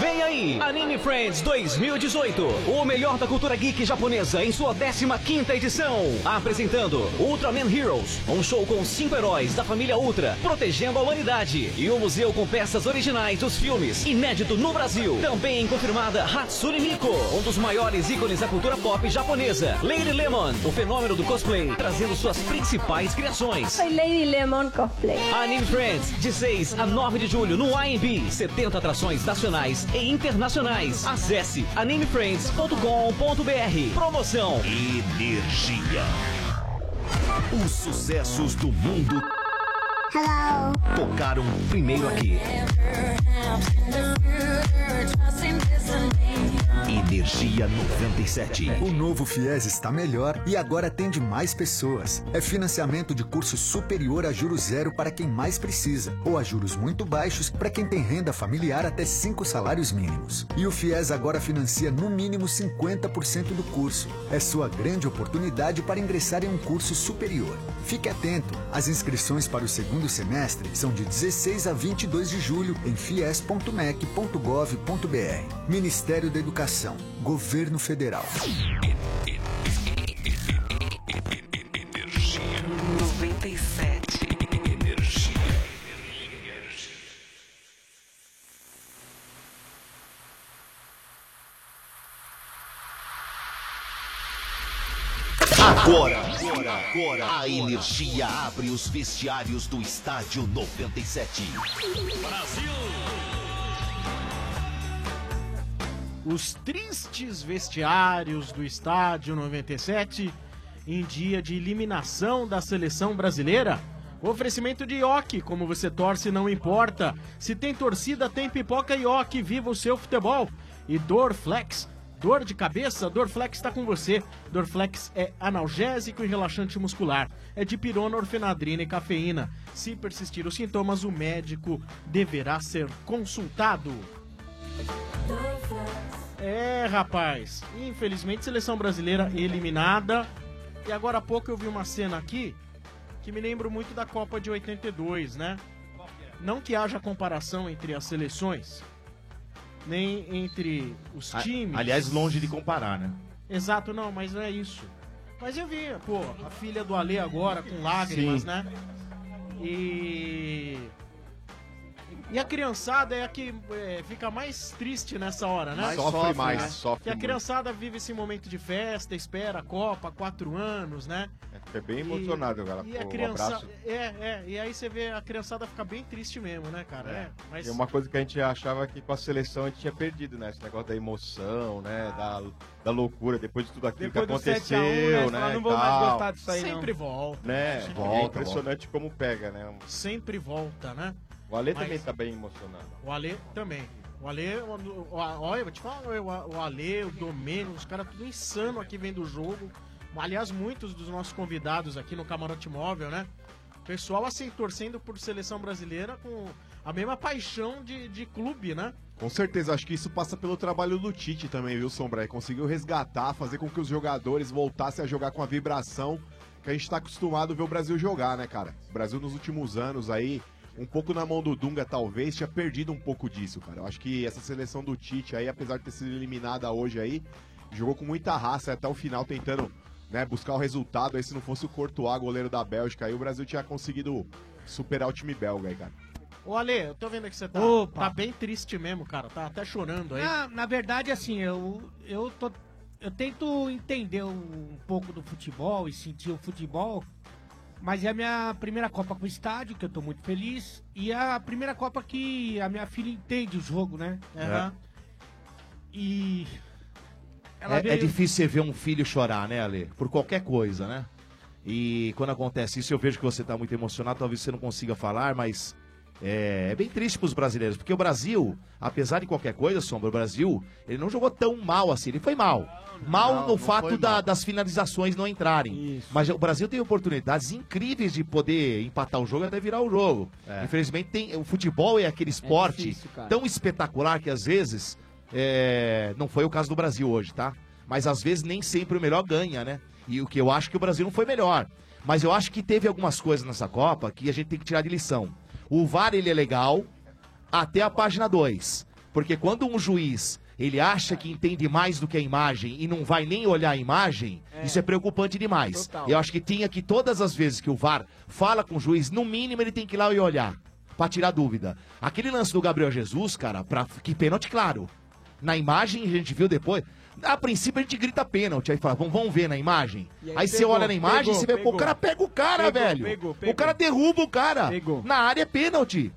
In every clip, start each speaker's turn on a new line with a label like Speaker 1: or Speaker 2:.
Speaker 1: Vem aí, Anime Friends 2018. O melhor da cultura geek japonesa em sua 15ª edição. Apresentando Ultraman Heroes, um show com cinco heróis da família Ultra, protegendo a humanidade. E um museu com peças originais dos filmes, inédito no Brasil. Também confirmada Hatsune Miku, um dos maiores ícones da cultura pop japonesa. Lady Lemon, o fenômeno do cosplay, trazendo suas principais criações.
Speaker 2: Soy Lady Lemon Cosplay.
Speaker 1: Anime Friends, de 6 a 9 de julho no AMB. 70 atrações nacionais e internacionais. Acesse animefriends.com.br. Promoção.
Speaker 3: Energia. Os sucessos do mundo
Speaker 2: Hello.
Speaker 3: tocaram primeiro aqui. Energia 97.
Speaker 4: O novo FIES está melhor e agora atende mais pessoas. É financiamento de curso superior a juros zero para quem mais precisa, ou a juros muito baixos para quem tem renda familiar até cinco salários mínimos. E o FIES agora financia no mínimo 50% do curso. É sua grande oportunidade para ingressar em um curso superior. Fique atento, as inscrições para o segundo semestre são de 16 a 22 de julho em fies.mec.gov.br. Ministério da Educação, Governo Federal.
Speaker 3: Energia.
Speaker 5: 97.
Speaker 3: Energia. Agora, agora, agora, a energia abre os vestiários do estádio 97.
Speaker 6: Os tristes vestiários do estádio 97 em dia de eliminação da seleção brasileira. Oferecimento de Ioki, como você torce não importa. Se tem torcida, tem pipoca Ioki, viva o seu futebol. E Dorflex, dor de cabeça, Dorflex está com você. Dorflex é analgésico e relaxante muscular. É de pirona, orfenadrina e cafeína. Se persistir os sintomas, o médico deverá ser consultado. É, rapaz. Infelizmente, seleção brasileira eliminada. E agora há pouco eu vi uma cena aqui que me lembro muito da Copa de 82, né? Não que haja comparação entre as seleções, nem entre os
Speaker 7: A-
Speaker 6: times.
Speaker 7: Aliás, longe de comparar, né?
Speaker 6: Exato, não, mas não é isso. Mas eu vi, pô, a filha do Ale agora com lágrimas,
Speaker 7: Sim.
Speaker 6: né? E. E a criançada é a que é, fica mais triste nessa hora, né?
Speaker 8: sofre, mais,
Speaker 6: né?
Speaker 8: sofre
Speaker 6: Que a
Speaker 8: muito.
Speaker 6: criançada vive esse momento de festa, espera a Copa, quatro anos, né?
Speaker 8: É bem emocionado, cara.
Speaker 6: E
Speaker 8: com
Speaker 6: a
Speaker 8: o
Speaker 6: criança...
Speaker 8: abraço.
Speaker 6: É, é, e aí você vê a criançada ficar bem triste mesmo, né, cara? É, mas...
Speaker 8: E uma coisa que a gente achava que com a seleção a gente tinha perdido, né? Esse negócio da emoção, né? Da, da loucura, depois de tudo aquilo
Speaker 9: Depois
Speaker 8: que
Speaker 9: do 7
Speaker 8: aconteceu,
Speaker 9: a 1, né?
Speaker 8: né?
Speaker 9: Fala, não
Speaker 8: e
Speaker 9: vou mais
Speaker 8: tal,
Speaker 9: gostar disso aí, não.
Speaker 6: Sempre volta,
Speaker 8: Né?
Speaker 7: Volta,
Speaker 8: é impressionante como pega, né?
Speaker 6: sempre volta, né?
Speaker 8: O Ale
Speaker 6: Mas-
Speaker 8: também tá bem emocionado.
Speaker 6: O Ale também. O Ale, o- o- o- olha, eu vou te falar, o, o Ale, o Domênio, os caras tudo insano aqui vendo o jogo. Aliás, muitos dos nossos convidados aqui no Camarote Móvel, né? Pessoal assim, torcendo por seleção brasileira com a mesma paixão de, de clube, né?
Speaker 10: Com certeza, acho que isso passa pelo trabalho do Tite também, viu, Sombra? Ele Conseguiu resgatar, fazer com que os jogadores voltassem a jogar com a vibração que a gente tá acostumado a ver o Brasil jogar, né, cara? O Brasil nos últimos anos aí, um pouco na mão do Dunga, talvez, tinha perdido um pouco disso, cara. Eu acho que essa seleção do Tite aí, apesar de ter sido eliminada hoje aí, jogou com muita raça até o final, tentando né, buscar o resultado. Aí se não fosse o Courtois, goleiro da Bélgica, aí o Brasil tinha conseguido superar o time belga aí, cara.
Speaker 6: Ô Ale, eu tô vendo que você tá,
Speaker 9: Opa. Ah,
Speaker 6: tá bem triste mesmo, cara. Tá até chorando aí.
Speaker 9: Na, na verdade, assim, eu, eu, tô, eu tento entender um pouco do futebol e sentir o futebol, mas é a minha primeira Copa com o estádio, que eu tô muito feliz, e é a primeira Copa que a minha filha entende o jogo, né?
Speaker 6: Aham.
Speaker 9: E. Ela
Speaker 7: É, é
Speaker 9: veio-
Speaker 7: difícil você ver um filho chorar, né, Ale? Por qualquer coisa, né? E quando acontece isso, eu vejo que você tá muito emocionado, talvez você não consiga falar, mas é, é bem triste pros brasileiros, porque o Brasil, apesar de qualquer coisa, Sombra, o Brasil, ele não jogou tão mal assim, ele foi mal. Mal
Speaker 10: não,
Speaker 7: no
Speaker 10: não
Speaker 7: fato
Speaker 10: foi
Speaker 7: da-
Speaker 10: mal.
Speaker 7: das finalizações não entrarem.
Speaker 10: Isso.
Speaker 7: Mas o Brasil teve oportunidades incríveis de poder empatar o jogo até virar o jogo.
Speaker 10: É.
Speaker 7: Infelizmente, tem, o futebol é aquele esporte
Speaker 9: difícil, cara.
Speaker 7: tão espetacular que às vezes é, não foi o caso do Brasil hoje, tá? Mas às vezes nem sempre o melhor ganha, né? E o que eu acho que o Brasil não foi melhor. Mas eu acho que teve algumas coisas nessa Copa que a gente tem que tirar de lição. O VAR ele é legal até a página 2. Porque quando um juiz ele acha que entende mais do que a imagem e não vai nem olhar a imagem, isso é preocupante demais.
Speaker 3: Total.
Speaker 7: Eu acho que tinha que todas as vezes que o VAR fala com o juiz, no mínimo ele tem que ir lá e olhar pra tirar dúvida. Aquele lance do Gabriel Jesus, cara, pra... que pênalti claro. Na imagem a gente viu depois. A princípio a gente grita pênalti, aí fala, vamos, vamos ver na imagem.
Speaker 3: E
Speaker 7: Aí,
Speaker 3: aí
Speaker 7: você
Speaker 3: pegou,
Speaker 7: olha na imagem,
Speaker 3: pegou,
Speaker 7: você vê, pô,
Speaker 3: pegou.
Speaker 7: o cara pega o cara,
Speaker 3: Pegou,
Speaker 7: velho.
Speaker 3: pegou,
Speaker 7: O cara derruba o cara. Na área é pênalti.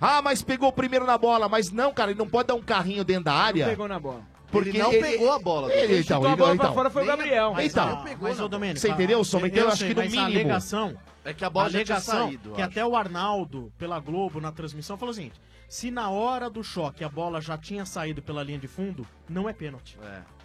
Speaker 7: Ah, mas pegou primeiro na bola. Mas não, cara, ele não pode dar um carrinho dentro da área.
Speaker 11: pegou na bola.
Speaker 7: Porque
Speaker 11: Ele não pegou a bola.
Speaker 7: Ele,
Speaker 11: Ele
Speaker 7: então,
Speaker 11: chutou a
Speaker 7: ele-
Speaker 11: bola pra
Speaker 7: então.
Speaker 11: fora, foi o Gabriel.
Speaker 7: Mas Então,
Speaker 6: Mas, mas ô Domênico,
Speaker 7: Você entendeu, Soma? Então eu
Speaker 6: eu
Speaker 7: acho
Speaker 6: sei,
Speaker 7: que no
Speaker 6: mas
Speaker 7: mínimo.
Speaker 6: A alegação
Speaker 11: é que a bola já tinha
Speaker 6: alegação
Speaker 11: saído, eu
Speaker 6: Que
Speaker 11: acho.
Speaker 6: até o Arnaldo, pela Globo, na transmissão, falou o seguinte: se na hora do choque a bola já tinha saído pela linha de fundo, não é pênalti.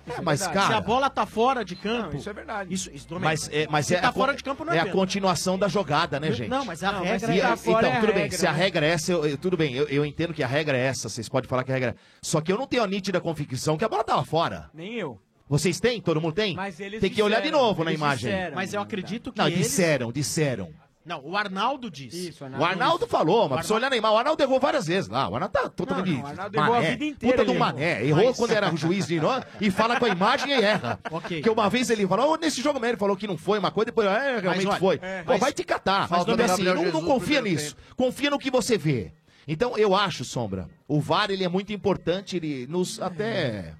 Speaker 7: É, mas,
Speaker 6: verdade.
Speaker 7: cara-
Speaker 6: Se a bola tá fora de campo.
Speaker 11: isso é verdade.
Speaker 6: Isso, isso Domênico,
Speaker 7: Mas é, mas
Speaker 6: se
Speaker 7: é
Speaker 6: tá
Speaker 7: a,
Speaker 6: fora de campo, não é,
Speaker 7: é a
Speaker 6: pênalti.
Speaker 7: continuação da jogada, né,
Speaker 6: Não,
Speaker 7: gente?
Speaker 6: mas a regra
Speaker 7: E,
Speaker 6: é tá
Speaker 7: e,
Speaker 6: fora
Speaker 7: então,
Speaker 6: é a
Speaker 7: tudo bem,
Speaker 6: regra,
Speaker 7: se a
Speaker 6: né?
Speaker 7: regra é essa, eu- eu- tudo bem, eu, eu entendo que a regra é essa, vocês podem falar que a regra é. Só que eu não tenho a nítida convicção que a bola tava fora.
Speaker 11: Nem eu.
Speaker 7: Vocês têm? Todo mundo tem?
Speaker 6: Mas eles
Speaker 7: tem que olhar de
Speaker 6: disseram,
Speaker 7: novo na
Speaker 6: eles
Speaker 7: imagem.
Speaker 6: disseram, Mas
Speaker 11: né?
Speaker 6: eu acredito que
Speaker 7: Não,
Speaker 6: eles-
Speaker 7: disseram, disseram.
Speaker 6: Não, o Arnaldo disse. Isso,
Speaker 7: O Arnaldo falou, mas precisa olhar Neymar. O Arnaldo errou várias vezes lá. O Arnaldo tá totalmente.
Speaker 6: não, o Arnaldo errou a vida inteira,
Speaker 7: Puta
Speaker 6: ele
Speaker 7: do
Speaker 6: errou.
Speaker 7: mané. Errou
Speaker 6: Mas-
Speaker 7: quando era juiz de nós e fala com a imagem e erra.
Speaker 6: Ok.
Speaker 7: Porque uma vez ele falou, "Oh, nesse jogo mesmo, ele falou que não foi uma coisa, depois, é,
Speaker 6: Mas
Speaker 7: realmente
Speaker 6: olha,
Speaker 7: foi.
Speaker 6: é.
Speaker 7: Pô,
Speaker 6: Mas-
Speaker 7: vai te catar.
Speaker 6: Mas,
Speaker 7: Então,
Speaker 6: Gabriel
Speaker 7: assim, não,
Speaker 6: Jesus,
Speaker 7: não confia
Speaker 6: primeiro
Speaker 7: nisso. Confia no que você vê. Então, eu acho, Sombra, o VAR ele é muito importante, ele nos até.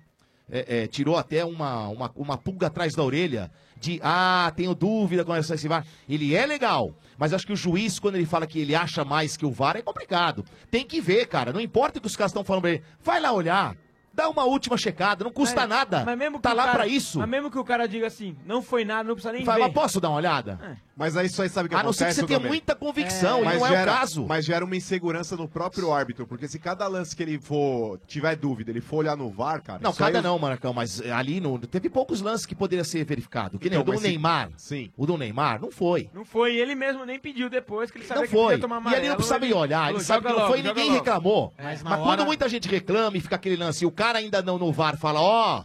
Speaker 7: é, é, tirou até uma, uma, uma pulga atrás da orelha de ah, tenho dúvida com essa- esse VAR. Ele é legal, mas acho que o juiz, quando ele fala que ele acha mais que o VAR, é complicado. Tem que ver, cara. Não importa o que os caras estão falando pra ele. Vai lá olhar. Dá uma última checada, não custa
Speaker 11: Mas-
Speaker 7: nada.
Speaker 11: É, Mas mesmo que
Speaker 7: tá
Speaker 11: o
Speaker 7: lá
Speaker 11: cara,
Speaker 7: pra isso.
Speaker 11: Mas mesmo que o cara diga assim, não foi nada, não precisa nem
Speaker 7: Fala,
Speaker 11: ver.
Speaker 7: mas posso dar uma olhada?
Speaker 10: Mas aí só aí sabe o que
Speaker 7: A não
Speaker 10: acontece.
Speaker 7: ser que você tenha
Speaker 10: Domênico?
Speaker 7: muita convicção, e
Speaker 10: Mas
Speaker 7: não é o
Speaker 10: gera-
Speaker 7: caso.
Speaker 10: Mas gera uma insegurança no próprio árbitro, porque se cada lance que ele for tiver dúvida, ele for olhar no VAR, cara.
Speaker 7: Não,
Speaker 10: isso aí
Speaker 7: cada
Speaker 10: eu-
Speaker 7: não, Maracão, mas eh, ali no, teve poucos lances que poderia ser verificado. Que nem
Speaker 10: Então,
Speaker 7: o do
Speaker 10: mas se-
Speaker 7: Neymar.
Speaker 10: Sim.
Speaker 7: O do Neymar não foi.
Speaker 11: Não foi, e ele mesmo nem pediu depois, que ele sabia
Speaker 7: Não
Speaker 11: que podia
Speaker 7: foi.
Speaker 11: tomar
Speaker 7: E
Speaker 11: amarelo.
Speaker 7: ali não precisava nem olhar. Ele
Speaker 11: falou,
Speaker 7: sabe que
Speaker 11: joga
Speaker 7: não foi e
Speaker 11: logo, joga
Speaker 7: ninguém
Speaker 11: logo.
Speaker 7: reclamou.
Speaker 11: É.
Speaker 7: Mas,
Speaker 11: Mas na
Speaker 7: quando
Speaker 11: hora-
Speaker 7: muita gente reclama e fica aquele lance e o cara ainda não no VAR fala, ó,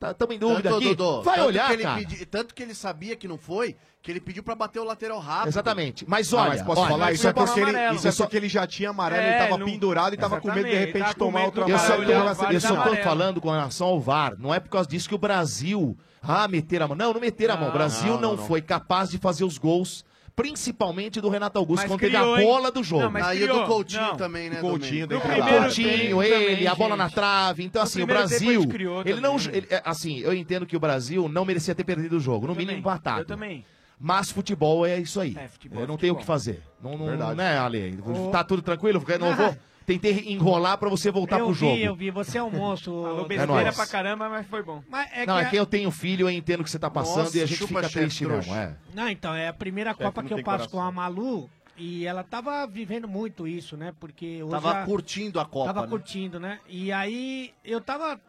Speaker 7: tá tamo em dúvida
Speaker 3: Tanto,
Speaker 7: aqui.
Speaker 3: Dodô,
Speaker 7: Vai
Speaker 3: tanto que
Speaker 7: olhar,
Speaker 3: ele
Speaker 7: cara.
Speaker 3: pedi- tanto que ele sabia que não foi, que ele pediu pra bater o lateral rápido.
Speaker 7: Exatamente. Mas
Speaker 3: Ah,
Speaker 7: olha,
Speaker 3: mas posso
Speaker 7: olha,
Speaker 3: falar? Isso é porque ele-
Speaker 7: amarelo. É,
Speaker 3: isso é porque
Speaker 10: ele já tinha amarelo,
Speaker 3: ele
Speaker 10: tava pendurado e tava com medo de
Speaker 7: Exatamente,
Speaker 10: repente
Speaker 7: tava com
Speaker 10: tomar
Speaker 7: medo
Speaker 10: outra
Speaker 7: do né? Eu só
Speaker 10: amarela e tomar
Speaker 7: tô,
Speaker 10: essa-
Speaker 7: eu só tô
Speaker 10: amarela.
Speaker 7: falando com relação ao VAR. Não é por causa disso que o Brasil. Ah, meter a mão. Não, não meter a mão. O Brasil não,
Speaker 3: não, não.
Speaker 7: foi capaz de fazer os gols. Principalmente do Renato Augusto,
Speaker 3: Mas
Speaker 7: quando
Speaker 3: criou,
Speaker 7: teve a
Speaker 3: hein?
Speaker 7: bola do jogo.
Speaker 3: Não, mas Aí o do criou. Coutinho Não. também, né,
Speaker 7: O
Speaker 3: Do Coutinho, Domênico? tem que
Speaker 7: O
Speaker 3: falar.
Speaker 7: Coutinho,
Speaker 3: Também,
Speaker 7: ele, a bola
Speaker 3: gente.
Speaker 7: na trave. Então,
Speaker 3: No
Speaker 7: assim, o
Speaker 3: primeiro tempo a
Speaker 7: Brasil.
Speaker 3: gente criou
Speaker 7: Ele não. ele- é, assim, eu entendo que o Brasil não merecia ter perdido o jogo. No mínimo empatado.
Speaker 11: Eu também.
Speaker 7: Mas futebol é isso aí. eu não tenho o que
Speaker 11: futebol.
Speaker 7: fazer. Não, não,
Speaker 11: Verdade.
Speaker 7: né, Ale?
Speaker 9: Ô.
Speaker 7: Tá tudo tranquilo? Renovou? Tentei enrolar pra você voltar
Speaker 9: eu
Speaker 7: pro
Speaker 9: vi,
Speaker 7: jogo.
Speaker 9: eu vi. Você é um monstro.
Speaker 11: Falou
Speaker 7: É
Speaker 11: besteira
Speaker 7: nóis.
Speaker 11: pra caramba, mas foi bom.
Speaker 9: Mas é
Speaker 7: não,
Speaker 9: que
Speaker 7: é que eu tenho filho, eu entendo o que você tá passando
Speaker 9: Nossa,
Speaker 7: e a gente
Speaker 9: chupa,
Speaker 7: fica
Speaker 9: chefe
Speaker 7: triste, não.
Speaker 9: trouxa.
Speaker 7: É.
Speaker 9: Não, então, é a primeira
Speaker 7: Chefe
Speaker 9: Copa
Speaker 7: não
Speaker 9: que eu
Speaker 7: tem
Speaker 9: passo
Speaker 7: coração.
Speaker 9: com a Malu e ela tava vivendo muito isso, né? Porque hoje
Speaker 3: Tava
Speaker 9: a-
Speaker 3: curtindo a Copa,
Speaker 9: Tava
Speaker 3: né?
Speaker 9: curtindo, né? E aí eu tava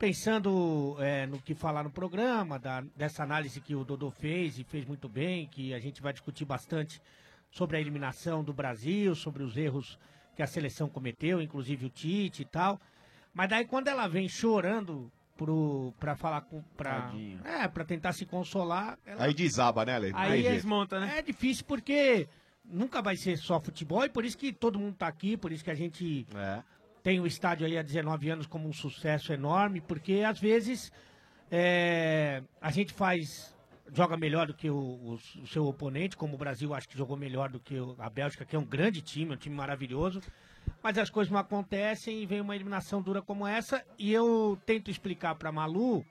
Speaker 9: pensando é, no que falar no programa, da- dessa análise que o Dodô fez e fez muito bem, que a gente vai discutir bastante sobre a eliminação do Brasil, sobre os erros que a seleção cometeu, inclusive o Tite e tal. Mas daí quando ela vem chorando pro, pra falar com. Pra, é, pra tentar se consolar, ela
Speaker 10: Aí desaba, né, Ale? Não tem
Speaker 9: Aí
Speaker 10: jeito.
Speaker 9: desmonta, né? É difícil porque nunca vai ser só futebol e por isso que todo mundo tá aqui, por isso que a gente
Speaker 10: É.
Speaker 9: tem o estádio aí há 19 anos como um sucesso enorme, porque às vezes é, a gente faz. joga melhor do que o, o- o seu oponente, como o Brasil acho que jogou melhor do que o- a Bélgica, que é um grande time, um time maravilhoso. Mas as coisas não acontecem e vem uma eliminação dura como essa. E eu tento explicar pra Malu,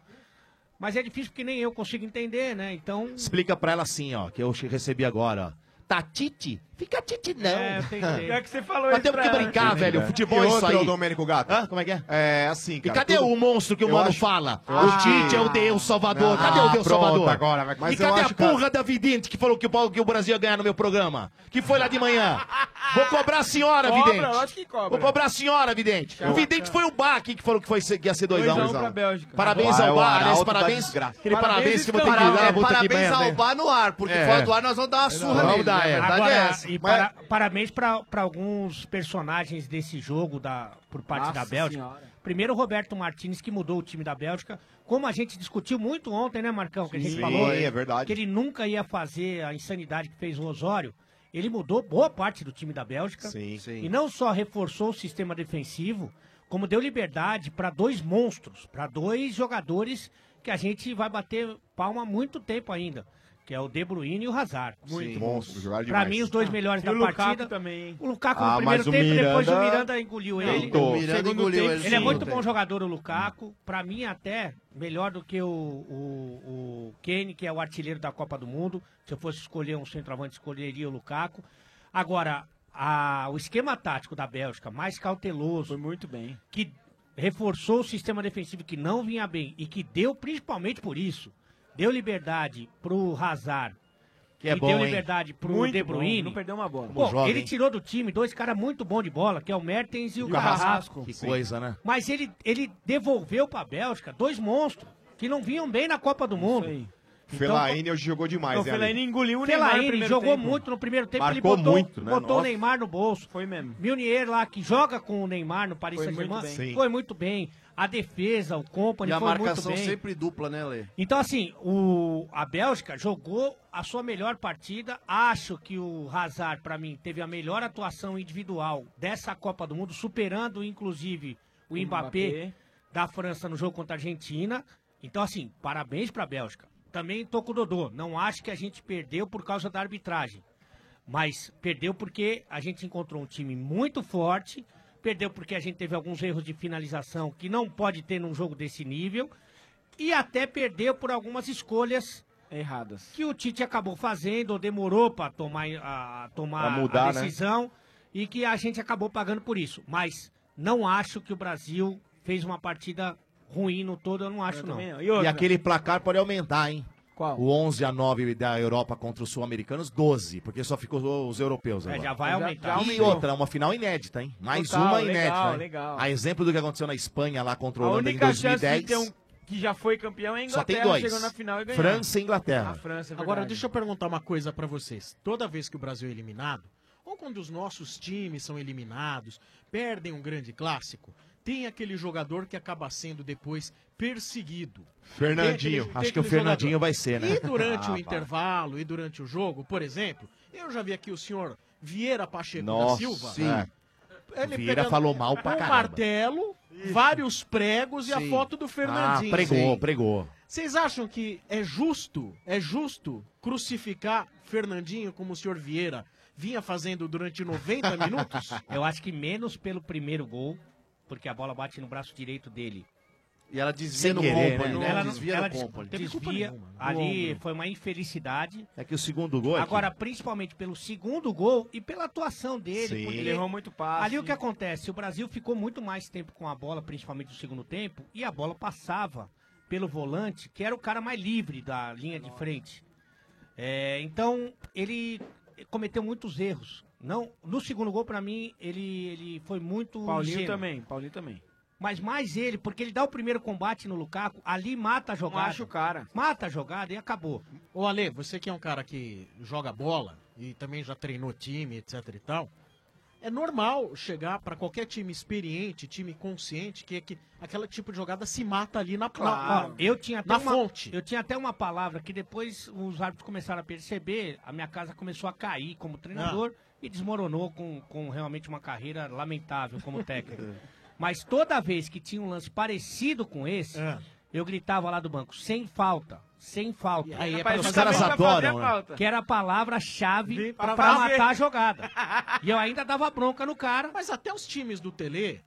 Speaker 9: mas é difícil porque nem eu consigo entender, né? Então.
Speaker 7: Explica pra ela assim, ó, que eu che- recebi agora. ó. Tá Titi? Fica Titi não.
Speaker 9: É, eu tentei. É que você falou
Speaker 7: Mas
Speaker 9: isso
Speaker 7: temos que
Speaker 9: pra ela.
Speaker 7: brincar,
Speaker 9: Sim,
Speaker 7: velho.
Speaker 9: né?
Speaker 7: Futebol
Speaker 10: E
Speaker 7: é isso
Speaker 10: outra,
Speaker 7: aí.
Speaker 10: ô, Domênico Gato.
Speaker 7: Hã? Como é que é?
Speaker 10: É assim,
Speaker 7: E
Speaker 10: cara.
Speaker 7: cadê
Speaker 10: tudo-
Speaker 7: o monstro que o
Speaker 10: Eu
Speaker 7: mano
Speaker 10: acho-
Speaker 7: fala?
Speaker 10: eu
Speaker 7: O
Speaker 10: acho
Speaker 7: Tite
Speaker 10: que-
Speaker 7: é o Deus Salvador.
Speaker 10: Ah,
Speaker 7: cadê o Deus
Speaker 10: pronto,
Speaker 7: Salvador?
Speaker 10: agora vai-
Speaker 7: e
Speaker 10: mas eu
Speaker 7: cadê a
Speaker 10: acho, cara-
Speaker 7: porra da vidente que falou que o, pau- que o Brasil ia ganhar no meu programa? Que foi lá de manhã. Vou cobrar a senhora,
Speaker 11: Cobra,
Speaker 7: vidente.
Speaker 11: lógico que cobra.
Speaker 7: Vou cobrar a senhora, vidente.
Speaker 11: Chama,
Speaker 7: o vidente foi o Bach que falou que, foi, ser- que ia ser doidão.
Speaker 11: 2x1 pra Bélgica.
Speaker 7: Parabéns
Speaker 10: é
Speaker 3: Ah,
Speaker 7: ao
Speaker 3: o
Speaker 7: Bar, aliás,
Speaker 3: Arauto da
Speaker 7: parabéns.
Speaker 3: desgraça.
Speaker 7: Aquele parabéns,
Speaker 3: Parabéns
Speaker 7: que eu vou ter que
Speaker 3: então,
Speaker 7: dar. puta
Speaker 3: é,
Speaker 7: que né?
Speaker 3: parabéns
Speaker 7: merda,
Speaker 3: ao
Speaker 7: hein?
Speaker 3: Bar no ar, porque fora do ar nós vamos dar uma surra
Speaker 7: Vamos
Speaker 3: nele,
Speaker 7: dar,
Speaker 3: né?
Speaker 7: é.
Speaker 3: A verdade
Speaker 9: Agora,
Speaker 3: é essa.
Speaker 9: e
Speaker 3: Mas-
Speaker 9: para- parabéns para alguns personagens desse jogo da, por parte
Speaker 3: Nossa
Speaker 9: da Bélgica.
Speaker 3: Senhora.
Speaker 9: Primeiro, o Roberto Martins, que mudou o time da Bélgica. Como a gente discutiu muito ontem, né, Marcão? Que a gente
Speaker 10: Sim,
Speaker 9: falou
Speaker 10: é verdade.
Speaker 9: que ele nunca ia fazer a insanidade que fez o Osório. Ele mudou boa parte do time da Bélgica.
Speaker 10: Sim. Sim.
Speaker 9: E não só reforçou o sistema defensivo, como deu liberdade para dois monstros, para dois jogadores que a gente vai bater palma há muito tempo ainda, que é o De Bruyne e o Hazard.
Speaker 10: Muito Sim. monstro, jogaram
Speaker 9: Pra
Speaker 10: demais.
Speaker 9: mim, os dois melhores
Speaker 11: Ah. E
Speaker 9: da
Speaker 11: o Lukaku
Speaker 9: partida.
Speaker 11: também, hein?
Speaker 9: O Lukaku
Speaker 10: Ah,
Speaker 9: no primeiro
Speaker 10: mas o
Speaker 9: tempo, depois o
Speaker 10: Miranda-
Speaker 9: Miranda engoliu ele.
Speaker 10: Tentou. O Miranda
Speaker 9: Segundo
Speaker 10: engoliu
Speaker 9: tempo,
Speaker 10: ele,
Speaker 9: Ele é
Speaker 10: sim.
Speaker 9: muito
Speaker 10: Tem.
Speaker 9: bom jogador, o Lukaku. Pra mim, até melhor do que o, o, o Kane, que é o artilheiro da Copa do Mundo. Se eu fosse escolher um centroavante, escolheria o Lukaku. Agora, a- o esquema tático da Bélgica, mais cauteloso. Foi
Speaker 11: muito bem.
Speaker 9: Que reforçou o sistema defensivo que não vinha bem e que deu, principalmente por isso, deu liberdade pro Hazard.
Speaker 11: Que é
Speaker 9: e
Speaker 11: bom,
Speaker 9: deu
Speaker 11: hein?
Speaker 9: liberdade pro
Speaker 11: Muito
Speaker 9: De
Speaker 11: bom,
Speaker 9: Bruyne.
Speaker 11: não perdeu uma bola.
Speaker 9: Pô,
Speaker 11: Como joga,
Speaker 9: Tá ele
Speaker 11: hein?
Speaker 9: tirou do time dois caras muito bons de bola, que é o Mertens e, o Carrasco.
Speaker 7: Que
Speaker 9: Sim.
Speaker 7: coisa, né?
Speaker 9: Mas ele, ele devolveu pra Bélgica dois monstros que não vinham bem na Copa do Mundo. Então,
Speaker 10: Fellaini hoje jogou demais,
Speaker 9: Não,
Speaker 10: né?
Speaker 9: Fellaini
Speaker 10: amigo?
Speaker 9: engoliu o Neymar no Fellaini primeiro jogou tempo. muito no primeiro tempo, ele botou- botou o
Speaker 10: Nossa.
Speaker 9: Neymar no bolso. Foi mesmo. Milnier lá, que joga com o Neymar no Paris
Speaker 3: Foi muito
Speaker 9: Saint-Germain,
Speaker 3: bem. Sim.
Speaker 9: foi muito bem. A defesa, o Company
Speaker 3: E a
Speaker 9: foi muito
Speaker 3: marcação
Speaker 9: bem.
Speaker 3: sempre dupla, né, Lê?
Speaker 9: Então, assim, o, a Bélgica jogou a sua melhor partida. Acho que o Hazard, pra mim, teve a melhor atuação individual dessa Copa do Mundo, superando, inclusive, o
Speaker 11: O
Speaker 9: Mbappé,
Speaker 11: Mbappé.
Speaker 9: da França no jogo contra a Argentina. Então, assim, parabéns pra Bélgica. Também tô com o Dodô. Não acho que a gente perdeu por causa da arbitragem. Mas perdeu porque a gente encontrou um time muito forte, perdeu porque a gente teve alguns erros de finalização que não pode ter num jogo desse nível, e até perdeu por algumas escolhas
Speaker 11: erradas
Speaker 9: que o Tite acabou fazendo ou demorou para tomar a, tomar
Speaker 10: Pra mudar,
Speaker 9: a decisão e que a gente acabou pagando por isso. Mas não acho que o Brasil fez uma partida ruim no todo, eu não acho não.
Speaker 7: E, aquele placar pode aumentar, hein?
Speaker 11: Qual?
Speaker 7: O 11 a 9 da Europa contra os sul-americanos, 12, porque só ficou os europeus
Speaker 9: É,
Speaker 7: agora.
Speaker 9: já vai Já- aumentar. já
Speaker 7: e
Speaker 9: aumentou.
Speaker 7: outra, uma final inédita, hein? Mais
Speaker 11: Total,
Speaker 7: uma
Speaker 11: legal,
Speaker 7: inédita. hein?
Speaker 11: legal.
Speaker 7: A exemplo do que aconteceu na Espanha lá contra o
Speaker 11: a
Speaker 7: Holanda em
Speaker 11: única chance de
Speaker 7: 2010.
Speaker 11: ter um que já foi campeão é a
Speaker 7: Só tem
Speaker 11: Inglaterra
Speaker 7: dois.
Speaker 11: chegando na final e ganhando.
Speaker 7: França e Inglaterra.
Speaker 11: A França, é
Speaker 6: Agora,
Speaker 11: verdade.
Speaker 6: deixa eu perguntar uma coisa pra vocês. Toda vez que o Brasil é eliminado, ou quando os nossos times são eliminados, perdem um grande clássico, tem aquele jogador que acaba sendo depois perseguido. Tem
Speaker 7: Fernandinho.
Speaker 6: aquele-
Speaker 7: Acho
Speaker 6: tem
Speaker 7: que o
Speaker 6: aquele
Speaker 7: Fernandinho vai ser, né?
Speaker 6: E durante
Speaker 7: Ah,
Speaker 6: o
Speaker 7: vai.
Speaker 6: intervalo e durante o jogo, por exemplo, eu já vi aqui o senhor Vieira Pacheco da
Speaker 7: Nossa,
Speaker 6: Silva.
Speaker 7: sim. É.
Speaker 6: Ele
Speaker 7: Vieira
Speaker 6: pegando
Speaker 7: falou mal pra
Speaker 6: um
Speaker 7: caramba.
Speaker 6: martelo, vários pregos e a
Speaker 7: Sim.
Speaker 6: foto do Fernandinho.
Speaker 7: Ah, pregou,
Speaker 6: Sim.
Speaker 7: pregou.
Speaker 6: Vocês acham que é justo, é justo crucificar Fernandinho como o senhor Vieira vinha fazendo durante 90 minutos?
Speaker 9: Eu acho que menos pelo primeiro gol, porque a bola bate no braço direito dele.
Speaker 3: E ela desvia no Company, né?
Speaker 9: Ela, não-
Speaker 3: desvia
Speaker 9: ela
Speaker 3: no
Speaker 9: des-
Speaker 3: Company.
Speaker 9: desvia. Ali foi uma infelicidade.
Speaker 7: É que o segundo gol é
Speaker 9: Agora, principalmente pelo segundo gol e pela atuação dele.
Speaker 7: Sim.
Speaker 9: porque
Speaker 7: Ele errou muito passe.
Speaker 9: Ali o que acontece? O Brasil ficou muito mais tempo com a bola, principalmente no segundo tempo, e a bola passava pelo volante, que era o cara mais livre da linha de frente. É, então, ele cometeu muitos erros. Não, no segundo gol, pra mim, ele, ele foi muito.
Speaker 11: Paulinho
Speaker 9: ingênuo.
Speaker 11: também, Paulinho também.
Speaker 9: Mas mais ele, porque ele dá o primeiro combate no Lukaku, ali mata a jogada.
Speaker 11: acha o cara.
Speaker 9: Mata a jogada e acabou.
Speaker 6: Ô Ale, você que é um cara que joga bola e também já treinou time, etc e tal, é normal chegar pra qualquer time experiente, time consciente, que, que aquela tipo de jogada se mata ali na,
Speaker 9: Ó,
Speaker 6: na,
Speaker 9: eu tinha até
Speaker 6: na
Speaker 9: uma,
Speaker 6: fonte.
Speaker 9: Eu tinha até uma palavra que depois os árbitros começaram a perceber, a minha casa começou a cair como treinador
Speaker 6: Ah.
Speaker 9: e desmoronou com, com realmente uma carreira lamentável como técnico. Mas toda vez que tinha um lance parecido com esse,
Speaker 6: Ah.
Speaker 9: eu gritava lá do banco, sem falta, sem falta.
Speaker 6: aí é pra- Rapaz, os caras justamente pra fazer adoram, a né? falta.
Speaker 9: Que era a palavra-chave
Speaker 6: pra
Speaker 9: pra,
Speaker 6: fazer.
Speaker 9: matar a jogada. e eu ainda dava bronca no cara.
Speaker 6: Mas até os times do Tele,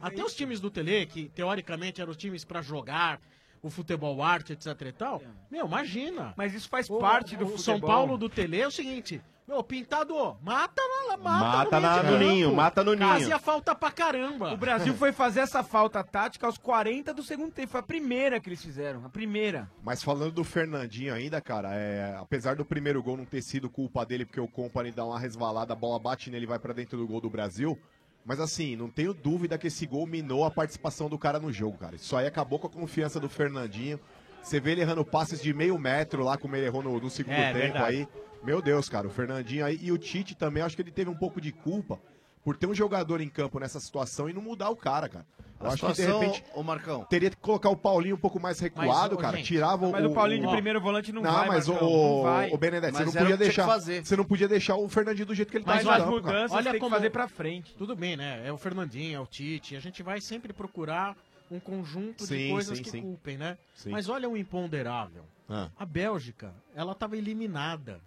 Speaker 6: até os times do Tele, que teoricamente eram os times pra jogar o futebol arte, etc e tal, meu, imagina.
Speaker 11: Mas isso faz
Speaker 6: parte do São
Speaker 11: futebol.
Speaker 6: Paulo do Tele é o seguinte, meu, pintado, mata lá, mata,
Speaker 11: Mata na-
Speaker 6: meio de
Speaker 11: no
Speaker 6: campo.
Speaker 11: ninho, mata no ninho.
Speaker 6: Fazia falta pra caramba.
Speaker 11: O Brasil foi fazer essa falta tática aos 40 do segundo tempo. Foi a primeira que eles fizeram. A primeira.
Speaker 10: Mas falando do Fernandinho ainda, cara, é, apesar do primeiro gol não ter sido culpa dele, porque o Company dá uma resvalada, a bola bate nele e vai pra dentro do gol do Brasil. Mas assim, não tenho dúvida que esse gol minou a participação do cara no jogo, cara. Isso aí acabou com a confiança do Fernandinho. Você vê ele errando passes de meio metro lá, como ele errou no, no segundo
Speaker 9: É,
Speaker 10: tempo
Speaker 9: verdade.
Speaker 10: aí. Meu Deus, cara, o Fernandinho aí. E o Tite também, acho que ele teve um pouco de culpa por ter um jogador em campo nessa situação e não mudar o cara, cara. Eu acho
Speaker 3: situação,
Speaker 10: que de repente.
Speaker 3: ô Marcão.
Speaker 10: Teria que colocar o Paulinho um pouco mais recuado,
Speaker 3: ô,
Speaker 10: cara.
Speaker 3: gente,
Speaker 10: tirava
Speaker 3: mas
Speaker 10: o.
Speaker 3: o Paulinho de
Speaker 10: ó,
Speaker 3: primeiro volante não
Speaker 10: não
Speaker 3: vai,
Speaker 10: Mas
Speaker 3: Marcão,
Speaker 10: o,
Speaker 3: não vai.
Speaker 10: o Benedetti,
Speaker 3: Mas
Speaker 10: você
Speaker 3: era
Speaker 10: não podia
Speaker 3: o que tinha
Speaker 10: deixar.
Speaker 3: que fazer.
Speaker 10: Você não podia deixar o Fernandinho do jeito que ele tá
Speaker 6: Mas
Speaker 10: em
Speaker 6: as
Speaker 10: campo, cara.
Speaker 6: mudanças tem que fazer pra
Speaker 11: frente.
Speaker 6: Tudo bem, né? É o Fernandinho, é o Tite. A gente vai sempre procurar um conjunto de
Speaker 7: Sim,
Speaker 6: coisas
Speaker 7: sim,
Speaker 6: que
Speaker 7: sim.
Speaker 6: culpem, né?
Speaker 7: Sim.
Speaker 6: Mas olha o imponderável.
Speaker 7: Ah.
Speaker 6: A Bélgica, ela tava eliminada.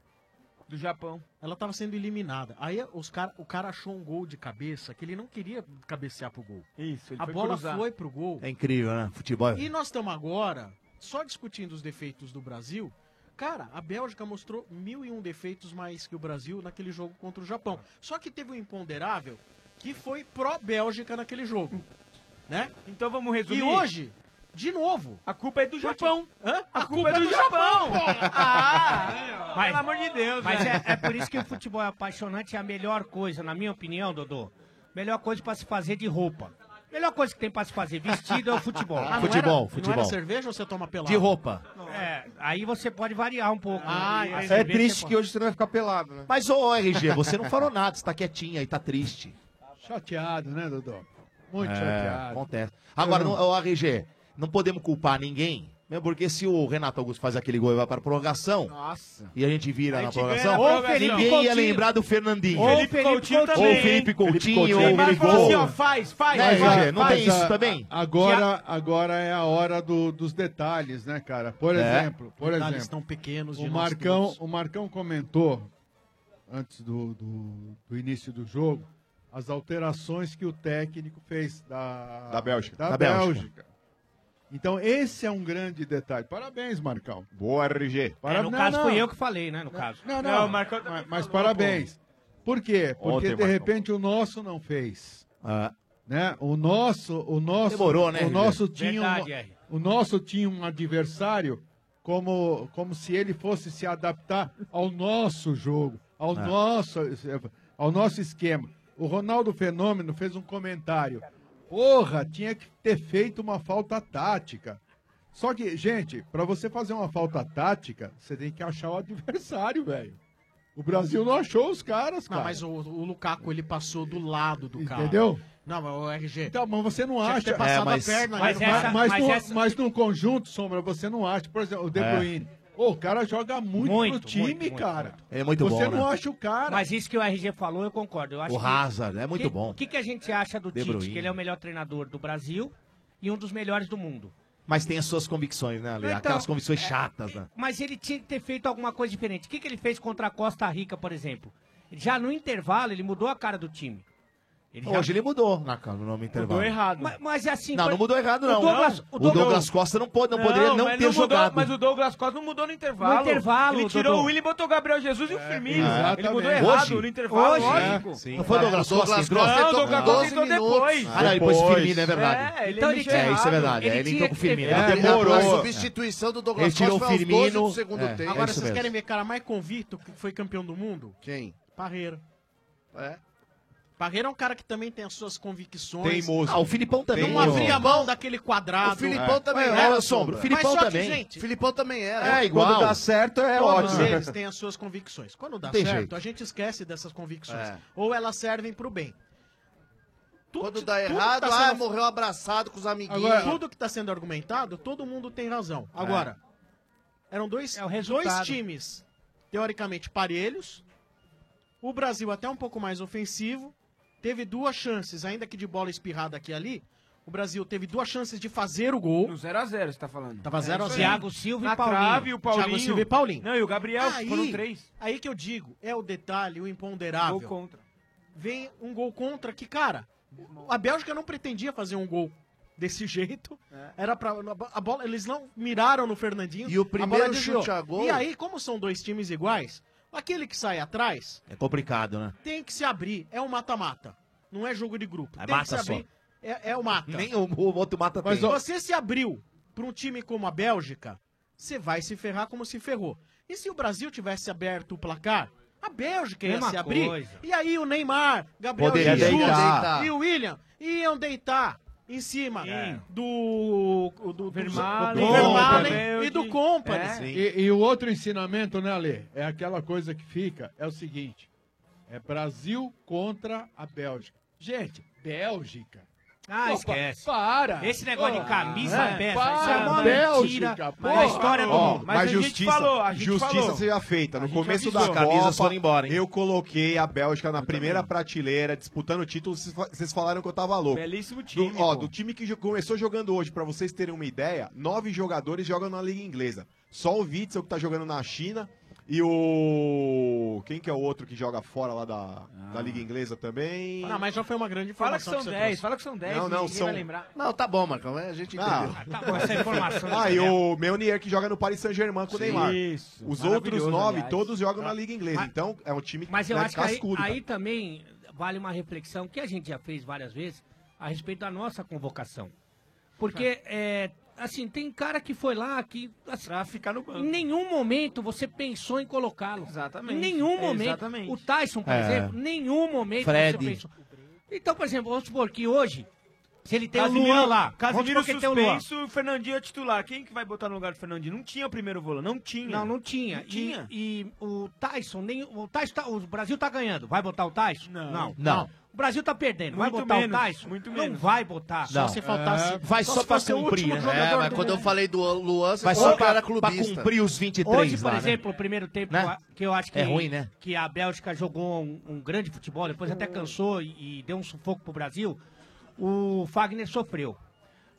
Speaker 11: Do Japão.
Speaker 6: Ela tava sendo eliminada. Aí os cara, o cara achou um gol de cabeça que ele não queria cabecear pro gol.
Speaker 11: Isso, ele
Speaker 6: A
Speaker 11: foi
Speaker 6: bola
Speaker 11: cruzar.
Speaker 6: foi pro gol.
Speaker 7: É incrível, né? Futebol. é-
Speaker 6: E nós estamos agora só discutindo os defeitos do Brasil. Cara, a Bélgica mostrou mil e um defeitos mais que o Brasil naquele jogo contra o Japão. Só que teve um imponderável que foi pró-Bélgica naquele jogo. Né?
Speaker 11: Então vamos resumir.
Speaker 6: E hoje, de novo.
Speaker 11: A culpa é do Japão.
Speaker 6: Hã?
Speaker 11: A, culpa, é do, Japão. porra. ah,
Speaker 9: Mas-
Speaker 11: pelo amor de Deus.
Speaker 9: Mas
Speaker 11: velho.
Speaker 9: é, é por isso que o futebol é apaixonante é a melhor coisa, na minha opinião, Dodô. Melhor coisa pra se fazer de roupa. Melhor coisa que tem pra se fazer vestido é o futebol.
Speaker 6: Ah, não era- Não era cerveja ou você toma pelado?
Speaker 9: É, aí você pode variar um pouco.
Speaker 6: Ah,
Speaker 9: E
Speaker 6: é
Speaker 9: a
Speaker 7: É
Speaker 9: cerveja
Speaker 7: triste
Speaker 9: você
Speaker 7: que hoje você não vai ficar pelado, né? Mas, ô RG, você não falou nada, você tá quietinha e tá triste.
Speaker 12: Chateado, né, Dodô? Muito
Speaker 7: É,
Speaker 12: chateado.
Speaker 7: Acontece. Agora,
Speaker 12: Eu
Speaker 7: não,
Speaker 12: não-
Speaker 7: ô, RG, não podemos culpar ninguém. Mesmo porque se o Renato Augusto faz aquele gol e vai para a prorrogação,
Speaker 12: Nossa.
Speaker 7: e a gente vira na
Speaker 12: gente ganha
Speaker 7: prorrogação,
Speaker 12: na prorrogação.
Speaker 7: ninguém
Speaker 12: Felipe
Speaker 7: ia
Speaker 12: Coutinho.
Speaker 7: lembrar do Fernandinho.
Speaker 12: Ou Felipe Coutinho
Speaker 7: ou
Speaker 12: também,
Speaker 7: Felipe
Speaker 12: hein?
Speaker 7: Coutinho,
Speaker 12: Felipe Coutinho.
Speaker 7: ou
Speaker 12: Neymar
Speaker 7: Felipe
Speaker 12: falou assim,
Speaker 7: Gol.
Speaker 12: ó,
Speaker 11: faz, faz,
Speaker 7: Né,
Speaker 12: Mas,
Speaker 7: RG? Não
Speaker 12: mas,
Speaker 7: tem isso
Speaker 12: ah,
Speaker 7: também?
Speaker 12: Agora, agora é a hora do- dos detalhes, né, cara? Por
Speaker 7: É.
Speaker 12: exemplo, por
Speaker 6: Detalhes
Speaker 12: exemplo,
Speaker 6: tão pequenos de
Speaker 12: o
Speaker 6: nós
Speaker 12: Marcão,
Speaker 6: todos.
Speaker 12: o Marcão comentou antes do, do, do início do jogo as alterações que o técnico fez da
Speaker 10: Da Bélgica.
Speaker 12: Da,
Speaker 10: Da Bélgica.
Speaker 12: Bélgica. Então esse é um grande detalhe. Parabéns, Marcão.
Speaker 10: Boa, RG.
Speaker 12: Para-
Speaker 9: É, no
Speaker 12: Não,
Speaker 9: caso
Speaker 12: não.
Speaker 9: fui eu que falei, né? No caso.
Speaker 12: Não, não. mas, mas parabéns. Por quê? Porque
Speaker 10: Ontem,
Speaker 12: de
Speaker 10: Marcão.
Speaker 12: repente o nosso não fez. Né? O nosso, o nosso,
Speaker 7: Ah. Demorou, né,
Speaker 12: o
Speaker 7: RG?
Speaker 12: nosso tinha,
Speaker 7: Verdade,
Speaker 12: um,
Speaker 7: R.
Speaker 12: o nosso tinha um adversário como como se ele fosse se adaptar ao nosso jogo, ao
Speaker 7: Ah.
Speaker 12: nosso ao nosso esquema. O Ronaldo Fenômeno fez um comentário. Porra, tinha que ter feito uma falta tática. Só que, gente, pra você fazer uma falta tática, você tem que achar o adversário, velho. O Brasil não achou os caras, cara.
Speaker 6: Não, Ah, mas o, o Lukaku, ele passou do lado do cara.
Speaker 12: Entendeu?
Speaker 6: Não, mas o RG.
Speaker 12: Então, mas você não
Speaker 6: Tinha que
Speaker 12: acha.
Speaker 6: ter passado É, mas- a perna, né?
Speaker 12: mas,
Speaker 6: Mas essa-
Speaker 12: mas
Speaker 6: mas
Speaker 12: no,
Speaker 6: essa-
Speaker 12: mas no conjunto, Sombra, você não acha. Por exemplo, o De
Speaker 7: É.
Speaker 12: Bruyne. Ô, o cara joga muito,
Speaker 9: Muito,
Speaker 12: pro time,
Speaker 9: muito, muito,
Speaker 12: cara.
Speaker 7: É muito
Speaker 12: você
Speaker 7: bom,
Speaker 12: não
Speaker 7: né?
Speaker 12: acha o cara.
Speaker 9: Mas isso que o RG falou, eu concordo. Eu acho
Speaker 7: O
Speaker 9: que-
Speaker 7: Hazard, é muito
Speaker 9: que-
Speaker 7: bom.
Speaker 9: O que, que a gente acha do
Speaker 7: De
Speaker 9: Tite?
Speaker 7: Bruyne.
Speaker 9: Que ele é o melhor treinador do Brasil e um dos melhores do mundo.
Speaker 7: Mas tem as suas convicções, né, Ale?
Speaker 9: Então,
Speaker 7: Aquelas convicções chatas, né?
Speaker 9: Mas ele tinha que ter feito alguma coisa diferente. O que, que ele fez contra a Costa Rica, por exemplo? Já no intervalo, ele mudou a cara do time. Ele já-
Speaker 7: Hoje ele mudou na, no nome intervalo.
Speaker 9: Mas, mas é assim.
Speaker 7: Não,
Speaker 9: por-
Speaker 7: não mudou errado,
Speaker 9: o
Speaker 7: não.
Speaker 9: Douglas-
Speaker 7: O Douglas Costa não pode- não poderia não
Speaker 11: mas
Speaker 7: ter
Speaker 11: mudou,
Speaker 7: jogado.
Speaker 11: Mas o Douglas Costa não mudou no intervalo.
Speaker 9: No intervalo,
Speaker 11: Ele tirou
Speaker 9: Dodô.
Speaker 11: o William e botou o Gabriel Jesus e o Firmino.
Speaker 7: exatamente.
Speaker 11: Ele mudou errado
Speaker 7: Hoje?
Speaker 11: no intervalo,
Speaker 7: Hoje?
Speaker 11: lógico.
Speaker 7: É, sim. Não foi o Douglas Costa que entrou?
Speaker 11: Não, o
Speaker 7: Entrou
Speaker 11: Douglas
Speaker 7: com
Speaker 11: Costa
Speaker 7: 12
Speaker 11: entrou
Speaker 7: minutos.
Speaker 11: depois.
Speaker 7: Ah, não, depois o Firmino, é verdade.
Speaker 11: É, ele
Speaker 7: Então ele
Speaker 11: mexeu
Speaker 7: tinha- é, isso é
Speaker 11: errado.
Speaker 7: verdade, é, ele
Speaker 11: tinha
Speaker 7: entrou com o
Speaker 11: que ter
Speaker 7: Firmino.
Speaker 11: feito-
Speaker 7: É, demorou.
Speaker 3: A substituição do Douglas
Speaker 7: Ele tirou
Speaker 3: Costa foi aos
Speaker 7: o Firmino.
Speaker 3: 12 do segundo
Speaker 7: É,
Speaker 3: tempo.
Speaker 6: Agora,
Speaker 7: isso
Speaker 6: vocês
Speaker 7: mesmo.
Speaker 6: querem ver cara mais convicto que foi campeão do mundo?
Speaker 3: Quem?
Speaker 6: Parreira.
Speaker 3: É.
Speaker 6: Parreira é um cara que também tem as suas convicções.
Speaker 3: Teimoso.
Speaker 7: Ah, o Filipão também.
Speaker 6: Não abria
Speaker 7: Teimoso.
Speaker 6: mão daquele quadrado. É.
Speaker 3: O Filipão também
Speaker 6: Mas,
Speaker 3: era.
Speaker 6: mas só
Speaker 3: Sombra.
Speaker 6: que,
Speaker 3: Filipão também.
Speaker 6: gente,
Speaker 3: Filipão também era.
Speaker 7: É, igual. Quando dá certo, é
Speaker 6: Todos
Speaker 7: ótimo.
Speaker 6: eles têm as suas convicções. Quando dá
Speaker 7: Não tem
Speaker 6: certo,
Speaker 7: jeito.
Speaker 6: a gente esquece dessas convicções.
Speaker 3: É.
Speaker 6: Ou elas servem pro bem.
Speaker 3: Quando dá
Speaker 6: tudo
Speaker 3: errado,
Speaker 6: que tá
Speaker 3: ah,
Speaker 6: sendo-
Speaker 3: morreu abraçado com os amiguinhos.
Speaker 6: Agora, tudo que está sendo argumentado, todo mundo tem razão. Agora, eram dois, dois
Speaker 9: É resultado.
Speaker 6: times teoricamente parelhos. O Brasil até um pouco mais ofensivo. Teve duas chances, ainda que de bola espirrada aqui e ali. O Brasil teve duas chances de fazer o gol.
Speaker 11: No 0x0, você tá falando.
Speaker 6: Tava 0 a 0
Speaker 9: Thiago Silva e
Speaker 11: Na
Speaker 9: Paulinho.
Speaker 11: trave, o Paulinho.
Speaker 6: Thiago Silva e Paulinho.
Speaker 11: Não, e o Gabriel, foram três.
Speaker 6: Aí que eu digo, é o detalhe, o imponderável.
Speaker 11: Gol contra.
Speaker 6: Vem um gol contra que, cara, a Bélgica não pretendia fazer um gol desse jeito. Era para a bola, eles não miraram no Fernandinho.
Speaker 3: E o
Speaker 6: a bola
Speaker 3: primeiro
Speaker 6: desviou.
Speaker 3: chute a gol-
Speaker 6: E aí, como são dois times iguais, aquele que sai atrás
Speaker 7: É complicado, né?
Speaker 6: tem que se abrir, é um mata-mata. Não é jogo de grupo.
Speaker 7: É
Speaker 6: tem
Speaker 7: mata
Speaker 6: que se
Speaker 7: só.
Speaker 6: abrir. É, é o mata.
Speaker 7: Nem o, o outro mata
Speaker 6: Mas
Speaker 7: tem.
Speaker 6: se você se abriu para um time como a Bélgica, você vai se ferrar como se ferrou. E se o Brasil tivesse aberto o placar, a Bélgica ia
Speaker 9: Mesma
Speaker 6: se abrir.
Speaker 9: coisa.
Speaker 6: E aí o Neymar, Gabriel
Speaker 7: Poderia
Speaker 6: Jesus
Speaker 7: deitar. É.
Speaker 6: e o William iam deitar em cima
Speaker 11: Sim.
Speaker 6: do do, do
Speaker 11: Vermaelen,
Speaker 6: do Vermaelen
Speaker 11: Company.
Speaker 6: e do Company.
Speaker 11: É. Sim.
Speaker 12: E, e o outro ensinamento, né, Ale? É aquela coisa que fica, é o seguinte: é Brasil contra a Bélgica. Gente, Bélgica.
Speaker 9: Ah, esquece.
Speaker 11: para.
Speaker 9: Esse negócio de camisa
Speaker 11: É,
Speaker 9: peça,
Speaker 11: para.
Speaker 9: isso é uma mentira.
Speaker 11: Bélgica,
Speaker 9: mas
Speaker 11: porra.
Speaker 9: a história do
Speaker 10: Ó,
Speaker 9: mundo.
Speaker 10: mas
Speaker 9: a gente
Speaker 10: justiça,
Speaker 9: falou, a gente
Speaker 10: justiça
Speaker 9: falou.
Speaker 10: seja feita. No
Speaker 9: A gente
Speaker 10: começo da
Speaker 9: avisou.
Speaker 10: Copa,
Speaker 7: Camisas foram embora,
Speaker 10: eu coloquei a Bélgica na primeira prateleira, disputando o título. vocês fa- Vocês falaram que eu tava louco.
Speaker 11: Belíssimo
Speaker 10: time. Do, ó, do time que jo- começou jogando hoje, pra vocês terem uma ideia, nove jogadores jogam na Liga Inglesa. Só o Witzel que tá jogando na China e o. Quem que é o outro que joga fora lá da,
Speaker 3: Ah.
Speaker 10: da Liga Inglesa também?
Speaker 6: Não, mas já foi uma grande
Speaker 11: Fala que
Speaker 6: informação
Speaker 11: são
Speaker 6: você
Speaker 11: 10,
Speaker 6: trouxe.
Speaker 11: fala que são 10,
Speaker 10: Não, não,
Speaker 11: ninguém
Speaker 10: são-
Speaker 11: vai lembrar.
Speaker 3: Não, tá bom, Marcão. é, A gente entendeu.
Speaker 10: Ah,
Speaker 11: tá bom, essa informação.
Speaker 10: Ah, e o meu Nier que joga no Paris Saint-Germain com o
Speaker 11: Sim.
Speaker 10: Neymar.
Speaker 11: Isso,
Speaker 10: Os
Speaker 11: maravilhoso,
Speaker 10: outros nove,
Speaker 11: aliás.
Speaker 10: todos jogam
Speaker 11: Tá.
Speaker 10: na Liga Inglesa.
Speaker 11: Mas-
Speaker 10: então, é um time
Speaker 9: Mas eu
Speaker 10: né,
Speaker 9: acho que aí,
Speaker 10: cascudo, cara.
Speaker 9: aí também vale uma reflexão que a gente já fez várias vezes a respeito da nossa convocação.
Speaker 11: Tá.
Speaker 9: Porque, é, assim, tem cara que foi lá que. Assim, pra
Speaker 11: ficar no banco.
Speaker 9: Em nenhum momento você pensou em colocá-lo.
Speaker 11: Exatamente.
Speaker 9: Em nenhum
Speaker 11: É,
Speaker 9: momento.
Speaker 11: exatamente.
Speaker 9: O Tyson, por
Speaker 11: É.
Speaker 9: exemplo, em nenhum momento
Speaker 11: Fred.
Speaker 9: você pensou. Então, por exemplo, vamos supor que hoje, se ele tem
Speaker 11: Casimiro-
Speaker 9: o Luan lá.
Speaker 11: Casimiro
Speaker 9: vamos supor que ele tem o Luan.
Speaker 11: suspenso, o Fernandinho é titular. Quem que vai botar no lugar do Fernandinho? Não tinha o primeiro volante, não tinha.
Speaker 9: Não, não tinha.
Speaker 11: Não tinha.
Speaker 9: E, e o Tyson, nem, o, Tyson tá- o Brasil tá ganhando. Vai botar o Tyson? Não. Não.
Speaker 11: Não.
Speaker 9: O Brasil tá perdendo. vai
Speaker 11: Muito
Speaker 9: botar
Speaker 11: menos,
Speaker 9: o Tyson?
Speaker 11: muito
Speaker 9: Não
Speaker 11: menos.
Speaker 9: vai botar.
Speaker 11: Só Não. se faltasse- É. vai só
Speaker 9: se
Speaker 11: pra
Speaker 9: fosse o
Speaker 11: cumprir,
Speaker 9: último
Speaker 11: né?
Speaker 9: jogador
Speaker 3: É, mas
Speaker 9: do
Speaker 3: quando eu
Speaker 9: mundo.
Speaker 3: falei do Luan, você
Speaker 9: Vai
Speaker 3: falou
Speaker 9: só
Speaker 3: que eu era
Speaker 9: pra-
Speaker 3: clubista.
Speaker 9: pra cumprir
Speaker 7: os 23
Speaker 9: Hoje, por exemplo, o primeiro tempo
Speaker 3: Né?
Speaker 9: que eu- que eu acho que,
Speaker 3: É ruim, né?
Speaker 9: que a Bélgica jogou um, um grande futebol, depois até cansou e, e deu um sufoco pro Brasil, o Fagner sofreu.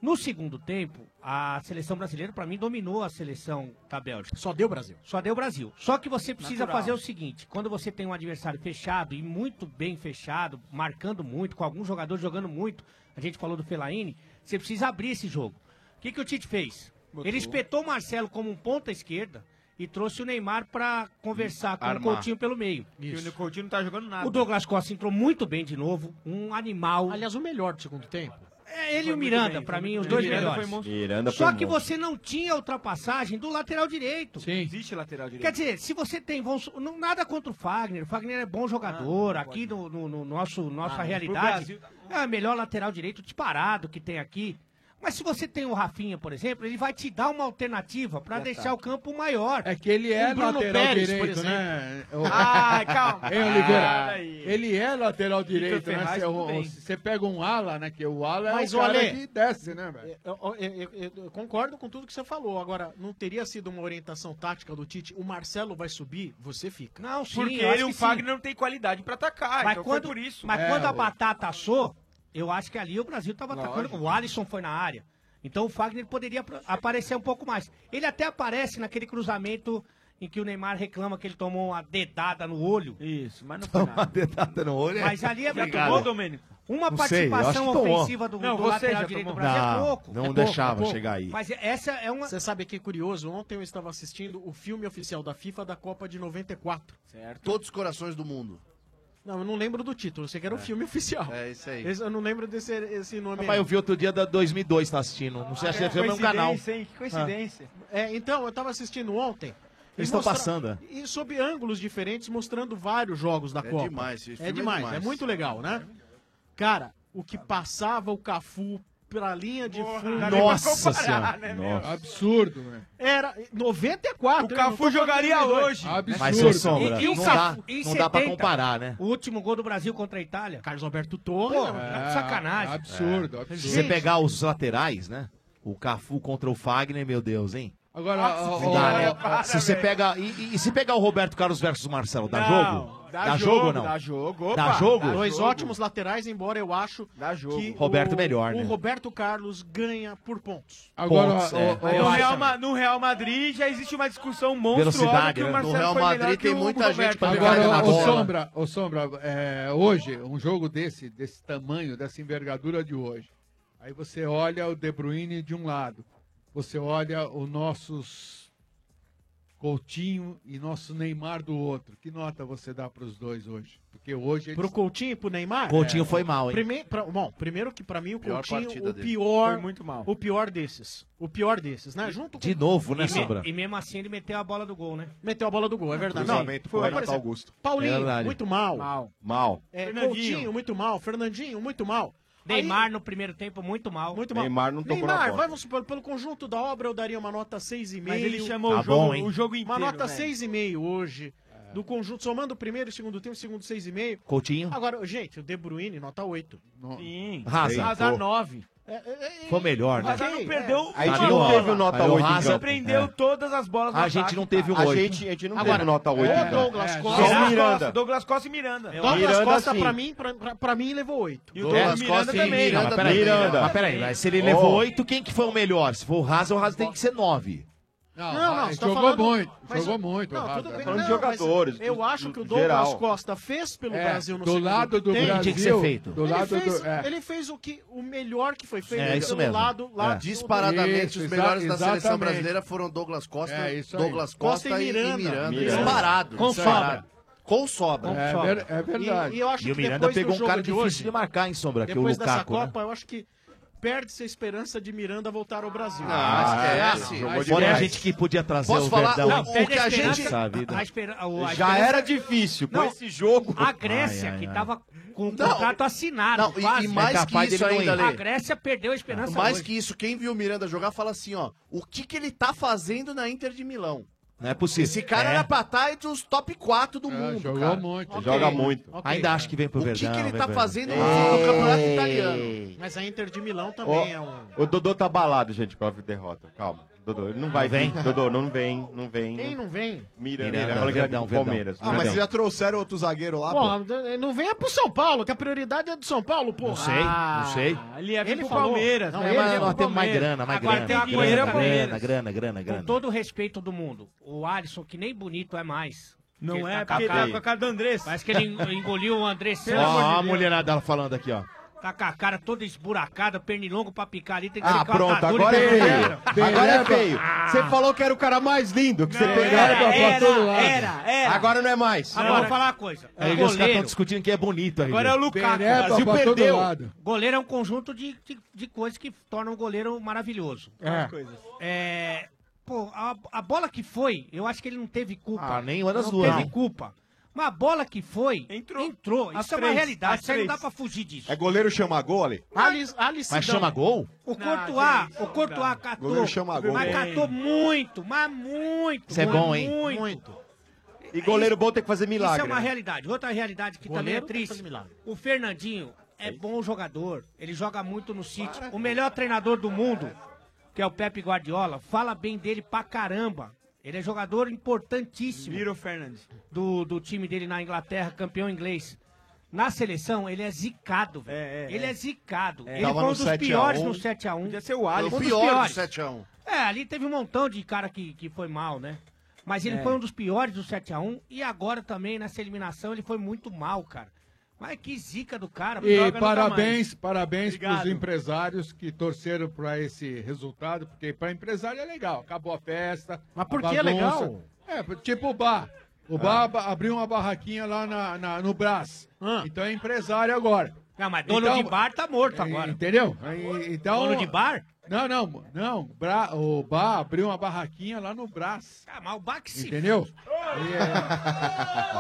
Speaker 9: No segundo tempo, a seleção brasileira, pra mim, dominou a seleção da Bélgica.
Speaker 6: Só deu Brasil.
Speaker 9: Só deu Brasil. Só que você precisa
Speaker 6: Natural.
Speaker 9: fazer o seguinte: quando você tem um adversário fechado e muito bem fechado, marcando muito, com alguns jogadores jogando muito, a gente falou do Fellaini, você precisa abrir esse jogo. O que, que o Tite fez?
Speaker 11: Botou.
Speaker 9: Ele espetou o Marcelo como um ponta esquerda e trouxe o Neymar pra conversar com
Speaker 11: Armar.
Speaker 9: o Coutinho pelo meio.
Speaker 11: Isso. O Coutinho não tá jogando nada.
Speaker 9: O Douglas Costa entrou muito bem de novo, um animal.
Speaker 6: Aliás, o melhor do segundo tempo.
Speaker 9: É ele
Speaker 11: Foi
Speaker 9: e o
Speaker 11: muito
Speaker 9: Miranda,
Speaker 11: bem,
Speaker 9: pra
Speaker 11: foi
Speaker 9: mim,
Speaker 11: muito
Speaker 9: os
Speaker 11: bem.
Speaker 9: dois
Speaker 11: Miranda
Speaker 9: melhores.
Speaker 11: foi monstro.
Speaker 8: Miranda
Speaker 9: Só
Speaker 8: foi
Speaker 9: que
Speaker 8: monstro.
Speaker 9: você não tinha ultrapassagem do lateral direito.
Speaker 11: Sim. Existe lateral direito.
Speaker 9: Quer dizer, se você tem. vamos su- não, nada contra o Fagner. O Fagner é bom
Speaker 11: Ah,
Speaker 9: jogador. aqui no, no- no nosso, nossa
Speaker 11: pro
Speaker 9: realidade.
Speaker 11: Brasil tá
Speaker 9: É o melhor lateral direito disparado que tem aqui. Mas se você tem o Rafinha, por exemplo, ele vai te dar uma alternativa pra
Speaker 12: De
Speaker 9: deixar
Speaker 12: ataque.
Speaker 9: o campo maior.
Speaker 12: É que ele
Speaker 9: Um
Speaker 12: é lateral direito, né? O-
Speaker 9: Ai, calma.
Speaker 12: Hein, Oliveira?
Speaker 9: Ah, aí.
Speaker 12: ele é lateral direito, né?
Speaker 6: Ferraz,
Speaker 12: Se
Speaker 6: tudo bem.
Speaker 12: você pega um ala, né? Que o ala
Speaker 6: Mas,
Speaker 12: é o cara
Speaker 6: olha, É,
Speaker 12: que desce, né, velho?
Speaker 6: Eu, eu- eu- eu concordo com tudo que você falou. Agora, não teria sido uma orientação tática do Tite? O Marcelo vai subir, você fica.
Speaker 9: Não, sim,
Speaker 11: Porque
Speaker 9: eu acho
Speaker 11: ele e o
Speaker 9: que sim.
Speaker 11: Fagner não tem qualidade pra atacar.
Speaker 9: mas
Speaker 11: então
Speaker 9: quando,
Speaker 11: foi por isso.
Speaker 7: É.
Speaker 9: Mas quando a batata assou, eu acho que ali o Brasil estava atacando. O Alisson foi na área. Então o Fagner poderia apro- aparecer um pouco mais. Ele até aparece naquele cruzamento em que o Neymar reclama que ele tomou uma dedada no olho. Então,
Speaker 11: Isso, mas não
Speaker 7: Uma dedada no olho.
Speaker 9: Mas ali é
Speaker 11: Já
Speaker 9: brincadeira.
Speaker 11: tomou, Domênico?
Speaker 9: Uma
Speaker 7: Não sei, eu
Speaker 9: participação
Speaker 7: acho que tomou. É,
Speaker 9: ofensiva do,
Speaker 6: Não,
Speaker 9: do
Speaker 6: você
Speaker 9: lateral
Speaker 6: já
Speaker 9: direito do
Speaker 6: tomou.
Speaker 9: Brasil é
Speaker 3: Ah,
Speaker 7: Não,
Speaker 9: pouco.
Speaker 7: não
Speaker 9: é pouco,
Speaker 7: deixava
Speaker 9: é pouco.
Speaker 7: chegar aí.
Speaker 9: Mas essa é uma.
Speaker 6: Você sabe que é curioso? Ontem eu estava assistindo o filme oficial da FIFA da Copa de 94.
Speaker 3: Certo. Todos os corações do mundo.
Speaker 6: Não, eu não lembro do título, eu sei que era o filme oficial.
Speaker 3: É isso aí.
Speaker 6: Esse- eu não lembro desse esse nome.
Speaker 7: Rapaz, eu vi outro dia da 2002, tá assistindo. Não sei se é o mesmo canal.
Speaker 6: Que
Speaker 7: coincidência.
Speaker 6: É, então, eu tava assistindo ontem. e
Speaker 7: Eles estão
Speaker 6: mostra-
Speaker 7: passando, é.
Speaker 6: E sob ângulos diferentes, mostrando vários jogos da
Speaker 3: É
Speaker 6: Copa.
Speaker 3: demais, esse filme
Speaker 6: é
Speaker 3: é
Speaker 6: demais,
Speaker 3: demais.
Speaker 6: é muito legal, né? Cara, o que passava o Cafu pra linha de fundo.
Speaker 12: dá nem pra Nossa comparar, Senhora. né, meu? Nossa. Absurdo, né?
Speaker 6: Era 94.
Speaker 9: O Cafu jogaria hoje.
Speaker 6: Absurdo.
Speaker 7: Mas, seu Sombra,
Speaker 9: E- e o
Speaker 7: não,
Speaker 9: Cafu-
Speaker 7: dá,
Speaker 9: em
Speaker 7: não dá pra
Speaker 9: 70,
Speaker 7: comparar, né?
Speaker 9: O último gol do Brasil contra a Itália.
Speaker 6: Carlos Alberto Torres.
Speaker 9: Pô, tá de sacanagem.
Speaker 7: É. Se você pegar os laterais, né? O Cafu contra o Fagner, meu Deus, hein?
Speaker 12: Agora, ó,
Speaker 7: Não
Speaker 12: ó,
Speaker 7: dá,
Speaker 12: ó,
Speaker 7: né?
Speaker 12: ó, ó,
Speaker 7: se você pega. E, e- e se pegar o Roberto Carlos versus o Marcelo, dá
Speaker 6: Não,
Speaker 7: jogo?
Speaker 6: dá
Speaker 7: jogo ou não?
Speaker 6: dá jogo,
Speaker 7: Dá
Speaker 6: opa,
Speaker 7: jogo?
Speaker 6: dá Dois jogo. ótimos laterais, embora eu acho que
Speaker 7: Roberto
Speaker 6: o,
Speaker 7: melhor,
Speaker 6: o
Speaker 7: né?
Speaker 6: Roberto Carlos ganha por pontos.
Speaker 11: Agora,
Speaker 7: Pontos, ó, é. ó,
Speaker 11: no,
Speaker 7: ó,
Speaker 11: Real,
Speaker 7: acho-
Speaker 11: Ma- no Real Madrid já existe uma discussão monstruosa
Speaker 12: Velocidade,
Speaker 11: que o
Speaker 12: né?
Speaker 11: Marcelo
Speaker 12: No Real
Speaker 11: foi
Speaker 12: Madrid
Speaker 11: melhor que
Speaker 12: tem
Speaker 11: o
Speaker 12: muita
Speaker 11: Roberto.
Speaker 12: gente pra Agora, ô, Sombra, ô, Sombra é, hoje, um jogo desse, desse tamanho, dessa envergadura de hoje, aí você olha o De Bruyne de um lado, você olha o nossos Coutinho e nosso Neymar do outro. Que nota você dá para os dois hoje? Porque hoje... Eles... É.
Speaker 6: Pro Coutinho e pro Neymar?
Speaker 7: Coutinho foi mal, hein?
Speaker 6: Ah, é, Prime- pra- bom, primeiro que pra mim o
Speaker 7: Pior
Speaker 6: Coutinho,
Speaker 7: partida
Speaker 6: o
Speaker 7: dele.
Speaker 6: pior,
Speaker 7: Foi muito mal.
Speaker 6: o pior desses. O pior desses, né? Junto
Speaker 7: De novo, né,
Speaker 9: e, me-
Speaker 7: Sombra?
Speaker 9: e mesmo assim ele meteu a bola do gol, né?
Speaker 6: Meteu a bola do gol, é verdade.
Speaker 9: Não,
Speaker 6: Cruzamento
Speaker 9: foi.
Speaker 6: pro Renato Augusto. Paulinho,
Speaker 9: É verdade.
Speaker 6: muito mal.
Speaker 9: Mal.
Speaker 8: Mal.
Speaker 6: É,
Speaker 9: Fernandinho.
Speaker 6: Coutinho, muito mal. Fernandinho, muito mal.
Speaker 9: Neymar no primeiro tempo, muito mal.
Speaker 6: Muito mal.
Speaker 8: Neymar não tocou na
Speaker 6: Neymar,
Speaker 8: bola.
Speaker 6: vamos supor, pelo conjunto da obra eu daria uma nota 6,5.
Speaker 11: Mas ele chamou Tá o jogo- bom, hein? o jogo inteiro,
Speaker 6: Uma nota
Speaker 11: velho.
Speaker 6: 6,5 hoje. do conjunto, somando o primeiro e o segundo tempo, segundo seis e meio.
Speaker 7: Coutinho.
Speaker 6: Agora, gente, o De Bruyne, nota É, 8.
Speaker 11: Sim.
Speaker 7: Hazard.
Speaker 11: Hazard
Speaker 7: Pô.
Speaker 11: 9.
Speaker 7: Foi melhor, né?
Speaker 11: Mas aí não perdeu
Speaker 7: Aí
Speaker 11: uma
Speaker 7: não
Speaker 11: bola.
Speaker 7: teve o nota
Speaker 11: Aí o
Speaker 7: oito em
Speaker 11: Hazard
Speaker 7: campo.
Speaker 11: prendeu
Speaker 7: É.
Speaker 11: todas as bolas
Speaker 7: A
Speaker 11: no
Speaker 7: gente
Speaker 11: ataque,
Speaker 7: não teve o
Speaker 11: tá?
Speaker 7: oito. Agora, é,
Speaker 11: Ou Douglas
Speaker 6: é,
Speaker 11: Costa.
Speaker 7: só o
Speaker 11: então. Douglas
Speaker 7: Miranda.
Speaker 11: Costa, Douglas Costa e Miranda.
Speaker 6: Douglas Costa, pra mim, pra, pra- pra mim, levou 8.
Speaker 11: E
Speaker 7: Douglas É. Costa e Miranda. né? Mas peraí, mas peraí, mas se ele levou oito, quem que foi o melhor? Se for o Hazard, o Hazard tem que ser nove.
Speaker 6: Não, não,
Speaker 7: mas
Speaker 6: você tá
Speaker 7: jogou
Speaker 6: falando-
Speaker 7: muito,
Speaker 6: mas-
Speaker 7: jogou muito,
Speaker 6: Não,
Speaker 7: Rafa.
Speaker 6: tudo bem,
Speaker 7: Falando de
Speaker 6: não, mas
Speaker 7: jogadores,
Speaker 6: Eu
Speaker 7: do-
Speaker 6: acho que o
Speaker 7: do
Speaker 6: Douglas
Speaker 7: geral.
Speaker 6: Costa fez pelo
Speaker 12: É,
Speaker 6: Brasil no
Speaker 12: do
Speaker 6: segundo
Speaker 12: lado do
Speaker 6: tempo.
Speaker 12: Brasil, Tinha que ser feito. do
Speaker 6: ele,
Speaker 12: lado
Speaker 6: fez,
Speaker 12: do- é.
Speaker 6: ele fez o, que, o melhor que foi feito
Speaker 7: É, isso
Speaker 6: pelo
Speaker 7: mesmo.
Speaker 6: lado,
Speaker 7: É.
Speaker 6: lado do-
Speaker 3: Disparadamente, os melhores da seleção
Speaker 7: exatamente.
Speaker 3: brasileira foram Douglas Costa,
Speaker 7: É, isso aí.
Speaker 3: Douglas Costa, e Miranda. Disparado.
Speaker 7: Com
Speaker 3: disparado.
Speaker 7: sobra.
Speaker 3: Com sobra.
Speaker 7: É
Speaker 3: sobra.
Speaker 7: ver- é verdade.
Speaker 6: E, e eu acho
Speaker 7: E o
Speaker 6: que
Speaker 7: Miranda
Speaker 6: depois do
Speaker 7: pegou um
Speaker 6: jogo
Speaker 7: cara
Speaker 6: de
Speaker 7: difícil
Speaker 6: hoje,
Speaker 7: de marcar, hein, Sombra, que é o
Speaker 6: Depois dessa
Speaker 7: Lukaku, né?
Speaker 6: Copa, eu acho que perde-se a esperança de Miranda voltar ao Brasil.
Speaker 7: Ah,
Speaker 12: é.
Speaker 7: esquece. Olha a gente que podia trazer
Speaker 6: Posso
Speaker 7: o
Speaker 6: falar?
Speaker 7: Verdão.
Speaker 6: Não, perde a esperança.
Speaker 7: Nossa vida.
Speaker 9: A espera- o- a
Speaker 7: Já
Speaker 9: esperança-
Speaker 7: era difícil, com
Speaker 9: Não,
Speaker 7: Tipo esse jogo.
Speaker 9: A Grécia,
Speaker 7: Ai, ai,
Speaker 9: que
Speaker 7: ai.
Speaker 9: estava com o
Speaker 3: Não,
Speaker 9: contrato assinado.
Speaker 3: não, e-
Speaker 9: quase.
Speaker 3: e mais É capaz que isso dele não ainda, ir.
Speaker 9: A Grécia perdeu a esperança.
Speaker 3: Mais
Speaker 9: hoje.
Speaker 3: que isso, quem viu o Miranda jogar fala assim, ó, o que que ele tá fazendo na Inter de Milão?
Speaker 7: Não é possível.
Speaker 3: Esse cara
Speaker 7: É.
Speaker 3: era pra estar entre os top 4 do mundo,
Speaker 7: jogou
Speaker 3: cara.
Speaker 7: muito. Joga muito. Ainda acho que vem pro
Speaker 3: O que
Speaker 7: Verdão,
Speaker 3: que ele
Speaker 7: vem
Speaker 3: tá
Speaker 7: pro
Speaker 3: fazendo no
Speaker 7: Verdão.
Speaker 3: campeonato
Speaker 7: Ei.
Speaker 3: italiano?
Speaker 6: é Mas a Inter de Milão também é um...
Speaker 8: O Dodô tá abalado, gente, com a derrota. Calma. Dodô, ele não vai
Speaker 7: Não vem?
Speaker 8: vir. Dodô, não vem, não vem.
Speaker 6: Quem não vem?
Speaker 8: Miranda,
Speaker 7: Miranda,
Speaker 8: Miranda,
Speaker 11: é
Speaker 7: Verdão, Verdão.
Speaker 8: Palmeiras.
Speaker 7: Ah, mas
Speaker 8: Verdão.
Speaker 7: você já
Speaker 10: trouxeram outro zagueiro lá,
Speaker 6: Porra, não venha pro São Paulo, que a prioridade é do São Paulo, porra. Ah,
Speaker 7: Não sei, não sei.
Speaker 9: Ele ia vir pro
Speaker 6: falou.
Speaker 9: Palmeiras,
Speaker 6: Não,
Speaker 9: né?
Speaker 6: ele é-
Speaker 9: Mas
Speaker 6: ia
Speaker 7: Nós
Speaker 6: pro
Speaker 7: temos mais
Speaker 6: Palmeiras.
Speaker 7: grana, mais
Speaker 9: Agora
Speaker 7: grana.
Speaker 9: tem
Speaker 7: Grana,
Speaker 9: que correr
Speaker 7: grana,
Speaker 9: pro Palmeiras.
Speaker 7: grana, grana, grana,
Speaker 9: Com
Speaker 7: é grana.
Speaker 9: todo o respeito do mundo, o Alisson, que nem bonito é mais.
Speaker 11: Não
Speaker 9: Porque
Speaker 11: é,
Speaker 9: tá
Speaker 11: porque
Speaker 9: com a-
Speaker 11: tá com a cara do Andrés.
Speaker 9: Parece que ele en- engoliu o André
Speaker 7: Ó,
Speaker 9: Santos.
Speaker 7: ó a mulherada falando aqui, ó.
Speaker 9: Tá com a cara toda esburacada, pernilongo pra picar ali, tem que
Speaker 7: Ah,
Speaker 9: ser com a
Speaker 7: pronto,
Speaker 9: atadura
Speaker 7: agora
Speaker 9: e
Speaker 7: é
Speaker 9: perna.
Speaker 7: feio.
Speaker 10: Agora é feio.
Speaker 9: Ah.
Speaker 10: Você falou que era o cara mais lindo, que você pegava
Speaker 9: Era,
Speaker 10: pra pra todo
Speaker 9: era,
Speaker 10: lado.
Speaker 9: era, era.
Speaker 10: Agora não é mais.
Speaker 9: Agora, vou falar uma coisa.
Speaker 7: Aí os caras estão discutindo que é bonito aí.
Speaker 9: Agora é o Lukaku.
Speaker 7: Pereira
Speaker 9: o Brasil
Speaker 7: pra todo
Speaker 9: perdeu.
Speaker 7: lado.
Speaker 9: Goleiro é um conjunto de, de, de coisas que tornam o goleiro maravilhoso.
Speaker 7: É.
Speaker 9: É, pô, a, a bola que foi, eu acho que ele não teve culpa.
Speaker 7: Ah, nenhuma das
Speaker 9: não
Speaker 7: duas,
Speaker 9: teve
Speaker 7: não.
Speaker 9: culpa. Mas a bola que foi, entrou. Isso
Speaker 6: As
Speaker 9: é uma
Speaker 6: três,
Speaker 9: realidade.
Speaker 6: as
Speaker 9: Isso aí não dá
Speaker 6: três.
Speaker 9: pra fugir disso.
Speaker 10: É goleiro chama gol ali?
Speaker 6: Alice, Alice
Speaker 10: Mas chama gol?
Speaker 9: O Courtois, o Courtois catou.
Speaker 10: Goleiro chama gol.
Speaker 9: Mas
Speaker 10: Bem.
Speaker 9: catou muito, mas muito.
Speaker 10: Isso é
Speaker 9: mas
Speaker 10: bom, hein?
Speaker 9: Muito.
Speaker 10: E goleiro bom tem que fazer milagre.
Speaker 9: Isso é uma
Speaker 10: né?
Speaker 9: realidade. Outra realidade que também é
Speaker 6: Goleiro tem que
Speaker 9: triste.
Speaker 6: fazer milagre.
Speaker 9: O Fernandinho é bom jogador. Ele joga muito no City. O melhor treinador do mundo, que é o Pepe Guardiola, fala bem dele pra caramba. Ele é jogador importantíssimo. Vira o Fernandes. Do, do time dele na Inglaterra, campeão inglês. Na seleção, ele é zicado, velho. ele é, zicado. Ele
Speaker 3: Tava
Speaker 9: foi um
Speaker 3: no
Speaker 9: dos
Speaker 3: 7 a
Speaker 9: piores
Speaker 3: 1.
Speaker 9: no 7x1. Podia ser o
Speaker 3: Foi o pior do 7x1.
Speaker 9: é, ali teve um montão de cara que, que foi mal, né? Mas ele
Speaker 3: É.
Speaker 9: foi um dos piores do 7x1 e agora também nessa eliminação ele foi muito mal, cara. Mas que zica do cara.
Speaker 12: E
Speaker 9: joga nunca
Speaker 12: parabéns,
Speaker 9: mais.
Speaker 12: parabéns para os
Speaker 9: Obrigado.
Speaker 12: empresários que torceram para esse resultado, porque para empresário é legal. Acabou a festa. Mas
Speaker 6: por que é legal?
Speaker 12: É, tipo o bar.
Speaker 9: Ah.
Speaker 12: O bar ab- abriu uma barraquinha lá na, na- no Brás. Então é empresário agora. é,
Speaker 9: Não, Ah. mas
Speaker 12: Então,
Speaker 9: dono de bar tá morto agora.
Speaker 12: Entendeu? E- Então,
Speaker 9: Dono de bar?
Speaker 12: Não, não, não. Bra- o bar abriu uma barraquinha lá no Brás.
Speaker 9: Ah, mas o bar que se...
Speaker 12: Entendeu?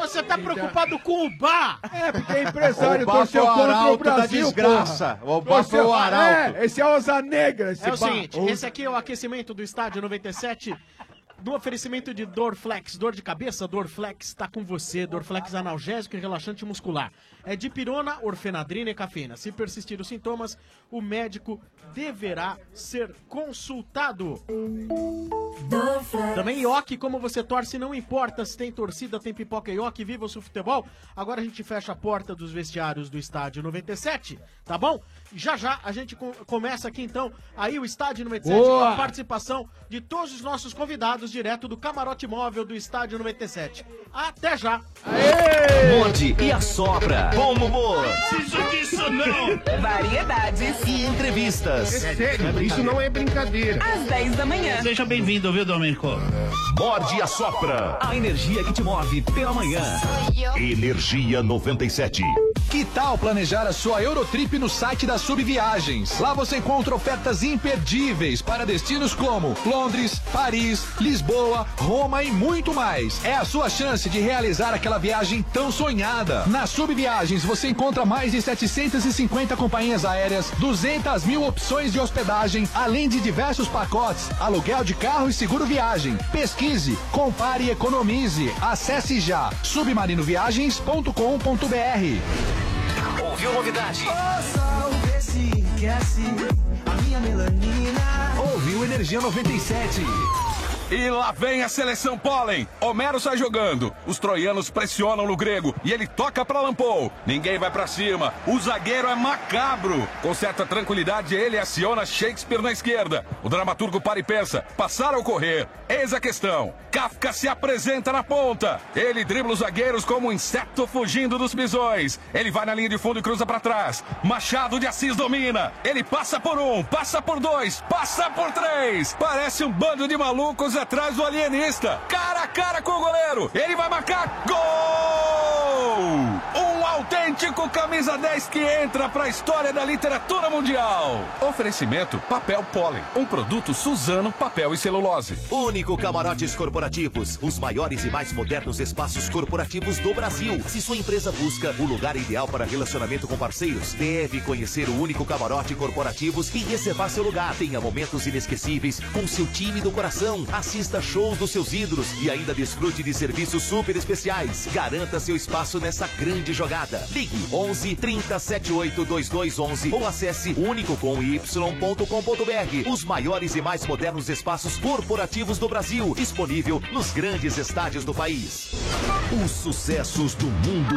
Speaker 6: Você tá preocupado com o Bar?
Speaker 12: É, porque é empresário
Speaker 6: Oba
Speaker 12: torceu
Speaker 6: foi o
Speaker 12: contra o
Speaker 6: arauto da
Speaker 12: Brasil,
Speaker 6: desgraça.
Speaker 12: porra.
Speaker 6: Oba foi o arauto.
Speaker 12: É, esse é a Osa Negra, esse
Speaker 6: é o
Speaker 12: pá.
Speaker 6: seguinte,
Speaker 12: Ousa-
Speaker 6: esse aqui é o aquecimento do estádio 97. Do oferecimento de Dorflex, dor de cabeça, Dorflex tá com você. Dorflex analgésico e relaxante muscular. É de pirona, orfenadrina e cafeína. Se persistir os sintomas, o médico deverá ser consultado. Também Ioki, como você torce, não importa se tem torcida, tem pipoca Ioki, viva o seu futebol. Agora a gente fecha a porta dos vestiários do Estádio 97, tá bom? Já já a gente co- começa aqui então, aí o Estádio 97 com
Speaker 12: Boa!
Speaker 6: a participação de todos os nossos convidados direto do camarote móvel do Estádio 97. Até já!
Speaker 13: Morde e assopra. Bom humor.
Speaker 14: Preciso disso não! Variedades
Speaker 13: E entrevistas.
Speaker 14: É sério, isso não
Speaker 13: é brincadeira.
Speaker 14: às 10 da manhã.
Speaker 13: Seja bem-vindo, viu, Domenico? Morde e assopra. A energia que te move pela manhã.
Speaker 2: Energia 97. Que tal planejar a sua Eurotrip no site da Subviagens? Lá você encontra ofertas imperdíveis para destinos como Londres, Paris, Lisboa, Roma e muito mais. É a sua chance de realizar aquela viagem tão sonhada. Na Subviagens você encontra mais de 750 companhias aéreas, 200 mil opções de hospedagem, além de diversos pacotes, aluguel de carro e seguro viagem. Pesquise, compare e economize. Acesse já submarinoviagens.com.br.
Speaker 1: Ouviu novidade?
Speaker 2: Ouviu Energia 97.
Speaker 15: E lá vem a seleção pólen. Homero sai jogando. Os troianos pressionam no grego e ele toca para Lampou. Ninguém vai para cima. O zagueiro é macabro. Com certa tranquilidade, ele aciona Shakespeare na esquerda. O dramaturgo para e pensa: passar ou correr? Eis a questão. Kafka se apresenta na ponta. Ele dribla os zagueiros como um inseto fugindo dos bisões. Ele vai na linha de fundo e cruza para trás. Machado de Assis domina. Ele passa por um, passa por dois, passa por três. Parece um bando de malucos atrás do alienista. Cara a cara com o goleiro. Ele vai marcar gol! Um autêntico camisa 10 que entra para a história da literatura mundial. Oferecimento Papel Pólen, um produto Suzano Papel e Celulose.
Speaker 7: Único Camarotes Corporativos, os maiores e mais modernos espaços corporativos do Brasil. Se sua empresa busca o lugar ideal para relacionamento com parceiros, deve conhecer o Único Camarote Corporativos e reservar seu lugar. Tenha momentos inesquecíveis com seu time do coração. Assista shows dos seus ídolos e ainda desfrute de serviços super especiais. Garanta seu espaço nessa grande jogada. Ligue 11 30 78 2211 ou acesse unicocomy.com.br. Os maiores e mais modernos espaços corporativos do Brasil, disponível nos grandes estádios do país. Os sucessos do mundo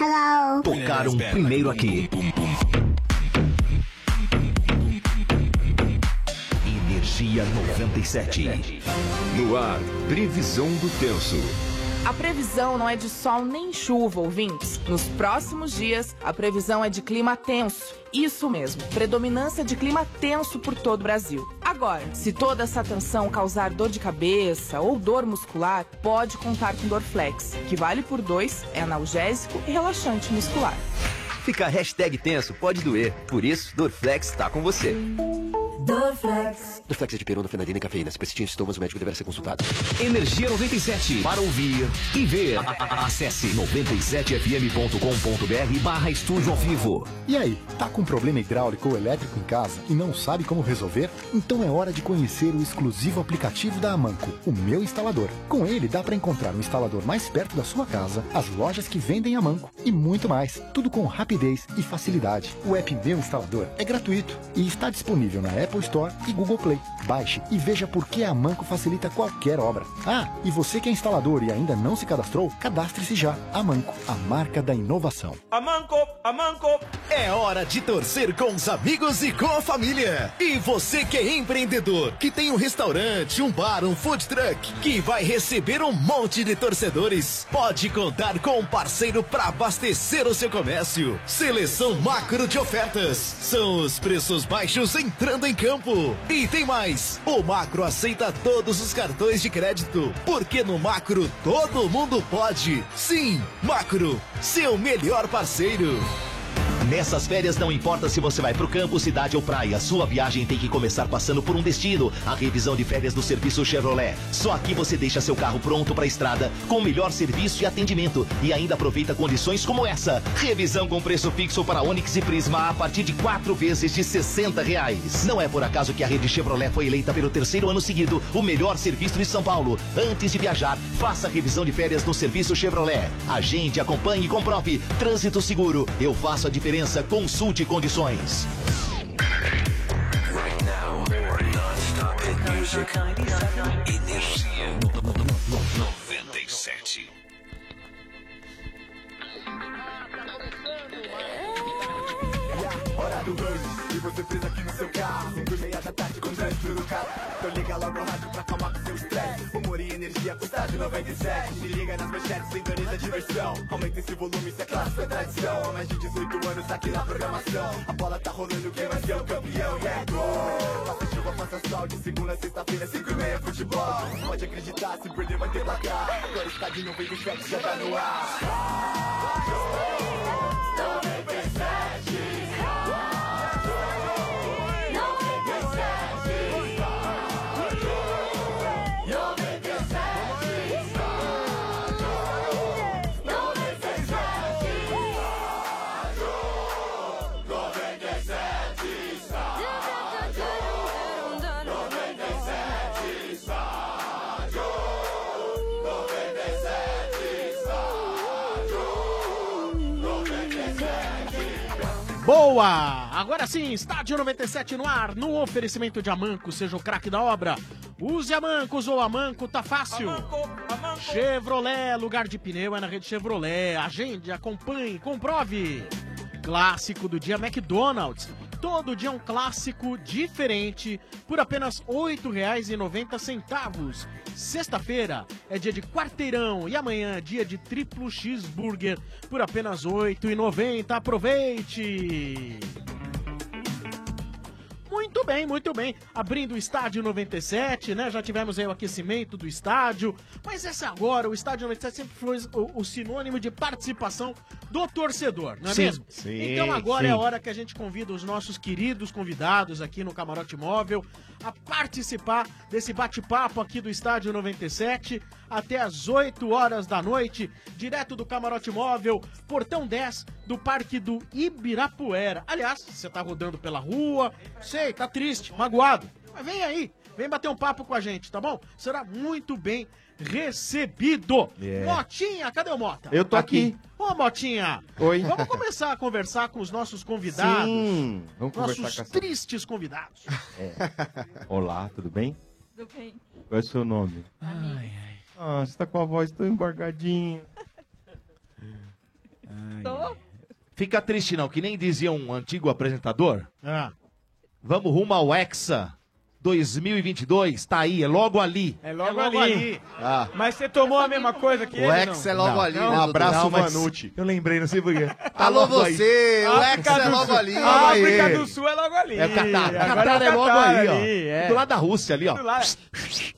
Speaker 3: Hello.
Speaker 7: tocaram um primeiro aqui. Energia 97.
Speaker 16: No ar, previsão do tenso.
Speaker 17: A previsão não é de sol nem chuva, ouvintes. Nos próximos dias, a previsão é de clima tenso. Isso mesmo, predominância de clima tenso por todo o Brasil. Agora, se toda essa tensão causar dor de cabeça ou dor muscular, pode contar com Dorflex, que vale por dois, é analgésico e relaxante muscular.
Speaker 18: Ficar hashtag tenso pode doer, por isso Dorflex está com você.
Speaker 17: Dorflex.
Speaker 18: Dorflex é de perona, fenadina e cafeína. Se persistir em sintomas, o médico deverá ser consultado.
Speaker 1: Energia 97.
Speaker 7: Para ouvir e ver, acesse 97fm.com.br barra estúdio ao vivo.
Speaker 19: E aí, tá com problema hidráulico ou elétrico em casa e não sabe como resolver? Então é hora de conhecer o exclusivo aplicativo da Amanco, o meu instalador. Com ele dá para encontrar o instalador mais perto da sua casa, as lojas que vendem Amanco e muito mais, tudo com rapidez e facilidade. O app Meu Instalador é gratuito e está disponível na Apple Store e Google Play. Baixe e veja por que a Amanco facilita qualquer obra. Ah, e você que é instalador e ainda não se cadastrou, cadastre-se já. Amanco, a marca da inovação.
Speaker 7: Amanco, Amanco. É hora de torcer com os amigos e com a família. E você que é empreendedor, que tem um restaurante, um bar, um food truck, que vai receber um monte de torcedores, pode contar com um parceiro para abastecer o seu comércio. Seleção Macro de Ofertas. São os preços baixos entrando em campo. E tem mais. O Macro aceita todos os cartões de crédito, porque no Macro todo mundo pode. Sim, Macro, seu melhor parceiro. Nessas férias, não importa se você vai pro campo, cidade ou praia, sua viagem tem que começar passando por um destino. A revisão de férias do serviço Chevrolet. Só aqui você deixa seu carro pronto pra estrada, com o melhor serviço e atendimento. E ainda aproveita condições como essa. Revisão com preço fixo para Onix e Prisma a partir de quatro vezes de R$ 60 reais. Não é por acaso que a rede Chevrolet foi eleita pelo terceiro ano seguido o melhor serviço de São Paulo. Antes de viajar, faça a revisão de férias no serviço Chevrolet. Agende, acompanhe e comprove. Trânsito seguro. Eu faço a diferença. Consulte condições.
Speaker 15: Energia 97.
Speaker 10: Hora do rush, e você presa aqui no seu carro. Cinco e meia da tarde com trânsito no carro. Então liga logo o rádio pra acalmar com seu estresse. Humor e energia com estádio 97. Me liga nas manchetes, sintoniza a diversão. Aumenta esse volume, isso é clássico, é tradição. Há mais de 18 anos aqui na programação. A bola tá rolando, quem vai ser o campeão? E é gol! Faça chuva, faça sol, de segunda a sexta-feira, cinco e meia, futebol. Pode acreditar, se perder vai ter placar. Agora o estádio não vem com já tá no ar.
Speaker 6: Boa! Agora sim, Estádio 97 no ar, no oferecimento de Amanco, seja o craque da obra. Use Amancos ou Amanco, tá fácil. Chevrolet, lugar de pneu é na rede Chevrolet. Agende, acompanhe, comprove. Clássico do dia McDonald's. Todo dia um clássico diferente por apenas R$ 8,90. Sexta-feira é dia de quarteirão e amanhã é dia de triplo cheeseburger por apenas R$ 8,90. Aproveite! Muito bem, muito bem. Abrindo o estádio 97, né? Já tivemos aí o aquecimento do estádio. Mas essa agora, o estádio 97 sempre foi o, o sinônimo de participação do torcedor, não é
Speaker 7: Sim.
Speaker 6: mesmo?
Speaker 7: Sim,
Speaker 6: então agora
Speaker 7: sim.
Speaker 6: é a hora que a gente convida os nossos queridos convidados aqui no Camarote Móvel a participar desse bate-papo aqui do Estádio 97 até às 8 horas da noite, direto do Camarote Móvel, portão 10 do Parque do Ibirapuera. Aliás, você tá rodando pela rua, sei, tá triste, magoado, mas vem aí, vem bater um papo com a gente, tá bom? Será muito bem recebido.
Speaker 7: É.
Speaker 6: Motinha, cadê o Mota?
Speaker 7: Eu tô aqui.
Speaker 6: Ô, Motinha.
Speaker 7: Oi.
Speaker 6: Vamos começar a conversar com os nossos convidados.
Speaker 8: Sim, vamos
Speaker 6: nossos
Speaker 8: conversar com essa-
Speaker 6: tristes convidados.
Speaker 8: Olá, tudo bem?
Speaker 20: Tudo bem?
Speaker 8: Qual é o seu nome? Ah, você tá com a voz tão embargadinha.
Speaker 20: Tô?
Speaker 7: Fica triste não, que nem dizia um antigo apresentador.
Speaker 6: Ah.
Speaker 7: Vamos rumo ao Hexa 2022, tá aí, é logo ali.
Speaker 11: É logo, ali.
Speaker 7: Ah.
Speaker 11: Mas você tomou a mesma coisa que
Speaker 7: O
Speaker 11: ele, não?
Speaker 7: Hexa é logo ali,
Speaker 10: Um abraço,
Speaker 7: Não, mas-
Speaker 10: Vanucci. Eu lembrei, não sei porquê.
Speaker 7: Alô, você, o Hexa é logo ali.
Speaker 11: A África
Speaker 7: Aê.
Speaker 11: do Sul é logo ali.
Speaker 7: É o Catar.
Speaker 11: Agora
Speaker 7: Catar é logo
Speaker 11: Catar
Speaker 7: ali, ó.
Speaker 11: ali, é.
Speaker 7: Do lado da Rússia ali, ó.
Speaker 11: Do lado-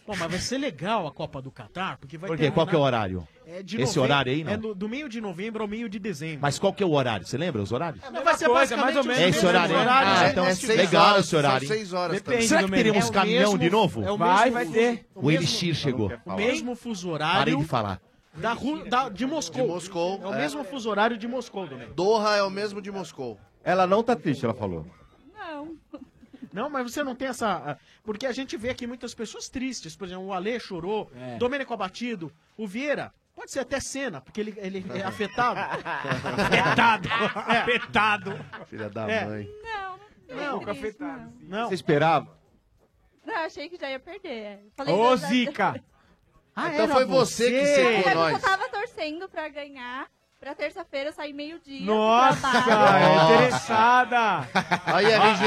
Speaker 6: Bom, mas vai ser legal a Copa do Catar, porque vai
Speaker 7: Por quê? Qual que é o horário?
Speaker 6: É de
Speaker 7: Esse
Speaker 6: novembro-
Speaker 7: horário aí, não?
Speaker 6: É no- do meio de novembro ao meio de dezembro.
Speaker 7: Mas qual que é o horário? Você lembra os horários?
Speaker 3: É,
Speaker 6: Não, vai ser
Speaker 11: coisa,
Speaker 6: basicamente
Speaker 11: mais ou
Speaker 6: os
Speaker 11: menos.
Speaker 7: É esse
Speaker 6: mesmos
Speaker 7: horário, né?
Speaker 6: horários.
Speaker 7: Ah, então
Speaker 6: É
Speaker 7: seis legal
Speaker 6: horas,
Speaker 7: esse horário,
Speaker 6: são
Speaker 7: hein?
Speaker 6: seis horas
Speaker 7: Depende
Speaker 6: também.
Speaker 7: Será que
Speaker 6: do
Speaker 7: teremos
Speaker 6: mesmo-
Speaker 7: caminhão
Speaker 6: é o
Speaker 7: de novo?
Speaker 6: mesmo-
Speaker 11: Vai, vai ter.
Speaker 7: O Elixir chegou.
Speaker 6: O mesmo fuso horário.
Speaker 7: Parei de falar.
Speaker 6: Da, Ru- da- de Moscou.
Speaker 3: De Moscou,
Speaker 6: É o
Speaker 3: é.
Speaker 6: mesmo fuso horário de Moscou, né? Domingo.
Speaker 3: Doha é o mesmo de Moscou.
Speaker 8: Ela não tá triste, ela falou.
Speaker 20: Não.
Speaker 6: Não, mas você não tem essa. Porque a gente vê aqui muitas pessoas tristes. Por exemplo, o Ale chorou, Domênico abatido, o Vieira. Pode ser até cena, porque ele, ele é afetado. afetado! É. Afetado!
Speaker 3: Filha da
Speaker 6: É.
Speaker 3: mãe.
Speaker 20: Não, não.
Speaker 6: Não,
Speaker 20: Não, triste, não.
Speaker 6: Não.
Speaker 3: Você esperava?
Speaker 20: não, achei que já ia perder. é.
Speaker 3: Ô,
Speaker 20: já-
Speaker 3: Zica.
Speaker 20: Ah,
Speaker 3: Então
Speaker 20: era
Speaker 3: foi você que
Speaker 20: você.
Speaker 3: secou
Speaker 20: Mas Eu
Speaker 3: nós.
Speaker 20: só tava torcendo pra ganhar, pra terça-feira sair meio-dia. pro
Speaker 11: Nossa,
Speaker 20: trabalho.
Speaker 11: é interessada.
Speaker 3: Aí, RG.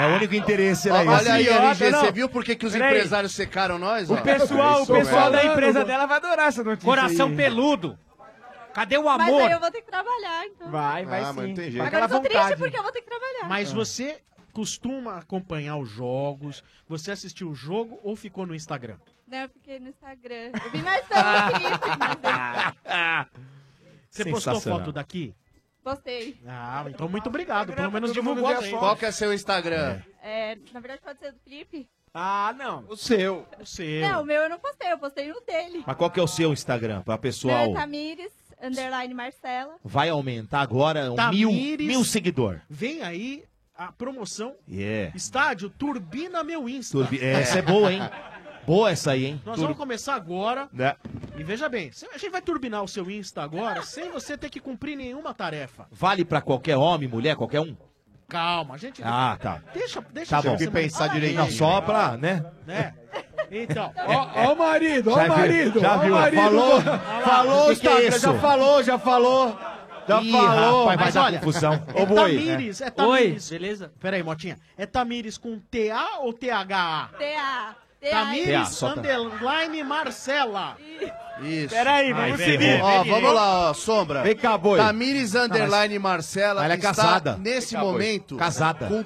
Speaker 7: É o único interesse Assim,
Speaker 3: Olha, aí, RG,
Speaker 11: Não.
Speaker 3: você viu por que, que os
Speaker 11: Peraí.
Speaker 3: empresários secaram nós?
Speaker 11: O
Speaker 3: ó?
Speaker 11: pessoal, o
Speaker 3: Isso,
Speaker 11: pessoal
Speaker 3: velho.
Speaker 11: da empresa dela vai adorar essa notícia.
Speaker 3: Coração
Speaker 11: peludo. Cadê o
Speaker 20: Mas aí eu vou ter que trabalhar, então.
Speaker 11: Vai, vai
Speaker 6: Ah,
Speaker 11: sim.
Speaker 6: mas não tem jeito.
Speaker 11: Vai
Speaker 20: Agora
Speaker 11: aquela
Speaker 20: eu tô
Speaker 11: vontade.
Speaker 20: triste porque eu vou ter que trabalhar.
Speaker 6: Mas você costuma acompanhar os jogos? Você assistiu o jogo ou ficou no Instagram?
Speaker 20: Não, eu fiquei Né, no Instagram. Eu vi mais pelo que isso, mas
Speaker 6: Você postou
Speaker 3: Sensacional.
Speaker 6: foto daqui?
Speaker 20: postei.
Speaker 6: Ah, então muito obrigado. Pelo menos divulgou a gente.
Speaker 3: Qual que é seu Instagram?
Speaker 20: É, na verdade pode ser do Felipe.
Speaker 11: Ah, não.
Speaker 3: O seu.
Speaker 6: É O seu.
Speaker 20: Não, o meu eu não postei, eu postei no dele.
Speaker 7: É Mas qual que é o seu Instagram? Pra pessoal.
Speaker 6: tá
Speaker 20: Meu é Tamires, underline Marcela.
Speaker 7: Vai aumentar agora um mil,
Speaker 6: Tamires.
Speaker 7: mil seguidor.
Speaker 6: Vem aí a promoção.
Speaker 7: Yeah.
Speaker 6: Estádio Turbina Meu Insta.
Speaker 7: Turbi- é, Essa é boa, hein? Boa essa aí, hein?
Speaker 6: Nós
Speaker 7: Tur-
Speaker 6: vamos começar agora.
Speaker 7: Né?
Speaker 6: E veja bem, se- a gente vai turbinar o seu Insta agora sem você ter que cumprir nenhuma tarefa.
Speaker 7: Vale pra qualquer homem, mulher, qualquer um?
Speaker 6: Calma, a gente.
Speaker 7: Ah, tá.
Speaker 6: Deixa, deixa
Speaker 7: Tá
Speaker 6: essa
Speaker 7: bom.
Speaker 6: semana- Olha aí.
Speaker 7: Não, só pra, né?
Speaker 6: Né? Então,
Speaker 11: Ó, ó o marido, ó
Speaker 7: Já
Speaker 11: o
Speaker 7: viu,
Speaker 11: marido.
Speaker 7: já
Speaker 11: ó o
Speaker 7: viu,
Speaker 11: marido.
Speaker 7: falou,
Speaker 11: Olha lá,
Speaker 7: falou,
Speaker 11: que que é
Speaker 7: Instagram,
Speaker 11: isso?
Speaker 7: já falou,
Speaker 3: já falou.
Speaker 7: Já
Speaker 6: Ih,
Speaker 7: falou.
Speaker 6: rapaz,
Speaker 7: Mas
Speaker 6: vai
Speaker 7: olha,
Speaker 6: dar confusão.
Speaker 7: é
Speaker 6: É
Speaker 7: boi,
Speaker 6: Tamires,
Speaker 7: né?
Speaker 6: é Tamires.
Speaker 7: Oi.
Speaker 6: Beleza? Pera aí, Motinha. É Tamires com TA ou THA?
Speaker 20: TA.
Speaker 3: TA,
Speaker 6: Tamires
Speaker 3: só tá.
Speaker 6: underline Marcela.
Speaker 3: Isso.
Speaker 6: Peraí, vamos
Speaker 3: Ai,
Speaker 6: seguir.
Speaker 3: vem, vem. Ó,
Speaker 6: Vem,
Speaker 3: vamos
Speaker 6: vem.
Speaker 3: lá, ó, Sombra.
Speaker 6: Vem cá, boi.
Speaker 3: Tamires Underline Marcela
Speaker 7: Ela é
Speaker 3: está,
Speaker 7: casada.
Speaker 3: nesse
Speaker 7: Vem cá, boi.
Speaker 3: momento,
Speaker 7: Casada.
Speaker 3: com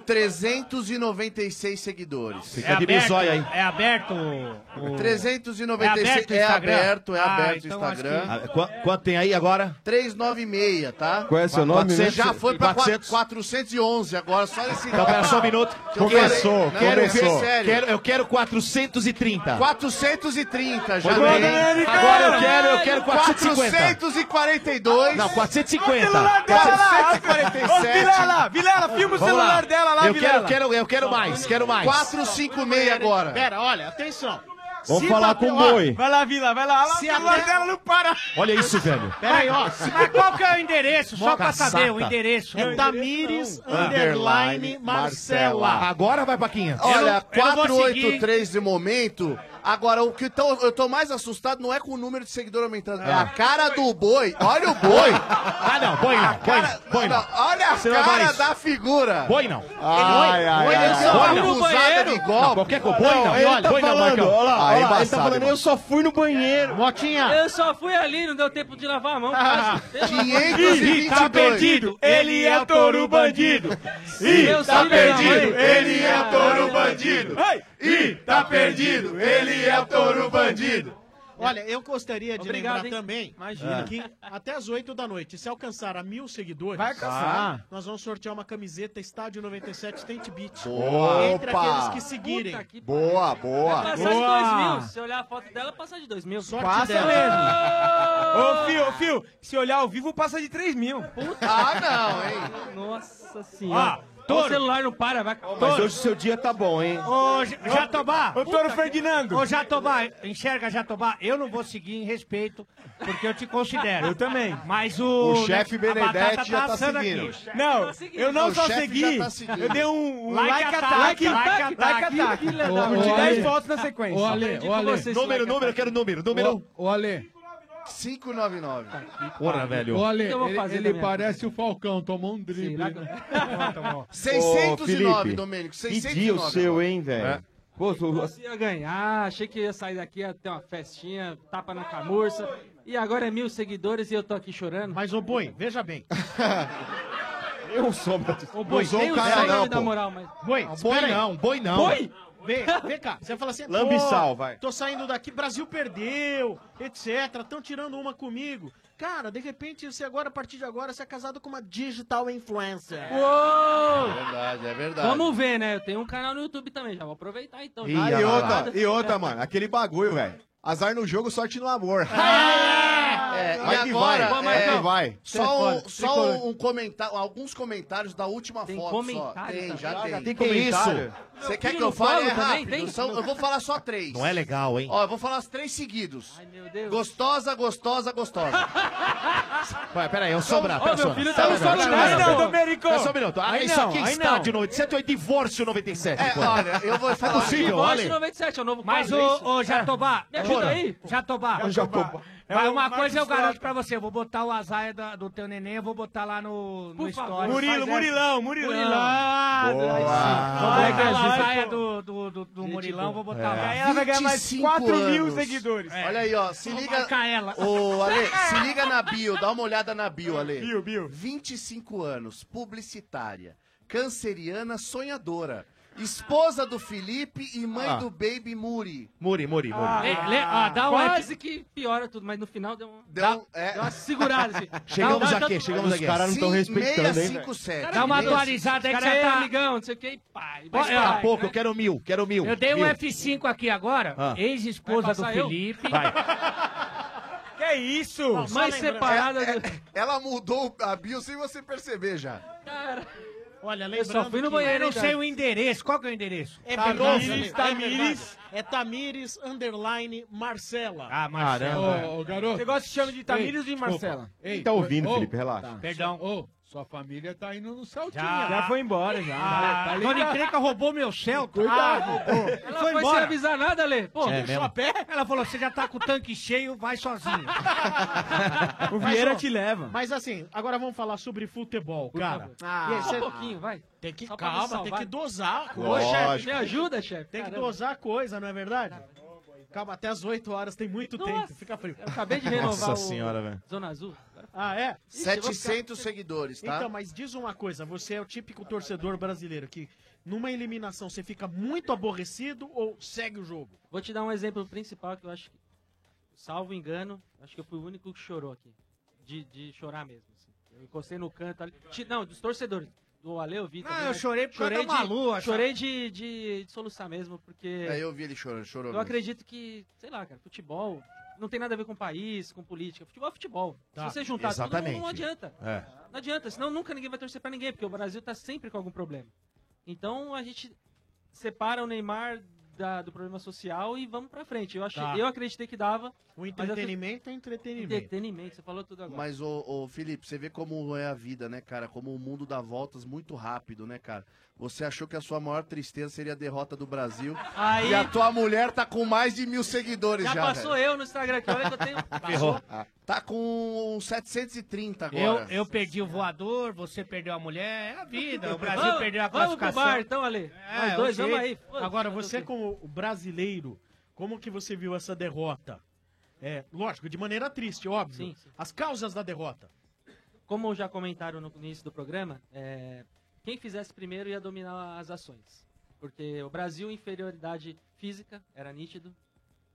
Speaker 3: 396 seguidores.
Speaker 7: Fica de bisóia aí.
Speaker 9: É aberto o...
Speaker 3: 396, é
Speaker 9: É aberto o Instagram?
Speaker 3: aberto, é aberto,
Speaker 9: Ah,
Speaker 3: o
Speaker 9: então acho
Speaker 3: Instagram.
Speaker 7: Ah, qua- Quanto tem aí agora?
Speaker 3: 396, tá?
Speaker 7: Qual é seu
Speaker 3: Qua-
Speaker 7: nome,
Speaker 3: Você
Speaker 7: né?
Speaker 3: já foi pra
Speaker 7: 400.
Speaker 3: 411 agora, só nesse...
Speaker 7: Então, pera só um minuto.
Speaker 3: Eu quero- quero ver, é sério.
Speaker 7: Quero, eu quero 430.
Speaker 3: 430 já
Speaker 7: Muito bem.
Speaker 3: vem.
Speaker 7: Agora eu quero- eu quero 450.
Speaker 3: 442.
Speaker 7: Não, 450.
Speaker 11: Ô, Vilela,
Speaker 3: 447.
Speaker 11: Vilela, filma o
Speaker 3: Vamos
Speaker 11: celular
Speaker 3: lá.
Speaker 11: dela lá,
Speaker 3: Eu quero-
Speaker 11: Vilela.
Speaker 3: quero- eu quero mais, quero mais.
Speaker 11: 456
Speaker 3: agora.
Speaker 6: Pera, olha, atenção.
Speaker 7: Vamos
Speaker 9: Se
Speaker 7: falar
Speaker 9: bater-
Speaker 7: com o
Speaker 9: ó,
Speaker 7: boi.
Speaker 9: Vai lá, Vila, vai lá.
Speaker 11: Se
Speaker 9: Se a
Speaker 11: até-
Speaker 9: dela não para.
Speaker 7: Olha isso, velho.
Speaker 9: Pera aí, ó. Mas qual que é o endereço? Só pra
Speaker 7: Caçata.
Speaker 9: saber o endereço.
Speaker 6: É Tamires
Speaker 7: Underline
Speaker 21: Marcela.
Speaker 7: Agora vai, Paquinha.
Speaker 21: Olha,
Speaker 7: Eu não- eu não vou
Speaker 21: 483 de momento. Agora, o que tão- eu tô mais assustado não é com o número de seguidor aumentando, é a cara do boi. Olha o boi.
Speaker 7: Ah, não, Ah. boi não, boi não, boi não.
Speaker 21: Olha a
Speaker 7: Você não é
Speaker 21: cara
Speaker 7: mais.
Speaker 21: da figura.
Speaker 7: Boi não.
Speaker 21: Ai,
Speaker 7: Ele-
Speaker 21: ai,
Speaker 7: boi,
Speaker 21: ai,
Speaker 7: ele
Speaker 21: ai.
Speaker 7: só
Speaker 21: Boi
Speaker 7: foi
Speaker 21: não.
Speaker 7: no banheiro.
Speaker 21: Acusada de golpe.
Speaker 7: Não, qualquer co- boi não, e
Speaker 22: ele
Speaker 7: olha,
Speaker 22: tá
Speaker 7: boi não,
Speaker 22: falando,
Speaker 7: Marcão.
Speaker 22: olha lá, olha
Speaker 7: Ah,
Speaker 22: lá, ele
Speaker 7: embaçado,
Speaker 22: tá falando,
Speaker 7: irmão.
Speaker 22: eu só fui no banheiro.
Speaker 6: Motinha.
Speaker 22: Eu só fui ali, não deu tempo de lavar a mão. quase.
Speaker 6: Ih, tá perdido, ele é touro bandido.
Speaker 22: Meu
Speaker 6: Ih, tá
Speaker 22: filho da
Speaker 6: perdido,
Speaker 22: mãe.
Speaker 6: ele é
Speaker 11: Ah.
Speaker 6: touro bandido. Ih, tá perdido, ele é touro bandido. Olha, eu gostaria de
Speaker 11: Obrigado,
Speaker 6: lembrar
Speaker 11: hein?
Speaker 6: também
Speaker 11: Imagina.
Speaker 6: que até as 8 da noite, se alcançar a mil seguidores, tá?
Speaker 11: Vai alcançar.
Speaker 6: nós vamos sortear uma camiseta Estádio 97 Tent Beat.
Speaker 21: Boa,
Speaker 6: Entre
Speaker 21: opa.
Speaker 6: aqueles que seguirem.
Speaker 21: Puta que Boa, boa.
Speaker 22: Passar de dois mil. Se olhar a foto dela, passar de dois mil.
Speaker 11: Passa Ah. mesmo. Ô, Fio, ô, Fio, se olhar ao vivo, passa de 3 mil. Puta.
Speaker 22: Ah,
Speaker 11: Ah,
Speaker 22: não, hein? Nossa
Speaker 21: Ah,
Speaker 22: senhora.
Speaker 11: Ó, touro.
Speaker 22: O celular não para, vai. Mas
Speaker 11: Touro.
Speaker 21: o seu dia tá bom, hein?
Speaker 9: Ô, J- Jatobá.
Speaker 11: Ô, Toro Ferdinando.
Speaker 9: Ô, Jatobá, enxerga, Jatobá. Eu não vou seguir em respeito, porque eu te considero.
Speaker 11: Eu também.
Speaker 9: Mas o...
Speaker 11: O chefe
Speaker 9: a batata
Speaker 11: Benedetti já tá
Speaker 9: assando
Speaker 11: seguindo.
Speaker 9: aqui.
Speaker 11: O chefe Não, tá seguindo. eu não O só chefe segui, já tá seguindo. eu dei um- um like
Speaker 9: Like ataque.
Speaker 11: ataque, ataque.
Speaker 9: Like
Speaker 11: Ô,
Speaker 9: ataque.
Speaker 11: ô,
Speaker 9: De
Speaker 11: Ale.
Speaker 9: 10 votos na sequência.
Speaker 11: Ô, Ale, ô, Ale. Número, número, eu quero
Speaker 9: é
Speaker 11: número, número. Ô, Ale.
Speaker 21: 599.
Speaker 7: Porra, velho.
Speaker 12: Olha,
Speaker 21: O que eu vou
Speaker 12: ele,
Speaker 21: fazer
Speaker 12: ele
Speaker 21: da minha
Speaker 12: parece o Falcão, tomou um drible.
Speaker 21: Ô, 609, Felipe, Domênico, que 609 dia o seu, agora. hein, velho?
Speaker 12: É.
Speaker 22: Pô, eu ia ganhar, achei que ia sair daqui ia ter uma festinha, tapa na camurça. E agora é mil seguidores e eu tô aqui chorando.
Speaker 6: Mas, ô Boi, veja bem.
Speaker 21: Eu sou, meu
Speaker 6: Ô, Boi,
Speaker 22: Usou
Speaker 6: nem
Speaker 22: o
Speaker 6: o
Speaker 22: cara
Speaker 6: sangue
Speaker 22: não,
Speaker 6: me dá
Speaker 22: pô.
Speaker 6: moral, mas...
Speaker 21: Boi,
Speaker 6: Não,
Speaker 21: espera aí.
Speaker 6: Ah, Boi?
Speaker 21: Boi?
Speaker 6: Vem, vem cá, você fala assim...
Speaker 21: Lambisal,
Speaker 6: "Pô,
Speaker 21: vai."
Speaker 6: Tô saindo daqui, Brasil perdeu, etc. Estão tirando uma comigo. Cara, de repente, você agora, a partir de agora, você é casado com uma digital influencer.
Speaker 22: Uou!
Speaker 21: verdade, é verdade.
Speaker 22: Vamos ver, né? Eu tenho um canal no YouTube também, já vou aproveitar então.
Speaker 10: Ih,
Speaker 22: já.
Speaker 10: e outra, e outra, mano. Aquele bagulho, velho. Azar no jogo, sorte no amor.
Speaker 21: É,
Speaker 10: Vai
Speaker 21: e
Speaker 10: que
Speaker 21: agora,
Speaker 10: vai, vai
Speaker 21: é,
Speaker 10: que vai.
Speaker 21: Só, um,
Speaker 10: Tricolor,
Speaker 21: só
Speaker 10: tricolor.
Speaker 21: um, comentário, alguns comentários da última foto. só.
Speaker 22: comentário
Speaker 21: Tem,
Speaker 22: também?
Speaker 21: já
Speaker 22: Ah,
Speaker 21: tem.
Speaker 7: tem comentário?
Speaker 21: Você
Speaker 22: Meu
Speaker 21: quer
Speaker 22: filho
Speaker 21: que eu
Speaker 22: no
Speaker 21: fale?
Speaker 22: colo
Speaker 21: É
Speaker 22: também?
Speaker 21: rápido.
Speaker 22: Tem?
Speaker 21: são- eu vou falar só três.
Speaker 7: Não é legal, hein?
Speaker 21: Ó, eu vou falar os três seguidos. Gostosa, gostosa, gostosa.
Speaker 7: Vai, peraí, eu sou bravo.
Speaker 21: Ô,
Speaker 7: pera
Speaker 21: meu
Speaker 7: só. um-
Speaker 21: filho tá
Speaker 7: Pera
Speaker 21: no
Speaker 7: só,
Speaker 21: celular,
Speaker 7: pera só,
Speaker 21: não,
Speaker 7: né? pera só.
Speaker 21: Domênico.
Speaker 7: Pera só um minuto. Ah,
Speaker 21: Aí
Speaker 7: isso
Speaker 21: não,
Speaker 7: aqui é
Speaker 21: aí
Speaker 7: estádio
Speaker 21: não.
Speaker 7: 97, é divórcio 97.
Speaker 21: É,
Speaker 7: pô.
Speaker 21: olha, eu vou falar-
Speaker 7: É possível,
Speaker 22: Divórcio
Speaker 7: olha.
Speaker 22: 97 é o novo
Speaker 9: Mas,
Speaker 22: quadro,
Speaker 9: ô,
Speaker 22: isso?
Speaker 9: ô, Jatobá.
Speaker 22: Me ajuda aí.
Speaker 9: Jatobá.
Speaker 22: Ô, Jatobá.
Speaker 9: Vai,
Speaker 22: É o
Speaker 9: uma
Speaker 22: Marcos
Speaker 9: coisa eu
Speaker 22: Frota.
Speaker 9: garanto pra você. Eu vou botar o azaia da- do teu neném, eu vou botar lá no, no
Speaker 11: Por favor.
Speaker 9: story.
Speaker 11: Murilo,
Speaker 9: Faz
Speaker 11: Murilão,
Speaker 9: essa.
Speaker 11: Murilão.
Speaker 9: Murilão.
Speaker 11: Boa.
Speaker 9: Aí sim.
Speaker 11: Ah,
Speaker 9: Vai é.
Speaker 11: boa.
Speaker 9: botar
Speaker 11: Boa.
Speaker 9: a azaia do, do, do, do Murilão, vou botar lá.
Speaker 11: Aí ela vai ganhar mais
Speaker 21: 25
Speaker 11: 4 mil
Speaker 21: anos. É.
Speaker 11: seguidores.
Speaker 21: Olha aí, ó. Se
Speaker 9: Vou
Speaker 21: liga.
Speaker 9: marcar ela.
Speaker 21: Ô, Ale, se liga na bio, dá uma olhada na bio, Ale.
Speaker 11: Bio, bio.
Speaker 21: 25 anos, publicitária, canceriana sonhadora, esposa do Felipe e mãe
Speaker 7: Ah.
Speaker 21: do baby Muri.
Speaker 7: Muri, Muri, Muri.
Speaker 22: Lê- lê- ó, dá um Quase que piora tudo, mas no final deu, um,
Speaker 21: dá,
Speaker 22: dá uma segurada. Assim.
Speaker 7: é. Chegamos
Speaker 22: Dá um-
Speaker 7: aqui,
Speaker 22: dá-
Speaker 7: chegamos aqui.
Speaker 21: Sim,
Speaker 7: hein,
Speaker 21: 657.
Speaker 7: velho?
Speaker 9: Dá uma atualizada aí que
Speaker 22: Cara,
Speaker 9: já
Speaker 22: é,
Speaker 9: tá...
Speaker 22: amigão, não sei o que, e pai.
Speaker 9: Ó,
Speaker 7: Mas
Speaker 9: é,
Speaker 7: para
Speaker 9: ó,
Speaker 7: pouco, eu quero mil, quero mil.
Speaker 9: Eu dei um
Speaker 7: mil.
Speaker 9: F5 aqui agora,
Speaker 7: Ah.
Speaker 22: Vai
Speaker 9: ex-esposa do
Speaker 22: passar eu?
Speaker 9: Felipe.
Speaker 7: Vai.
Speaker 9: Que isso?
Speaker 21: É, é, ela mudou a bio sem você perceber já.
Speaker 6: Olha,
Speaker 21: Eu
Speaker 6: lembrando
Speaker 21: só fui no banheiro,
Speaker 9: Eu não
Speaker 21: hein,
Speaker 9: sei
Speaker 21: cara?
Speaker 9: o endereço. Qual que é o endereço?
Speaker 6: É
Speaker 9: Tamires,
Speaker 6: Tamires, Tamires, é Tamires, underline, Marcela.
Speaker 9: Ah,
Speaker 12: Marcela. Ô, ô, garoto.
Speaker 11: Você gosta de chamar de Tamires
Speaker 12: Ei,
Speaker 11: e Marcela?
Speaker 12: desculpa. Ei,
Speaker 11: Tá ouvindo,
Speaker 12: ô,
Speaker 11: Felipe,
Speaker 10: relaxa.
Speaker 12: tá.
Speaker 9: Perdão.
Speaker 12: Ô, sua família tá indo no Celtinha.
Speaker 9: Já, já foi
Speaker 11: embora, já.
Speaker 9: Ah,
Speaker 12: Tá
Speaker 9: Dona
Speaker 12: ligado?
Speaker 9: Encrenca roubou meu Celta.
Speaker 12: Cuidado.
Speaker 9: roubou.
Speaker 12: Ela foi sem
Speaker 22: avisar nada, Lê.
Speaker 12: Pô, É deixou mesmo? a
Speaker 9: pé. Ela falou, você já tá com o tanque cheio, vai sozinho.
Speaker 11: O
Speaker 6: Mas,
Speaker 11: Vieira
Speaker 6: ó,
Speaker 11: te leva.
Speaker 6: Mas assim, agora vamos falar sobre futebol,
Speaker 11: Por
Speaker 6: cara.
Speaker 11: favor. Ah,
Speaker 6: E aí,
Speaker 22: Só
Speaker 6: cê-
Speaker 22: um pouquinho, vai.
Speaker 6: Tem que
Speaker 22: Só pra me
Speaker 6: calma,
Speaker 22: salvar.
Speaker 6: tem que dosar. a coisa.
Speaker 22: Ô, chefe,
Speaker 6: Lógico.
Speaker 22: me ajuda, chefe.
Speaker 6: Tem que
Speaker 22: Caramba.
Speaker 6: dosar a coisa, não é verdade? Calma, até as 8 horas, tem muito tempo, fica frio. Eu
Speaker 22: acabei de renovar
Speaker 7: Nossa
Speaker 22: o-
Speaker 7: senhora, velho.
Speaker 22: Zona Azul.
Speaker 6: Ah, é?
Speaker 21: Ixi, 700 seguidores, tá?
Speaker 6: Então, mas diz uma coisa, você é o típico torcedor brasileiro que numa eliminação você fica muito aborrecido ou segue o jogo?
Speaker 22: Vou te dar um exemplo principal que eu acho que, salvo engano, acho que eu fui o único que chorou aqui. De, de chorar mesmo. assim. Eu encostei no canto ali. Ti- Não, dos torcedores. Do Ale, eu vi. também,
Speaker 9: eu
Speaker 22: mas
Speaker 9: chorei por causa da
Speaker 22: de-
Speaker 9: Malu, acho.
Speaker 22: Chorei de, de, de soluçar mesmo, porque.
Speaker 21: É, eu vi ele chorando, chorou.
Speaker 22: Eu acredito que, sei lá, cara, futebol não tem nada a ver com país, com política. Futebol é futebol.
Speaker 7: Tá.
Speaker 22: Se você juntar tudo,
Speaker 7: Exatamente.
Speaker 22: não- não adianta.
Speaker 7: É.
Speaker 22: Não adianta, senão nunca ninguém vai torcer pra ninguém, porque o Brasil tá sempre com algum problema. Então a gente separa o Neymar da- do problema social e vamos pra frente. Eu, achei,
Speaker 6: Tá.
Speaker 22: eu acreditei que dava.
Speaker 6: O
Speaker 22: mas eu-
Speaker 6: entretenimento é entretenimento.
Speaker 22: Entretenimento, você falou tudo agora.
Speaker 3: Mas,
Speaker 22: o...
Speaker 3: ô, ô, Felipe, você vê como é a vida, né, cara? Como o mundo dá voltas muito rápido, né, cara? Você achou que a sua maior tristeza seria a derrota do Brasil.
Speaker 22: Aí-
Speaker 3: E a tua mulher tá com mais de mil seguidores já.
Speaker 22: Já passou
Speaker 3: velho.
Speaker 22: eu no Instagram aqui, olha que eu tenho.
Speaker 3: Ferrou. Tá com 730
Speaker 9: Eu,
Speaker 3: agora.
Speaker 9: eu perdi o voador, você perdeu a mulher, é a vida. O Brasil
Speaker 22: Vamos-
Speaker 9: perdeu a
Speaker 22: vamos pro
Speaker 9: classificação.
Speaker 22: bar, então, Ale.
Speaker 9: É,
Speaker 6: Nós
Speaker 9: ok.
Speaker 22: tá
Speaker 6: Agora, você como brasileiro, como que você viu essa derrota? É, lógico, de maneira triste, óbvio. As causas da derrota.
Speaker 22: Como já comentaram no início do programa, é, quem fizesse primeiro ia dominar as ações. Porque o Brasil, inferioridade física, era nítido.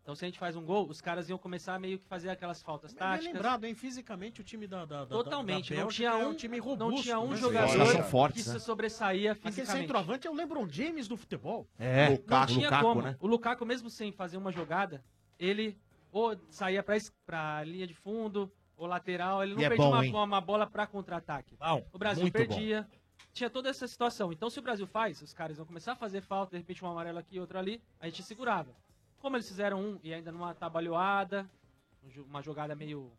Speaker 22: Então, se a gente faz um gol, os caras iam começar a meio que fazer aquelas faltas
Speaker 6: Bem
Speaker 22: táticas.
Speaker 6: é lembrado, hein? Fisicamente o time da, da, da- da-
Speaker 22: Totalmente.
Speaker 6: da
Speaker 22: não,
Speaker 6: Bélgica
Speaker 22: tinha
Speaker 6: é
Speaker 22: um,
Speaker 6: time
Speaker 22: não
Speaker 6: robusto,
Speaker 22: tinha um
Speaker 6: né?
Speaker 22: jogador
Speaker 7: Eles são fortes,
Speaker 22: que se
Speaker 7: né?
Speaker 22: sobressaía
Speaker 6: Aquele
Speaker 22: fisicamente.
Speaker 6: centroavante é o LeBron James do futebol.
Speaker 7: É,
Speaker 22: não
Speaker 7: Lukaku,
Speaker 22: tinha
Speaker 7: Lukaku,
Speaker 22: como.
Speaker 7: né?
Speaker 22: O Lukaku, mesmo sem fazer uma jogada, ele ou saía pra, es- pra linha de fundo, ou lateral, ele não
Speaker 7: E é
Speaker 22: perdia
Speaker 7: bom, hein?
Speaker 22: uma, uma bola pra contra-ataque.
Speaker 7: Bom,
Speaker 22: O Brasil
Speaker 7: muito
Speaker 22: perdia. Tinha toda essa situação. Então, se o Brasil faz, os caras vão começar a fazer falta, de repente um amarelo aqui, outro ali, a gente segurava. Como eles fizeram um e ainda numa tabalhoada, um jo- uma jogada meio.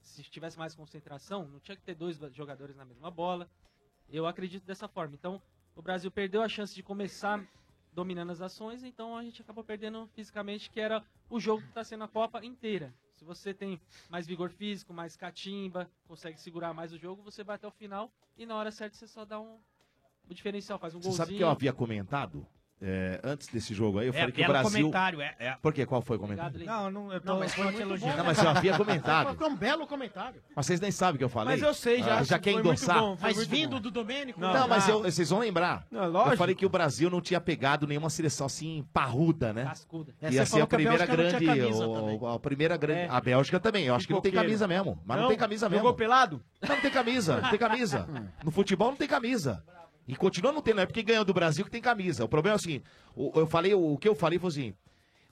Speaker 22: Se tivesse mais concentração, não tinha que ter dois ba- jogadores na mesma bola. Eu acredito dessa forma. Então, o Brasil perdeu a chance de começar dominando as ações, então a gente acabou perdendo fisicamente, que era o jogo que está sendo a Copa inteira. Se você tem mais vigor físico, mais catimba, consegue segurar mais o jogo, você vai até o final e na hora certa você só dá um o diferencial, faz um
Speaker 7: Você
Speaker 22: golzinho.
Speaker 7: sabe que eu havia comentado é, antes desse jogo aí? Eu
Speaker 22: É,
Speaker 7: falei que o
Speaker 22: belo
Speaker 7: Brasil.
Speaker 22: comentário, é, é.
Speaker 7: Por quê? Qual foi o comentário?
Speaker 9: Não, não, eu tô,
Speaker 6: Não, mas
Speaker 9: eu
Speaker 6: foi
Speaker 9: tô
Speaker 6: muito
Speaker 9: te elogiando.
Speaker 6: bom.
Speaker 7: Não, mas eu havia comentado.
Speaker 6: Foi um belo comentário.
Speaker 7: Mas vocês nem sabem o que eu falei.
Speaker 6: Mas eu sei, já.
Speaker 7: Ah, já quer
Speaker 6: Foi
Speaker 7: endossar.
Speaker 6: muito bom, foi Mas muito vindo bom. do Domênico?
Speaker 7: Não,
Speaker 6: Não,
Speaker 7: mas
Speaker 6: tá.
Speaker 7: eu- vocês vão lembrar.
Speaker 6: Não, é lógico.
Speaker 7: Eu falei que o Brasil não tinha pegado nenhuma seleção assim parruda, né?
Speaker 22: Cascuda.
Speaker 6: É,
Speaker 7: Ia
Speaker 6: você
Speaker 7: ser
Speaker 6: falou
Speaker 7: a
Speaker 6: que a
Speaker 7: primeira
Speaker 6: Bélgica não tinha
Speaker 7: grande.
Speaker 6: camisa
Speaker 7: o-
Speaker 6: também.
Speaker 7: a primeira grande.
Speaker 6: É.
Speaker 7: A Bélgica também. Eu acho que não tem
Speaker 6: Pipoqueiro.
Speaker 7: camisa mesmo. Mas não,
Speaker 6: Não?
Speaker 7: tem camisa mesmo.
Speaker 6: Jogou pelado?
Speaker 7: Não, não tem camisa. Não tem camisa. no futebol não tem camisa. E continua não tendo. É porque ganhou do Brasil que tem camisa. O problema é o seguinte: o- eu falei, o, o que eu falei foi assim.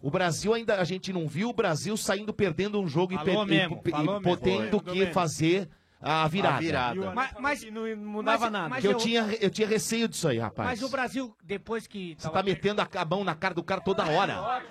Speaker 7: O Brasil ainda, a gente não viu o Brasil saindo perdendo um jogo e
Speaker 11: Falou
Speaker 7: pe- e,
Speaker 11: mesmo,
Speaker 7: e- e
Speaker 11: falou mesmo.
Speaker 7: podendo
Speaker 11: Foi.
Speaker 7: que fazer a virada.
Speaker 11: A virada.
Speaker 9: Mas, mas
Speaker 11: não mudava nada.
Speaker 7: Porque eu, tinha, eu tinha receio disso aí, rapaz.
Speaker 9: Mas o Brasil, depois que.
Speaker 7: Você tá metendo a a mão na cara do cara toda hora.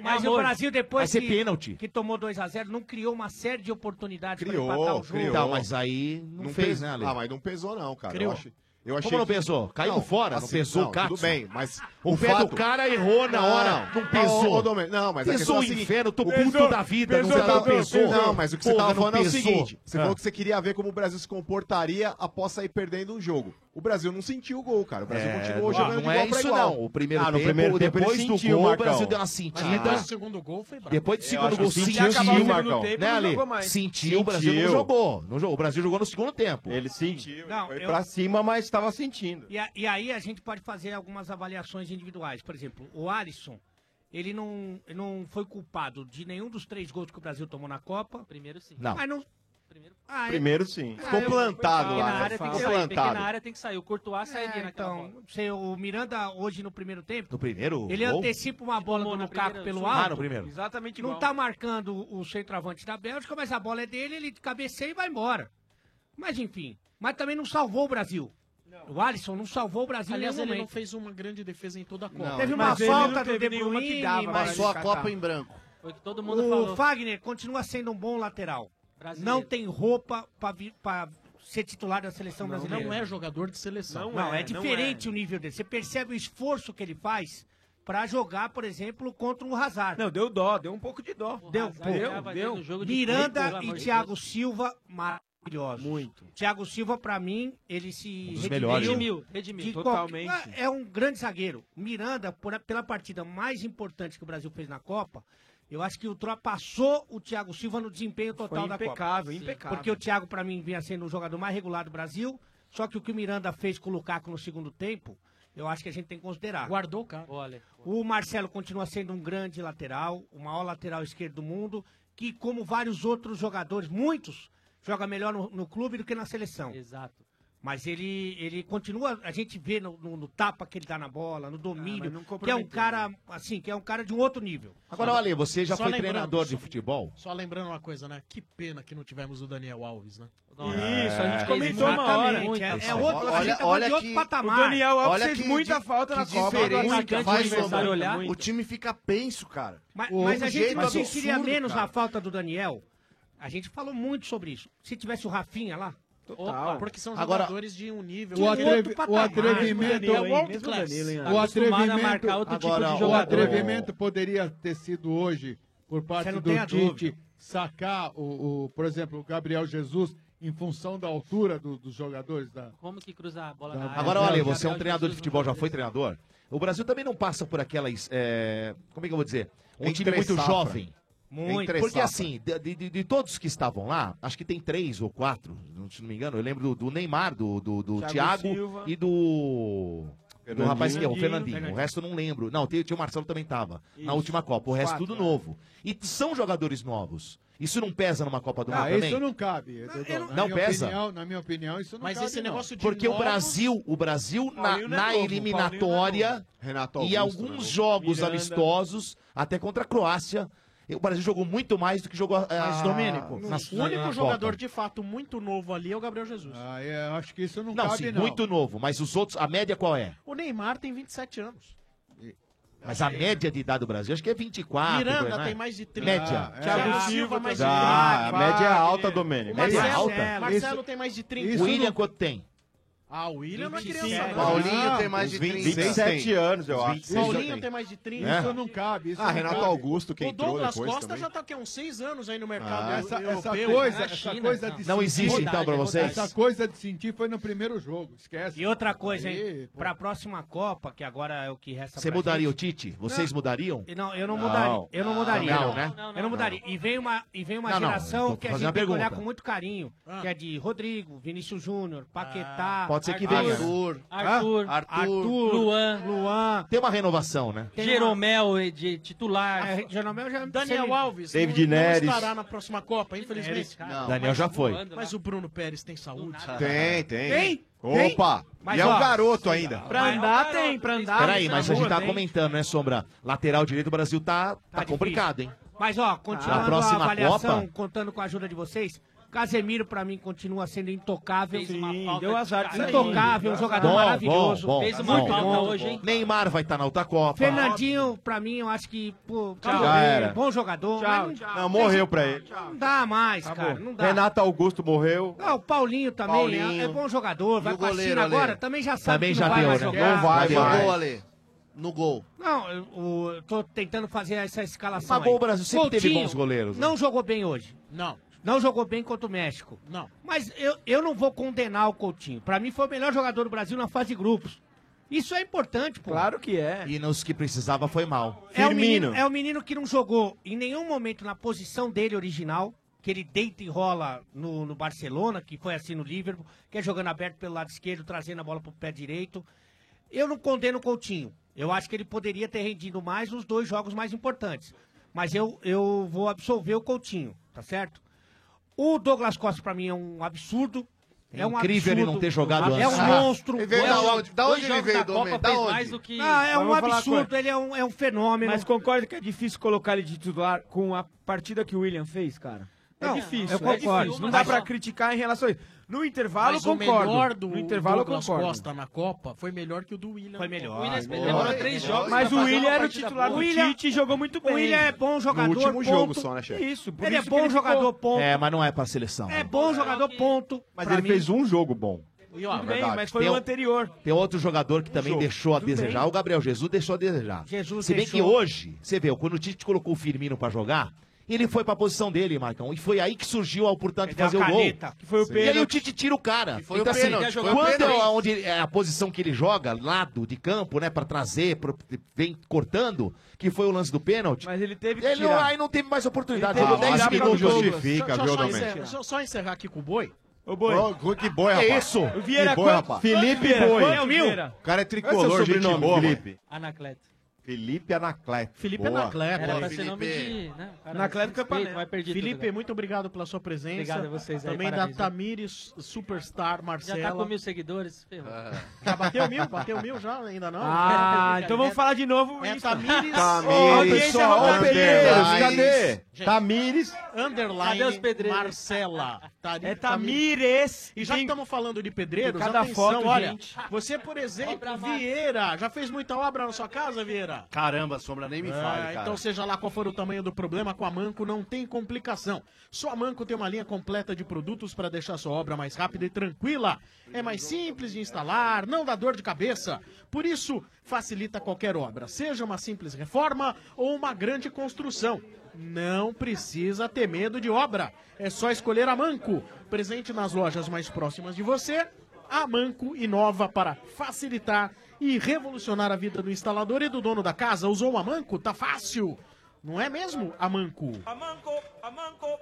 Speaker 9: Mas o
Speaker 7: Amor,
Speaker 9: Brasil, depois
Speaker 7: vai ser
Speaker 9: que,
Speaker 7: pênalti.
Speaker 9: que tomou 2x0, não criou uma série de oportunidades
Speaker 10: Criou,
Speaker 9: pra empatar o jogo.
Speaker 10: criou.
Speaker 7: Então, mas aí não fez, né, Ale?
Speaker 10: Ah, mas não pesou não, cara.
Speaker 7: Criou.
Speaker 10: Eu achei, eu
Speaker 7: Como
Speaker 10: achei
Speaker 7: não
Speaker 10: que- assim,
Speaker 7: pesou? Caiu fora, não pesou o Cássio?
Speaker 10: Tudo bem, mas...
Speaker 7: O pé do cara errou na hora, não pesou.
Speaker 10: Ô, ô, Domênico, não, mas a
Speaker 7: Pesou
Speaker 10: questão é
Speaker 7: o
Speaker 10: a seguinte-
Speaker 7: inferno, tô puto da vida, não
Speaker 10: Você
Speaker 7: tá-
Speaker 10: tá-
Speaker 7: não pesou.
Speaker 10: Não, mas o que você
Speaker 7: Porra,
Speaker 10: tava
Speaker 7: não
Speaker 10: falando é o
Speaker 7: pesou.
Speaker 10: seguinte. Você
Speaker 7: Ah.
Speaker 10: falou que você queria ver como o Brasil se comportaria após sair perdendo um jogo. O Brasil não sentiu o gol, cara. O Brasil
Speaker 7: É,
Speaker 10: continuou
Speaker 7: não,
Speaker 10: jogando
Speaker 7: não
Speaker 10: de
Speaker 7: é
Speaker 10: igual pra
Speaker 7: isso
Speaker 10: igual.
Speaker 7: não. O primeiro
Speaker 10: Ah, no
Speaker 7: tempo,
Speaker 10: primeiro tempo ele
Speaker 7: depois do
Speaker 10: sentiu,
Speaker 7: gol, o
Speaker 10: Marcão.
Speaker 7: Brasil deu uma
Speaker 6: Mas
Speaker 7: sentida.
Speaker 6: depois do segundo gol foi brabo.
Speaker 7: Depois do
Speaker 6: Eu acho
Speaker 7: segundo
Speaker 6: que
Speaker 7: gol,
Speaker 6: sentiu,
Speaker 7: sentiu,
Speaker 6: sentiu,
Speaker 7: sentiu,
Speaker 6: Marcão.
Speaker 7: Marcão.
Speaker 6: Tempo,
Speaker 7: Né,
Speaker 6: não
Speaker 7: Ale?
Speaker 6: jogou mais.
Speaker 7: Sentiu, o Brasil não
Speaker 6: Sentiu.
Speaker 7: jogou. não jogou. O Brasil jogou no segundo tempo.
Speaker 8: Ele sentiu.
Speaker 9: Não,
Speaker 8: foi
Speaker 9: eu-
Speaker 8: pra cima, mas estava sentindo.
Speaker 9: E, a- e aí a gente pode fazer algumas avaliações individuais. Por exemplo, o Alisson, ele não, ele não foi culpado de nenhum dos três gols que o Brasil tomou na Copa.
Speaker 22: Primeiro sim.
Speaker 7: Não.
Speaker 9: Mas não... Ah,
Speaker 10: Primeiro sim.
Speaker 9: Ah,
Speaker 10: Ficou
Speaker 9: eu-
Speaker 10: plantado
Speaker 22: Pequena
Speaker 10: lá. né?
Speaker 22: área tem que
Speaker 10: Ficou
Speaker 22: sair, pequena
Speaker 10: plantado.
Speaker 22: área tem que sair. O Courtois sairia
Speaker 9: É,
Speaker 22: naquela bola.
Speaker 9: então, se o Miranda hoje no primeiro tempo.
Speaker 7: No primeiro
Speaker 9: Ele
Speaker 7: gol?
Speaker 9: antecipa uma bola do Lukaku
Speaker 22: primeira,
Speaker 9: pelo
Speaker 22: sim.
Speaker 9: alto.
Speaker 22: Ah, no primeiro. Exatamente
Speaker 9: Não
Speaker 22: igual.
Speaker 9: tá marcando o centroavante da Bélgica, mas a bola é dele, ele cabeceia e vai embora. Mas enfim. Mas também não salvou o Brasil. O Alisson não salvou o Brasil
Speaker 6: Aliás,
Speaker 9: em nenhum
Speaker 6: ele não
Speaker 9: momento.
Speaker 6: fez uma grande defesa em toda a Copa.
Speaker 9: Não, Teve uma mas ele falta não do teve De nenhuma que Bruyne, dava mas- pra
Speaker 3: Passou a
Speaker 9: descartar.
Speaker 3: Copa em branco.
Speaker 22: Foi o que todo mundo
Speaker 9: O
Speaker 22: falou.
Speaker 9: Fagner continua sendo um bom lateral. Não tem roupa pra, vir- pra ser titular da seleção
Speaker 6: Não,
Speaker 9: brasileira.
Speaker 6: não é jogador de seleção.
Speaker 9: Não, é, diferente o nível dele. Você percebe o esforço que ele faz pra jogar, por exemplo, contra o Hazard. Não,
Speaker 11: deu dó, deu um pouco de dó.
Speaker 9: Deu,
Speaker 11: Hazard
Speaker 9: pô.
Speaker 11: ganhava ali no jogo de
Speaker 9: Miranda
Speaker 11: pelo amor de
Speaker 9: e
Speaker 11: Deus.
Speaker 9: Thiago Silva maravilhosos. Muito. Thiago Silva, pra mim, ele se
Speaker 22: dos
Speaker 9: redimiu
Speaker 22: melhores. Redimiu, redimiu.
Speaker 9: de
Speaker 22: Totalmente.
Speaker 9: qualquer- É um grande zagueiro. Miranda, por- pela partida mais importante que o Brasil fez na Copa, eu acho que ultrapassou o Thiago Silva no desempenho total da Copa.
Speaker 11: impecável, impecável.
Speaker 9: Porque o Thiago, pra mim, vinha sendo o jogador mais regular do Brasil. Só que o que o Miranda fez com o Lukaku no segundo tempo, eu acho que a gente tem que considerar.
Speaker 6: Guardou o cara.
Speaker 22: Olha.
Speaker 9: O Marcelo continua sendo um grande lateral, o maior lateral esquerdo do mundo, que, como vários outros jogadores, muitos, joga melhor no, no clube do que na seleção.
Speaker 22: Exato.
Speaker 9: Mas ele, ele continua, a gente vê no, no- no tapa que ele dá na bola, no
Speaker 6: Ah,
Speaker 9: domínio,
Speaker 7: não
Speaker 9: que é um
Speaker 7: comprometeu,
Speaker 9: cara,
Speaker 6: né?
Speaker 9: assim, que é um cara de um outro nível.
Speaker 7: Agora, olha, aí, você já
Speaker 6: Só
Speaker 7: foi
Speaker 6: lembrando,
Speaker 7: treinador de
Speaker 6: só-
Speaker 7: futebol?
Speaker 6: Só lembrando uma coisa, né? Que pena que não tivemos o Daniel Alves, né?
Speaker 7: Isso, a gente É. comentou uma
Speaker 9: Exatamente, hora. é- é outro- a gente tá falando de outro patamar.
Speaker 11: O Daniel Alves
Speaker 9: Olha
Speaker 11: fez
Speaker 9: que-
Speaker 11: muita
Speaker 9: que-
Speaker 11: falta na
Speaker 9: que
Speaker 11: Copa.
Speaker 9: diferença.
Speaker 11: Agora, o
Speaker 3: Muita,
Speaker 11: atacante
Speaker 3: faz
Speaker 11: do adversário
Speaker 3: falta.
Speaker 11: olhar-
Speaker 3: O time fica penso, cara.
Speaker 9: Mas,
Speaker 3: O-
Speaker 9: mas
Speaker 3: um
Speaker 9: a gente
Speaker 3: jeito
Speaker 9: não sentiria
Speaker 3: absurdo,
Speaker 9: menos
Speaker 3: cara.
Speaker 9: na falta do Daniel. A gente falou muito sobre isso. Se tivesse o Rafinha lá.
Speaker 6: Opa, porque são
Speaker 9: Agora,
Speaker 6: jogadores de um nível.
Speaker 9: o
Speaker 6: de
Speaker 9: atreve-
Speaker 6: outro
Speaker 9: o
Speaker 6: patamar.
Speaker 9: um
Speaker 12: atrevimento-
Speaker 6: Mesmo Daniel,
Speaker 12: hein?
Speaker 6: world
Speaker 12: Mesmo
Speaker 6: class.
Speaker 12: Danilo, hein,
Speaker 6: Tá
Speaker 12: O
Speaker 6: acostumado a
Speaker 12: atrevimento,
Speaker 6: marcar outro
Speaker 12: Agora,
Speaker 6: tipo de
Speaker 12: o
Speaker 6: jogador.
Speaker 12: atrevimento poderia ter sido hoje por parte
Speaker 9: Você não
Speaker 12: do
Speaker 9: tem a
Speaker 12: Tite
Speaker 9: dúvida.
Speaker 12: sacar, o, o- por exemplo, o Gabriel Jesus em função da altura do- dos jogadores da...
Speaker 7: Ah,
Speaker 22: Como que cruzar a bola na área?
Speaker 7: Agora, olha, aí, você é um
Speaker 22: Gabriel
Speaker 7: treinador de
Speaker 22: Jesus
Speaker 7: futebol, já foi treinador? O Brasil também não passa por aquelas. é, como é que eu vou dizer? Um
Speaker 3: Entre
Speaker 7: time muito
Speaker 3: safra.
Speaker 7: jovem.
Speaker 3: Muito.
Speaker 7: Entre Porque
Speaker 3: safra.
Speaker 7: assim, de, de- de todos que estavam lá, acho que tem três ou quatro, se não me engano. Eu lembro do, do Neymar, do, do, do
Speaker 3: Thiago
Speaker 7: Thiago
Speaker 3: Silva.
Speaker 7: e do. Do
Speaker 3: Fernandinho.
Speaker 7: rapaz que é o Fernandinho.
Speaker 3: Fernandinho.
Speaker 7: O resto eu não lembro. Não, tinha tinha o Marcelo também tava. Na
Speaker 3: Isso.
Speaker 7: última Copa. O resto
Speaker 3: Quatro, é.
Speaker 7: tudo novo. E são jogadores novos. Isso não pesa numa Copa do
Speaker 12: Ah,
Speaker 7: Mundo
Speaker 12: isso
Speaker 7: também?
Speaker 12: não cabe. Dodô.
Speaker 7: eu não-
Speaker 12: Na
Speaker 7: Não
Speaker 12: minha
Speaker 7: pesa?
Speaker 12: opinião- na minha opinião, isso não
Speaker 6: Mas
Speaker 12: cabe,
Speaker 6: esse
Speaker 12: não.
Speaker 6: negócio
Speaker 7: Porque o Brasil, o Brasil na,
Speaker 12: Paulinho não é
Speaker 7: na
Speaker 12: novo,
Speaker 7: eliminatória
Speaker 10: Renato
Speaker 7: e
Speaker 10: Augusto,
Speaker 7: alguns
Speaker 10: né?
Speaker 7: jogos
Speaker 10: Miranda.
Speaker 7: amistosos, até contra a Croácia, o Brasil jogou muito mais do que jogou eh,
Speaker 8: Ah,
Speaker 6: Mas, Domênico,
Speaker 7: na-
Speaker 6: o
Speaker 7: na-
Speaker 8: é
Speaker 6: único
Speaker 7: na
Speaker 6: jogador
Speaker 7: Copa.
Speaker 6: de fato muito novo ali é o Gabriel Jesus.
Speaker 12: Ah, é, eu acho que isso
Speaker 7: não, sim, muito novo, mas os outros, a média qual é?
Speaker 6: O Neymar tem 27 anos.
Speaker 7: Mas a média de idade do Brasil, acho que é 24.
Speaker 6: É. Miranda
Speaker 7: coisa, né?
Speaker 6: tem mais de 30.
Speaker 7: Média.
Speaker 6: Ah, é. Thiago Silva mais de
Speaker 8: Ah, a média é alta,
Speaker 7: O
Speaker 8: Domênico.
Speaker 7: Média é
Speaker 8: Média
Speaker 7: alta.
Speaker 6: é, Marcelo tem mais de 30.
Speaker 7: O William quanto tem?
Speaker 6: Ah, o William não é criança.
Speaker 7: 27.
Speaker 6: não.
Speaker 7: Paulinho tem mais de 30.
Speaker 8: 27 anos, eu
Speaker 7: Os
Speaker 8: acho.
Speaker 7: 26
Speaker 6: Paulinho tem mais de 30.
Speaker 8: É.
Speaker 12: Isso não cabe. Isso
Speaker 8: Ah,
Speaker 12: não
Speaker 8: Renato
Speaker 12: cabe.
Speaker 8: Augusto, que
Speaker 6: O
Speaker 8: entrou
Speaker 6: Douglas
Speaker 8: depois
Speaker 6: Costa
Speaker 8: também.
Speaker 6: já tá aqui há uns 6 anos aí no mercado.
Speaker 12: Ah, essa, essa
Speaker 6: europeu,
Speaker 12: coisa,
Speaker 6: na
Speaker 12: essa
Speaker 6: China, né?
Speaker 12: coisa de
Speaker 7: Não
Speaker 12: sentir-
Speaker 7: existe, então, pra vocês?
Speaker 12: Essa coisa de sentir foi no primeiro jogo, esquece.
Speaker 9: E outra coisa, hein?
Speaker 12: Aí,
Speaker 9: Pra próxima Copa, que agora é o que resta
Speaker 7: Você
Speaker 9: pra
Speaker 7: mudaria
Speaker 9: gente.
Speaker 7: o Tite? Vocês mudariam?
Speaker 9: Não, eu não,
Speaker 7: Não.
Speaker 9: mudaria. Eu não
Speaker 7: Não,
Speaker 9: mudaria.
Speaker 7: não, né?
Speaker 9: Eu não mudaria. E vem uma, e vem uma
Speaker 7: Não, não,
Speaker 9: geração
Speaker 7: tô
Speaker 9: que a
Speaker 7: fazendo
Speaker 9: gente
Speaker 7: uma
Speaker 9: tem que olhar
Speaker 7: pergunta.
Speaker 9: com muito carinho,
Speaker 6: Ah.
Speaker 9: que é de Rodrigo, Vinícius Júnior, Paquetá,
Speaker 7: Ah. Pode ser que venha.
Speaker 9: Ah, Arthur,
Speaker 22: Arthur,
Speaker 9: Hã? Arthur,
Speaker 22: Arthur, Luan.
Speaker 9: Luan.
Speaker 7: Tem uma renovação, né?
Speaker 9: Tem
Speaker 22: Jeromel eh, de titular.
Speaker 9: É, Jeromel já
Speaker 6: Daniel Alves
Speaker 7: David
Speaker 6: não, não
Speaker 7: Neres.
Speaker 6: estará na próxima Copa, infelizmente.
Speaker 7: Não, Daniel mas já tá foi. voando
Speaker 6: Mas o Bruno Pérez tem saúde.
Speaker 7: Tem, tem. Tem?
Speaker 8: Opa!
Speaker 6: Mas,
Speaker 8: e é
Speaker 6: ó,
Speaker 8: um garoto ainda.
Speaker 6: Pra andar tem, pra andar.
Speaker 7: Peraí, mas a gente
Speaker 9: rua,
Speaker 7: tá
Speaker 9: hein?
Speaker 7: comentando, né, Sombra? Lateral direito do Brasil tá, tá, complicado, hein?
Speaker 9: Mas ó,
Speaker 7: Na
Speaker 9: continuando
Speaker 7: próxima
Speaker 9: a avaliação,
Speaker 7: Copa?
Speaker 9: contando com a ajuda de vocês, Casemiro pra mim continua sendo intocável.
Speaker 11: deu azar de sair.
Speaker 9: Tá Intocável, um jogador maravilhoso. Fez uma falta hoje, hein?
Speaker 7: Neymar vai estar na outra Copa.
Speaker 9: Fernandinho, pra mim, eu acho que, pô,
Speaker 7: Tchau.
Speaker 9: tudo
Speaker 7: Já
Speaker 9: bem,
Speaker 7: era.
Speaker 9: bom jogador.
Speaker 8: Tchau,
Speaker 9: mas não-
Speaker 8: tchau. Não, morreu pra ele.
Speaker 9: Não dá mais, cara, Tá não dá.
Speaker 8: Renato Augusto morreu.
Speaker 9: Ah, o Paulinho também
Speaker 8: Paulinho.
Speaker 9: É, é bom jogador, vai
Speaker 8: E o
Speaker 9: pra
Speaker 8: goleiro,
Speaker 9: China
Speaker 8: Ale?
Speaker 9: agora, também já sabe
Speaker 8: Também
Speaker 9: que
Speaker 8: já
Speaker 9: não vai
Speaker 8: deu,
Speaker 9: mais
Speaker 8: né?
Speaker 9: jogar.
Speaker 8: Não vai
Speaker 9: Deu.
Speaker 8: mais.
Speaker 3: Gol, Ale. No gol.
Speaker 9: Não, eu, o- eu tô tentando fazer essa escalação
Speaker 3: Mas bom,
Speaker 9: aí.
Speaker 3: o Brasil sempre teve
Speaker 9: Coutinho
Speaker 3: bons goleiros, né?
Speaker 9: Não jogou bem hoje.
Speaker 6: Não.
Speaker 9: Não jogou bem contra o México.
Speaker 6: Não.
Speaker 9: Mas eu, eu não vou condenar o Coutinho. Pra mim foi o melhor jogador do Brasil na fase de grupos. Isso é importante, pô.
Speaker 7: Claro que é. E nos que precisava foi mal.
Speaker 9: É o, menino, é o menino que não jogou em nenhum momento na posição dele original, que ele deita e rola no, no Barcelona, que foi assim no Liverpool, que é jogando aberto pelo lado esquerdo, trazendo a bola pro pé direito. Eu não condeno o Coutinho. Eu acho que ele poderia ter rendido mais nos dois jogos mais importantes. Mas eu, eu vou absolver o Coutinho, tá certo? O Douglas Costa, pra mim, é um absurdo. É, um
Speaker 7: incrível ele
Speaker 9: absurdo.
Speaker 7: não ter jogado
Speaker 9: É
Speaker 7: antes.
Speaker 9: um monstro.
Speaker 3: Ele veio
Speaker 9: É
Speaker 3: da
Speaker 9: um-
Speaker 3: onde? Da
Speaker 9: dois
Speaker 3: onde ele
Speaker 9: jogos
Speaker 3: veio,
Speaker 9: da Copa
Speaker 3: Domênico? Da
Speaker 9: fez
Speaker 3: onde?
Speaker 9: mais do que-
Speaker 3: Ah,
Speaker 9: é um
Speaker 11: Vamos falar
Speaker 9: absurdo,
Speaker 11: com
Speaker 9: ele é um, é um fenômeno.
Speaker 11: Mas concordo que é difícil colocar ele de titular com a partida que o William fez, cara. É
Speaker 9: Não,
Speaker 11: difícil,
Speaker 9: eu
Speaker 11: é
Speaker 9: concordo.
Speaker 11: difícil. Não dá
Speaker 9: Mas-
Speaker 11: pra criticar em relação a isso. No intervalo,
Speaker 6: Mas o
Speaker 11: concordo.
Speaker 6: melhor do
Speaker 11: no intervalo, eu
Speaker 6: Douglas
Speaker 11: concordo.
Speaker 6: Costa na Copa foi melhor que o do William. Foi
Speaker 9: melhor.
Speaker 6: O William
Speaker 11: Foi melhor.
Speaker 6: demorou três
Speaker 11: Melhor.
Speaker 6: jogos.
Speaker 11: Mas
Speaker 6: pra
Speaker 11: o
Speaker 6: fazer
Speaker 11: William
Speaker 6: uma
Speaker 11: era o
Speaker 6: partida
Speaker 11: titular
Speaker 6: boa.
Speaker 11: do Tite e jogou muito bem.
Speaker 9: O William é bom jogador.
Speaker 11: último
Speaker 9: ponto.
Speaker 11: jogo só, né, chefe?
Speaker 9: Isso, por
Speaker 11: Ele
Speaker 9: isso
Speaker 11: é
Speaker 9: que
Speaker 11: bom
Speaker 9: ele ficou-
Speaker 11: jogador, ponto.
Speaker 7: É, mas não é pra seleção.
Speaker 9: É bom jogador, ponto.
Speaker 8: Mas
Speaker 9: Pra
Speaker 8: ele
Speaker 9: mim-
Speaker 8: fez um jogo bom.
Speaker 9: E, ó,
Speaker 8: na verdade.
Speaker 9: mas foi
Speaker 7: Tem
Speaker 9: o
Speaker 7: um-
Speaker 9: anterior.
Speaker 7: Tem outro jogador
Speaker 9: Um
Speaker 7: que também deixou a desejar. O Gabriel Jesus deixou a desejar.
Speaker 9: Jesus
Speaker 7: Se bem
Speaker 9: deixou.
Speaker 7: que hoje, você vê, quando o Tite colocou o Firmino pra jogar, ele foi pra posição dele, Marcão. E foi aí que surgiu a oportunidade de
Speaker 9: deu
Speaker 7: fazer
Speaker 9: a
Speaker 7: o gol.
Speaker 9: caneta, que foi o
Speaker 7: e aí
Speaker 9: pênalti.
Speaker 7: o Tite tira o cara.
Speaker 9: Que foi
Speaker 7: então,
Speaker 9: o
Speaker 7: assim,
Speaker 9: pênalti, foi o
Speaker 7: quando
Speaker 9: pênalti.
Speaker 7: onde é a posição que ele joga, lado de campo, né, pra trazer, pro- vem cortando, que foi o lance do pênalti. Mas ele teve
Speaker 3: que tirar.
Speaker 7: Aí não teve mais oportunidade.
Speaker 3: Ele teve
Speaker 7: Jogou
Speaker 3: que
Speaker 7: 10
Speaker 3: tirar pra
Speaker 7: minutos.
Speaker 3: Douglas.
Speaker 6: Deixa eu só, encerrar-
Speaker 7: Domênico?
Speaker 6: deixa eu só encerrar aqui com o Boi.
Speaker 11: Ô,
Speaker 6: Boi.
Speaker 10: Ô, que boi,
Speaker 6: É
Speaker 10: rapaz.
Speaker 6: isso.
Speaker 10: Que
Speaker 6: Vieira,
Speaker 10: boi,
Speaker 6: quanto-
Speaker 10: rapaz.
Speaker 6: Felipe
Speaker 10: Felipe
Speaker 6: Vieira,
Speaker 10: Boi.
Speaker 6: quanto Vieira?
Speaker 10: O cara é tricolor,
Speaker 6: Esse é o
Speaker 10: gente
Speaker 6: sobrenome,
Speaker 10: boa,
Speaker 6: Felipe.
Speaker 10: mano.
Speaker 22: Anacleto.
Speaker 10: Felipe Anacleto.
Speaker 6: Felipe é
Speaker 10: Boa.
Speaker 6: Anacleto.
Speaker 10: Boa,
Speaker 6: Era pra ser
Speaker 10: Felipe.
Speaker 6: nome de. Né, o cara
Speaker 11: Anacleto
Speaker 6: respeito,
Speaker 11: Campanella.
Speaker 6: vai perdido,
Speaker 11: Felipe, né?
Speaker 6: Felipe, muito obrigado pela sua presença.
Speaker 11: Obrigado a vocês aí,
Speaker 6: Também
Speaker 11: parabéns,
Speaker 6: da
Speaker 11: né?
Speaker 6: Tamires Superstar Marcela.
Speaker 11: Já tá com
Speaker 6: mil seguidores, ferrou.
Speaker 10: Ah.
Speaker 6: Já bateu mil? Bateu mil já? Ainda não?
Speaker 11: Ah, então vamos falar de novo.
Speaker 6: É Tamires.
Speaker 11: Tamires,
Speaker 6: Ô, Pedreiros,
Speaker 11: Gente,
Speaker 6: Tamires. Underline.
Speaker 11: Cadê os pedreiros?
Speaker 6: Marcela. Tari-
Speaker 11: É Tamires.
Speaker 6: E já que estamos falando de pedreiros,
Speaker 11: Cada
Speaker 6: atenção,
Speaker 11: foto,
Speaker 6: olha.
Speaker 11: gente.
Speaker 6: Você, por exemplo, Vieira. Já fez muita obra na sua casa, Vieira?
Speaker 3: Caramba, Sombra,
Speaker 11: É,
Speaker 3: nem me
Speaker 6: Ah,
Speaker 3: fale, cara.
Speaker 6: Então, seja lá qual for o tamanho do problema, com a Manco não tem complicação. Só a Manco tem uma linha completa de produtos para deixar sua obra mais rápida e tranquila. É mais simples de instalar, não dá dor de cabeça. Por isso, facilita qualquer obra, seja uma simples reforma ou uma grande construção. Não precisa ter medo de obra. É só escolher a Manco. Presente nas lojas mais próximas de você a Manco inova para facilitar e revolucionar a vida do instalador e do dono da casa. Usou a Manco? Tá fácil! Não é mesmo, a Manco?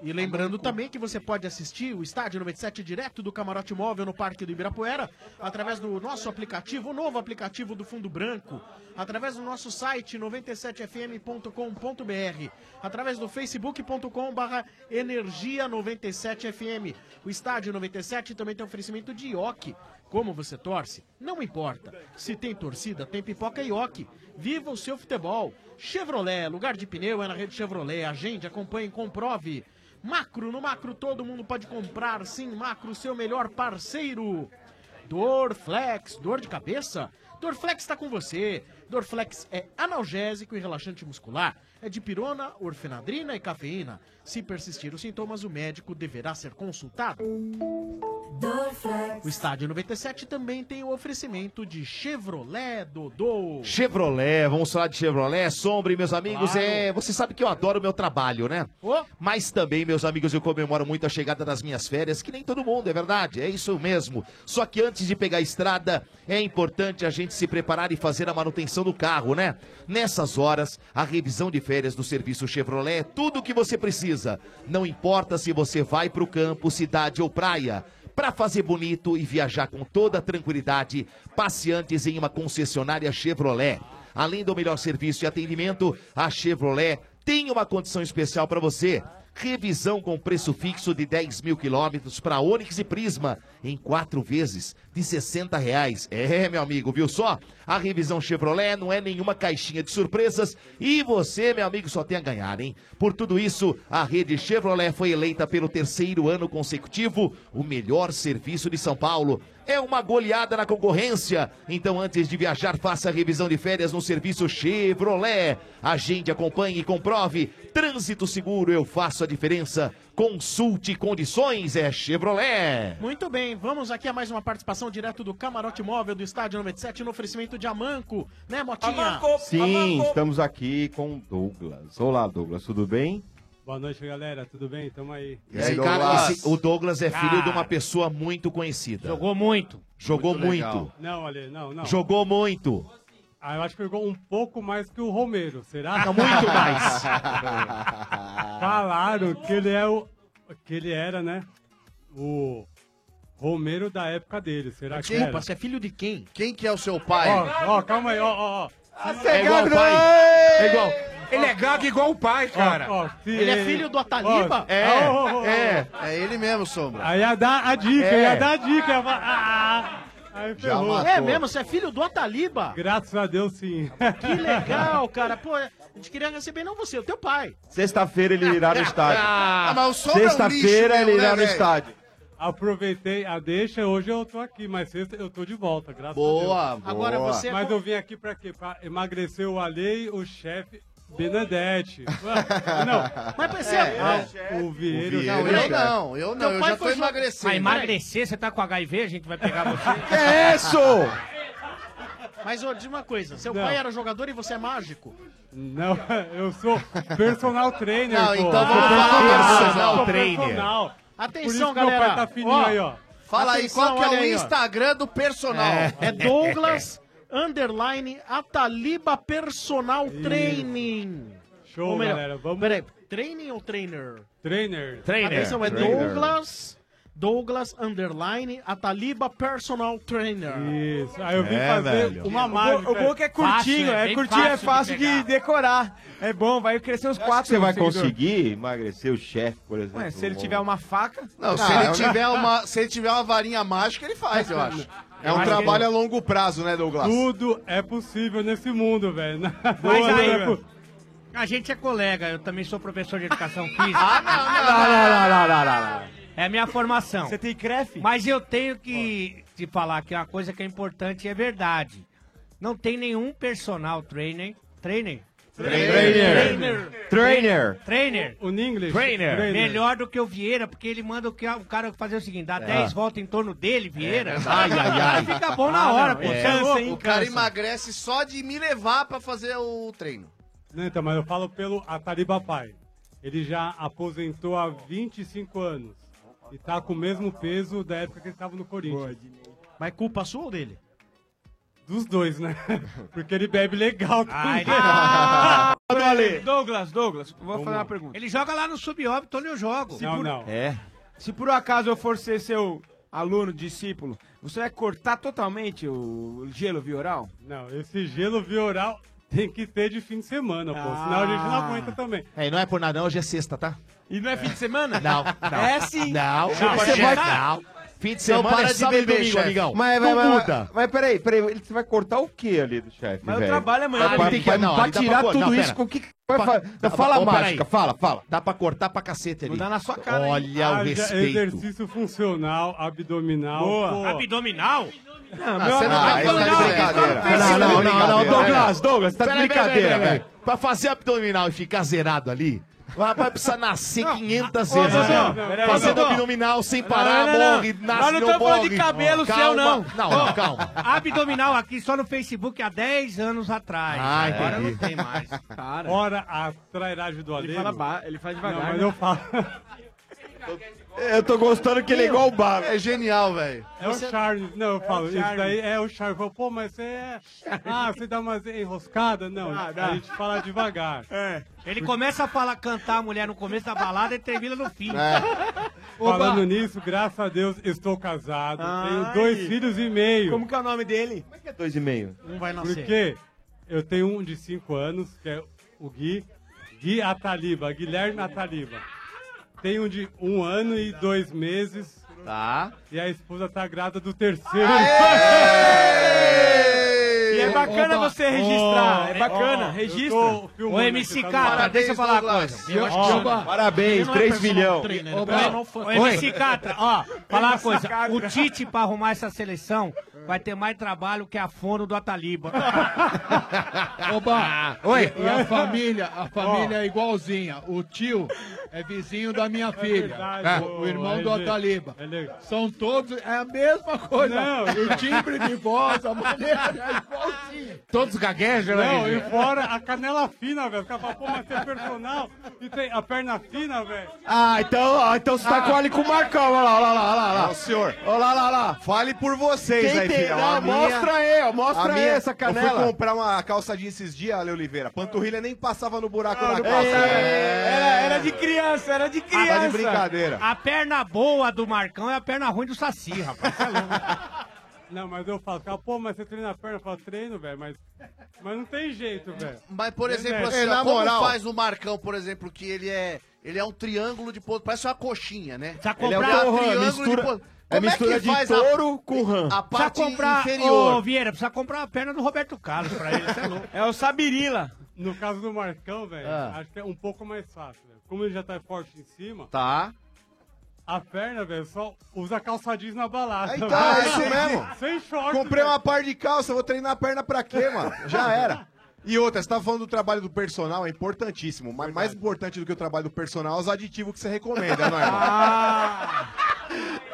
Speaker 6: E lembrando também que você pode assistir o Estádio 97 direto do Camarote Móvel no Parque do Ibirapuera, através do nosso aplicativo, o novo aplicativo do Fundo Branco, através do nosso site 97fm.com.br, através do facebook.com barra energia 97fm. O Estádio 97 também tem oferecimento de ioki. Como você torce? Não importa. Se tem torcida, tem pipoca e ioki. Viva o seu futebol. Chevrolet, lugar de pneu é na rede Chevrolet. Agende, acompanhe, comprove. Macro, no Macro todo mundo pode comprar. Sim, Macro, seu melhor parceiro. Dorflex, dor de cabeça? Dorflex está com você. Dorflex é analgésico e relaxante muscular. É de pirona, orfenadrina e cafeína. Se persistir os sintomas, o médico deverá ser consultado. O Estádio 97 também tem o oferecimento de Chevrolet Dodô.
Speaker 7: Chevrolet, vamos falar de Chevrolet, Sombre, meus amigos,
Speaker 6: Claro.
Speaker 7: é, você sabe que eu adoro o meu trabalho, né? Mas também, meus amigos, eu comemoro muito a chegada das minhas férias, que nem todo mundo, é verdade, é isso mesmo. Só que antes de pegar a estrada, é importante a gente se preparar e fazer a manutenção do carro, né? Nessas horas, a revisão de férias do serviço Chevrolet é tudo o que você precisa. Não importa se você vai pro campo, cidade ou praia. Para fazer bonito e viajar com toda tranquilidade, passe antes em uma concessionária Chevrolet. Além do melhor serviço e atendimento, a Chevrolet tem uma condição especial para você. Revisão com preço fixo de 10 mil quilômetros para Onix e Prisma em quatro vezes de 60 reais. É, meu amigo, viu só? A revisão Chevrolet não é nenhuma caixinha de surpresas e você, meu amigo, só tem a ganhar, hein? Por tudo isso, a rede Chevrolet foi eleita pelo terceiro ano consecutivo o melhor serviço de São Paulo. É uma goleada na concorrência. Então, antes de viajar, faça a revisão de férias no serviço Chevrolet. Agende, acompanhe e comprove. Trânsito seguro, eu faço a diferença. Consulte condições, é Chevrolet.
Speaker 6: Muito bem, vamos aqui a mais uma participação direto do Camarote Móvel do Estádio 97 no oferecimento de Amanco, né, Motinha?
Speaker 8: Sim, estamos aqui com o Douglas. Olá, Douglas, tudo bem?
Speaker 23: Boa noite, galera. Tudo bem? Tamo aí. Ah,
Speaker 7: Esse cara, esse- o Douglas é filho de uma pessoa muito conhecida.
Speaker 23: Jogou muito.
Speaker 7: Jogou muito.
Speaker 23: Não, Ale, não, não.
Speaker 7: Jogou muito.
Speaker 23: Ah, eu acho que jogou um pouco mais que o Romero, será?
Speaker 7: Tá Muito mais.
Speaker 23: Falaram que ele é o. que ele era, né? O Romero da época dele. Será que
Speaker 3: Desculpa,
Speaker 23: era?
Speaker 3: você
Speaker 6: é filho de quem?
Speaker 3: Quem que é o seu pai?
Speaker 23: Ó, ó, calma aí, ó, ó, ó.
Speaker 3: É igual o pai. É igual. Ele é gago igual o pai,
Speaker 23: cara. Ele é filho do Ataliba?
Speaker 3: É,
Speaker 23: Ó, ó, ó, ó.
Speaker 3: é. É ele mesmo, Sombra.
Speaker 23: Aí ia dar a dica,
Speaker 3: É.
Speaker 23: ia dar a dica. ia falar, ah, ah, aí
Speaker 3: Já
Speaker 23: ferrou.
Speaker 3: matou. É mesmo?
Speaker 6: Você é filho do Ataliba?
Speaker 23: Graças a Deus, sim.
Speaker 6: Que legal, cara. Pô, a gente queria receber não você, o teu pai.
Speaker 8: Sexta-feira ele irá no estádio.
Speaker 23: Ah, mas o som é um lixo
Speaker 8: Sexta-feira
Speaker 23: mesmo,
Speaker 8: ele
Speaker 23: né,
Speaker 8: irá no
Speaker 23: velho?
Speaker 8: estádio.
Speaker 23: Aproveitei a deixa, hoje eu tô aqui, mas sexta eu tô de volta, graças
Speaker 8: Boa,
Speaker 23: a Deus.
Speaker 8: boa. Agora você é
Speaker 23: Mas
Speaker 8: com-
Speaker 23: eu vim aqui pra quê? Pra emagrecer o Alei, o chefe Benedetti. não.
Speaker 6: Mas
Speaker 23: você
Speaker 6: você é-
Speaker 23: ah, o Vieira.
Speaker 6: Não,
Speaker 8: é
Speaker 6: eu não, eu não, Teu eu pai já tô foi jo- emagrecendo.
Speaker 11: Vai emagrecer, você tá com HIV, a gente vai pegar você.
Speaker 6: Que é isso? Mas ô, diz uma coisa, seu
Speaker 23: Não.
Speaker 6: pai era jogador e você é mágico?
Speaker 23: Não, eu sou personal trainer.
Speaker 6: Não,
Speaker 23: pô.
Speaker 6: então vamos
Speaker 23: Eu sou
Speaker 6: falar de personal
Speaker 23: eu sou
Speaker 6: trainer.
Speaker 23: personal.
Speaker 6: Atenção,
Speaker 23: Por isso que
Speaker 6: galera.
Speaker 23: Meu pai tá fininho
Speaker 6: Ó,
Speaker 23: aí, ó.
Speaker 21: Assim,
Speaker 3: Fala
Speaker 6: Atenção,
Speaker 3: aí, qual que
Speaker 6: olha
Speaker 3: é o
Speaker 6: aí, ó.
Speaker 3: Instagram do personal?
Speaker 6: É, Douglas underline Ataliba Personal Training.
Speaker 23: Show,
Speaker 6: Ou melhor,
Speaker 23: galera, vamos-
Speaker 6: Peraí, training ou trainer?
Speaker 23: Trainer.
Speaker 6: Atenção, é Douglas Douglas Underline Ataliba Personal Trainer.
Speaker 23: Isso, aí eu vim É, fazer velho.
Speaker 6: uma
Speaker 11: O bom-
Speaker 6: marca.
Speaker 11: o bom que é curtinho, é curtinho, é fácil de decorar. É bom, vai crescer uns quatro.
Speaker 8: Você vai
Speaker 11: seguidores.
Speaker 8: conseguir emagrecer o chefe, por exemplo. um
Speaker 11: Ué, se ele tiver uma faca.
Speaker 8: Ah,
Speaker 3: Não, se, ele tiver uma, se ele tiver uma varinha mágica, ele faz, eu acho.
Speaker 10: É um
Speaker 23: Acho que-
Speaker 10: trabalho a longo prazo, né, Douglas?
Speaker 23: Tudo é possível nesse mundo, velho. Na
Speaker 9: Mas
Speaker 23: boa,
Speaker 9: aí,
Speaker 23: né, pô?
Speaker 9: a gente é colega, eu também sou professor de educação física.
Speaker 3: não, não, não, não,
Speaker 9: É a minha formação. Você tem crefe? Mas eu tenho que te falar que uma coisa que é importante e é verdade. Não tem nenhum personal trainer. Trainer?
Speaker 10: Trainer.
Speaker 9: Trainer.
Speaker 10: Trainer.
Speaker 9: Trainer.
Speaker 23: O English.
Speaker 9: Trainer.
Speaker 23: Trainer.
Speaker 9: Melhor do que o Vieira, porque ele manda o que- o cara fazer o seguinte: dá
Speaker 3: É.
Speaker 9: 10 voltas em torno dele, Vieira.
Speaker 3: Ai, ai, ai.
Speaker 9: Aí Fica bom
Speaker 6: Ah,
Speaker 9: na hora, pô. Você é louco?
Speaker 3: O cara emagrece só de me levar pra fazer o treino.
Speaker 23: Não, então, mas eu falo pelo Atariba Pai. Ele já aposentou há 25 anos e tá com o mesmo peso da época que ele estava no Corinthians.
Speaker 6: Mas culpa sua ou dele?
Speaker 23: Dos dois, né? Porque ele bebe legal também.
Speaker 11: Douglas, Douglas, vou
Speaker 23: Vamos
Speaker 11: fazer
Speaker 23: lá.
Speaker 11: uma pergunta.
Speaker 9: Ele joga lá no subóbito onde eu jogo.
Speaker 11: Se por- Se por acaso eu for ser seu aluno, discípulo, você vai cortar totalmente o gelo vioral?
Speaker 23: Não, esse gelo vioral tem que ter de fim de semana, pô. Senão a gente
Speaker 11: Ah.
Speaker 23: não aguenta também.
Speaker 7: É, e não é por nada, não, hoje é sexta, tá?
Speaker 11: E não é fim de semana?
Speaker 7: Não, não.
Speaker 23: É sim.
Speaker 7: Não,
Speaker 23: Não,
Speaker 7: você
Speaker 23: chefe.
Speaker 7: vai. Não. Fim de semana é sábado e domingo, amigão.
Speaker 8: Mas, vai,
Speaker 7: Não
Speaker 8: vai,
Speaker 7: muda.
Speaker 8: Mas, mas peraí, peraí, ele você vai cortar o que ali do chefe?
Speaker 7: Mas eu
Speaker 8: velho?
Speaker 7: trabalho amanhã,
Speaker 8: Vai,
Speaker 7: ele
Speaker 8: pra-
Speaker 7: tem que-
Speaker 8: vai-
Speaker 7: não,
Speaker 8: pra
Speaker 7: ele dá
Speaker 8: tirar
Speaker 7: pra cor-
Speaker 8: tudo
Speaker 7: não,
Speaker 8: isso,
Speaker 7: pera.
Speaker 8: com o que que vai
Speaker 7: Dá-
Speaker 8: fazer?
Speaker 7: dá-
Speaker 8: fala
Speaker 7: ô,
Speaker 8: a
Speaker 7: peraí.
Speaker 8: mágica, fala, fala.
Speaker 7: Dá pra cortar pra cacete ali.
Speaker 8: Não dá na sua
Speaker 23: cara, hein?
Speaker 7: Olha o
Speaker 23: Haja
Speaker 7: respeito.
Speaker 23: Exercício funcional, abdominal.
Speaker 9: Boa.
Speaker 23: pô.
Speaker 9: Abdominal?
Speaker 23: Não,
Speaker 9: meu
Speaker 23: você não tá
Speaker 9: abdominal-
Speaker 23: falando
Speaker 9: Não,
Speaker 23: de brincadeira.
Speaker 9: não, tá não,
Speaker 23: Não, não, não, não,
Speaker 7: Douglas,
Speaker 8: Douglas,
Speaker 7: tá de
Speaker 8: brincadeira,
Speaker 7: velho. Pra fazer abdominal e ficar zerado ali, vai, vai precisar nascer 500
Speaker 8: ô,
Speaker 7: vezes,
Speaker 8: Dodô,
Speaker 7: velho.
Speaker 8: peraí,
Speaker 7: Fazendo
Speaker 8: Dodô.
Speaker 7: abdominal sem
Speaker 8: Não,
Speaker 7: parar,
Speaker 9: não, não.
Speaker 7: morre,
Speaker 9: Nós
Speaker 7: nasce,
Speaker 9: não estamos falando de
Speaker 7: morre.
Speaker 9: cabelo seu,
Speaker 7: Calma.
Speaker 9: não.
Speaker 7: Não, não,
Speaker 9: Ó,
Speaker 7: calma.
Speaker 9: Abdominal aqui só no Facebook há 10 anos atrás.
Speaker 7: Ah,
Speaker 9: Agora
Speaker 7: entendi.
Speaker 9: não tem mais.
Speaker 23: Ora a trairagem do Aleiro.
Speaker 11: fala ba- ele faz devagar,
Speaker 23: Não, mas
Speaker 11: né?
Speaker 23: eu falo.
Speaker 8: Eu tô gostando que ele é igual o Baba.
Speaker 3: É genial, velho.
Speaker 23: É o Charles. Não, eu falo, isso
Speaker 3: Charles.
Speaker 23: daí é o Charles. Eu falo, pô, mas você é... Ah, você dá umas enroscadas? Não,
Speaker 9: Ah, dá.
Speaker 23: a gente fala devagar.
Speaker 9: É. Ele começa a falar, cantar a mulher no começo da balada e termina no fim.
Speaker 23: É.
Speaker 7: É.
Speaker 9: Opa.
Speaker 23: Falando nisso, graças a Deus, estou casado. Tenho dois
Speaker 11: Ai.
Speaker 23: filhos e meio.
Speaker 11: Como que é o nome dele? Como é que é
Speaker 8: Dois e meio.
Speaker 11: Um vai
Speaker 23: Porque eu tenho um de 5 anos, que é o Gui. Gui Ataliba, Guilherme Ataliba. Tem um de um ano e dois meses.
Speaker 3: Tá.
Speaker 23: E a esposa tá grávida do terceiro.
Speaker 11: E é bacana você registrar, é bacana, registra.
Speaker 9: Ô,
Speaker 23: tá
Speaker 9: MC Catra, deixa eu falar uma coisa. Eu acho que- Ó, ele não é personal trainer,
Speaker 8: né?
Speaker 9: ele é personal fan. Ô, MC Catra, ó, falar uma coisa. O Tite, pra arrumar essa seleção, vai ter mais trabalho que a fono do Ataliba.
Speaker 12: Oba!
Speaker 9: Ah, Oi.
Speaker 12: E, e a família, a família é igualzinha. O tio é vizinho da minha filha.
Speaker 23: verdade,
Speaker 12: o,
Speaker 23: ô,
Speaker 12: o irmão do
Speaker 23: Regê.
Speaker 12: Ataliba.
Speaker 23: Ele-
Speaker 12: São todos, é a mesma coisa.
Speaker 23: Não.
Speaker 12: O timbre de voz, a maneira, é igualzinha.
Speaker 23: Todos
Speaker 11: É
Speaker 23: gaguejam,
Speaker 12: né,
Speaker 23: Não, e
Speaker 12: gente?
Speaker 23: fora a canela fina, velho. O cara fala, pô, mas você é personal e tem a perna fina, velho.
Speaker 8: Ah, então, ó, então você tá com ali com o Marcão, olha lá, olha lá, olha lá, olha lá.
Speaker 3: Ó, senhor.
Speaker 8: Olha lá, olha lá.
Speaker 3: Fale por vocês
Speaker 10: né,
Speaker 8: Quem
Speaker 3: aí,
Speaker 8: tem-
Speaker 3: filhão.
Speaker 8: não,
Speaker 3: A minha-
Speaker 8: mostra aí, ó,
Speaker 3: a
Speaker 8: mostra aí
Speaker 3: minha-
Speaker 8: essa canela.
Speaker 10: Eu fui comprar uma calçadinha esses dias, Ale Oliveira. Panturrilha nem passava no buraco
Speaker 8: Ah,
Speaker 10: da calça. né?
Speaker 8: É.
Speaker 9: Era,
Speaker 10: era
Speaker 9: de criança, era Ah, de
Speaker 10: criança. Tá de brincadeira.
Speaker 9: A perna boa do Marcão é a perna ruim do Saci, rapaz.
Speaker 23: Não, mas eu falo, cara, pô, mas você treina a perna? Eu falo, treino, velho, mas, mas não tem jeito, velho.
Speaker 3: Mas, por exemplo,
Speaker 23: Genético.
Speaker 3: assim, ó, como faz o Marcão, por exemplo, que ele é. Ele é um triângulo de ponto, parece uma coxinha, né? Já
Speaker 8: Ele é um torrã, mistura- é mistura de touro com rã. Precisa
Speaker 3: A parte
Speaker 9: comprar-
Speaker 3: inferior.
Speaker 9: Ô, Vieira, precisa comprar a perna do Roberto Carlos pra ele, você é louco.
Speaker 11: É o Sabirila.
Speaker 23: No caso do Marcão, velho,
Speaker 3: Ah.
Speaker 23: acho que é um pouco mais fácil, velho. Como ele já tá forte em cima,
Speaker 3: Tá.
Speaker 23: a perna, velho, só usa calçadinhos na balada.
Speaker 10: Então,
Speaker 23: velho.
Speaker 10: é isso mesmo.
Speaker 23: Sem short,
Speaker 10: Comprei
Speaker 23: velho.
Speaker 10: uma par de calça, vou treinar a perna pra quê, mano? Já era. E outra, você tava falando do trabalho do personal, é importantíssimo. Mas mais importante do que o trabalho do personal é os aditivos que você recomenda, não é?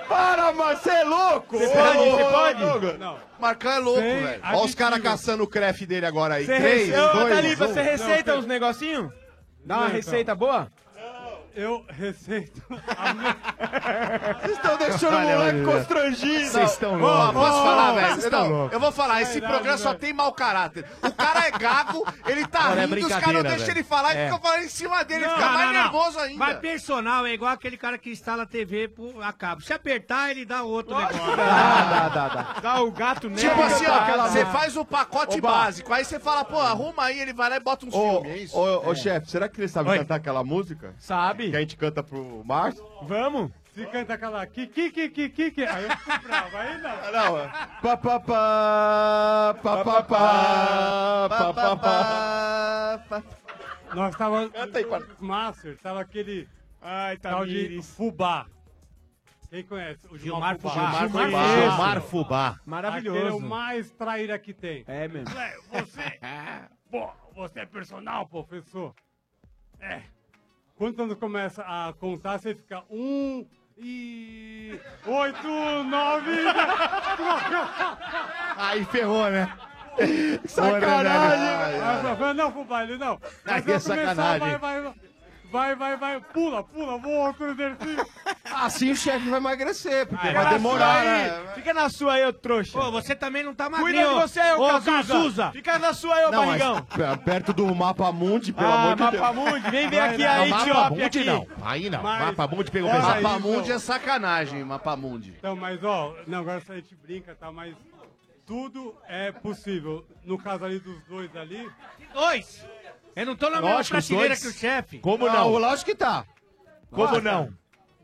Speaker 8: Para, mano, você é louco!
Speaker 10: Você
Speaker 8: Ô,
Speaker 10: pode,
Speaker 8: ô,
Speaker 10: você
Speaker 8: ô,
Speaker 10: pode?
Speaker 8: Douglas.
Speaker 3: Marcão é
Speaker 10: louco, velho. Olha os caras caçando o crefe dele agora aí.
Speaker 11: Você
Speaker 10: Três,
Speaker 11: rece- Ô,
Speaker 10: dois,
Speaker 11: Taliba,
Speaker 10: um.
Speaker 11: você receita uns negocinhos? Dá uma
Speaker 10: Não, então.
Speaker 11: receita boa?
Speaker 23: Eu receito a minha... Vocês
Speaker 21: estão deixando o moleque constrangido. Não, ó, Posso falar, velho? Não, eu vou falar. Esse programa só tem mau caráter. O cara é gago, ele tá
Speaker 9: Cara, é
Speaker 21: rindo, os caras não
Speaker 9: brincadeira,
Speaker 21: deixam
Speaker 9: velho.
Speaker 21: ele falar e
Speaker 9: É.
Speaker 21: ficam falando em cima dele.
Speaker 9: Não,
Speaker 21: fica
Speaker 9: não,
Speaker 21: mais
Speaker 9: não.
Speaker 21: nervoso ainda.
Speaker 9: Mas personal é igual aquele cara que instala a TV pro, a cabo. Se apertar, ele dá outro negócio.
Speaker 21: dá,
Speaker 9: dá, dá. Dá o gato
Speaker 11: Né?
Speaker 9: nele.
Speaker 21: Tipo assim, ó,
Speaker 9: Aquela
Speaker 21: você
Speaker 9: mão.
Speaker 21: faz o pacote
Speaker 9: Oba.
Speaker 21: básico, aí você fala, pô, arruma aí, ele vai lá e bota uns filmes, é isso?
Speaker 8: Ô, ô, chefe, será que ele sabe cantar aquela música?
Speaker 11: Sabe.
Speaker 8: Que a gente canta pro Márcio?
Speaker 11: Vamos.
Speaker 23: Se canta aquela kiki, kiki, kiki, aí eu fico bravo, aí não.
Speaker 8: Não, pa pa pa pa pa pa pa pa
Speaker 3: Ah,
Speaker 23: Nós tava. Canta aí, Master, tava aquele. Ai, tá tal de
Speaker 24: Tamires.
Speaker 23: Fubá. Quem conhece? O
Speaker 24: Gilmar
Speaker 23: Gilmar,
Speaker 24: Fubá.
Speaker 23: Fubá.
Speaker 24: Gilmar Fubá.
Speaker 23: Isso.
Speaker 24: Gilmar Fubá.
Speaker 23: Aquele é o
Speaker 24: Maravilhoso.
Speaker 23: mais traíra que tem.
Speaker 24: É mesmo.
Speaker 23: Ué, Você. pô, você é personal, professor. É. Quando começa a contar, você fica um e. oito, nove.
Speaker 21: Aí ferrou, né?
Speaker 23: Sacanagem! Aí eu falei, Não, fubá, ele não. Mas
Speaker 21: que
Speaker 23: eu começar,
Speaker 21: é sacanagem.
Speaker 23: Vai, vai, vai. Vai, vai, vai, pula, pula, voa, outro exercício.
Speaker 9: Assim o chefe vai emagrecer, porque
Speaker 23: vai demorar, né?
Speaker 9: Fica na sua aí, ô trouxa. Pô, você também não tá magrinho.
Speaker 11: Cuida de você, ô,
Speaker 9: ô
Speaker 11: Cazuza.
Speaker 9: Cazuza.
Speaker 11: Fica na sua aí, ô
Speaker 9: Não, mas-
Speaker 11: barrigão.
Speaker 8: P- Perto do Mapa Mundi, pelo
Speaker 11: Ah,
Speaker 8: amor de Deus.
Speaker 11: Mapa Mundi, vem ver aqui
Speaker 7: Não, Mapamundi não. Aí não.
Speaker 23: Mas-
Speaker 7: Mapamundi pegou
Speaker 23: Olha
Speaker 7: pesado.
Speaker 23: aí, então.
Speaker 21: é sacanagem, Mapamundi.
Speaker 23: Então, mas ó, não, agora só a gente brinca, tá? Mas tudo é possível. No caso ali dos dois ali.
Speaker 9: Dois! Eu não tô
Speaker 21: na mesma Lógico, prateleira dois. que o chefe. Como não?
Speaker 23: Lógico que tá.
Speaker 21: Como não?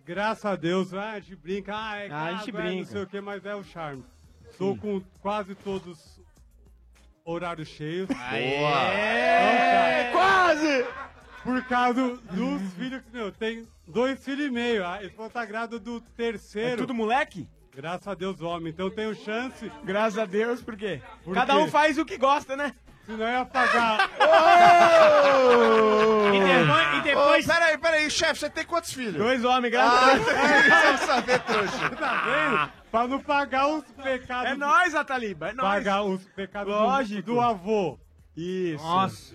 Speaker 23: Graças a Deus, ah, a gente brinca, ah,
Speaker 21: Ah, a
Speaker 23: é gago,
Speaker 21: gente
Speaker 23: é não
Speaker 21: brinca.
Speaker 23: sei o que, mas é o charme. Tô com quase todos horários cheios.
Speaker 21: Aê! É,
Speaker 23: Não, cara.
Speaker 21: Quase!
Speaker 23: Por causa dos filhos que meu, tem dois filhos e meio. Ah, Eles vão estar grávidos do terceiro.
Speaker 11: É tudo moleque?
Speaker 23: Graças a Deus, homem. Então tenho chance.
Speaker 11: Graças a Deus, por quê?
Speaker 23: Por
Speaker 11: Cada
Speaker 23: quê?
Speaker 11: um faz o que gosta, né?
Speaker 23: Senão ia pagar.
Speaker 11: E depois- e depois-
Speaker 21: Ô, peraí, peraí, chefe, você tem quantos filhos?
Speaker 11: Dois homens, graças a Deus.
Speaker 21: Deus. saber, trouxa.
Speaker 23: Tá vendo? Pra não pagar os pecados.
Speaker 11: É nóis, Ataliba, é nóis.
Speaker 23: Pagar os pecados do-
Speaker 11: Lógico.
Speaker 23: do, avô. Isso.
Speaker 11: Nossa.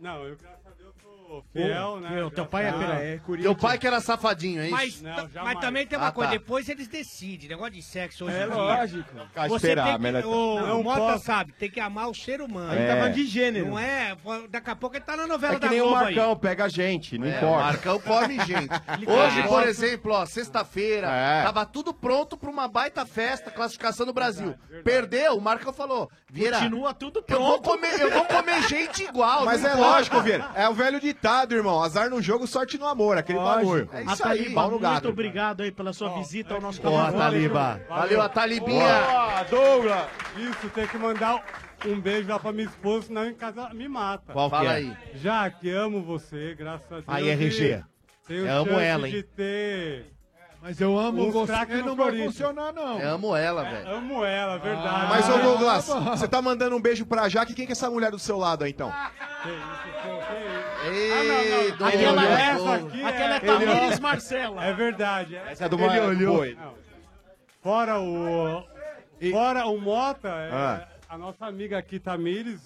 Speaker 23: Não, eu graças a Deus sou fiel, né? Graças
Speaker 11: é
Speaker 23: a Deus.
Speaker 21: Ah, é Teu pai que era safadinho, é isso?
Speaker 9: Mas,
Speaker 23: Não,
Speaker 9: ta- mas
Speaker 23: jamais.
Speaker 9: também tem uma
Speaker 21: Ah,
Speaker 9: coisa,
Speaker 21: tá.
Speaker 9: depois eles decidem. Negócio de sexo hoje
Speaker 21: É
Speaker 9: em dia.
Speaker 21: lógico. Ficar esperar,
Speaker 9: tem que-
Speaker 21: melhor-
Speaker 11: é um
Speaker 9: o
Speaker 21: Não
Speaker 9: Mota
Speaker 21: posso.
Speaker 9: sabe, tem que amar o ser humano.
Speaker 8: A gente tá É. falando de gênero.
Speaker 9: Não é? Pô, Daqui a pouco ele tá na novela
Speaker 8: É que
Speaker 9: da
Speaker 8: nem o
Speaker 9: Globo
Speaker 8: Marcão,
Speaker 9: aí.
Speaker 8: pega a gente, não
Speaker 21: É,
Speaker 8: importa.
Speaker 21: Marcão come gente.
Speaker 8: Ele
Speaker 21: Hoje,
Speaker 8: come.
Speaker 21: por exemplo, ó, sexta-feira,
Speaker 8: É.
Speaker 21: tava tudo pronto pra uma baita festa, classificação do Brasil. Perdeu, o Marcão falou, Vieira,
Speaker 11: Continua tudo
Speaker 21: eu vou
Speaker 11: pronto.
Speaker 21: comer, eu vou comer gente igual.
Speaker 10: Mas
Speaker 21: não
Speaker 10: é
Speaker 21: importa.
Speaker 10: lógico, Vieira. É o velho ditado, irmão. Azar no jogo, sorte no amor. Aquele bagulho.
Speaker 11: É
Speaker 10: isso aí,
Speaker 11: Ataliba,
Speaker 10: pau no
Speaker 11: muito
Speaker 10: gato.
Speaker 11: obrigado aí pela sua visita ao nosso
Speaker 10: Boa,
Speaker 11: canal.
Speaker 10: Ataliba.
Speaker 21: Valeu, a
Speaker 23: Boa, Douglas. Isso, tem que mandar um beijo lá pra minha esposa, senão em casa ela me mata.
Speaker 7: Qual que Fala é? aí.
Speaker 23: Já que amo você, graças a Deus.
Speaker 7: Aí, RG.
Speaker 23: e Tenho
Speaker 7: Eu amo
Speaker 23: chance
Speaker 7: ela, hein?
Speaker 23: de ter...
Speaker 12: Mas eu amo
Speaker 23: uns
Speaker 12: você,
Speaker 23: craques no
Speaker 12: não vai
Speaker 23: Corinthians.
Speaker 12: funcionar, não.
Speaker 21: Eu amo ela, velho.
Speaker 23: Amo ela, verdade.
Speaker 10: Ah,
Speaker 23: Ah,
Speaker 10: Mas, ô Douglas, você tá mandando um beijo pra Jaque. Quem que é essa mulher do seu lado aí, então?
Speaker 21: Ei,
Speaker 10: não, não.
Speaker 23: Ah, Aquela,
Speaker 10: Ele
Speaker 23: essa
Speaker 10: olhou.
Speaker 23: aqui
Speaker 10: Aquela
Speaker 23: é,
Speaker 10: é Tamires
Speaker 23: Ele olhou.
Speaker 11: Marcela.
Speaker 23: É verdade. Essa
Speaker 10: é do Ele Mar- olhou. Boi.
Speaker 23: Fora o... Fora o Mota, é,
Speaker 8: Ah.
Speaker 23: a nossa amiga aqui, Tamires,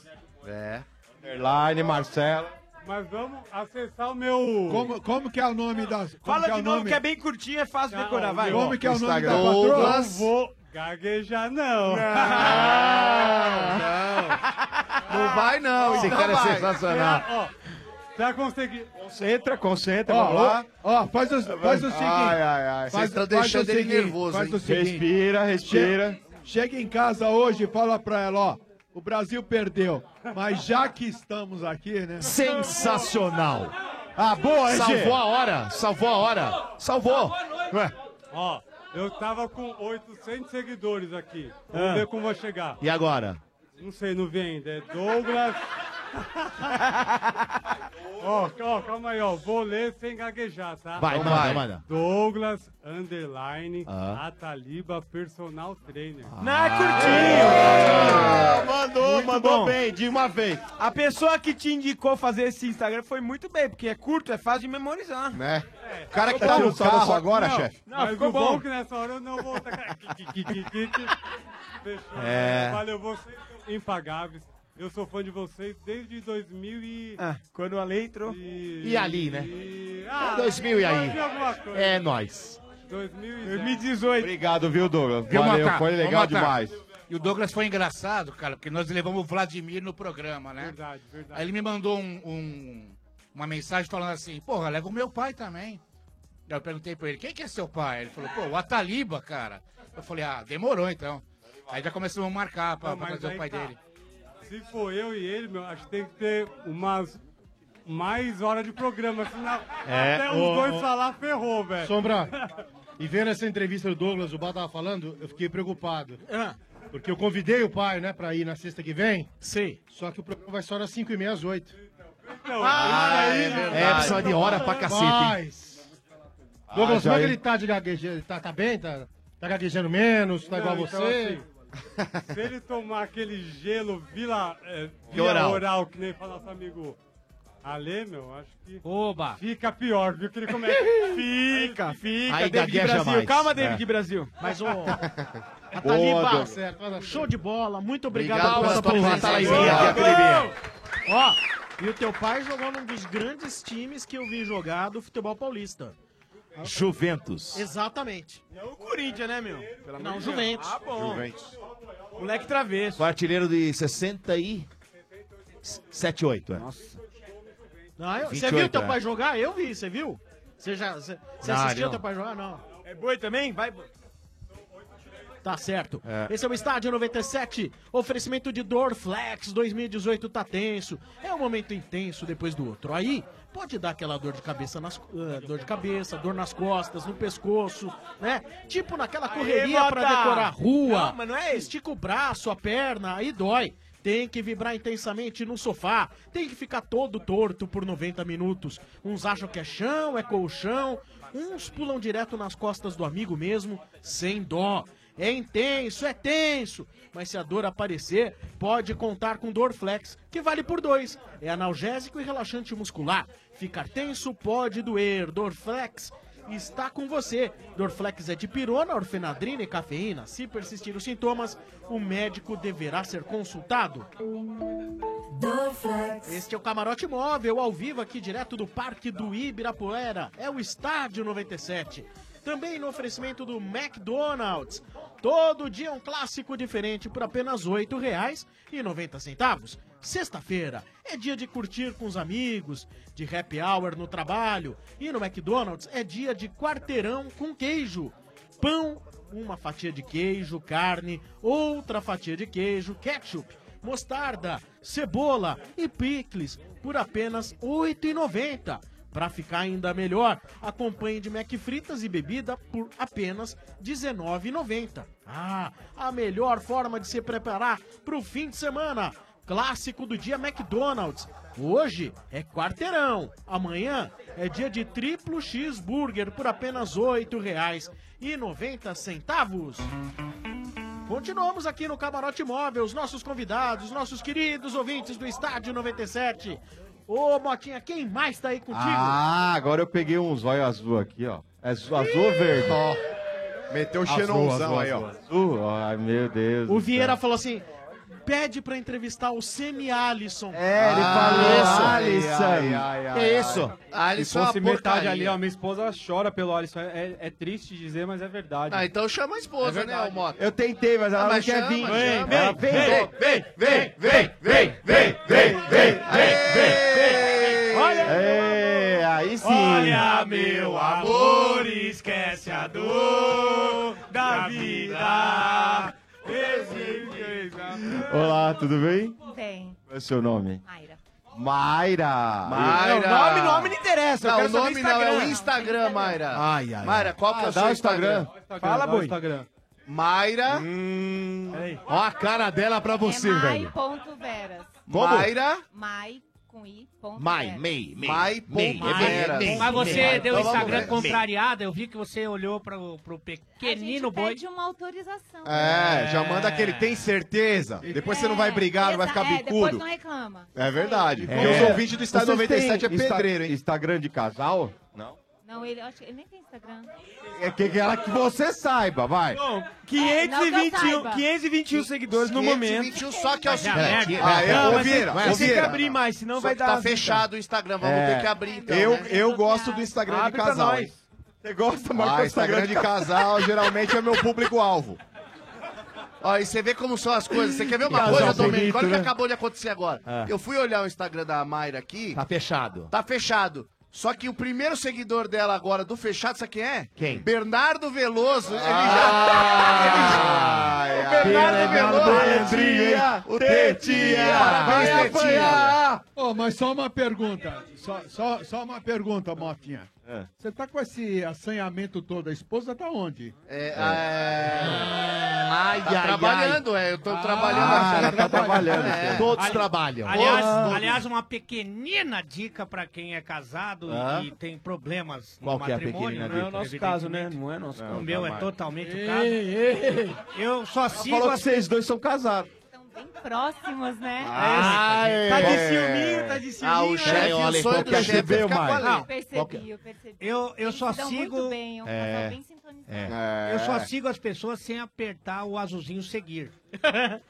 Speaker 21: É.
Speaker 8: Underline, Marcelo.
Speaker 23: mas vamos acessar o meu...
Speaker 12: Como, como que é o nome das... como
Speaker 23: Fala
Speaker 12: é
Speaker 23: de
Speaker 12: o
Speaker 23: novo,
Speaker 12: nome?
Speaker 23: que é
Speaker 11: bem curtinho, é fácil
Speaker 23: decorar, vai.
Speaker 12: Como que é o nome da
Speaker 23: Não
Speaker 12: patroa?
Speaker 23: vou gaguejar, não.
Speaker 21: Não vai, não.
Speaker 23: Esse
Speaker 21: então
Speaker 23: cara é
Speaker 21: vai.
Speaker 23: sensacional. Já consegui.
Speaker 8: Concentra, concentra,
Speaker 12: Ó,
Speaker 8: vamos lá.
Speaker 12: ó, ó, faz o, faz o seguinte.
Speaker 8: Ai, ai, ai.
Speaker 12: Faz-
Speaker 8: Vocês tão
Speaker 12: faz
Speaker 8: deixando
Speaker 12: o
Speaker 8: ele
Speaker 12: seguinte,
Speaker 8: nervoso,
Speaker 12: faz
Speaker 8: hein?
Speaker 12: o seguinte.
Speaker 8: Respira, respira.
Speaker 12: Che- Chega em casa hoje e fala pra ela, ó, o Brasil perdeu, mas já que estamos aqui, né?
Speaker 7: Sensacional.
Speaker 12: Ah, boa,
Speaker 23: RG.
Speaker 7: Salvou a hora. Salvou a hora. Salvou. Ué,
Speaker 23: Ó, eu tava com 800 seguidores aqui. Vamos
Speaker 7: Ah.
Speaker 23: ver como vai chegar.
Speaker 7: E agora?
Speaker 23: Não sei, não vi ainda. É Douglas. ó, ó, calma aí, ó. Vou ler sem gaguejar, tá?
Speaker 7: Vai, Então manda, vai. manda.
Speaker 23: Douglas, underline,
Speaker 7: Ah.
Speaker 23: Ataliba, personal trainer.
Speaker 11: Na curtinho!
Speaker 8: mandou,
Speaker 23: Ah, mandou
Speaker 8: bem, de uma vez.
Speaker 11: A pessoa que te indicou fazer esse Instagram foi muito bem, porque é curto, é fácil de memorizar.
Speaker 10: Né? O cara que tá no carro agora,
Speaker 11: Não,
Speaker 10: chefe.
Speaker 11: Não,
Speaker 23: Mas
Speaker 11: ficou
Speaker 23: o
Speaker 11: bom.
Speaker 23: bom é que nessa hora eu não vou tacar. Fechou.
Speaker 11: É.
Speaker 23: Valeu, vocês são impagáveis. Eu sou fã de vocês desde 2000 e...
Speaker 11: Ah, quando a lei entrou.
Speaker 23: E,
Speaker 11: E ali, né?
Speaker 23: e- Ah,
Speaker 7: É 2000 e aí.
Speaker 23: vai vir alguma coisa.
Speaker 7: É nóis.
Speaker 23: 2018.
Speaker 8: Obrigado, viu, Douglas?
Speaker 25: Viu,
Speaker 8: Valeu,
Speaker 25: Mota?
Speaker 8: foi
Speaker 25: Ô,
Speaker 8: legal
Speaker 25: Mota,
Speaker 8: demais.
Speaker 25: E o Douglas foi engraçado, cara, porque nós levamos o Vladimir no programa, né? Verdade, verdade. Aí ele me mandou um- um- uma mensagem falando assim, porra, leva o meu pai também. Aí eu perguntei pra ele, quem que é seu pai? Ele falou, pô, o Ataliba, cara. Eu falei, ah, demorou então. Aí já começamos a marcar pra,
Speaker 23: Não,
Speaker 25: pra
Speaker 23: mas
Speaker 25: fazer o
Speaker 23: aí
Speaker 25: pai
Speaker 23: tá.
Speaker 25: dele.
Speaker 23: Se for eu e ele, meu, acho que tem que ter umas mais horas de programa, senão
Speaker 26: É,
Speaker 23: até
Speaker 26: ô,
Speaker 23: os dois
Speaker 26: ô.
Speaker 23: falar ferrou, velho.
Speaker 26: Sombra, tá e vendo essa entrevista do Douglas, o Bá tava falando, eu fiquei preocupado. Porque eu convidei o pai, né, pra ir na sexta que vem.
Speaker 6: Sim.
Speaker 26: Só que o programa vai só das 5 e meia às 8.
Speaker 23: Ah, isso aí, é né? verdade.
Speaker 7: É, precisa de hora pra cacete, hein?
Speaker 26: Mas... Douglas,
Speaker 7: já
Speaker 26: como é que
Speaker 7: ia-
Speaker 26: ele tá de gaguejando? Ele Tá, tá bem? Tá, tá gaguejando menos? Tá igual
Speaker 23: Não,
Speaker 26: a
Speaker 23: então,
Speaker 26: você?
Speaker 23: assim, se ele tomar aquele gelo vila, é, via
Speaker 26: oral.
Speaker 23: oral. que nem fala nosso amigo Ale, meu, acho que fica pior, viu? Que ele começa. Fica, fica,
Speaker 6: Aí
Speaker 23: David
Speaker 6: gagueja
Speaker 23: Brasil.
Speaker 6: mais.
Speaker 23: Calma, David
Speaker 6: É.
Speaker 23: Brasil.
Speaker 6: Mas, ô,
Speaker 23: Boa,
Speaker 6: Ataliba,
Speaker 23: Douglas.
Speaker 6: show de bola, muito obrigado,
Speaker 7: Obrigado
Speaker 6: pela
Speaker 7: pela
Speaker 6: sua
Speaker 7: tua
Speaker 6: presença.
Speaker 7: palavrinha aqui, Ataliba.
Speaker 6: Ó, e o teu pai jogou num dos grandes times que eu vi jogar do futebol paulista.
Speaker 7: Juventus.
Speaker 6: Exatamente. É o Corinthians, né, meu? Não, Juventus. Ah, bom.
Speaker 7: Juventus.
Speaker 6: Moleque travesso.
Speaker 7: Foi artilheiro de 60 e... 7, 8, é. Nossa.
Speaker 6: Não, eu- você
Speaker 7: 28,
Speaker 6: viu teu
Speaker 7: é.
Speaker 6: pai jogar? Eu vi, você viu? Você já você você
Speaker 7: Não,
Speaker 6: assistiu
Speaker 7: não.
Speaker 6: teu pai jogar? Não. É boi também? Vai. Tá certo.
Speaker 7: É.
Speaker 6: Esse é o Estádio 97. Oferecimento de Dorflex 2018 tá tenso. É um momento intenso depois do outro. Aí pode dar aquela dor de cabeça nas ah, dor de cabeça, dor nas costas, no pescoço, né? Tipo naquela correria
Speaker 11: Aê,
Speaker 6: pra
Speaker 11: Mota!
Speaker 6: decorar a rua.
Speaker 11: Não, mas não é isso.
Speaker 6: Estica o braço, a perna, aí dói. Tem que vibrar intensamente no sofá. Tem que ficar todo torto por 90 minutos. Uns acham que é chão, é colchão. Uns pulam direto nas costas do amigo mesmo, sem dó. É intenso, é tenso. Mas se a dor aparecer, pode contar com Dorflex, que vale por dois. É analgésico e relaxante muscular. Ficar tenso pode doer. Dorflex está com você. Dorflex é de pirona, orfenadrina e cafeína. Se persistir os sintomas, o médico deverá ser consultado. Este é o Camarote Móvel, ao vivo aqui direto do Parque do Ibirapuera. É o Estádio 97. Também no oferecimento do McDonald's. Todo dia um clássico diferente por apenas R$ 8,90. Sexta-feira é dia de curtir com os amigos, de happy hour no trabalho. E no McDonald's é dia de quarteirão com queijo pão, uma fatia de queijo, carne, outra fatia de queijo, ketchup, mostarda, cebola e picles por apenas R$ 8,90. Para ficar ainda melhor, acompanhe de Mac fritas e bebida por apenas R$ 19,90. Ah, a melhor forma de se preparar para o fim de semana. Clássico do dia McDonald's. Hoje é quarteirão, amanhã é dia de triplo cheeseburger por apenas R$ 8,90. Continuamos aqui no Camarote Móvel, os nossos convidados, nossos queridos ouvintes do Estádio 97. Ô, Motinha, quem mais tá aí contigo?
Speaker 8: Ah, agora eu peguei um zóio azul aqui, ó. É azul, azul ou verde?
Speaker 10: Meteu o
Speaker 8: Azul,
Speaker 10: xenonzão
Speaker 8: azul,
Speaker 10: aí, ó.
Speaker 8: azul. Azul? Ai, meu Deus.
Speaker 6: O
Speaker 8: do
Speaker 6: Vieira
Speaker 27: é.
Speaker 8: céu.
Speaker 6: falou assim: pede pra entrevistar o Semi Alisson. Ah,
Speaker 8: É,
Speaker 3: Ah,
Speaker 8: ele
Speaker 3: falou,
Speaker 8: Alisson.
Speaker 3: É isso.
Speaker 6: Alisson é
Speaker 3: Se
Speaker 6: uma
Speaker 3: fosse metade
Speaker 6: porcaria.
Speaker 3: ali, ó, minha esposa chora pelo Alisson. É, é triste dizer, mas é verdade. É
Speaker 25: Ah, então chama a esposa, né, ô Mota?
Speaker 8: É Eu tentei, mas ela
Speaker 25: Ah,
Speaker 8: não
Speaker 25: mas
Speaker 8: quer
Speaker 25: chama,
Speaker 8: vir.
Speaker 25: chama.
Speaker 8: Ela
Speaker 25: Vem,
Speaker 8: vem, vem, vem, vem, vem, vem, vem, vem, vem. Olha! É, aí sim.
Speaker 28: Olha, meu amor, esquece a dor da vida.
Speaker 8: Olá, tudo bem?
Speaker 27: Bem.
Speaker 8: Qual é o seu nome?
Speaker 27: Mayra.
Speaker 8: Mayra.
Speaker 25: Mayra. Não,
Speaker 8: Não, eu quero
Speaker 25: o
Speaker 8: saber
Speaker 25: nome não, é o Instagram. Instagram, Mayra.
Speaker 8: Ai, ai, ai.
Speaker 25: Mayra, qual que é
Speaker 8: Ah,
Speaker 25: o
Speaker 8: dá
Speaker 25: seu
Speaker 8: o Instagram.
Speaker 25: Instagram?
Speaker 8: Fala, Hum.
Speaker 25: dá
Speaker 8: boi.
Speaker 25: o Instagram. Mayra.
Speaker 7: Ó a cara dela pra você,
Speaker 27: é
Speaker 7: velho.
Speaker 27: mai.veras.
Speaker 7: Como?
Speaker 25: Mayra?
Speaker 27: Mai com i. ponto
Speaker 7: Mai,
Speaker 27: veras.
Speaker 7: mei, mei.
Speaker 25: Mai,
Speaker 7: mei,
Speaker 25: pom,
Speaker 7: é bem-
Speaker 25: Vera.
Speaker 7: mei,
Speaker 27: Mas
Speaker 7: mei.
Speaker 27: você
Speaker 7: Mei.
Speaker 27: deu
Speaker 9: um
Speaker 7: Então vamos
Speaker 27: Instagram
Speaker 7: ver.
Speaker 27: contrariado,
Speaker 11: eu vi que você olhou pro, pro
Speaker 27: A gente
Speaker 11: pequenino boi.
Speaker 27: pede uma autorização.
Speaker 10: É, já manda aquele tem certeza. Depois você não vai brigar, não vai ficar
Speaker 27: É, depois
Speaker 10: bicudo.
Speaker 27: não reclama.
Speaker 10: É verdade. Porque os ouvintes do Estádio
Speaker 8: Vocês têm
Speaker 10: 97 é
Speaker 8: Insta-
Speaker 10: pedreiro, hein?
Speaker 8: Instagram de casal? Não.
Speaker 27: Não, ele, eu acho que ele nem tem Instagram.
Speaker 10: É que, que ela que você saiba, vai.
Speaker 11: Bom, 521, 521 seguidores no momento.
Speaker 21: 521 só que é o seguinte.
Speaker 11: Ah,
Speaker 21: é,
Speaker 11: não,
Speaker 21: ô,
Speaker 11: mas
Speaker 21: Vieira,
Speaker 11: tem-
Speaker 21: ô,
Speaker 11: mas tem que
Speaker 21: Vieira.
Speaker 11: abrir mais, senão
Speaker 21: Só
Speaker 11: vai
Speaker 21: que
Speaker 11: dar...
Speaker 21: Tá
Speaker 11: azar.
Speaker 21: fechado o Instagram, vamos
Speaker 10: É.
Speaker 21: ter que abrir. Então,
Speaker 10: eu,
Speaker 21: né?
Speaker 10: eu gosto do Instagram
Speaker 21: Abre
Speaker 10: de
Speaker 21: pra
Speaker 10: casal.
Speaker 21: nós.
Speaker 10: Você gosta,
Speaker 21: marca
Speaker 10: ah,
Speaker 21: o Instagram
Speaker 10: Instagram de
Speaker 21: de
Speaker 10: casal geralmente é meu público-alvo.
Speaker 21: Ó, e você vê como são as coisas. Você quer ver uma
Speaker 10: Casal
Speaker 21: coisa,
Speaker 10: bonito,
Speaker 21: Domênico? Olha o que
Speaker 10: né?
Speaker 21: acabou de acontecer agora.
Speaker 10: Ah.
Speaker 21: Eu fui olhar o Instagram da Mayra aqui.
Speaker 7: Tá fechado.
Speaker 21: Tá fechado. Só que o primeiro seguidor dela agora do fechado, sabe quem é?
Speaker 7: Quem?
Speaker 21: Bernardo Veloso. Ele já. Ele já...
Speaker 10: ai,
Speaker 21: o Bernardo
Speaker 10: ai.
Speaker 12: né?
Speaker 21: Veloso.
Speaker 10: Malandrinho, hein?
Speaker 21: O
Speaker 10: Tetinha.
Speaker 21: Parabéns,
Speaker 12: Vai
Speaker 21: Tetinha.
Speaker 12: apanhar! Ô, mas só uma pergunta. Só, só, só uma pergunta, Motinha.
Speaker 8: É.
Speaker 12: Você tá com esse assanhamento todo. A esposa tá onde?
Speaker 21: É, Ai,
Speaker 12: ai, ai.
Speaker 21: tá trabalhando, é. Eu tô trabalhando. É.
Speaker 12: Ah,
Speaker 21: ela
Speaker 12: tá trabalhando.
Speaker 7: Todos
Speaker 9: Ali-
Speaker 7: trabalham.
Speaker 9: Aliás,
Speaker 7: Todos.
Speaker 9: aliás, uma pequenina dica pra quem é casado
Speaker 7: Ah.
Speaker 9: e tem problemas
Speaker 7: Qual
Speaker 9: no
Speaker 7: que é a
Speaker 9: matrimônio.
Speaker 7: pequenina
Speaker 9: né?
Speaker 7: dica? Não é o nosso
Speaker 11: caso, né? Não é nosso
Speaker 9: O
Speaker 11: caso.
Speaker 9: meu é
Speaker 11: jamais.
Speaker 9: totalmente o
Speaker 11: Ei,
Speaker 9: caso.
Speaker 11: ei.
Speaker 9: Eu só
Speaker 11: Ela
Speaker 9: sigo
Speaker 11: falou
Speaker 9: as
Speaker 11: que vocês dois são casados.
Speaker 27: Bem próximos, né?
Speaker 11: Ah, é. Tá de ciúminho, tá de ciúminho.
Speaker 27: Ah, o chefe, o sonho do chefe é
Speaker 11: percebeu
Speaker 27: ficar com a
Speaker 11: mais.
Speaker 27: lei.
Speaker 9: Não,
Speaker 27: Percebi, eu percebi.
Speaker 9: Eu, eu
Speaker 27: Eles
Speaker 9: só
Speaker 27: se dão
Speaker 9: sigo.
Speaker 27: muito bem, é um casal bem
Speaker 7: É.
Speaker 9: Eu só sigo as pessoas sem apertar o azulzinho seguir.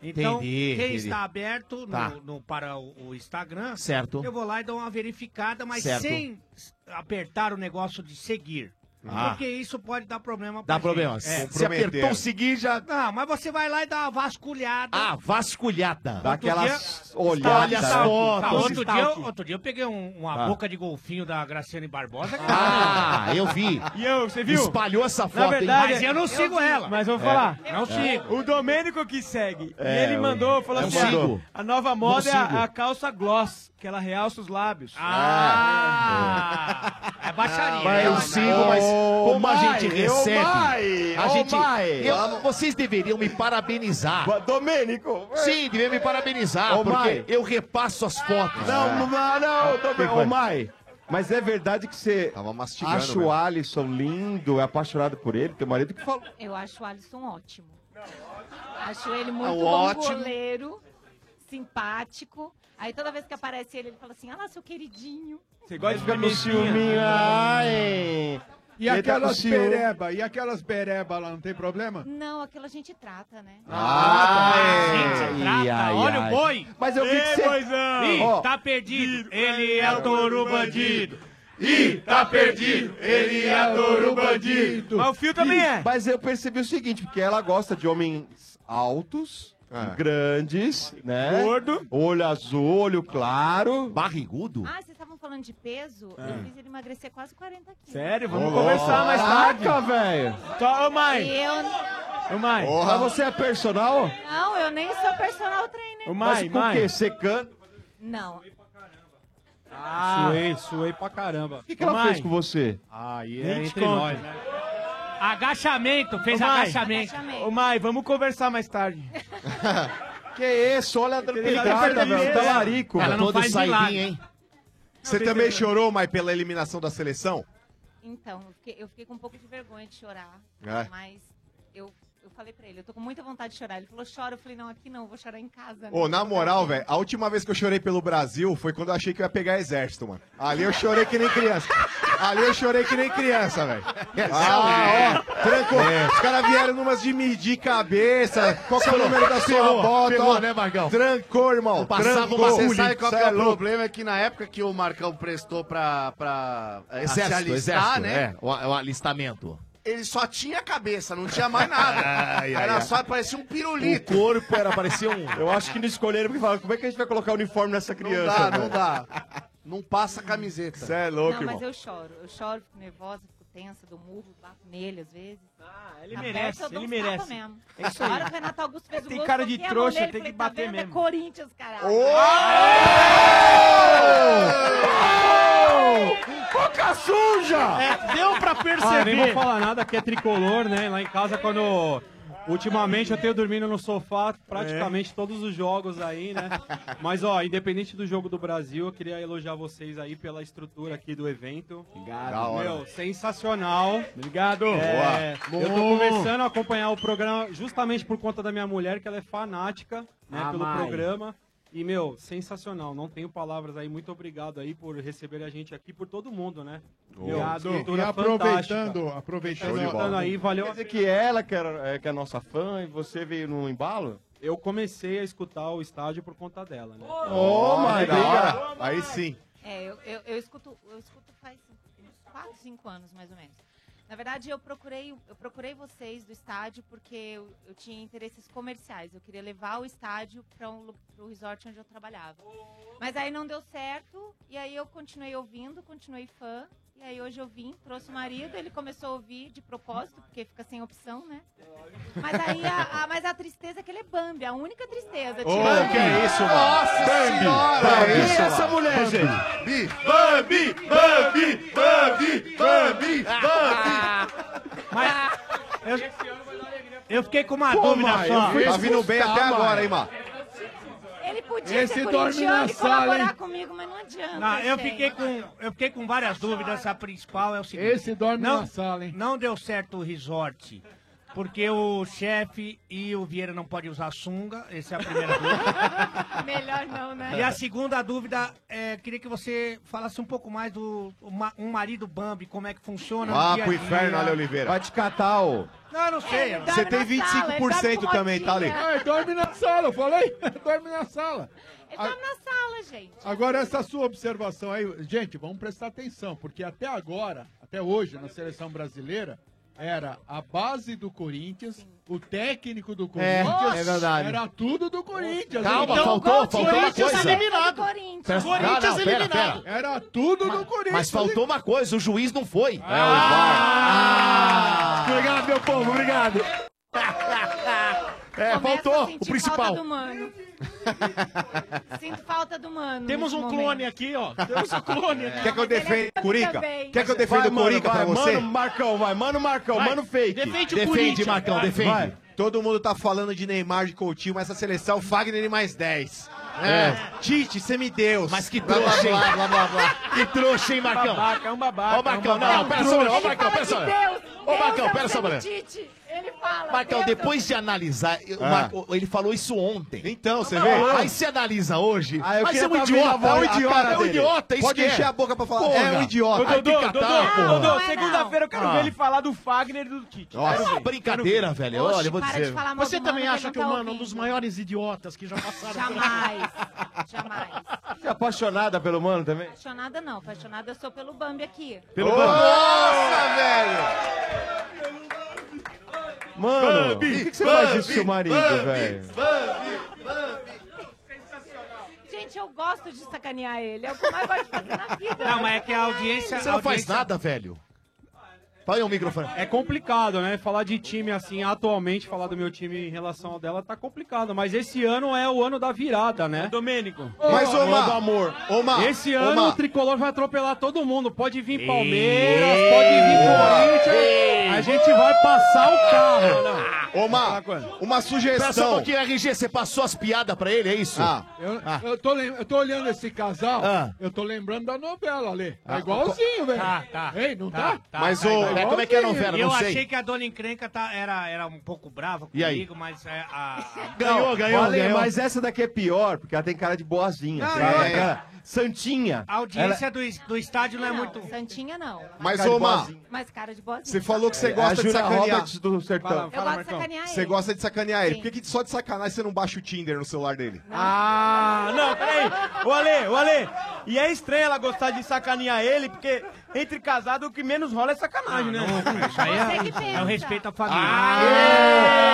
Speaker 9: Então,
Speaker 7: Entendi,
Speaker 9: quem
Speaker 7: entendi.
Speaker 9: está aberto no-
Speaker 7: Tá.
Speaker 9: no, para o, o Instagram,
Speaker 7: Certo.
Speaker 9: eu vou lá e dou uma verificada, mas
Speaker 7: Certo.
Speaker 9: sem s- apertar o negócio de seguir.
Speaker 7: Ah.
Speaker 9: Porque isso pode dar problema pra
Speaker 7: Dá
Speaker 9: gente. É.
Speaker 7: problema. Se- se apertou o seguir, já...
Speaker 9: Não, mas você vai lá e dá uma vasculhada.
Speaker 7: Ah, vasculhada.
Speaker 9: Outro dia-
Speaker 7: Olha as
Speaker 9: Tá,
Speaker 7: fotos.
Speaker 9: outro, dia, eu- outro dia eu peguei um- uma
Speaker 7: Ah.
Speaker 9: boca de golfinho da Graciane Barbosa.
Speaker 7: Ah, eu vi.
Speaker 9: E eu, você
Speaker 11: viu?
Speaker 7: Espalhou essa foto,
Speaker 11: Na verdade,
Speaker 7: hein?
Speaker 9: Mas eu não sigo ela.
Speaker 11: Mas eu vou
Speaker 9: É.
Speaker 11: falar.
Speaker 9: Não sigo.
Speaker 11: O Domênico que segue.
Speaker 9: É,
Speaker 11: e ele
Speaker 9: eu-
Speaker 11: mandou, falou
Speaker 9: não
Speaker 11: assim: ah,
Speaker 9: sigo.
Speaker 11: a nova moda é
Speaker 9: sigo.
Speaker 11: a, a calça gloss, que ela realça os lábios.
Speaker 9: Ah! É, baixaria.
Speaker 7: Mas eu
Speaker 11: Não,
Speaker 7: sigo,
Speaker 11: não.
Speaker 7: mas
Speaker 11: Ô,
Speaker 7: como a
Speaker 11: mãe,
Speaker 7: gente
Speaker 11: ô,
Speaker 7: recebe.
Speaker 11: mãe,
Speaker 7: a
Speaker 11: ô,
Speaker 7: gente.
Speaker 11: mãe.
Speaker 7: eu-
Speaker 11: Vamos.
Speaker 7: vocês deveriam me parabenizar.
Speaker 10: Domênico!
Speaker 7: Sim, deveriam me parabenizar,
Speaker 10: Ô,
Speaker 7: porque
Speaker 10: mãe.
Speaker 7: eu repasso as fotos. Ah,
Speaker 10: Não, não, não, Domênico.
Speaker 8: Ô, Mai, mas é verdade que você
Speaker 7: mastigando
Speaker 8: acha o
Speaker 10: né?
Speaker 7: mesmo.
Speaker 8: Alisson lindo, é apaixonado por ele, teu marido que falou.
Speaker 27: Eu acho o Alisson ótimo. Acho ele muito
Speaker 8: Ah, o
Speaker 27: bom
Speaker 8: ótimo.
Speaker 27: goleiro, simpático. Aí toda vez que aparece ele, ele fala assim, ah lá, seu queridinho.
Speaker 11: Você gosta de ficar né?
Speaker 12: com ciúminho,
Speaker 8: ai.
Speaker 12: E
Speaker 8: Ele tá com
Speaker 12: aquelas
Speaker 8: ciúme.
Speaker 11: é
Speaker 12: pereba, e aquelas bereba lá, não tem problema? tá.
Speaker 27: Não, aquilo a gente trata, né?
Speaker 11: Ah,
Speaker 12: Ah,
Speaker 11: é
Speaker 12: é.
Speaker 9: Gente, trata, olha o boi.
Speaker 27: Mas eu vi que
Speaker 9: Ei,
Speaker 27: cê-
Speaker 9: boizão. Ih,
Speaker 27: Ó.
Speaker 9: tá perdido. Ele é o touro bandido.
Speaker 11: Ih,
Speaker 9: tá perdido.
Speaker 11: Ele adora o bandido. Mas o fio também
Speaker 8: Ih,
Speaker 11: é.
Speaker 8: Mas eu percebi o seguinte, porque ela gosta de homens altos,
Speaker 7: É.
Speaker 8: grandes, né?
Speaker 11: Gordo.
Speaker 8: Olho azul, olho claro.
Speaker 7: Barrigudo?
Speaker 27: Ah, vocês estavam falando de peso?
Speaker 8: É.
Speaker 11: Ah.
Speaker 27: Eu fiz ele emagrecer quase 40 quilos.
Speaker 11: Sério, vamos
Speaker 8: Ô,
Speaker 11: conversar
Speaker 8: louco.
Speaker 11: mais tarde.
Speaker 8: Caraca, velho.
Speaker 11: Tá, ô, mãe. Ô, mãe.
Speaker 8: Mas você é personal?
Speaker 27: Não, eu nem sou personal trainer.
Speaker 11: Ô, mãe,
Speaker 8: Mas com o
Speaker 11: mãe.
Speaker 8: quê? Você canta?
Speaker 27: Não.
Speaker 11: Ah. Suei, suei pra caramba. O
Speaker 8: que, que ela fez com você?
Speaker 11: Aí
Speaker 8: é entre nós,
Speaker 11: né?
Speaker 7: Ah.
Speaker 9: Agachamento, fez agachamento.
Speaker 11: Ô, mãe, vamos conversar mais tarde.
Speaker 8: que isso? Olha a
Speaker 11: Obrigada, velho.
Speaker 10: Talarico.
Speaker 11: Ela não
Speaker 10: Todo
Speaker 11: faz
Speaker 10: saibinho,
Speaker 11: milagre.
Speaker 10: hein? Você também chorou, mas pela eliminação da seleção?
Speaker 27: Então, eu fiquei, eu fiquei com um pouco de vergonha de chorar.
Speaker 10: É.
Speaker 27: Mas eu, eu falei pra ele, eu tô com muita vontade de chorar. Ele falou, chora. Eu falei, não, aqui não, eu vou chorar em casa.
Speaker 10: Ô,
Speaker 27: né?
Speaker 10: na moral, velho, a última vez que eu chorei pelo Brasil foi quando eu achei que eu ia pegar exército, mano. Ali eu chorei que nem criança. Ali eu chorei que nem criança, velho. Ah, ó, trancou.
Speaker 21: É.
Speaker 10: Os caras vieram numas de medir cabeça. Qual que é o
Speaker 21: Ferrou,
Speaker 10: número da sua
Speaker 21: ferrou,
Speaker 10: bota?
Speaker 21: ferrou,
Speaker 10: ó.
Speaker 21: né, Marcão?
Speaker 10: Trancou, irmão.
Speaker 21: Eu passava
Speaker 10: trancou.
Speaker 21: uma Você sabe qual que é
Speaker 10: Cê
Speaker 21: o
Speaker 10: louco.
Speaker 21: problema? É que na época que o Marcão prestou pra, pra eh, se
Speaker 7: Exército,
Speaker 21: alistar,
Speaker 7: exército,
Speaker 21: né?
Speaker 7: é. O, o alistamento.
Speaker 21: Ele só tinha a cabeça, não tinha mais nada.
Speaker 7: Ai, ai,
Speaker 21: era
Speaker 7: ai.
Speaker 21: só, parecia um
Speaker 7: O
Speaker 21: pirulito.
Speaker 7: corpo era, parecia um.
Speaker 8: Eu acho que não escolheram porque falaram, como é que a gente vai colocar o uniforme nessa
Speaker 21: Não
Speaker 8: criança?
Speaker 21: dá, não dá. Não passa a camiseta.
Speaker 8: Cê é louco,
Speaker 27: não, mas eu choro. Eu choro, fico nervosa, fico tensa, dou murro, bato nele às vezes. Ah,
Speaker 11: ele merece, ele merece.
Speaker 27: Mesmo.
Speaker 11: É isso aí.
Speaker 27: A hora que o Renato Augusto fez o
Speaker 11: Tem
Speaker 27: gol,
Speaker 11: cara
Speaker 27: eu
Speaker 11: de
Speaker 27: soquei a mão
Speaker 11: trouxa,
Speaker 27: nele,
Speaker 11: tem
Speaker 27: falei,
Speaker 11: que
Speaker 27: tá
Speaker 11: bater
Speaker 27: vendo?
Speaker 11: mesmo.
Speaker 27: É Corinthians, caralho.
Speaker 21: É
Speaker 11: Boca suja! É, deu pra perceber.
Speaker 24: Ah, nem vou falar nada que é tricolor, né? Lá em casa, quando. Ultimamente eu tenho dormindo no sofá
Speaker 11: É.
Speaker 24: praticamente todos os jogos aí, né? Mas ó, independente do jogo do Brasil, eu queria elogiar vocês aí pela estrutura aqui do evento.
Speaker 11: Da hora.
Speaker 24: Meu, sensacional.
Speaker 11: Obrigado.
Speaker 24: É,
Speaker 11: Boa.
Speaker 24: Eu tô
Speaker 11: Bom.
Speaker 24: começando a acompanhar o programa justamente por conta da minha mulher, que ela é fanática né,
Speaker 11: Ah,
Speaker 24: pelo
Speaker 11: mãe.
Speaker 24: programa.
Speaker 23: E, meu, sensacional. Não tenho palavras aí. Muito obrigado aí por receber a gente aqui, por todo mundo, né?
Speaker 12: Obrigado.
Speaker 23: que
Speaker 12: E
Speaker 23: estrutura
Speaker 12: aproveitando,
Speaker 23: fantástica.
Speaker 12: aproveitando,
Speaker 23: Aproveitando aí, valeu.
Speaker 8: Quer dizer que ela que, era, é, que é nossa fã e você veio num embalo?
Speaker 23: Eu comecei a escutar o estádio por conta dela, né?
Speaker 8: Oh, my
Speaker 23: my
Speaker 8: God.
Speaker 23: God.
Speaker 8: Aí sim.
Speaker 27: É, eu, eu, eu escuto, eu escuto faz uns 4, 5 anos, mais ou menos. Na verdade, eu procurei, eu procurei vocês do estádio porque eu, eu tinha interesses comerciais. Eu queria levar o estádio para um, lu- pro resort onde eu trabalhava. Mas aí não deu certo, e aí eu continuei ouvindo, continuei fã. E aí hoje eu vim, trouxe o marido, ele começou a ouvir de propósito, porque fica sem opção, né? Mas aí a, a- mas a tristeza é que ele é Bambi, a única tristeza.
Speaker 3: Ô,
Speaker 27: tirando
Speaker 3: que
Speaker 27: ele.
Speaker 3: isso, mano? Nossa Bambi, senhora! Bambi, Quem é isso, essa mano? mulher, Bambi,
Speaker 27: gente?
Speaker 3: Bambi, Bambi, Bambi, Bambi,
Speaker 21: Ah,
Speaker 3: Bambi.
Speaker 9: Eu fiquei com uma
Speaker 3: Pô,
Speaker 9: dúvida
Speaker 3: mãe, eu
Speaker 9: só.
Speaker 3: fui Tá vindo bem até agora, hein, Má?
Speaker 27: Ele podia
Speaker 9: Esse
Speaker 27: ser
Speaker 9: dorme na
Speaker 27: corintiano e
Speaker 9: sala,
Speaker 27: colaborar
Speaker 9: hein?
Speaker 27: comigo, mas não adianta.
Speaker 9: Não, eu
Speaker 27: gente.
Speaker 9: fiquei com, eu fiquei com várias dúvidas. A principal é o seguinte:
Speaker 12: Esse dorme
Speaker 9: não,
Speaker 12: na sala, hein?
Speaker 9: Não deu certo o resort. Porque o chefe e o Vieira não podem usar sunga, essa é a primeira dúvida.
Speaker 27: Melhor não, né?
Speaker 9: E a segunda dúvida, é, queria que você falasse um pouco mais do o ma- um marido Bambi, como é que funciona. no
Speaker 10: Vá
Speaker 9: dia a
Speaker 10: pro
Speaker 9: dia.
Speaker 10: inferno, Ale Oliveira.
Speaker 8: Vai te catar, ô.
Speaker 9: Não, eu não sei. eu não
Speaker 10: Você tem
Speaker 12: é
Speaker 10: 25% também, tá, Ale?
Speaker 12: Ah, dorme na sala, eu falei. Dorme na sala.
Speaker 27: Ele
Speaker 21: Ah,
Speaker 27: dorme na sala, gente.
Speaker 12: Agora, essa sua observação aí, gente, vamos prestar atenção, porque até agora, até hoje, na seleção brasileira, era a base do Corinthians, o técnico do Corinthians,
Speaker 3: é verdade.
Speaker 21: tá
Speaker 12: era tudo do Corinthians. Então,
Speaker 3: Calma,
Speaker 21: Então,
Speaker 12: o
Speaker 3: faltou- faltou uma coisa.
Speaker 7: Pera- Corinthians não, não, pera, eliminado.
Speaker 12: Era tudo do Corinthians.
Speaker 7: Mas faltou uma coisa, o juiz não foi. Ah!
Speaker 12: Obrigado, meu povo, obrigado.
Speaker 7: É,
Speaker 27: Começo a
Speaker 7: faltou
Speaker 27: sentir
Speaker 7: o principal.
Speaker 27: Falta do mano. Sinto falta do mano.
Speaker 6: Temos
Speaker 27: nesse
Speaker 6: um clone
Speaker 27: momento. É.
Speaker 6: aqui, ó. Temos um clone aqui.
Speaker 27: Quer que eu
Speaker 8: é
Speaker 27: defenda o Curica? também. Quer
Speaker 10: que eu defenda o Curica pra você?
Speaker 8: Mano, Marcão, vai. Mano, Marcão,
Speaker 10: Vai.
Speaker 8: mano, fake.
Speaker 10: Defende o Corinthians, vai. Vai.
Speaker 8: Todo mundo tá falando de Neymar, de Coutinho, mas essa seleção, Fagner e mais 10.
Speaker 7: É.
Speaker 8: Tite, semideus. Mas
Speaker 7: que trouxa, hein? Que trouxa, hein, Marcão?
Speaker 8: Babaca,
Speaker 7: Babaca,
Speaker 8: é um babaca.
Speaker 7: Ô, Marcão, não, não, pera só,
Speaker 3: um
Speaker 7: ô, Marcão, pera só. um Ô, Marcão, pera só, um Marcão.
Speaker 27: Ele fala.
Speaker 7: Marcão, depois de analisar, eu-
Speaker 3: Ah.
Speaker 7: Marco, ele falou isso ontem. Então,
Speaker 3: você vê?
Speaker 7: Aí se analisa hoje.
Speaker 3: Ah, eu
Speaker 7: mas
Speaker 3: queria
Speaker 7: é um
Speaker 3: tá vendo a
Speaker 7: idiota,
Speaker 3: voz,
Speaker 7: é um
Speaker 3: a cara
Speaker 7: idiota, é um
Speaker 3: dele.
Speaker 7: idiota, isso
Speaker 3: Pode
Speaker 7: que é.
Speaker 3: encher a boca pra falar, é um idiota.
Speaker 11: Ô,
Speaker 7: Ai,
Speaker 11: Dodô,
Speaker 7: pica
Speaker 11: Dodô,
Speaker 7: tal, porra.
Speaker 11: Dodô,
Speaker 27: é
Speaker 11: segunda-feira eu
Speaker 9: Ah.
Speaker 11: quero ver ele falar do Fagner e do Tite.
Speaker 7: Nossa,
Speaker 11: Quero ver,
Speaker 7: brincadeira,
Speaker 11: quero ver.
Speaker 7: velho. Olha, eu vou dizer.
Speaker 6: Você também
Speaker 27: mano,
Speaker 6: acha
Speaker 27: ele
Speaker 6: que o
Speaker 27: não tá
Speaker 6: mano é um dos maiores idiotas que já passaram
Speaker 27: Jamais.
Speaker 8: Você é apaixonada pelo mano também?
Speaker 27: Apaixonada não, apaixonada eu sou pelo Bambi aqui.
Speaker 8: Pelo Bambi. Nossa, velho! Mano, por
Speaker 3: Bambi,
Speaker 8: que, que você faz
Speaker 3: Bambi,
Speaker 8: isso com seu marido,
Speaker 3: Bambi.
Speaker 8: velho?
Speaker 27: Gente, eu gosto de sacanear ele. É o que eu mais gosto de fazer na vida.
Speaker 9: Não, mas é que a audiência.
Speaker 7: Você não faz nada, velho. Põe o microfone.
Speaker 23: É complicado, né? Falar de time assim, atualmente, falar do meu time em relação ao dela, tá complicado. Mas esse ano é o ano da virada, né? Domênico.
Speaker 3: Mas, ô, Má,
Speaker 23: amor.
Speaker 3: ô, Má,
Speaker 23: Esse
Speaker 3: ô,
Speaker 23: ano
Speaker 3: Má.
Speaker 23: o tricolor vai atropelar todo mundo. Pode vir Palmeiras, pode vir Corinthians. A gente vai passar o carro.
Speaker 10: Ô, Má, uma sugestão.
Speaker 7: Pera só um pouquinho, RG, você passou as piadas pra ele, é isso?
Speaker 3: Ah.
Speaker 12: Eu, eu tô, lem- eu tô olhando esse casal,
Speaker 7: Ah.
Speaker 12: eu tô lembrando da novela ali.
Speaker 9: É
Speaker 12: Tá
Speaker 7: Ah,
Speaker 12: igualzinho, velho.
Speaker 9: Tá, tá.
Speaker 12: Ei, não
Speaker 9: Tá,
Speaker 12: tá?
Speaker 9: tá, tá igual. Eu
Speaker 12: sei.
Speaker 9: achei que a dona encrenca tá- era, era um pouco brava
Speaker 8: E aí?
Speaker 9: comigo, mas é, a, a-
Speaker 8: Não, Ale, Mas essa daqui é pior, porque ela tem cara de boazinha.
Speaker 9: Não,
Speaker 8: sabe?
Speaker 9: e
Speaker 8: Ela
Speaker 9: outra?
Speaker 8: tem cara- Santinha.
Speaker 9: A audiência
Speaker 8: Ela-
Speaker 9: do, do estádio não é muito.
Speaker 27: Santinha não.
Speaker 8: Mas, ô, Má,
Speaker 27: Mas cara de boazinha.
Speaker 10: Você falou que você
Speaker 8: É, a
Speaker 10: gosta de
Speaker 8: Júlia
Speaker 10: sacanear.
Speaker 8: Roberts do Sertão.
Speaker 27: Fala, Eu fala, gosto de Marcão. sacanear
Speaker 10: Você
Speaker 27: ele.
Speaker 10: gosta de sacanear ele.
Speaker 27: Sim.
Speaker 10: Por que, que só de sacanagem você não baixa o Tinder no celular dele?
Speaker 11: Ah, não, peraí. Ô, Ale, ô, Ale. E é estranho ela gostar de sacanear ele, porque entre casado o que menos rola é sacanagem, né?
Speaker 9: Ah, isso aí é- Você que pensa. é o
Speaker 11: tá.
Speaker 9: respeito à família.
Speaker 11: Ah,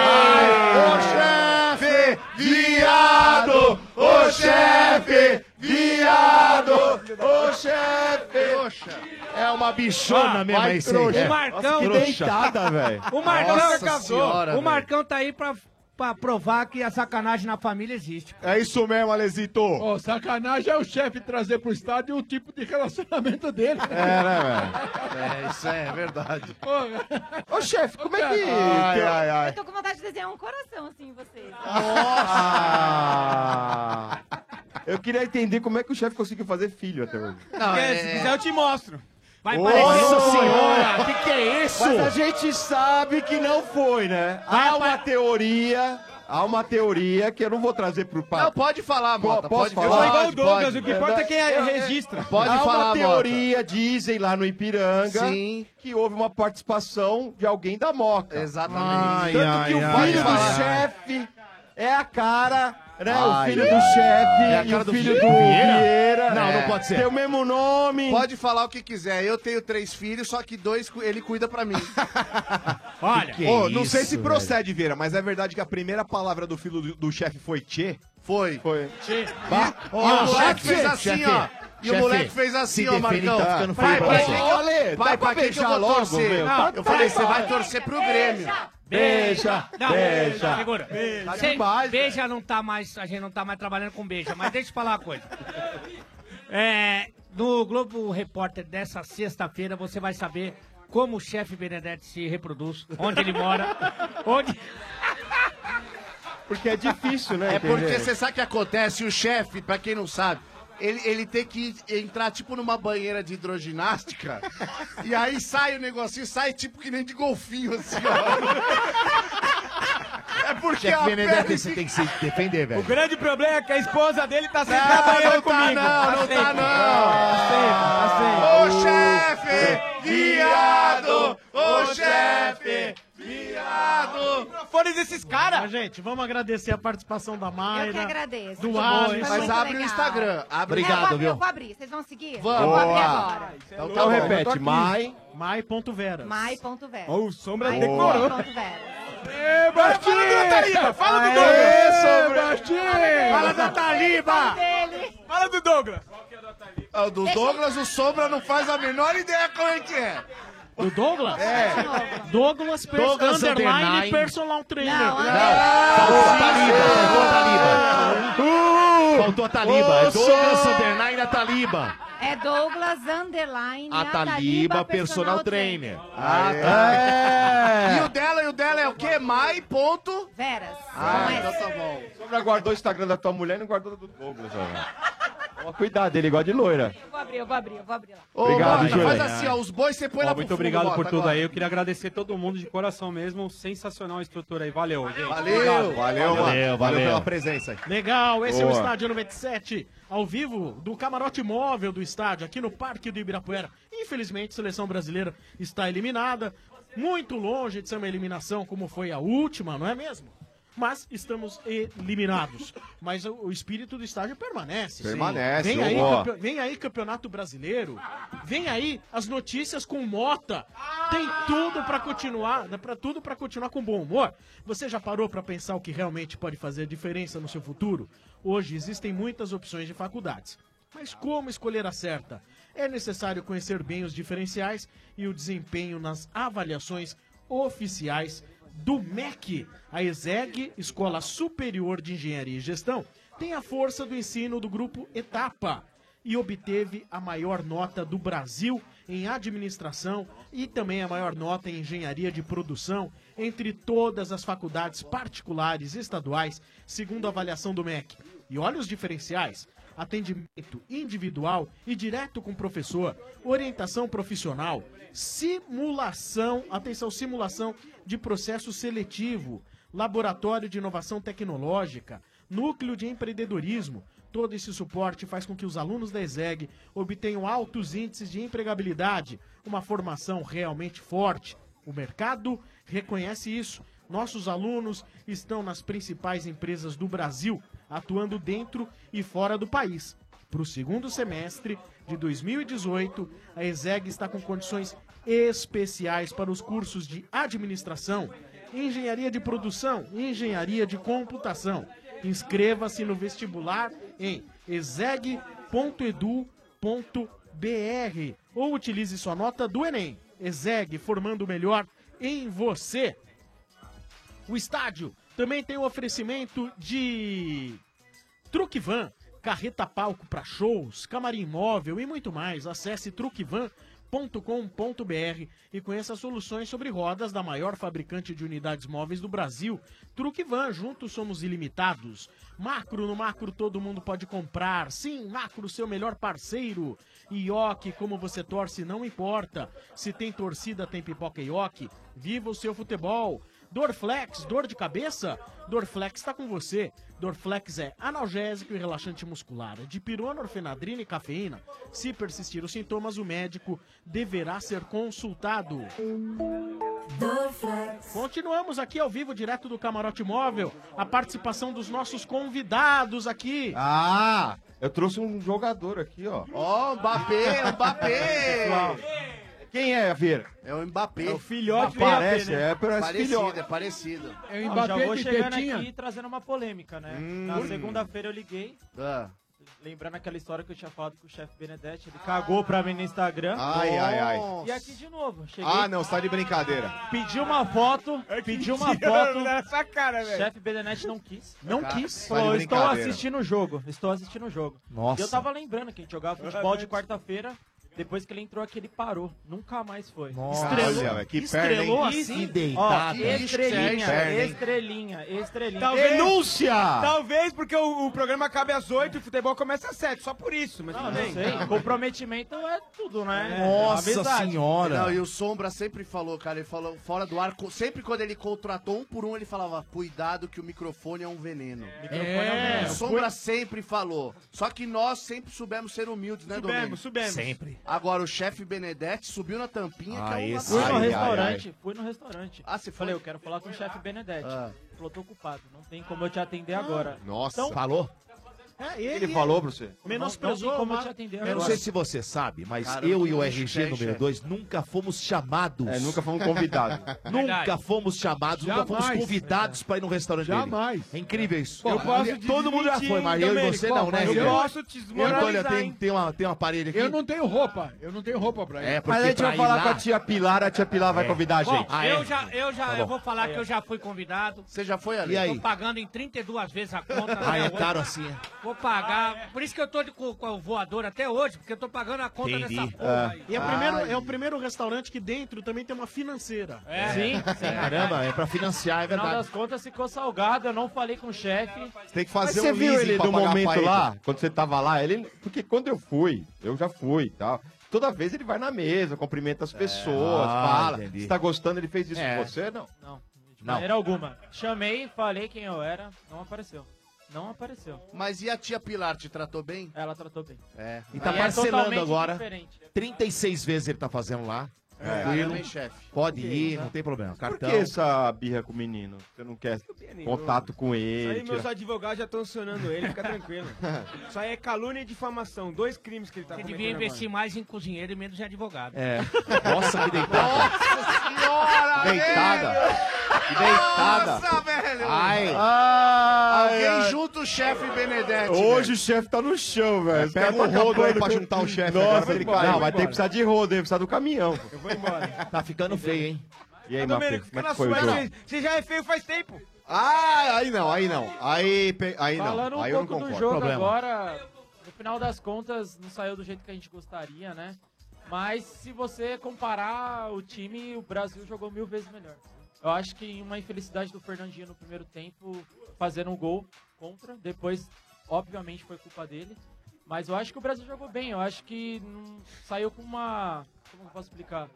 Speaker 9: Ah,
Speaker 3: Ai, ô chefe, viado, ô chefe, viado, ô chefe.
Speaker 7: É uma bichona
Speaker 3: Ah,
Speaker 7: mesmo,
Speaker 3: vai,
Speaker 7: é isso
Speaker 3: trouxa.
Speaker 7: aí.
Speaker 3: O Marcão-
Speaker 7: que trouxa.
Speaker 3: Deitada, velho.
Speaker 9: O Marcão
Speaker 3: Nossa
Speaker 9: casou.
Speaker 3: senhora,
Speaker 9: o
Speaker 3: velho.
Speaker 9: Marcão tá aí pra, pra provar que a sacanagem na família existe.
Speaker 10: É isso mesmo, Alesito.
Speaker 12: Ó, sacanagem é o chefe trazer pro estádio o tipo de relacionamento dele.
Speaker 3: É, né, velho? É, isso é verdade.
Speaker 27: Ô, chefe,
Speaker 3: como é que-
Speaker 10: Ai, ai, ai.
Speaker 27: Eu tô com vontade de desenhar um coração assim em você.
Speaker 8: Ah. Eu queria entender como é que o chefe conseguiu fazer filho até hoje.
Speaker 11: Não, é- Se quiser eu te mostro.
Speaker 8: Vai
Speaker 11: Ô,
Speaker 8: parecer-
Speaker 11: Nossa
Speaker 8: Senhora,
Speaker 11: que que é isso?
Speaker 8: Mas a gente sabe que não foi, né? Há uma teoria Há uma teoria que eu não vou trazer pro papo. Não,
Speaker 3: pode falar, Mota,
Speaker 8: Posso
Speaker 3: pode
Speaker 8: falar?
Speaker 3: falar. Eu sou igual o Douglas, o que importa é quem é-
Speaker 8: Eu-
Speaker 3: registra.
Speaker 8: Pode
Speaker 3: Há uma
Speaker 8: falar, Mota.
Speaker 3: teoria,
Speaker 8: dizem lá no Ipiranga,
Speaker 3: Sim.
Speaker 8: que houve uma participação de alguém da Moca. Exatamente.
Speaker 3: Ai,
Speaker 8: Tanto
Speaker 3: ai,
Speaker 8: que o
Speaker 3: ai,
Speaker 8: filho
Speaker 3: ai,
Speaker 8: do
Speaker 3: ai.
Speaker 8: chefe é a cara... Né?
Speaker 3: Ai,
Speaker 8: o filho
Speaker 3: ai.
Speaker 8: do chefe
Speaker 3: É a
Speaker 8: e
Speaker 3: cara
Speaker 8: o
Speaker 3: do
Speaker 8: filho do,
Speaker 3: Vieira?
Speaker 8: Vieira.
Speaker 3: Não,
Speaker 8: É.
Speaker 3: não pode ser.
Speaker 8: Tem o mesmo nome.
Speaker 3: Pode
Speaker 21: falar o que quiser. Eu tenho três filhos, só que dois cu- ele cuida pra mim.
Speaker 10: Olha,
Speaker 21: Que
Speaker 10: Ô,
Speaker 21: isso,
Speaker 10: não sei se
Speaker 21: velho.
Speaker 10: procede, Vieira, mas é verdade que a primeira palavra do filho do, do chefe foi Tchê?
Speaker 21: Foi.
Speaker 10: Foi.
Speaker 21: Tchê.
Speaker 10: Bah.
Speaker 21: E
Speaker 10: Ó,
Speaker 21: o moleque
Speaker 10: chefe,
Speaker 21: fez assim,
Speaker 10: chefe,
Speaker 21: ó. E
Speaker 10: chefe,
Speaker 21: o moleque fez assim,
Speaker 10: se
Speaker 21: ó,
Speaker 10: defende,
Speaker 21: Marcão.
Speaker 10: tá ficando
Speaker 21: pai,
Speaker 10: feio
Speaker 21: pra
Speaker 10: pra
Speaker 21: quem que
Speaker 10: você.
Speaker 21: eu,
Speaker 10: Olê, dá
Speaker 21: pai, pra
Speaker 10: pra
Speaker 21: quem que eu
Speaker 10: beijar
Speaker 21: vou
Speaker 10: logo,
Speaker 21: torcer?
Speaker 10: meu.
Speaker 21: eu
Speaker 10: Tá,
Speaker 21: falei,
Speaker 10: tá,
Speaker 21: você vai
Speaker 10: tá.
Speaker 21: torcer pro Grêmio.
Speaker 9: Beija,
Speaker 21: Não,
Speaker 9: beija, Tá
Speaker 21: segura.
Speaker 9: Beija.
Speaker 21: Cê-
Speaker 9: beija não tá mais, a gente não tá mais trabalhando com beija, mas deixa eu falar uma coisa. É, no Globo Repórter dessa sexta-feira você vai saber como o chefe Benedetti se reproduz, onde ele mora, onde...
Speaker 21: Porque é difícil, né? É
Speaker 3: entender?
Speaker 21: porque você sabe o que acontece? O chefe, pra quem não sabe, ele, ele tem que entrar tipo numa banheira de hidroginástica e aí sai o negocinho, sai tipo que nem de golfinho, assim, ó. É porque
Speaker 7: Chefe
Speaker 21: a
Speaker 7: Benedetti,
Speaker 21: pele
Speaker 7: você tem que se defender, velho.
Speaker 3: O grande problema é que a esposa dele tá sempre
Speaker 21: Não,
Speaker 3: trabalhando
Speaker 21: não tá
Speaker 3: comigo.
Speaker 21: não, não tá não.
Speaker 22: tá
Speaker 3: Aceita, aceita.
Speaker 21: Ô, chefe,
Speaker 3: viado,
Speaker 21: ô,
Speaker 3: chefe,
Speaker 21: viado.
Speaker 6: Fones desses caras! Gente, vamos agradecer a participação da Mayra.
Speaker 27: Eu que agradeço.
Speaker 6: Do
Speaker 27: Muito
Speaker 6: Alisson.
Speaker 27: bom, foi
Speaker 21: Mas
Speaker 27: muito
Speaker 21: abre o
Speaker 27: legal.
Speaker 21: Instagram. Abre
Speaker 27: É, eu vou
Speaker 7: Obrigado,
Speaker 27: abrir,
Speaker 7: viu?
Speaker 27: Eu vou abrir, vocês vão seguir?
Speaker 21: Vamos.
Speaker 27: Eu vou abrir
Speaker 7: Boa.
Speaker 27: agora.
Speaker 7: Então,
Speaker 27: Então,
Speaker 7: tá bom, repete,
Speaker 6: Mai. Mai.veras.
Speaker 27: Mai.vera.
Speaker 6: Ó, o Sombra
Speaker 27: Mai
Speaker 6: decorou.
Speaker 27: ponto vera.
Speaker 3: Ê, Bartinho! Fala do Taliba, fala do
Speaker 27: Aê,
Speaker 3: Douglas!
Speaker 21: Bartinho!
Speaker 3: Fala da Taliba!
Speaker 21: Fala É
Speaker 3: Fala do Douglas!
Speaker 21: Ah, Do Douglas, o Sombra não faz a menor ideia como é que é.
Speaker 6: O Douglas?
Speaker 21: É.
Speaker 6: Douglas, pers-
Speaker 21: Douglas
Speaker 6: underline,
Speaker 21: underline. Tá
Speaker 6: personal trainer.
Speaker 27: é
Speaker 7: Faltou a Taliba, faltou a Taliba. Faltou a Taliba. É
Speaker 27: Ô,
Speaker 7: Douglas
Speaker 27: sou-
Speaker 7: Underline da Taliba.
Speaker 27: É Douglas Underline.
Speaker 7: A Taliba, personal trainer.
Speaker 21: Ah,
Speaker 7: tá.
Speaker 21: E o dela, e o dela é o quê? Mai, ponto...
Speaker 27: Veras. é.
Speaker 21: Ah, então tá bom.
Speaker 8: Sombra guardou o Instagram da tua mulher e não guardou do Douglas, ó. Toma cuidado, ele gosta de loira.
Speaker 27: Eu vou abrir, eu vou abrir, eu vou abrir lá.
Speaker 21: Ô,
Speaker 8: Obrigado,
Speaker 21: Mota,
Speaker 8: Júlia.
Speaker 21: Faz assim, ó, os bois você põe
Speaker 8: Ó,
Speaker 21: lá
Speaker 8: muito
Speaker 21: pro fundo,
Speaker 8: obrigado
Speaker 21: Mota,
Speaker 8: por
Speaker 21: agora.
Speaker 8: tudo
Speaker 22: Aí eu queria agradecer todo mundo de coração mesmo. Sensacional a estrutura aí. Valeu, gente.
Speaker 6: Valeu,
Speaker 8: valeu,
Speaker 7: valeu,
Speaker 8: valeu
Speaker 7: valeu.
Speaker 8: pela presença aí.
Speaker 6: Legal, esse é o
Speaker 8: Boa.
Speaker 6: Estádio 97, ao vivo do camarote móvel do estádio, aqui no Parque do Ibirapuera. Infelizmente, a seleção brasileira está eliminada, muito longe de ser uma eliminação como foi a última, não é mesmo? Mas estamos eliminados. Mas o, o espírito do estádio permanece.
Speaker 10: Permanece,
Speaker 6: Vem aí,
Speaker 10: ó.
Speaker 6: campe- vem aí Campeonato Brasileiro. Vem aí as notícias com Mota. Tem tudo pra continuar, dá para tudo pra continuar com bom humor. Você já parou pra pensar o que realmente pode fazer diferença no seu futuro? Hoje existem muitas opções de faculdades. Mas como escolher a certa? É necessário conhecer bem os diferenciais e o desempenho nas avaliações oficiais do MEC. A ESEG, Escola Superior de Engenharia e Gestão, tem a força do ensino do grupo Etapa e obteve a maior nota do Brasil em administração e também a maior nota em engenharia de produção entre todas as faculdades particulares estaduais, segundo a avaliação do MEC. E olha os diferenciais: atendimento individual e direto com o professor, orientação profissional, simulação, atenção, simulação de processo seletivo, laboratório de inovação tecnológica, núcleo de empreendedorismo. Todo esse suporte faz com que os alunos da ESEG obtenham altos índices de empregabilidade, uma formação realmente forte. O mercado reconhece isso. Nossos alunos estão nas principais empresas do Brasil, atuando dentro e fora do país. Para o segundo semestre de 2018, a ESEG está com condições especiais para os cursos de administração, engenharia de produção e engenharia de computação. Inscreva-se no vestibular em exeg.edu.br ou utilize sua nota do Enem. ESEG, formando o melhor em você. O estádio também tem o oferecimento de Truque Van, carreta palco para shows, camarim móvel e muito mais. Acesse truquevan.com.br e conheça as soluções sobre rodas da maior fabricante de unidades móveis do Brasil. Truque Van, juntos somos ilimitados. Macro, no Macro todo mundo pode comprar. Sim, Macro, seu melhor parceiro. Ioki, como você torce, não importa. Se tem torcida, tem pipoca Ioki. Viva o seu futebol. Dorflex, dor de cabeça? Dorflex está com você. Dorflex é analgésico e relaxante muscular, é de pirona, orfenadrina e cafeína. Se persistir os sintomas, o médico deverá ser consultado. Continuamos aqui ao vivo, direto do Camarote Móvel, a participação dos nossos convidados aqui.
Speaker 8: Ah, eu trouxe um jogador aqui, ó.
Speaker 21: Ó, Mbappé, Mbappé!
Speaker 8: Pessoal, Quem é, Vieira?
Speaker 21: É o Mbappé.
Speaker 8: É o filhote
Speaker 21: do Mbappé,
Speaker 8: Parece,
Speaker 21: né?
Speaker 8: é, parece
Speaker 21: parecido,
Speaker 8: filhote.
Speaker 21: é parecido.
Speaker 3: É
Speaker 21: o
Speaker 22: Ó, já
Speaker 21: Mbappé
Speaker 22: vou
Speaker 21: de
Speaker 22: chegando
Speaker 21: tetinha?
Speaker 22: aqui e trazendo uma polêmica, né?
Speaker 21: Hum.
Speaker 22: Na segunda-feira eu liguei.
Speaker 21: Ah.
Speaker 22: Lembrando aquela história que eu tinha falado com o chefe Benedetti, ele cagou pra mim no Instagram.
Speaker 10: Ai, ai, ai.
Speaker 22: E aqui de novo, cheguei.
Speaker 10: Ah, não, sai de brincadeira.
Speaker 22: Pedi uma foto, pedi uma
Speaker 10: mentira,
Speaker 22: foto.
Speaker 10: né?
Speaker 22: Essa cara,
Speaker 10: velho.
Speaker 22: Chefe Benedetti não quis.
Speaker 10: Não Cara, quis. tá de
Speaker 22: Falou, estou
Speaker 10: brincadeira.
Speaker 22: assistindo o jogo, estou assistindo o jogo.
Speaker 10: Nossa.
Speaker 22: E eu tava lembrando que a gente jogava futebol de quarta-feira, depois que ele entrou aqui, ele parou. Nunca mais foi.
Speaker 10: Nossa,
Speaker 22: estrelou,
Speaker 10: velho, que
Speaker 22: estrelou
Speaker 10: perna, hein?
Speaker 22: assim.
Speaker 10: Que deitada.
Speaker 22: Ó, estrelinha,
Speaker 10: Que perna, hein?
Speaker 22: estrelinha, estrelinha.
Speaker 11: Talvez porque o, o programa acabe às 8 e o futebol começa às 7, só por isso. Mas
Speaker 22: Não,
Speaker 11: tudo
Speaker 22: não
Speaker 11: bem.
Speaker 22: sei. Comprometimento é tudo, né? Amizade.
Speaker 21: Não, e o Sombra sempre falou, cara, ele falou fora do ar, co- sempre quando ele contratou um por um, ele falava, cuidado que o microfone é um veneno.
Speaker 3: Microfone é um veneno.
Speaker 21: O Sombra sempre falou. Só que nós sempre soubemos ser humildes, né,
Speaker 22: Subemos,
Speaker 21: Domingos?
Speaker 22: subemos. Sempre.
Speaker 21: Agora, o chefe Benedetti subiu na tampinha,
Speaker 22: Ah,
Speaker 21: que é uma...
Speaker 22: esse- Fui no Ai, ai, restaurante, ai. fui no restaurante.
Speaker 21: Ah, você foi?
Speaker 22: Falei, eu quero falar com o chefe Benedetti.
Speaker 21: Ah.
Speaker 22: Ele falou, tô ocupado, não tem como eu te atender agora.
Speaker 7: Nossa.
Speaker 22: Então-
Speaker 7: Falou?
Speaker 22: É,
Speaker 7: Ele falou pra você?
Speaker 22: Menosprezou, não, não tem como eu te atender
Speaker 7: Eu não sei se você sabe, mas
Speaker 22: Cara,
Speaker 7: eu e o
Speaker 22: que
Speaker 7: RG número
Speaker 22: chefe.
Speaker 7: 2 nunca fomos chamados.
Speaker 8: É, nunca fomos convidados.
Speaker 7: nunca
Speaker 8: Verdade.
Speaker 7: fomos chamados, nunca
Speaker 8: Jamais.
Speaker 7: fomos convidados pra ir no restaurante dele.
Speaker 8: Jamais.
Speaker 7: É incrível isso.
Speaker 8: Eu posso te
Speaker 7: Todo mundo já
Speaker 8: desmentir,
Speaker 7: foi, mas eu e
Speaker 8: Domênico.
Speaker 7: você
Speaker 8: Ó,
Speaker 7: não, né?
Speaker 8: mas eu
Speaker 7: Ribeiro?
Speaker 8: posso te desmoralizar,
Speaker 7: Olha, tem,
Speaker 8: hein?
Speaker 7: tem, uma, tem uma parede aqui.
Speaker 12: Eu não tenho roupa, eu não tenho roupa pra ir.
Speaker 7: É,
Speaker 8: Mas a gente vai falar com a tia Pilar, a tia Pilar vai
Speaker 7: É.
Speaker 8: convidar a
Speaker 7: Ó,
Speaker 8: gente.
Speaker 7: Ah,
Speaker 9: eu
Speaker 7: é?
Speaker 9: já, eu já,
Speaker 7: Tá
Speaker 9: eu
Speaker 7: bom.
Speaker 9: vou falar
Speaker 7: Aí,
Speaker 9: que
Speaker 7: ó.
Speaker 9: eu já fui convidado.
Speaker 21: Você já foi
Speaker 7: ali? E aí?
Speaker 9: Tô pagando em 32 vezes a conta.
Speaker 7: Ah,
Speaker 9: até
Speaker 7: é
Speaker 9: hoje.
Speaker 7: caro assim, é?
Speaker 9: Vou pagar. Por isso que eu tô de- com, com o voador até hoje, porque eu tô pagando a conta
Speaker 7: Entendi. Ah.
Speaker 9: dessa porra aí.
Speaker 6: E é, o primeiro, é o primeiro restaurante que dentro também tem uma financeira.
Speaker 22: É. Sim, sim.
Speaker 7: Caramba, é pra financiar, é
Speaker 22: No final
Speaker 7: verdade.
Speaker 22: das contas ficou salgado, eu não falei com o chefe.
Speaker 7: Tem que
Speaker 8: Mas
Speaker 11: um
Speaker 10: um
Speaker 8: você viu ele do momento lá, quando você tava lá, ele. Porque quando eu fui, eu já fui e tal. Toda vez ele vai na mesa, cumprimenta as pessoas,
Speaker 22: ah,
Speaker 8: fala.
Speaker 22: entendi.
Speaker 8: Você tá gostando, ele fez isso
Speaker 22: É.
Speaker 8: com você? Não.
Speaker 22: Não, de
Speaker 8: Não.
Speaker 22: maneira alguma. Chamei, falei quem eu era, não apareceu. Não apareceu.
Speaker 21: Mas e a tia Pilar, te tratou bem?
Speaker 22: Ela tratou bem.
Speaker 21: É.
Speaker 7: E tá
Speaker 21: Aí é
Speaker 7: parcelando
Speaker 21: totalmente
Speaker 7: agora.
Speaker 21: diferente.
Speaker 8: né?
Speaker 7: 36 vezes ele tá fazendo lá.
Speaker 8: É, caramba, hein, chefe?
Speaker 7: Pode
Speaker 8: Ok,
Speaker 7: ir,
Speaker 8: né?
Speaker 7: não tem problema.
Speaker 8: Por que
Speaker 7: Cartão.
Speaker 8: essa birra com o menino? Você não quer
Speaker 11: menino?
Speaker 8: contato com
Speaker 11: Isso
Speaker 8: ele?
Speaker 11: aí meus
Speaker 8: tira-
Speaker 11: advogados já estão acionando ele, fica tranquilo. Isso aí é calúnia e difamação, dois crimes que ele tá
Speaker 9: Você
Speaker 11: cometendo
Speaker 9: devia investir
Speaker 11: agora.
Speaker 9: mais em cozinheiro e menos em advogado.
Speaker 7: É. Nossa, que deitada.
Speaker 21: Senhora,
Speaker 7: Deitada.
Speaker 8: Deitada.
Speaker 21: Nossa, velho!
Speaker 8: Ai.
Speaker 21: Alguém
Speaker 8: ai.
Speaker 21: junta o chefe Benedetti.
Speaker 8: Hoje o chefe tá no chão, velho. Os
Speaker 7: Pega
Speaker 8: caras
Speaker 7: um
Speaker 8: tão
Speaker 7: rodo aí
Speaker 8: acabando
Speaker 7: pra
Speaker 8: com-
Speaker 7: juntar o chefe
Speaker 8: Nossa,
Speaker 7: agora pra ele cair.
Speaker 8: Não, vai
Speaker 7: Vai
Speaker 8: ter que
Speaker 7: embora.
Speaker 8: precisar de rodo, hein? Precisar do caminhão. Eu vou embora.
Speaker 7: Tá ficando feio, hein?
Speaker 8: E aí, Matheus?
Speaker 11: Domênico,
Speaker 8: Como
Speaker 11: fica
Speaker 8: é
Speaker 11: na
Speaker 8: que foi o
Speaker 11: sua,
Speaker 8: jogo?
Speaker 11: você- você já é feio faz tempo.
Speaker 8: Ah, aí não, aí não. Aí, pe- aí não.
Speaker 22: Falando um
Speaker 8: aí eu
Speaker 22: pouco
Speaker 8: não
Speaker 22: do
Speaker 8: concordo.
Speaker 22: jogo agora, no final das contas, não saiu do jeito que a gente gostaria, né? Mas se você comparar o time, o Brasil jogou mil vezes melhor. Eu acho que uma infelicidade do Fernandinho no primeiro tempo, fazendo um gol contra, depois, obviamente, foi culpa dele. Mas eu acho que o Brasil jogou bem, eu acho que não- saiu com uma. Como eu posso explicar?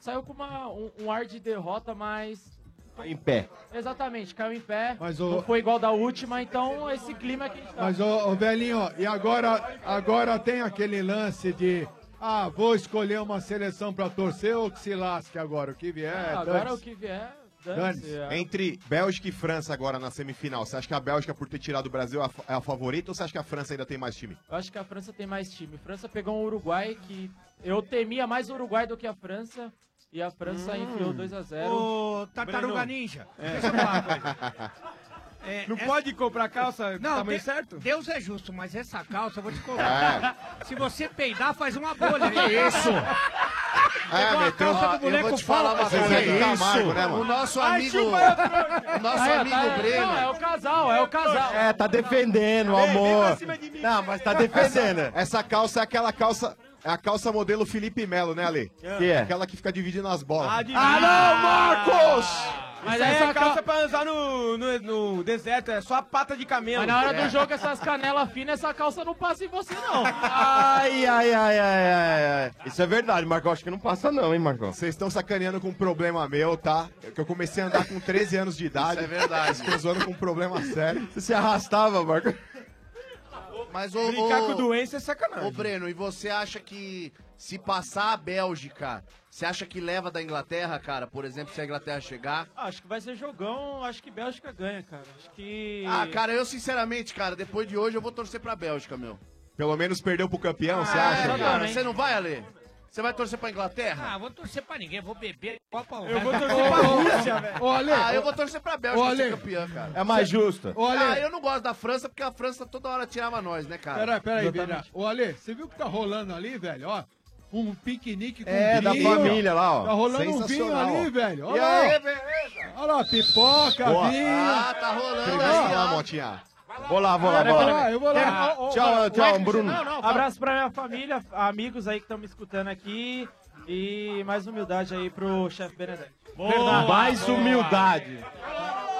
Speaker 22: Saiu com uma, um, um ar de derrota, mas.
Speaker 8: Em pé.
Speaker 22: Exatamente, caiu em pé.
Speaker 12: Mas o-
Speaker 22: Não foi igual da última, então esse clima que a gente tá.
Speaker 12: Mas, ô, ô, velhinho, ó, e agora, agora tem aquele lance de. Ah, vou escolher uma seleção pra torcer ou que se lasque agora, o que
Speaker 7: É,
Speaker 12: vier.
Speaker 22: Ah, agora o
Speaker 12: dane-se.
Speaker 22: que vier,
Speaker 12: Dane-se.
Speaker 22: dane-se. é.
Speaker 10: Entre Bélgica e França agora na semifinal, você acha que a Bélgica, por ter tirado o Brasil, é a fa- é a favorita ou você acha que a França ainda tem mais time?
Speaker 22: Eu acho que a França tem mais time. França pegou um Uruguai que eu temia mais o Uruguai do que a França. E a França
Speaker 9: Hum.
Speaker 22: enfiou 2x0.
Speaker 9: Ô, Tartaruga Ninja,
Speaker 8: É.
Speaker 9: deixa eu falar uma coisa.
Speaker 22: Não
Speaker 9: pode
Speaker 11: comprar calça
Speaker 9: É, não,
Speaker 11: tamanho
Speaker 9: De-
Speaker 11: certo?
Speaker 9: Deus é justo, mas essa calça eu vou te
Speaker 3: É.
Speaker 9: cobrar. Se você peidar, faz uma bolha.
Speaker 3: Que isso?
Speaker 9: Pegou a
Speaker 3: meteu-
Speaker 9: calça
Speaker 3: Ah,
Speaker 9: do boneco é
Speaker 3: eu vou te falar
Speaker 9: falta,
Speaker 3: uma coisa,
Speaker 9: cara.
Speaker 3: hein? Camargo, né,
Speaker 21: O
Speaker 3: mano?
Speaker 21: nosso
Speaker 3: Ai,
Speaker 21: amigo.
Speaker 22: o
Speaker 21: nosso
Speaker 22: Aí, ó,
Speaker 21: amigo
Speaker 22: tá-
Speaker 21: Breno.
Speaker 22: Não, é o casal, é o casal.
Speaker 8: É, tá defendendo, o amor. Não, mas tá defendendo.
Speaker 10: Essa calça é aquela calça. É a calça modelo Felipe Melo, né, Ale?
Speaker 8: Que é?
Speaker 10: Aquela que fica dividindo as bolas.
Speaker 8: Ah, não, Marcos!
Speaker 11: Mas aí a calça é pra usar no, no, no deserto, é só a pata de camelo.
Speaker 14: Mas na hora
Speaker 11: É.
Speaker 14: do jogo, essas canelas finas, essa calça não passa em você, não.
Speaker 8: Ai, ai, ai, ai, ai, ai. Isso é verdade, Marcão. Acho que não passa, não, hein, Marcão?
Speaker 10: Vocês estão sacaneando com um problema meu, tá? É Que eu comecei a andar com 13 anos de idade.
Speaker 21: Isso é verdade.
Speaker 10: Estou zoando com um problema sério.
Speaker 8: Você se arrastava, Marcão.
Speaker 21: Mas o,
Speaker 10: Brincar
Speaker 21: o-
Speaker 10: com doença é sacanagem.
Speaker 21: Ô, Breno, e você acha que se passar a Bélgica, você acha que leva da Inglaterra, cara? Por exemplo, se a Inglaterra chegar?
Speaker 14: Ah, Acho que vai ser jogão, acho que Bélgica ganha, cara. Acho que.
Speaker 21: Ah, cara, eu sinceramente, cara, depois de hoje eu vou torcer pra Bélgica, meu.
Speaker 10: Pelo menos perdeu pro
Speaker 8: Ah,
Speaker 10: campeão, você
Speaker 21: É,
Speaker 10: acha?
Speaker 21: cara, você não vai, Ale? Você vai torcer pra Inglaterra?
Speaker 9: Ah, vou torcer pra ninguém, vou beber Copa
Speaker 21: Eu vou torcer
Speaker 9: Ô,
Speaker 21: pra
Speaker 9: ô,
Speaker 21: Rússia,
Speaker 9: ô,
Speaker 21: velho.
Speaker 9: ô, Ale,
Speaker 21: Ah, eu
Speaker 9: ô,
Speaker 21: vou torcer pra Bélgica
Speaker 9: ô, Ale,
Speaker 21: ser campeã, cara.
Speaker 8: É mais justo.
Speaker 12: Ô, Ale.
Speaker 21: Ah, eu não gosto da França porque a França toda hora tirava nós, né, cara?
Speaker 12: Peraí, peraí, Beira.
Speaker 21: Exatamente.
Speaker 12: Ô, Ale, você viu o que tá rolando ali, velho? Ó, um piquenique com um
Speaker 10: É, da
Speaker 12: vinho,
Speaker 10: família
Speaker 12: ó.
Speaker 10: lá, ó.
Speaker 12: Tá rolando um vinho
Speaker 10: Sensacional, ó.
Speaker 12: ali, velho.
Speaker 10: E
Speaker 12: Olha lá.
Speaker 10: aí,
Speaker 12: beleza? Olha lá, pipoca,
Speaker 10: Boa.
Speaker 12: vinho.
Speaker 10: Ah,
Speaker 21: tá rolando
Speaker 10: Vai lá, Motinha.
Speaker 8: Vou lá, Ah, vou lá,
Speaker 14: Pera,
Speaker 8: vou
Speaker 14: pera,
Speaker 8: lá.
Speaker 14: eu vou lá.
Speaker 8: Terminou.
Speaker 14: Ô, ô,
Speaker 8: Tchau,
Speaker 14: ô,
Speaker 8: tchau,
Speaker 14: Edson,
Speaker 8: Bruno.
Speaker 14: não, não, Abraço pra minha família, amigos aí que estão me escutando aqui. E mais humildade aí pro chefe Benedetti. Verdade.
Speaker 6: mais
Speaker 14: Boa.
Speaker 6: humildade.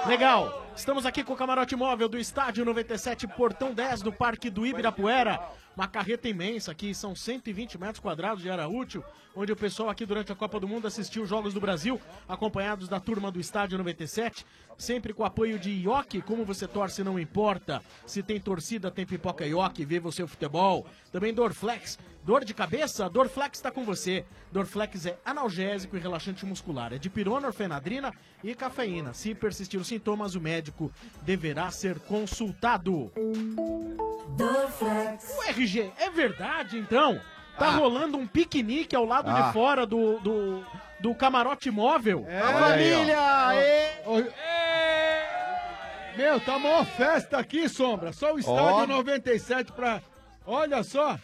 Speaker 6: Legal. Estamos aqui com o camarote móvel do Estádio 97, Portão 10, do Parque do Ibirapuera. Uma carreta imensa aqui, são 120 metros quadrados de área útil, onde o pessoal aqui durante a Copa do Mundo assistiu os Jogos do Brasil, acompanhados da turma do Estádio 97, sempre com o apoio de Ioki, como você torce não importa. Se tem torcida, tem pipoca Ioki, viva o seu futebol. Também Dorflex, dor de cabeça, Dorflex está com você. Dorflex é analgésico e relaxante muscular, é de pirona, orfenadrina e cafeína. Se persistir os sintomas, o médico deverá ser consultado. O RG, é verdade então? Tá rolando um piquenique ao lado
Speaker 10: Ah.
Speaker 6: de fora do, do, do camarote móvel? É,
Speaker 10: A família,
Speaker 12: Meu, tá mó festa aqui, Sombra. Só o estádio
Speaker 7: Ó.
Speaker 12: 97 pra... Olha só.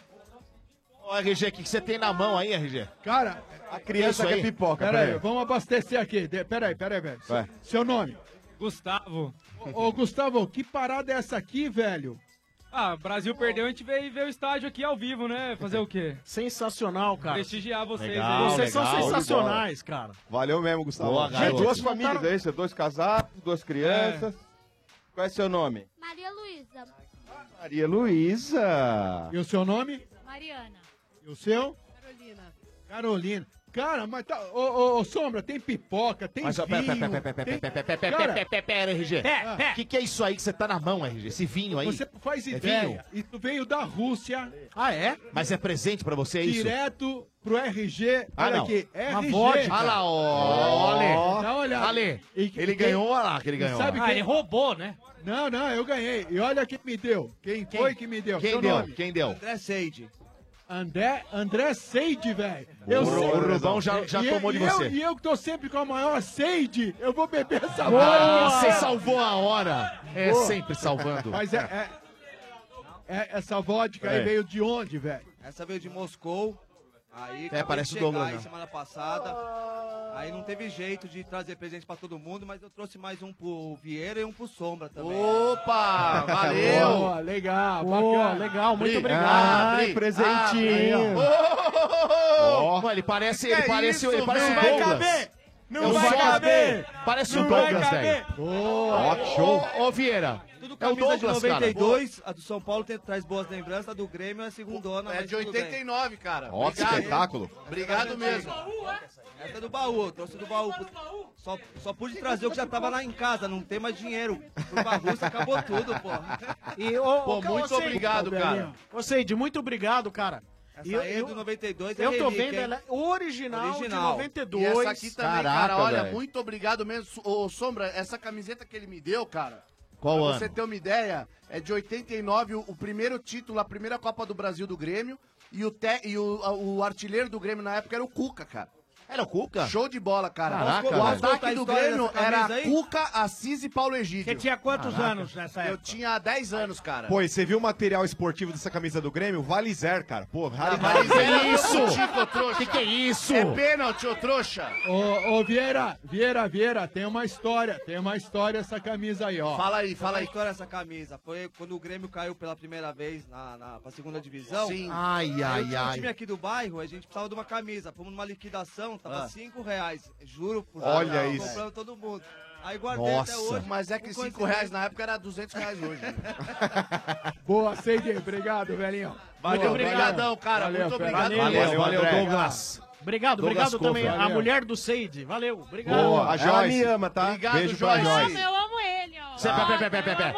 Speaker 7: Ó, RG, o que que você tem na mão aí, RG?
Speaker 12: Cara,
Speaker 7: a criança
Speaker 12: Isso
Speaker 7: quer
Speaker 12: aí.
Speaker 7: pipoca,
Speaker 12: Peraí,
Speaker 7: peraí.
Speaker 12: vamos abastecer aqui. De- Peraí, peraí, velho. Se-
Speaker 7: Vai.
Speaker 12: Seu nome?
Speaker 14: Gustavo.
Speaker 12: Ô, Gustavo, que parada é essa aqui, velho?
Speaker 14: Ah, o Brasil perdeu, a gente veio ver o estádio aqui ao vivo, né? Fazer o quê?
Speaker 6: Sensacional, cara.
Speaker 14: Prestigiar vocês
Speaker 10: Legal,
Speaker 14: aí.
Speaker 10: Vocês são legal. sensacionais,
Speaker 6: cara.
Speaker 10: Valeu mesmo, Gustavo.
Speaker 8: Boa,
Speaker 10: Tinha
Speaker 8: garoto.
Speaker 10: duas famílias aí.
Speaker 8: aí, você é dois casados, duas crianças. Qual é seu nome?
Speaker 29: Maria Luísa.
Speaker 8: Maria Luísa.
Speaker 12: E o seu nome?
Speaker 29: Mariana.
Speaker 12: E o seu?
Speaker 29: Carolina.
Speaker 12: Carolina. Cara, mas tá. Ô, ô, ô, Sombra, tem pipoca, tem
Speaker 7: Mas, ó,
Speaker 12: vinho.
Speaker 7: pera, pera, pera, pera,
Speaker 12: tem-
Speaker 7: pera, pera, pera,
Speaker 12: Cara,
Speaker 7: pera, pera, pera, pera, RG.
Speaker 12: Ah.
Speaker 7: O que, que é isso aí que você tá na mão, RG? Esse vinho aí?
Speaker 12: Você faz
Speaker 7: É
Speaker 12: ideia.
Speaker 7: vinho?
Speaker 12: e tu veio da Rússia.
Speaker 6: Ah, é?
Speaker 7: Mas é presente pra você, é isso?
Speaker 12: Direto pro RG.
Speaker 7: Ah,
Speaker 12: olha
Speaker 7: não.
Speaker 12: aqui.
Speaker 7: Uma
Speaker 12: RG.
Speaker 7: vodka. Olha lá, ó, Ale.
Speaker 12: Dá uma olhada.
Speaker 7: Ale,
Speaker 12: E-
Speaker 7: ele
Speaker 12: e
Speaker 7: ganhou, olha lá que ele
Speaker 12: e
Speaker 7: ganhou,
Speaker 12: Sabe
Speaker 7: ó. Ah, ele
Speaker 14: roubou, né?
Speaker 12: Não, não, eu ganhei. E olha quem me deu. Quem,
Speaker 7: Quem?
Speaker 12: foi que me deu?
Speaker 7: Quem
Speaker 12: Seu
Speaker 7: deu?
Speaker 12: nome?
Speaker 7: Quem deu?
Speaker 12: André Seide. André, André Seide, velho. Eu
Speaker 7: Boa,
Speaker 12: sei-
Speaker 7: o Rubão já- já
Speaker 12: E-
Speaker 7: tomou de
Speaker 12: e eu-
Speaker 7: você.
Speaker 12: E eu que tô sempre com a maior Seide, eu vou beber essa
Speaker 7: Ah,
Speaker 12: vodka.
Speaker 7: você salvou a hora. É
Speaker 12: Boa.
Speaker 7: sempre salvando.
Speaker 12: Mas é, é- é- essa vodka aí
Speaker 7: É.
Speaker 12: veio de onde, velho?
Speaker 30: Essa veio de Moscou. Aí
Speaker 7: É,
Speaker 30: acabei
Speaker 7: parece
Speaker 30: de
Speaker 7: o
Speaker 30: chegar
Speaker 7: Douglas,
Speaker 30: aí
Speaker 7: né?
Speaker 30: semana passada. Aí não teve jeito de trazer presente pra todo mundo, mas eu trouxe mais um pro Vieira e um pro Sombra também.
Speaker 21: Opa, valeu.
Speaker 12: Boa, legal,
Speaker 30: Boa,
Speaker 12: bacana.
Speaker 30: legal, muito
Speaker 12: Pri-
Speaker 30: obrigado.
Speaker 12: Ah,
Speaker 30: Ai,
Speaker 12: Pri-
Speaker 30: presentinho.
Speaker 7: Ó, Pô, ele parece, ele
Speaker 12: Que
Speaker 7: parece,
Speaker 12: isso,
Speaker 7: ele parece
Speaker 12: velho?
Speaker 7: o
Speaker 12: Vai
Speaker 7: Douglas.
Speaker 12: caber. Não
Speaker 7: Eu
Speaker 12: vai
Speaker 7: só-
Speaker 12: caber.
Speaker 7: Parece
Speaker 12: Não
Speaker 7: o
Speaker 12: vai
Speaker 7: Douglas,
Speaker 12: caber.
Speaker 7: velho. Ó, show. Ô, Vieira.
Speaker 30: Tudo
Speaker 7: É o
Speaker 30: camisa
Speaker 7: Douglas,
Speaker 30: de
Speaker 7: cara.
Speaker 30: 92, a do São Paulo tem, traz boas lembranças, a do Grêmio é a segundona.
Speaker 21: É
Speaker 30: mas
Speaker 21: de
Speaker 30: tudo bem.
Speaker 21: 89, cara.
Speaker 30: Ó, que
Speaker 21: Obrigado.
Speaker 30: espetáculo.
Speaker 21: Obrigado mesmo.
Speaker 30: Essa é do baú, eu trouxe do baú. Só, só pude trazer o que já tava lá em casa, não tem mais dinheiro. Por bagunça acabou tudo, pô.
Speaker 6: E, ô,
Speaker 30: Pô,
Speaker 6: ô, ca-
Speaker 30: muito
Speaker 6: ô, Seide,
Speaker 30: obrigado, cara.
Speaker 6: Ô, Seide, muito obrigado, cara.
Speaker 30: Essa aí é do 92, é
Speaker 6: Eu tô
Speaker 30: relíquia,
Speaker 6: vendo,
Speaker 30: hein?
Speaker 6: ela é original,
Speaker 30: Original.
Speaker 6: de 92.
Speaker 21: E essa aqui também, cara, olha,
Speaker 6: muito.
Speaker 21: muito obrigado mesmo. Su- Ô, Sombra, essa camiseta que ele me deu, cara.
Speaker 7: Qual
Speaker 21: pra
Speaker 7: ano?
Speaker 21: você ter uma ideia, é de 89, o, o primeiro título, a primeira Copa do Brasil do Grêmio. E, o, te, e o, a- o artilheiro do Grêmio na época era o Cuca, cara.
Speaker 7: Era o Cuca?
Speaker 21: Show é de bola, cara.
Speaker 7: Caraca,
Speaker 21: o
Speaker 7: velho.
Speaker 21: ataque do Grêmio era Cuca.
Speaker 30: Assis e Paulo Egídio. Você tinha quantos
Speaker 10: Caraca.
Speaker 30: anos nessa
Speaker 21: Eu tinha 10 anos, cara.
Speaker 10: Pô, e você viu o material esportivo dessa camisa do Grêmio? Vale zero, cara. Pô, raridade.
Speaker 21: Mas é contigo, ô trouxa.
Speaker 10: Que que é isso?
Speaker 21: É pênalti, ô trouxa.
Speaker 12: Ô, ô, Vieira, Vieira, Vieira, tem uma história, tem uma história essa camisa aí, ó.
Speaker 30: Tem uma história essa camisa. Foi quando o Grêmio caiu pela primeira vez na, na pra segunda divisão.
Speaker 7: Sim. Ai,
Speaker 30: Aí eu
Speaker 7: ai,
Speaker 30: tinha Um
Speaker 7: ai.
Speaker 30: time aqui do bairro, a gente precisava de uma camisa. Fomos numa liquidação, não, tava
Speaker 7: Ah.
Speaker 30: 5 reais. Juro por
Speaker 7: Olha
Speaker 30: Deus,
Speaker 7: isso.
Speaker 30: Comprando todo mundo. Aí guardei até
Speaker 7: Nossa.
Speaker 30: hoje. Um
Speaker 21: Mas é que
Speaker 30: por
Speaker 21: 5
Speaker 30: coincidência.
Speaker 21: reais na época era 200 reais hoje.
Speaker 12: Boa, Seide. Obrigado, velhinho.
Speaker 21: Valeu, obrigadão, cara. Muito obrigado.
Speaker 6: Valeu, valeu, Douglas. Obrigado,
Speaker 7: Douglas
Speaker 6: obrigado também
Speaker 7: Cofer.
Speaker 6: à mulher do Seide. Valeu, obrigado.
Speaker 7: Boa, a Ela Joyce. me ama, tá?
Speaker 6: Obrigado,
Speaker 7: Beijo pra
Speaker 6: Joyce.
Speaker 13: É
Speaker 7: Joyce.
Speaker 20: Eu amo ele, ó.
Speaker 7: Cê, pera, pera, pera, pera, pera. É,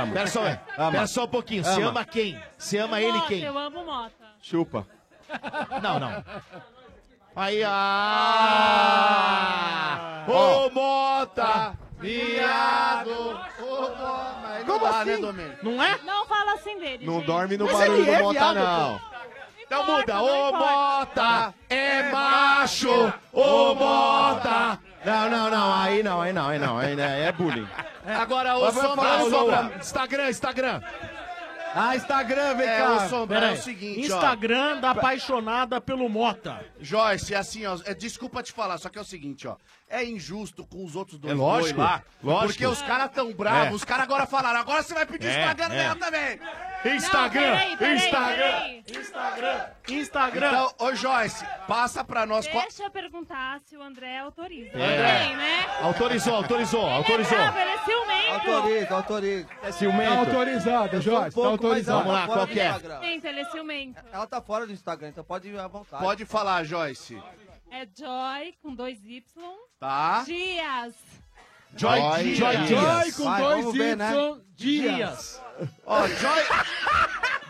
Speaker 20: Mota.
Speaker 7: Pera só,
Speaker 20: Ama.
Speaker 7: pera só um pouquinho. Você
Speaker 20: Ama.
Speaker 7: ama quem? Você ama
Speaker 20: Eu
Speaker 7: ele
Speaker 20: gosto,
Speaker 7: quem?
Speaker 20: Eu amo Mota.
Speaker 7: Chupa. Não, não. Aí, ah! Ô, Mota!
Speaker 21: Viado! Como
Speaker 7: Ah, né,
Speaker 21: assim?
Speaker 6: Não é?
Speaker 13: Não fala assim dele,
Speaker 10: Não
Speaker 13: gente.
Speaker 10: dorme no barulho
Speaker 7: é
Speaker 10: do Mota, não.
Speaker 7: Então muda. Ô, Mota! É macho! Ô, Mota!
Speaker 8: Não, não, não, aí não, aí não, aí não, aí não, é bullying.
Speaker 7: Agora, ô,
Speaker 8: Mas vai
Speaker 7: Sombra,
Speaker 8: falar,
Speaker 7: ô,
Speaker 8: Sombra.
Speaker 7: Sombra. Instagram, Instagram.
Speaker 8: Ah, Instagram, vem
Speaker 7: É,
Speaker 8: cá.
Speaker 7: ô, Sombra,
Speaker 21: Pera
Speaker 7: é o
Speaker 21: aí.
Speaker 7: seguinte,
Speaker 6: Instagram da apaixonada pelo Mota.
Speaker 21: Joyce, assim, ó, é, desculpa te falar, só que é o seguinte, ó. É injusto com os outros dois
Speaker 7: É lógico,
Speaker 21: boi lá.
Speaker 7: lógico.
Speaker 21: Porque os caras tão bravos,
Speaker 7: É.
Speaker 21: os caras agora falaram, agora você vai pedir
Speaker 7: É,
Speaker 21: Instagram
Speaker 7: é.
Speaker 21: dela também.
Speaker 7: Instagram, Não, peraí, peraí, Instagram,
Speaker 21: Instagram,
Speaker 6: Instagram.
Speaker 21: Então, ô Joyce, passa pra nós qual...
Speaker 13: Deixa eu perguntar se o André autoriza.
Speaker 7: É.
Speaker 13: André, né?
Speaker 7: Autorizou, autorizou,
Speaker 13: Ele é
Speaker 7: autorizou.
Speaker 13: bravo, ele é ciumento.
Speaker 30: Autoriza, autoriza.
Speaker 7: É ciumento? Tá autorizado,
Speaker 21: um
Speaker 30: Eu sou
Speaker 7: Joyce, tá
Speaker 30: pouco, mas
Speaker 7: autorizado.
Speaker 30: ela tá
Speaker 7: Vamos lá,
Speaker 30: fora
Speaker 7: qual
Speaker 30: do
Speaker 7: que é?
Speaker 30: Instagram.
Speaker 13: Gente, ele é ciumento.
Speaker 30: Ela tá fora do Instagram, então pode ir à vontade.
Speaker 7: é?
Speaker 21: Pode falar, Joyce.
Speaker 13: É Joy com dois Y.
Speaker 21: Tá?
Speaker 13: Dias.
Speaker 21: Joy,
Speaker 3: Joy
Speaker 21: Joy
Speaker 3: Dias.
Speaker 21: Dias.
Speaker 3: Joy com Vai, dois vamos ver, né? Y,
Speaker 21: Dias. Ó, Joy...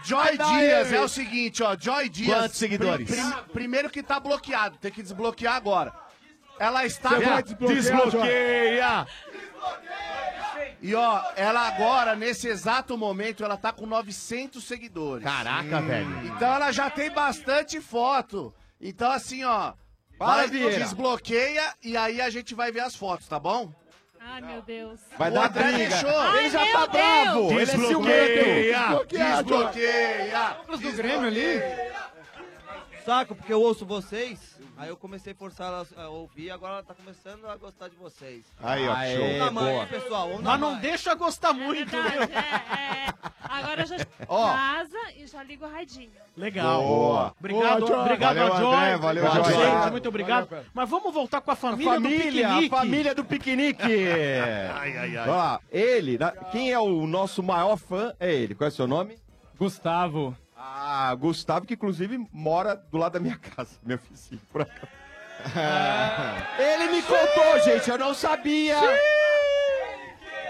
Speaker 21: Joy
Speaker 3: Vai dar
Speaker 21: Dias
Speaker 3: ele.
Speaker 21: é o seguinte, ó. Joy Dias...
Speaker 3: Quantos seguidores?
Speaker 21: Pri- pri- primeiro que tá bloqueado, tem que desbloquear agora. Ela está...
Speaker 3: Você vai desbloquear,
Speaker 21: Desbloqueia! E ó, ela agora, nesse exato momento, ela tá com 900 seguidores.
Speaker 7: Caraca, velho.
Speaker 21: Então ela já tem bastante foto. Então assim, ó,
Speaker 7: Para,
Speaker 21: vai,
Speaker 7: Vieira.
Speaker 21: desbloqueia e aí a gente vai ver as fotos, tá bom?
Speaker 13: Ai, meu Deus.
Speaker 21: Vai O dar André briga. deixou.
Speaker 13: Ai,
Speaker 21: Ele já
Speaker 13: meu
Speaker 21: tá
Speaker 13: Deus.
Speaker 21: bravo. Ele é
Speaker 30: Desbloqueia!
Speaker 21: Desbloqueia!
Speaker 30: Desbloqueia! do Grêmio ali? Saco, porque eu ouço vocês, aí eu comecei a forçar ela a ouvir, agora ela tá começando a gostar de vocês.
Speaker 7: Aí, ó,
Speaker 30: Aê,
Speaker 7: show.
Speaker 30: Vamos na mãe,
Speaker 7: Boa.
Speaker 30: pessoal, vamos na
Speaker 6: Mas não
Speaker 30: mãe.
Speaker 6: deixa
Speaker 13: É
Speaker 6: gostar muito.
Speaker 13: Agora eu já Ah. estou em
Speaker 6: Ó.
Speaker 13: casa e já ligo o radinho.
Speaker 6: Legal.
Speaker 7: Boa.
Speaker 6: Obrigado,
Speaker 7: Boa, Joy.
Speaker 6: obrigado
Speaker 7: Valeu,
Speaker 6: a Joy.
Speaker 7: André, valeu,
Speaker 6: obrigado
Speaker 7: Joy.
Speaker 6: a gente,
Speaker 7: Obrigado.
Speaker 6: Muito obrigado.
Speaker 7: Valeu,
Speaker 6: Mas vamos voltar com a família,
Speaker 8: família,
Speaker 6: do piquenique.
Speaker 8: a família do piquenique.
Speaker 7: Ai, ai, ai.
Speaker 8: Olha lá, ele, na- quem é o nosso maior fã é ele. Qual é o seu nome? Gustavo. Ah, Gustavo, que inclusive mora do lado da minha casa, meu vizinho, por acaso. Ele me contou, gente, eu não sabia.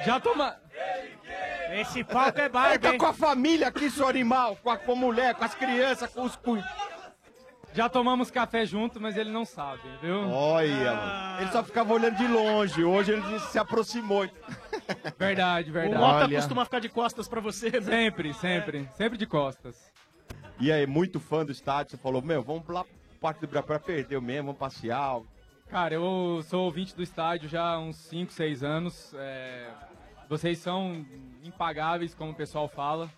Speaker 8: Já toma.
Speaker 9: Esse palco é barba,
Speaker 8: Ele tá
Speaker 9: hein?
Speaker 8: com a família aqui, seu animal, com a, com a mulher, com as crianças, com os cu...
Speaker 29: Já tomamos café junto, mas ele não sabe, viu?
Speaker 8: Olha, mano. ele só ficava olhando de longe. Hoje ele se aproximou.
Speaker 29: Verdade, verdade.
Speaker 6: O Mota costuma ficar de costas pra você, né?
Speaker 29: Sempre, sempre. Sempre de costas.
Speaker 8: E aí, muito fã do estádio, você falou, meu, vamos lá pro Parque do Ibirapuera, perdeu mesmo, vamos passear.
Speaker 29: Cara, eu sou ouvinte do estádio já há uns 5, 6 anos. É, Vocês são impagáveis, como o pessoal fala.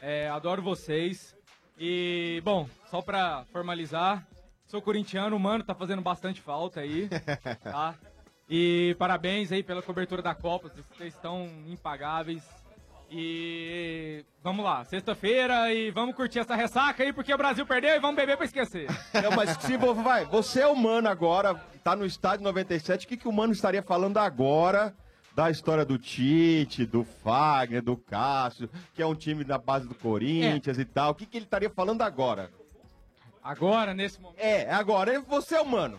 Speaker 29: É, Adoro vocês. E, bom, só pra formalizar, sou corintiano, o mano, tá fazendo bastante falta aí, tá? E parabéns aí pela cobertura da Copa, vocês estão impagáveis. E vamos lá, sexta-feira e vamos curtir essa ressaca aí, porque o Brasil perdeu e vamos beber pra esquecer.
Speaker 8: Não, mas se vo- vai, você é humano agora, tá no estádio 97, o que, que o Mano estaria falando agora da história do Tite, do Fagner, do Cássio, que é um time da base do
Speaker 29: É.
Speaker 8: Corinthians e tal? O que, que ele estaria falando agora?
Speaker 29: Agora, nesse momento.
Speaker 8: É, agora, você é humano.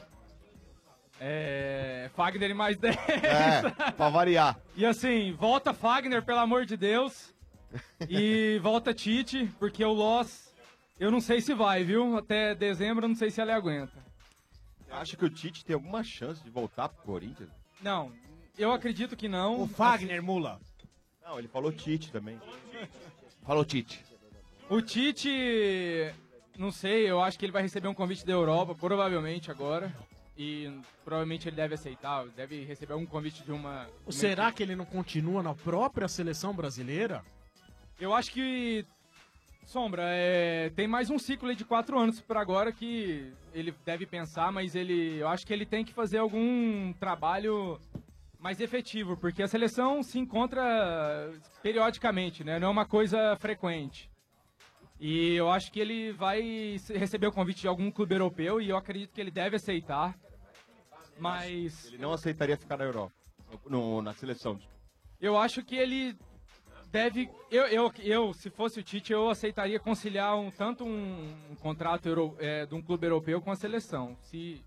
Speaker 29: É. Fagner e mais 10.
Speaker 8: É, pra variar.
Speaker 29: E assim, volta Fagner, pelo amor de Deus. E volta Tite, porque o Loss, eu não sei se vai, viu? Até dezembro, eu não sei se ele aguenta.
Speaker 8: Acha que o Tite tem alguma chance de voltar pro Corinthians?
Speaker 29: Não, eu acredito que não. O
Speaker 8: Fagner, mula. Não, ele falou Tite também. Falou Tite.
Speaker 29: O Tite, não sei, eu acho que ele vai receber um convite da Europa, provavelmente agora. E provavelmente ele deve aceitar, deve receber algum convite de uma.
Speaker 6: Ou Será que ele não continua na própria seleção brasileira?
Speaker 29: Eu acho que. Sombra, é, tem mais um ciclo aí de quatro anos por agora que ele deve pensar, mas ele. Eu acho que ele tem que fazer algum trabalho mais efetivo, porque a seleção se encontra periodicamente, né? Não é uma coisa frequente. E eu acho que ele vai se- receber o convite de algum clube europeu e eu acredito que ele deve aceitar. Mas
Speaker 8: Ele não aceitaria ficar na Europa. No- na seleção.
Speaker 29: eu acho que ele deve. Eu, eu, eu, se fosse o Tite, eu aceitaria conciliar um, tanto um, um contrato euro- eh, de um clube europeu com a seleção, se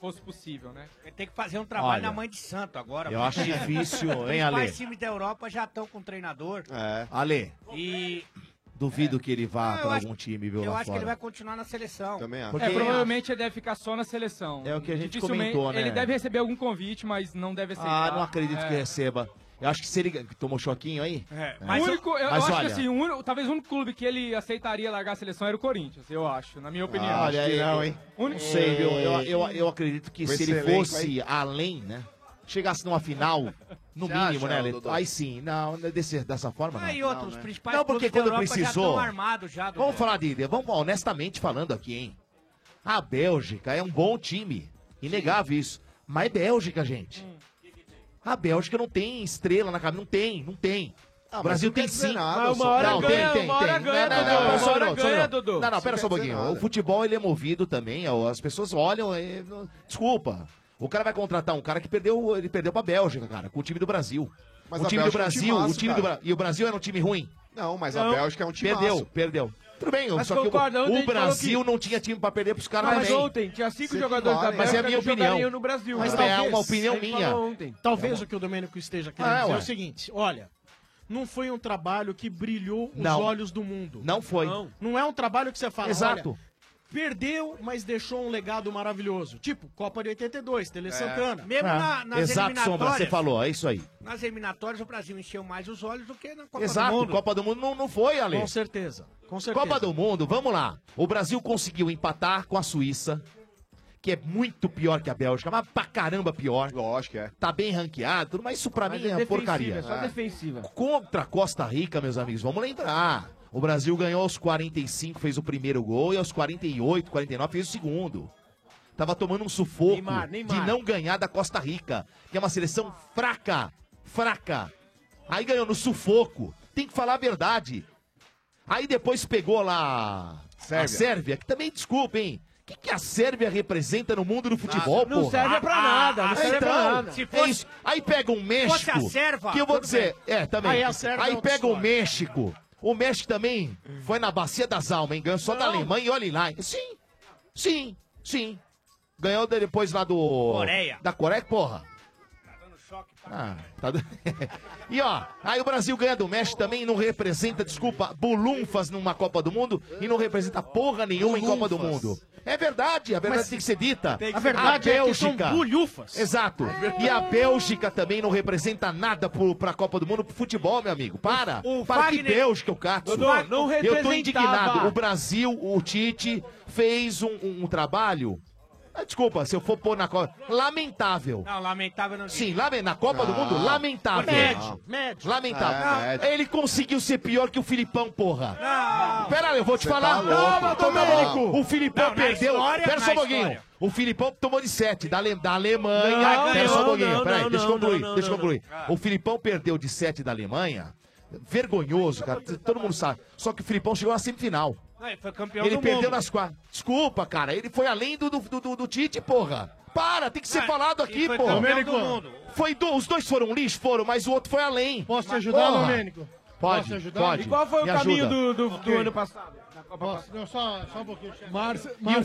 Speaker 29: fosse possível, né?
Speaker 2: Ele tem que fazer um trabalho
Speaker 29: Olha,
Speaker 2: na mãe de santo agora.
Speaker 29: eu
Speaker 2: porque
Speaker 29: acho difícil,
Speaker 2: os
Speaker 7: hein, Ale?
Speaker 2: principais times da Europa já estão com treinador.
Speaker 7: É. Ale,
Speaker 2: E
Speaker 7: duvido que ele vá
Speaker 2: eu
Speaker 7: pra
Speaker 2: acho-
Speaker 7: Ah, algum time, viu,
Speaker 2: eu
Speaker 7: lá
Speaker 2: acho que
Speaker 7: fora.
Speaker 2: ele vai continuar na seleção.
Speaker 7: Também acho.
Speaker 29: É, provavelmente ele deve ficar só na seleção.
Speaker 7: É o que a gente
Speaker 29: Dificilmente-
Speaker 7: comentou, né?
Speaker 29: Ele deve receber algum convite, mas não deve aceitar.
Speaker 7: Ah, não acredito
Speaker 29: É.
Speaker 7: que receba. Eu acho que se ele tomou choquinho aí.
Speaker 29: É, mas o único, eu, eu
Speaker 7: Mas
Speaker 29: acho
Speaker 7: olha-
Speaker 29: que assim, o único- talvez o único clube que ele aceitaria largar a seleção era o Corinthians, eu acho, na minha opinião.
Speaker 7: Ah, olha aí, não, hein? É.
Speaker 29: O
Speaker 7: Não
Speaker 29: único- É.
Speaker 7: sei, viu? Eu, eu, eu acredito que
Speaker 29: Com
Speaker 7: se
Speaker 29: esse
Speaker 7: ele
Speaker 29: elenco
Speaker 7: fosse
Speaker 29: aí.
Speaker 7: além, né? Chegasse numa final, no
Speaker 29: Você
Speaker 7: mínimo,
Speaker 29: acha,
Speaker 7: né, Leto?
Speaker 29: Dodô?
Speaker 7: Aí sim, não, é desse, dessa forma não.
Speaker 2: Ah, e
Speaker 7: não,
Speaker 2: outros,
Speaker 7: né?
Speaker 2: os principais
Speaker 7: Não, porque
Speaker 2: clubes da
Speaker 7: quando
Speaker 2: Europa já
Speaker 7: precisou.
Speaker 2: estão armados já. Dodô.
Speaker 7: Vamos falar de. Vamos honestamente falando aqui, hein? A Bélgica é um bom time. Inegável isso. Mas é Bélgica, gente.
Speaker 3: Hum.
Speaker 7: A Bélgica não tem estrela na cabeça. Não tem, não tem. o
Speaker 3: Ah, mas
Speaker 7: Brasil
Speaker 3: não quer
Speaker 7: tem
Speaker 3: dizer
Speaker 7: sim.
Speaker 3: nada,
Speaker 7: não,
Speaker 3: só- Uma hora ganha, uma hora ganha,
Speaker 7: Não, não, não,
Speaker 3: Dodô,
Speaker 7: pera
Speaker 3: uma
Speaker 7: só um
Speaker 3: hora
Speaker 7: minuto, só um
Speaker 3: ganha,
Speaker 7: minuto.
Speaker 3: Dodô.
Speaker 7: Não, não,
Speaker 3: Isso
Speaker 7: pera
Speaker 3: não
Speaker 7: só um
Speaker 3: quer dizer
Speaker 7: pouquinho.
Speaker 3: nada.
Speaker 7: O futebol, ele é movido também. ó, As pessoas olham... é, não- Desculpa. O cara vai contratar um cara que perdeu, ele perdeu pra Bélgica, cara, com o time do Brasil.
Speaker 10: Mas
Speaker 7: o
Speaker 10: a
Speaker 7: time do
Speaker 10: Bélgica é um
Speaker 7: Brasil,
Speaker 10: timaço,
Speaker 7: o time do
Speaker 10: cara.
Speaker 7: Brasil. E o Brasil era um time ruim?
Speaker 10: Não, mas a Bélgica é um timaço.
Speaker 7: Perdeu, perdeu. Tudo bem,
Speaker 10: Mas
Speaker 7: só
Speaker 10: concorda,
Speaker 7: que
Speaker 10: ontem
Speaker 7: o- o,
Speaker 10: a gente falou
Speaker 7: Brasil
Speaker 10: que-
Speaker 7: não tinha time pra perder pros caras
Speaker 11: Mas
Speaker 7: também.
Speaker 11: ontem tinha cinco
Speaker 7: Você
Speaker 11: jogadores
Speaker 7: que
Speaker 11: da
Speaker 7: vale, Mas
Speaker 11: Bélgica
Speaker 7: é a minha
Speaker 11: que jogariam
Speaker 7: opinião.
Speaker 11: no Brasil.
Speaker 7: Mas
Speaker 11: É.
Speaker 7: é uma
Speaker 11: Talvez,
Speaker 7: opinião
Speaker 11: ele
Speaker 7: minha.
Speaker 11: falou ontem.
Speaker 6: Talvez
Speaker 7: É
Speaker 6: o que o Domênico esteja querendo
Speaker 7: É,
Speaker 6: dizer é
Speaker 7: ué.
Speaker 6: o seguinte: olha, não foi um trabalho que brilhou
Speaker 7: Não.
Speaker 6: os olhos do mundo.
Speaker 7: Não foi.
Speaker 6: Não, Não é um trabalho que você fala.
Speaker 7: Exato.
Speaker 6: "Olha, perdeu, mas deixou um legado maravilhoso. Tipo, Copa de 82, Tele
Speaker 11: É.
Speaker 6: Santana. É.
Speaker 2: Mesmo na,
Speaker 7: Ah,
Speaker 2: nas
Speaker 7: Exato,
Speaker 2: eliminatórias.
Speaker 7: Sombra, você falou, é isso aí.
Speaker 2: Nas eliminatórias, o Brasil encheu mais os olhos do que na Copa
Speaker 7: Exato,
Speaker 2: do Mundo.
Speaker 7: Copa do Mundo não, não foi, Ale.
Speaker 2: Com
Speaker 6: certeza. Com
Speaker 2: certeza.
Speaker 7: Copa do Mundo, vamos lá. O Brasil conseguiu empatar com a Suíça, que é muito pior que a Bélgica, mas pra caramba pior.
Speaker 10: Lógico, é.
Speaker 7: Tá bem ranqueado, tudo, mas isso pra
Speaker 11: Mas
Speaker 7: mim é,
Speaker 11: defensiva,
Speaker 7: porcaria.
Speaker 11: é só
Speaker 7: É.
Speaker 11: defensiva.
Speaker 7: Contra a Costa Rica, meus amigos, vamos lembrar. O Brasil ganhou aos 45, fez o primeiro gol, e aos 48, 49 fez o segundo. Tava tomando um sufoco
Speaker 6: Neymar, Neymar.
Speaker 7: de não ganhar da Costa Rica, que é uma seleção fraca, fraca. Aí ganhou no sufoco. Tem que falar a verdade. Aí depois pegou lá a Sérvia, que também, desculpa, hein? O que, que a Sérvia representa no mundo do futebol,
Speaker 2: Não
Speaker 7: pô?
Speaker 2: serve pra nada, não serve pra
Speaker 7: então,
Speaker 2: nada. Se
Speaker 7: é
Speaker 2: fosse-
Speaker 7: isso. Aí pega um México,
Speaker 2: fosse a Sérvia,
Speaker 7: que eu vou
Speaker 2: tudo
Speaker 7: dizer,
Speaker 2: bem.
Speaker 7: é, também.
Speaker 2: Aí a Sérvia é outra
Speaker 7: pega o México. O México também foi na bacia das almas, hein? Ganhou só da Alemanha e olha lá. Sim, sim, sim. Ganhou depois lá do...
Speaker 2: Coreia.
Speaker 7: Da Coreia, porra. Ah, tá do... e ó, aí o Brasil ganha do México também e não representa, desculpa, bolunfas numa Copa do Mundo e não representa porra nenhuma em Copa do Mundo. É verdade, a verdade
Speaker 6: Mas
Speaker 7: tem que ser dita.
Speaker 6: tem que ser- A verdade é que são bolhufas.
Speaker 7: Exato. E a Bélgica também não representa nada pro, pra Copa do Mundo pro futebol, meu amigo. Para.
Speaker 11: O- o
Speaker 7: para que
Speaker 11: Fagner-
Speaker 7: Bélgica, o Cato.
Speaker 11: Dodô, não
Speaker 7: Eu tô
Speaker 11: representava.
Speaker 7: indignado. O Brasil, o Tite, fez um, um- um trabalho. Ah, Desculpa, se eu for pôr na Copa. Lamentável.
Speaker 2: Não, lamentável não.
Speaker 7: Sim, lame- na Copa do
Speaker 2: Não.
Speaker 11: Ah,
Speaker 7: Mundo, lamentável.
Speaker 2: Médio, médio.
Speaker 7: Lamentável.
Speaker 2: É, médio.
Speaker 7: Ele conseguiu ser pior que o Filipão, porra.
Speaker 2: Não.
Speaker 7: Pera aí, eu vou te
Speaker 2: Você
Speaker 7: falar.
Speaker 2: tá louco.
Speaker 7: Calma,
Speaker 2: Tá
Speaker 7: Domênico.
Speaker 2: bom.
Speaker 7: O Filipão
Speaker 2: Não, na
Speaker 7: perdeu.
Speaker 2: história-
Speaker 7: pera só um
Speaker 2: na
Speaker 7: pouquinho.
Speaker 2: história.
Speaker 7: O Filipão tomou de 7 da, Ale- da Alemanha.
Speaker 3: Não,
Speaker 7: Ai, pera só um
Speaker 3: não,
Speaker 7: pouquinho.
Speaker 3: não,
Speaker 7: Pera aí,
Speaker 3: não,
Speaker 7: deixa eu
Speaker 3: não,
Speaker 7: concluir.
Speaker 3: não,
Speaker 7: deixa eu
Speaker 3: não,
Speaker 7: concluir.
Speaker 3: não.
Speaker 7: O Filipão perdeu de 7 da Alemanha. Vergonhoso, cara. Todo mundo sabe. Só que o Filipão chegou na semifinal.
Speaker 2: Não, ele foi campeão
Speaker 7: Ele
Speaker 2: do
Speaker 7: perdeu
Speaker 2: mundo.
Speaker 7: nas quartas. Desculpa, cara. Ele foi além do, do, do- do- do Tite, porra. Para, tem que ser
Speaker 2: Ah,
Speaker 7: falado
Speaker 2: ele
Speaker 7: aqui,
Speaker 2: foi
Speaker 7: porra.
Speaker 2: campeão do mundo.
Speaker 7: Foi do- os dois foram lixo, foram, mas o outro foi além. Posso
Speaker 26: te ajudar, Domênico?
Speaker 7: Pode,
Speaker 26: Posso te ajudar?
Speaker 7: pode.
Speaker 26: E qual foi o
Speaker 7: Me
Speaker 26: caminho do-
Speaker 7: ajuda.
Speaker 26: do- Ok. ano passado? Posso? Não, só, só um pouquinho. chefe.
Speaker 7: E o
Speaker 26: Marcelo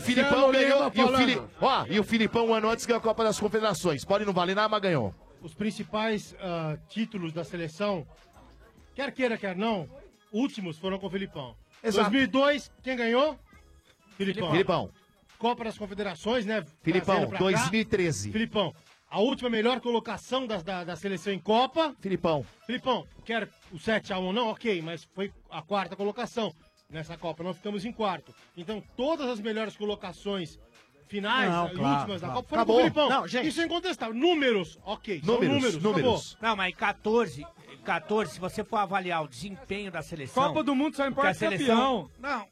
Speaker 2: tá
Speaker 7: Filipão ganhou.
Speaker 26: Lema
Speaker 7: E o,
Speaker 26: falando.
Speaker 7: Fili- ó, e o Filipão, um ano antes, ganhou a Copa das Confederações. Pode não valer nada, mas ganhou.
Speaker 26: Os principais ah, títulos da seleção, quer queira, quer não, últimos foram com o Filipão.
Speaker 7: Exato.
Speaker 26: 2002, quem ganhou? Filipão.
Speaker 7: Filipão.
Speaker 26: Copa das Confederações, né?
Speaker 7: Filipão,
Speaker 26: Trazendo pra cá.
Speaker 7: 2013.
Speaker 26: Filipão, a última melhor colocação das- da, da seleção em Copa.
Speaker 7: Filipão.
Speaker 26: Filipão, quer o 7x1 ou não? Ok, mas foi a quarta colocação nessa Copa. Não ficamos em quarto. Então, todas as melhores colocações finais
Speaker 6: Não,
Speaker 26: e
Speaker 6: claro,
Speaker 26: últimas da
Speaker 6: claro.
Speaker 26: Copa foram com o
Speaker 6: Acabou.
Speaker 26: Filipão.
Speaker 6: Não, gente.
Speaker 26: Isso é incontestável. Números, ok. são números, acabou.
Speaker 2: Não, mas 14, 14, se você for avaliar o desempenho da seleção.
Speaker 29: Copa do Mundo só importa
Speaker 2: que a
Speaker 29: campeão.
Speaker 2: seleção, Não,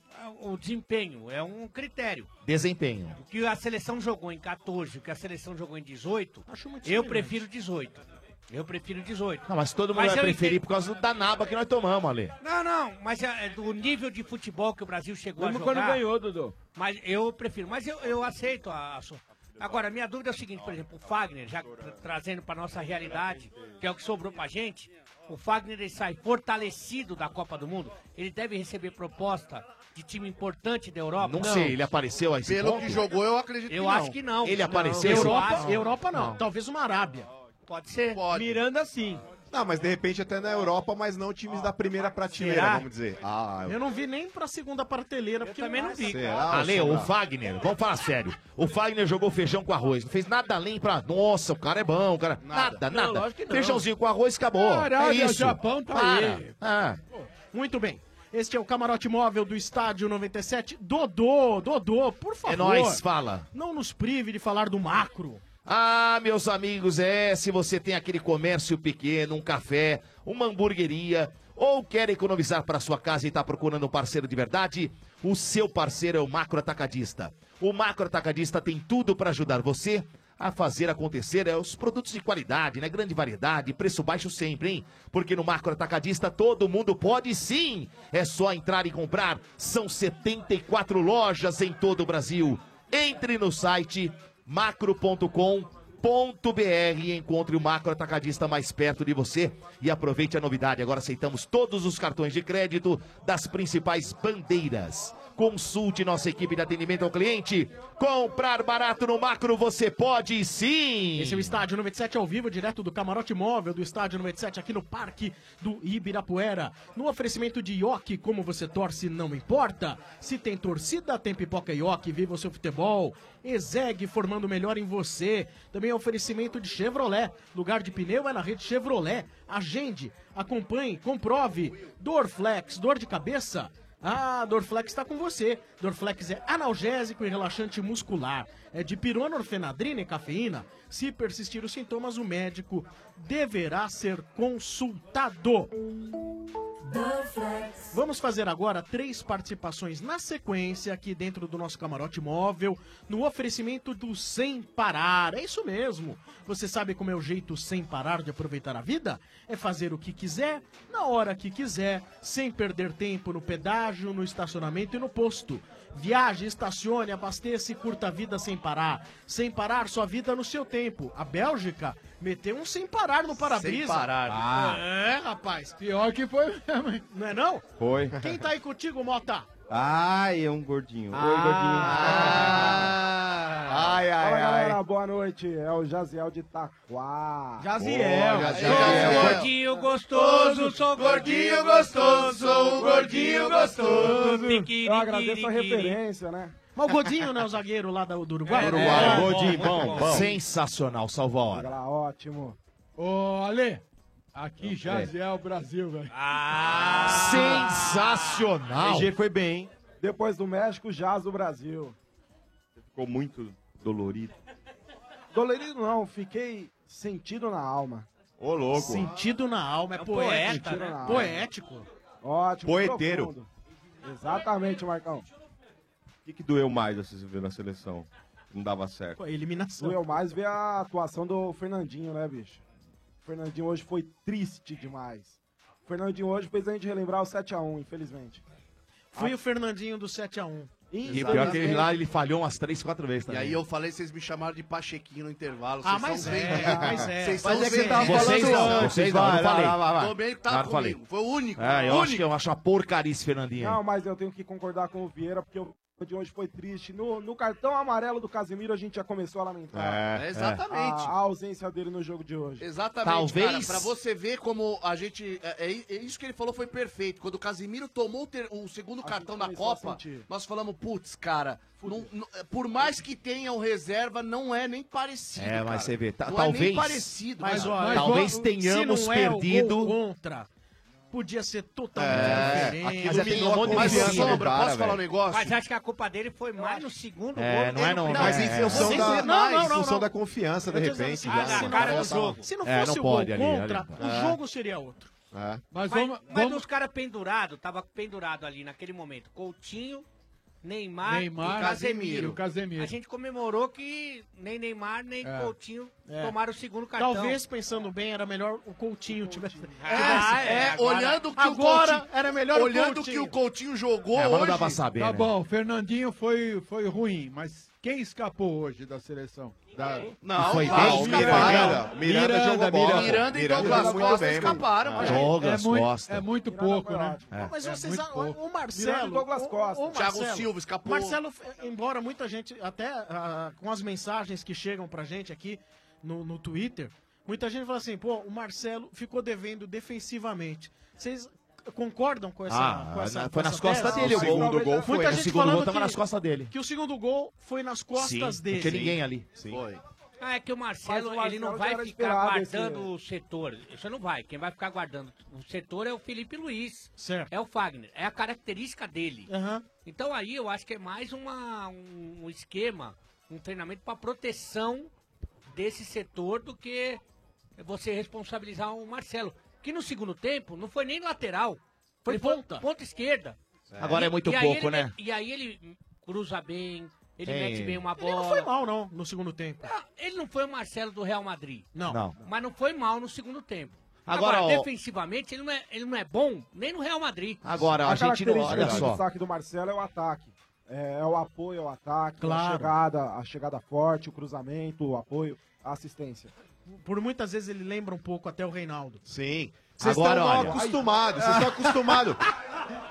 Speaker 2: o desempenho é um critério.
Speaker 7: Desempenho.
Speaker 2: O que a seleção jogou em 14, o que a seleção jogou em 18,
Speaker 7: muito
Speaker 2: eu
Speaker 7: semelhante.
Speaker 2: prefiro 18. Eu prefiro 18.
Speaker 7: Não, mas todo mundo vai
Speaker 2: eu
Speaker 7: preferir por causa do danaba que nós tomamos, Ale.
Speaker 2: Não, não, mas é é do nível de futebol que o Brasil chegou
Speaker 7: Lembra
Speaker 2: a jogar.
Speaker 7: quando ganhou,
Speaker 2: Dudu. Mas eu prefiro, mas eu, eu aceito a, a sua. Agora, minha dúvida é o seguinte, por exemplo, o Fagner, já tra- trazendo para nossa realidade, que é o que sobrou pra gente, o Fagner ele sai fortalecido da Copa do Mundo, ele deve receber proposta de time importante da Europa.
Speaker 7: Não, sei, ele apareceu aí.
Speaker 2: Pelo que jogou, eu acredito que
Speaker 7: Eu
Speaker 2: não.
Speaker 7: acho que não.
Speaker 2: Ele apareceu
Speaker 7: esse
Speaker 2: Europa-
Speaker 7: ponto?
Speaker 2: Europa não.
Speaker 6: Talvez uma Arábia.
Speaker 2: Pode ser.
Speaker 10: Miranda, sim. Não, mas de repente até na Europa, mas não times da primeira prateleira,
Speaker 6: será?
Speaker 10: vamos dizer. Ah,
Speaker 6: Eu não vi nem pra segunda prateleira, porque também não vi.
Speaker 11: Ah,
Speaker 10: Será?
Speaker 7: Ale, o Fagner, vamos falar sério. O Fagner jogou feijão com arroz. Não fez nada além pra. Nossa, o cara é bom, o cara. Nada, nada.
Speaker 6: Não, lógico que não.
Speaker 7: Feijãozinho com arroz acabou.
Speaker 6: Caralho,
Speaker 7: é isso.
Speaker 6: o Japão tá
Speaker 7: Para.
Speaker 6: aí.
Speaker 7: Ah.
Speaker 6: Muito bem. Este é o camarote móvel do Estádio 97. Dodô, Dodô, por favor.
Speaker 7: É nóis, fala.
Speaker 6: Não nos prive de falar do macro.
Speaker 7: Ah, meus amigos, é, se você tem aquele comércio pequeno, um café, uma hamburgueria, ou quer economizar para sua casa e está procurando um parceiro de verdade, o seu parceiro é o Macro Atacadista. O Macro Atacadista tem tudo para ajudar você a fazer acontecer é os produtos de qualidade, né? Grande variedade, preço baixo sempre, hein? Porque no Macro Atacadista todo mundo pode sim. É só entrar e comprar. São 74 lojas em todo o Brasil. Entre no site macro.com.br e encontre o macro atacadista mais perto de você e aproveite a novidade. Agora aceitamos todos os cartões de crédito das principais bandeiras. Consulte nossa equipe de atendimento ao cliente. Comprar barato no macro você pode sim.
Speaker 6: Esse é o Estádio 97 ao vivo, direto do camarote móvel do Estádio 97, aqui no Parque do Ibirapuera. No oferecimento de Ioki, como você torce, não importa. Se tem torcida, tem pipoca Ioki, viva o seu futebol. Exeg, formando o melhor em você. Também é oferecimento de Chevrolet. Lugar de pneu é na rede Chevrolet. Agende, acompanhe, comprove. Dorflex, dor de cabeça? Ah, Dorflex está com você. Dorflex é analgésico e relaxante muscular. É de pirona, orfenadrina e cafeína. Se persistir os sintomas, o médico deverá ser consultado. Vamos fazer agora três participações na sequência aqui dentro do nosso camarote móvel, no oferecimento do Sem Parar. É isso mesmo. Você sabe como é o jeito sem parar de aproveitar a vida? É fazer o que quiser, na hora que quiser, sem perder tempo no pedágio, no estacionamento e no posto. Viaje, estacione, abasteça e curta a vida sem parar. Sem parar sua vida no seu tempo. A Bélgica meteu um sem parar no para-brisa.
Speaker 3: parar. Ah.
Speaker 6: É, rapaz. Pior que foi mesmo, hein? Não é não?
Speaker 8: Foi.
Speaker 6: Quem tá aí contigo, Mota?
Speaker 8: Ai, é um gordinho. Oi, Ah. gordinho. Ai, ai,
Speaker 31: Fala,
Speaker 8: ai.
Speaker 31: galera, boa noite. É o Jaziel de Taquá.
Speaker 9: É,
Speaker 2: Jaziel. Boa, Jaziel. Sou um gordinho gostoso, sou um gordinho gostoso, sou um gordinho gostoso.
Speaker 31: Eu agradeço a
Speaker 6: Tiquiri.
Speaker 31: referência, né?
Speaker 6: Mas o Godinho, né? O zagueiro lá da- do Uruguai.
Speaker 7: Uruguai, Godinho, É, bom, bom. Sensacional, salva a hora.
Speaker 31: Tá ótimo.
Speaker 12: Ô, Ale, aqui já é o Brasil, velho.
Speaker 8: Ah.
Speaker 7: Sensacional.
Speaker 31: GG foi bem, hein? Depois do México, jaz do Brasil.
Speaker 8: Ficou muito dolorido.
Speaker 31: Dolorido não, fiquei sentido na alma.
Speaker 8: Ô, louco. um
Speaker 6: Sentido na alma, é poético.
Speaker 31: Sentido na alma.
Speaker 6: Poético.
Speaker 31: Ótimo.
Speaker 8: Poeteiro.
Speaker 31: profundo. Exatamente, Marcão.
Speaker 8: O que, que doeu mais assim, você viu na seleção? Não dava certo.
Speaker 6: eliminação.
Speaker 31: Doeu mais ver a atuação do Fernandinho, né, bicho? O Fernandinho hoje foi triste demais. O Fernandinho hoje fez a gente relembrar o 7x1, infelizmente. Ah,
Speaker 6: Foi o Fernandinho do 7x1.
Speaker 7: E pior que ele lá, ele falhou umas três, quatro vezes
Speaker 21: E
Speaker 7: também.
Speaker 21: aí eu falei, vocês me chamaram de Pachequinho no intervalo.
Speaker 6: Ah,
Speaker 21: vocês
Speaker 6: mas
Speaker 21: são
Speaker 6: é,
Speaker 21: vendidos.
Speaker 6: mas é. Mas
Speaker 21: Vocês são
Speaker 6: é que ele tava
Speaker 21: vendidos.
Speaker 7: Vocês não, vocês não, eu não falei. tá
Speaker 31: Tomei que
Speaker 7: Claro
Speaker 31: tava
Speaker 7: que falei.
Speaker 31: comigo, foi o único,
Speaker 7: É, eu,
Speaker 31: o
Speaker 7: Acho, que eu acho uma porcaria esse Fernandinho. aí.
Speaker 31: Não, mas eu tenho que concordar com o Vieira, porque o de hoje foi triste. No, no cartão amarelo do Casimiro, a gente já começou a lamentar.
Speaker 21: É, É, exatamente.
Speaker 31: A, a ausência dele no jogo de hoje.
Speaker 21: Exatamente, cara, pra você ver como a gente. É, é- é isso que ele falou foi perfeito. Quando o Casimiro tomou o, ter- o segundo cartão da
Speaker 31: começou a
Speaker 21: Copa,
Speaker 31: sentir.
Speaker 21: nós falamos, putz, cara, não- não- por mais que tenham reserva, não é nem parecido.
Speaker 7: É,
Speaker 21: cara.
Speaker 7: mas você vê, ta-
Speaker 21: Não é
Speaker 7: talvez.
Speaker 21: nem parecido,
Speaker 7: mas,
Speaker 21: cara.
Speaker 7: olha, talvez
Speaker 6: se
Speaker 7: tenhamos
Speaker 6: não é o gol
Speaker 7: perdido.
Speaker 6: contra. Podia ser totalmente
Speaker 7: É,
Speaker 6: diferente.
Speaker 7: mas é
Speaker 6: Dominou
Speaker 7: todo
Speaker 6: a
Speaker 7: mundo
Speaker 6: condição.
Speaker 7: em cima, Sombra, cara, posso falar velho. um
Speaker 21: negócio?
Speaker 2: Mas acho que a culpa dele foi mais no segundo
Speaker 7: É,
Speaker 2: gol.
Speaker 7: não é não.
Speaker 10: Mas em
Speaker 7: é.
Speaker 10: função,
Speaker 2: Vocês-
Speaker 10: da,
Speaker 2: não, não,
Speaker 10: em
Speaker 2: não,
Speaker 10: função
Speaker 2: não.
Speaker 10: da confiança, de
Speaker 2: Eu tô dizendo
Speaker 10: repente. né?
Speaker 2: assim, ah, na cara do jogo.
Speaker 6: Se não
Speaker 10: É,
Speaker 6: fosse
Speaker 10: não
Speaker 6: o gol
Speaker 10: pode ali,
Speaker 6: contra,
Speaker 10: ali.
Speaker 6: o
Speaker 10: É.
Speaker 6: jogo seria outro.
Speaker 10: É.
Speaker 2: Mas,
Speaker 6: vamos-
Speaker 2: mas
Speaker 6: vamos-
Speaker 2: os caras pendurados, tava pendurado ali naquele momento. Coutinho,
Speaker 9: Neymar,
Speaker 12: Neymar
Speaker 9: Ah, e Casemiro.
Speaker 12: e o Casemiro.
Speaker 9: A gente comemorou que nem Neymar, nem
Speaker 6: É.
Speaker 9: Coutinho
Speaker 6: É.
Speaker 9: tomaram o segundo cartão.
Speaker 6: Talvez, pensando bem, era melhor o Coutinho tivesse.
Speaker 9: Ah,
Speaker 6: tivesse-
Speaker 9: é,
Speaker 6: É, agora-
Speaker 21: olhando que o
Speaker 6: agora
Speaker 21: Coutinho-
Speaker 6: era melhor
Speaker 21: olhando
Speaker 6: o
Speaker 21: que
Speaker 6: Coutinho.
Speaker 21: o Coutinho jogou hoje. né?
Speaker 12: Tá bom, o Fernandinho foi, foi ruim, mas quem escapou hoje da seleção? Da...
Speaker 21: Não, Foi não, bem, o Miranda. Miranda jogou bola. Miranda e Douglas
Speaker 12: jogou
Speaker 21: Costa
Speaker 12: bem, mano.
Speaker 21: escaparam, mas-
Speaker 12: é
Speaker 21: Douglas
Speaker 12: muito,
Speaker 21: Costa.
Speaker 12: É muito pouco, né?
Speaker 6: Ah, Mas
Speaker 12: É
Speaker 6: vocês,
Speaker 12: muito
Speaker 6: a-
Speaker 12: pouco.
Speaker 6: o Marcelo, o, o
Speaker 21: Thiago
Speaker 6: Marcelo-
Speaker 21: Silva escapou.
Speaker 6: Marcelo, f- embora muita gente, até ah, com as mensagens que chegam pra gente aqui no, no Twitter, muita gente fala assim, pô, o Marcelo ficou devendo defensivamente. Vocês concordam com essa,
Speaker 7: Ah,
Speaker 6: com essa
Speaker 7: na- foi
Speaker 6: com essa
Speaker 7: nas costas
Speaker 6: tese?
Speaker 7: dele o gol. O segundo gol foi. né?
Speaker 6: Muita
Speaker 7: O
Speaker 6: gente
Speaker 7: segundo gol
Speaker 6: falando
Speaker 7: tava
Speaker 6: que-
Speaker 7: nas costas dele.
Speaker 6: Que o segundo gol foi nas costas
Speaker 7: Sim,
Speaker 6: dele.
Speaker 7: Não tinha ninguém ali. Sim.
Speaker 9: Ah, é que o Marcelo,
Speaker 32: Mas o Marcelo
Speaker 9: ele não
Speaker 32: já
Speaker 9: vai
Speaker 32: era
Speaker 9: ficar
Speaker 32: esperado
Speaker 9: guardando
Speaker 32: esse-
Speaker 9: o setor. Isso não vai. Quem vai ficar guardando o setor é o Felipe Luiz.
Speaker 6: Certo.
Speaker 9: É o Fagner. É a característica dele. Então aí eu acho que é mais uma, um um esquema, um treinamento para proteção desse setor do que você responsabilizar o Marcelo. Que no segundo tempo não foi nem lateral. Foi
Speaker 6: Ele
Speaker 9: ponta. Ponta esquerda.
Speaker 7: É. Agora é muito
Speaker 9: e aí
Speaker 7: pouco,
Speaker 9: ele-
Speaker 7: né?
Speaker 9: E aí ele cruza bem, ele
Speaker 7: É.
Speaker 6: Tem-
Speaker 9: mete bem uma bola.
Speaker 6: Ele não foi mal, não, no segundo tempo.
Speaker 9: Ele não foi o Marcelo do Real Madrid.
Speaker 6: Não.
Speaker 9: Mas não foi mal no segundo tempo.
Speaker 7: Agora,
Speaker 9: Agora,
Speaker 7: ó-
Speaker 9: defensivamente, ele não, é, ele não é bom nem no Real Madrid.
Speaker 7: Agora, a gente não-
Speaker 31: característica
Speaker 7: olha só.
Speaker 31: do destaque do Marcelo é o ataque. É, é o apoio ao ataque,
Speaker 6: Claro.
Speaker 31: a chegada, a chegada forte, o cruzamento, o apoio, a assistência.
Speaker 6: Por muitas vezes ele lembra um pouco até o Reinaldo.
Speaker 7: Sim.
Speaker 6: Vocês
Speaker 10: Agora,
Speaker 6: estão mal
Speaker 10: olha.
Speaker 6: acostumados,
Speaker 10: vocês estão acostumados.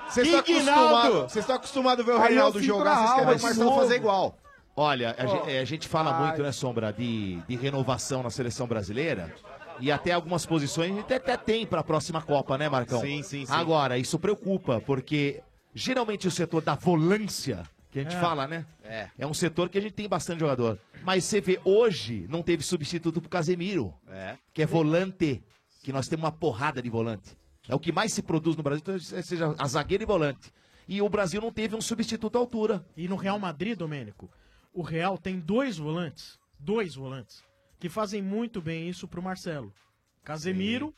Speaker 10: Vocês estão acostumados. Vocês estão acostumados a ver o Reinaldo jogar, vocês querem ver o Marcelo fazer igual.
Speaker 7: Olha, a,
Speaker 10: Ó.
Speaker 7: ge- é, a gente fala
Speaker 10: Ai.
Speaker 7: muito, né, Sombra, de, de renovação na seleção brasileira. E até algumas posições a gente até tem para a próxima Copa, né, Marcão?
Speaker 33: Sim, sim, sim.
Speaker 7: Agora, isso preocupa, porque geralmente o setor da volância, que a gente
Speaker 33: É.
Speaker 7: fala, né?
Speaker 33: É.
Speaker 7: É um setor que a gente tem bastante jogador. Mas você vê, hoje não teve substituto pro Casemiro,
Speaker 33: É.
Speaker 7: que é volante, que nós temos uma porrada de volante. É o que mais se produz no Brasil, então, seja a zagueira e volante. E o Brasil não teve um substituto à altura.
Speaker 6: E no Real Madrid, Domênico, o Real tem dois volantes, dois volantes, que fazem muito bem isso pro Marcelo. Casemiro,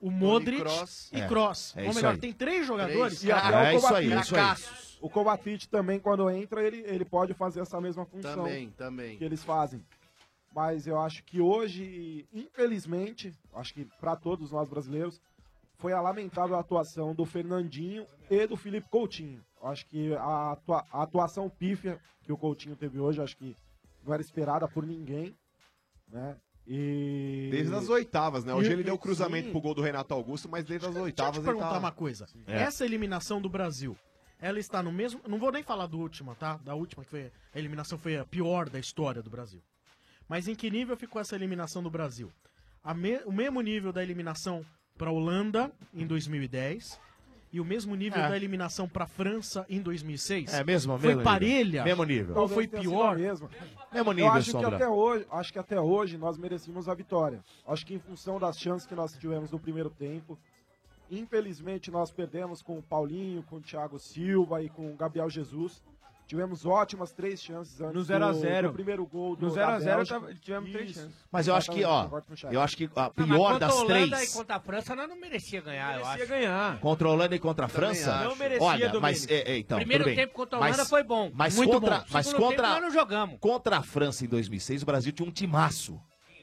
Speaker 6: o Modric
Speaker 31: Kroos.
Speaker 6: e
Speaker 31: É,
Speaker 6: Cross.
Speaker 31: é
Speaker 6: Ou
Speaker 31: isso
Speaker 6: melhor,
Speaker 31: aí. É
Speaker 6: tem três jogadores.
Speaker 31: E até
Speaker 6: cara.
Speaker 10: É
Speaker 31: o Kovacic. O Kovacic também, quando entra, ele, ele pode fazer essa mesma função.
Speaker 21: Também, também.
Speaker 31: Que eles fazem. Mas eu acho que hoje, infelizmente, acho que pra todos nós brasileiros, foi a lamentável atuação do Fernandinho e do Felipe Coutinho. Eu Acho que a, atua- a atuação pífia que o Coutinho teve hoje, eu acho que não era esperada por ninguém, né? E...
Speaker 10: Desde as oitavas, né? Hoje
Speaker 31: E-
Speaker 10: ele deu o cruzamento
Speaker 31: sim.
Speaker 10: pro gol do Renato Augusto, mas desde as
Speaker 6: Deixa eu te
Speaker 10: oitavas ele
Speaker 6: perguntar
Speaker 10: tá...
Speaker 6: uma coisa.
Speaker 10: É.
Speaker 6: Essa eliminação do Brasil, ela está no mesmo. Não vou nem falar do última, tá? Da última, que foi. A eliminação foi a pior da história do Brasil. Mas em que nível ficou essa eliminação do Brasil? A me- o mesmo nível da eliminação para a Holanda em 2010 e o mesmo nível
Speaker 7: É.
Speaker 6: da eliminação para a França em 2006?
Speaker 7: É, mesmo-
Speaker 6: Foi
Speaker 7: mesmo nível.
Speaker 6: parelha?
Speaker 7: Mesmo nível.
Speaker 6: Ou foi
Speaker 31: Talvez tenha sido
Speaker 6: pior?
Speaker 31: a mesma.
Speaker 7: Mesmo
Speaker 31: eu
Speaker 7: nível,
Speaker 31: acho que
Speaker 7: Sombra.
Speaker 31: até hoje, acho que até hoje nós merecíamos a vitória. Acho que em função das chances que nós tivemos no primeiro tempo, infelizmente nós perdemos com o Paulinho, com o Thiago Silva e com o Gabriel Jesus. Tivemos ótimas três chances antes
Speaker 11: No 0 a
Speaker 31: do-
Speaker 11: 0.
Speaker 31: do primeiro gol do
Speaker 11: No 0 a 0
Speaker 31: da Bélgica.
Speaker 11: tava- tivemos três
Speaker 31: Isso,
Speaker 11: chances.
Speaker 7: Mas eu acho que, ó,
Speaker 31: exatamente, agora puxar.
Speaker 7: eu acho que a
Speaker 9: Não, Ah, mas
Speaker 7: pior
Speaker 9: contra a
Speaker 7: das
Speaker 9: Holanda
Speaker 7: três,
Speaker 9: e contra a França, nós não merecia ganhar, eu acho.
Speaker 11: Merecia ganhar.
Speaker 7: contra a Holanda e contra a
Speaker 9: Também
Speaker 7: França,
Speaker 9: acho. Não merecia,
Speaker 7: olha, mas,
Speaker 9: Domênico.
Speaker 7: é, é, então,
Speaker 9: Primeiro
Speaker 7: tudo bem.
Speaker 9: tempo contra a Holanda
Speaker 7: Mas-
Speaker 9: foi bom.
Speaker 7: Mas
Speaker 9: Muito
Speaker 7: contra,
Speaker 9: bom.
Speaker 7: Mas
Speaker 9: Segundo
Speaker 7: contra,
Speaker 9: tempo nós não jogamos.
Speaker 7: contra a França em 2006, o Brasil tinha um timaço.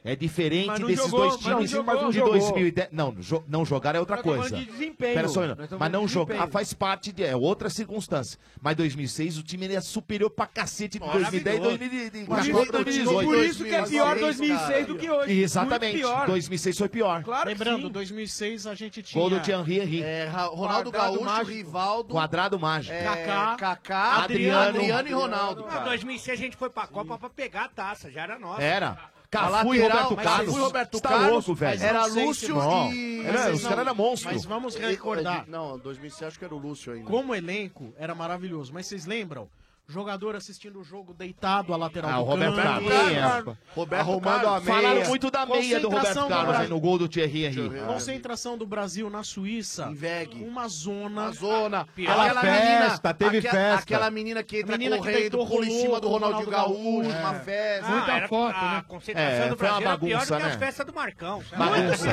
Speaker 7: É diferente
Speaker 11: Mas não
Speaker 7: desses
Speaker 11: jogou,
Speaker 7: dois
Speaker 11: mas não
Speaker 7: times um
Speaker 11: jogou. Mas não
Speaker 7: de
Speaker 11: jogou.
Speaker 7: 2010. Não, não jo- não jogar é outra
Speaker 11: Nós estamos
Speaker 7: coisa.
Speaker 11: falando de desempenho.
Speaker 7: Pera só um minuto.
Speaker 11: Nós estamos
Speaker 7: Mas
Speaker 11: falando
Speaker 7: não
Speaker 11: de
Speaker 7: jogar
Speaker 11: desempenho.
Speaker 7: faz parte de é outra circunstância. Mas 2006 o time era superior pra cacete de
Speaker 11: Maravilhoso.
Speaker 7: 2010 2018.
Speaker 11: Por isso- por isso que é pior 2006 do que hoje. Muito
Speaker 7: Exatamente.
Speaker 11: pior.
Speaker 7: 2006 foi pior.
Speaker 6: Lembrando, 2006 a gente tinha.
Speaker 7: Gol do Thierry Henry.
Speaker 6: É,
Speaker 21: Ra- Ronaldo Gaúcho, Rivaldo.
Speaker 7: Quadrado mágico.
Speaker 21: É,
Speaker 9: Kaká,
Speaker 21: Kaká, Adriano, Adriano e Ronaldo.
Speaker 9: Não,
Speaker 21: cara.
Speaker 9: 2006 a gente foi pra Copa pra pegar a taça, já era nossa. Ah,
Speaker 7: Era.
Speaker 9: A
Speaker 7: Cafu e
Speaker 9: lateral-
Speaker 7: Roberto
Speaker 9: mas
Speaker 7: Carlos.
Speaker 9: Cafu e Roberto
Speaker 7: Você tá
Speaker 9: Carlos,
Speaker 7: louco, velho.
Speaker 9: mas não sei se-
Speaker 6: Não. Mas
Speaker 7: Era,
Speaker 6: vocês
Speaker 7: os
Speaker 6: não-
Speaker 7: caras eram monstros.
Speaker 6: Mas vamos
Speaker 21: Eu-
Speaker 6: recordar.
Speaker 21: eu- Não, 2006 acho que era o Lúcio ainda.
Speaker 6: Como elenco, era maravilhoso. Mas vocês lembram? Jogador assistindo o jogo deitado à lateral
Speaker 7: Ah,
Speaker 6: do
Speaker 7: o Roberto
Speaker 6: campo.
Speaker 7: Carlos. é,
Speaker 6: Arrumando a meia.
Speaker 7: Falaram muito da meia do
Speaker 6: Concentração
Speaker 7: Roberto
Speaker 6: do
Speaker 7: Carlos aí
Speaker 6: Brasil.
Speaker 7: no gol do Thierry Henry. Ah.
Speaker 6: Concentração do Brasil na Suíça. Uma zona. Uma
Speaker 21: zona.
Speaker 7: Aquela festa, teve
Speaker 21: aquela,
Speaker 7: festa.
Speaker 21: Aquela menina que entra
Speaker 6: A menina que
Speaker 21: correndo,
Speaker 6: deitou,
Speaker 21: pula em
Speaker 6: rolou
Speaker 21: cima do
Speaker 6: com o
Speaker 21: Ronaldinho
Speaker 6: Ronaldo
Speaker 21: Gaúcho,
Speaker 6: Gaúcho.
Speaker 21: uma
Speaker 6: É.
Speaker 21: festa.
Speaker 6: Muita
Speaker 21: Ah, era-
Speaker 6: foto,
Speaker 21: a
Speaker 6: né?
Speaker 21: concentração
Speaker 7: É,
Speaker 21: do
Speaker 7: foi uma
Speaker 21: Brasil era pior do que
Speaker 7: bagunça,
Speaker 21: as
Speaker 7: né?
Speaker 21: festas do Marcão.
Speaker 7: Bagunça.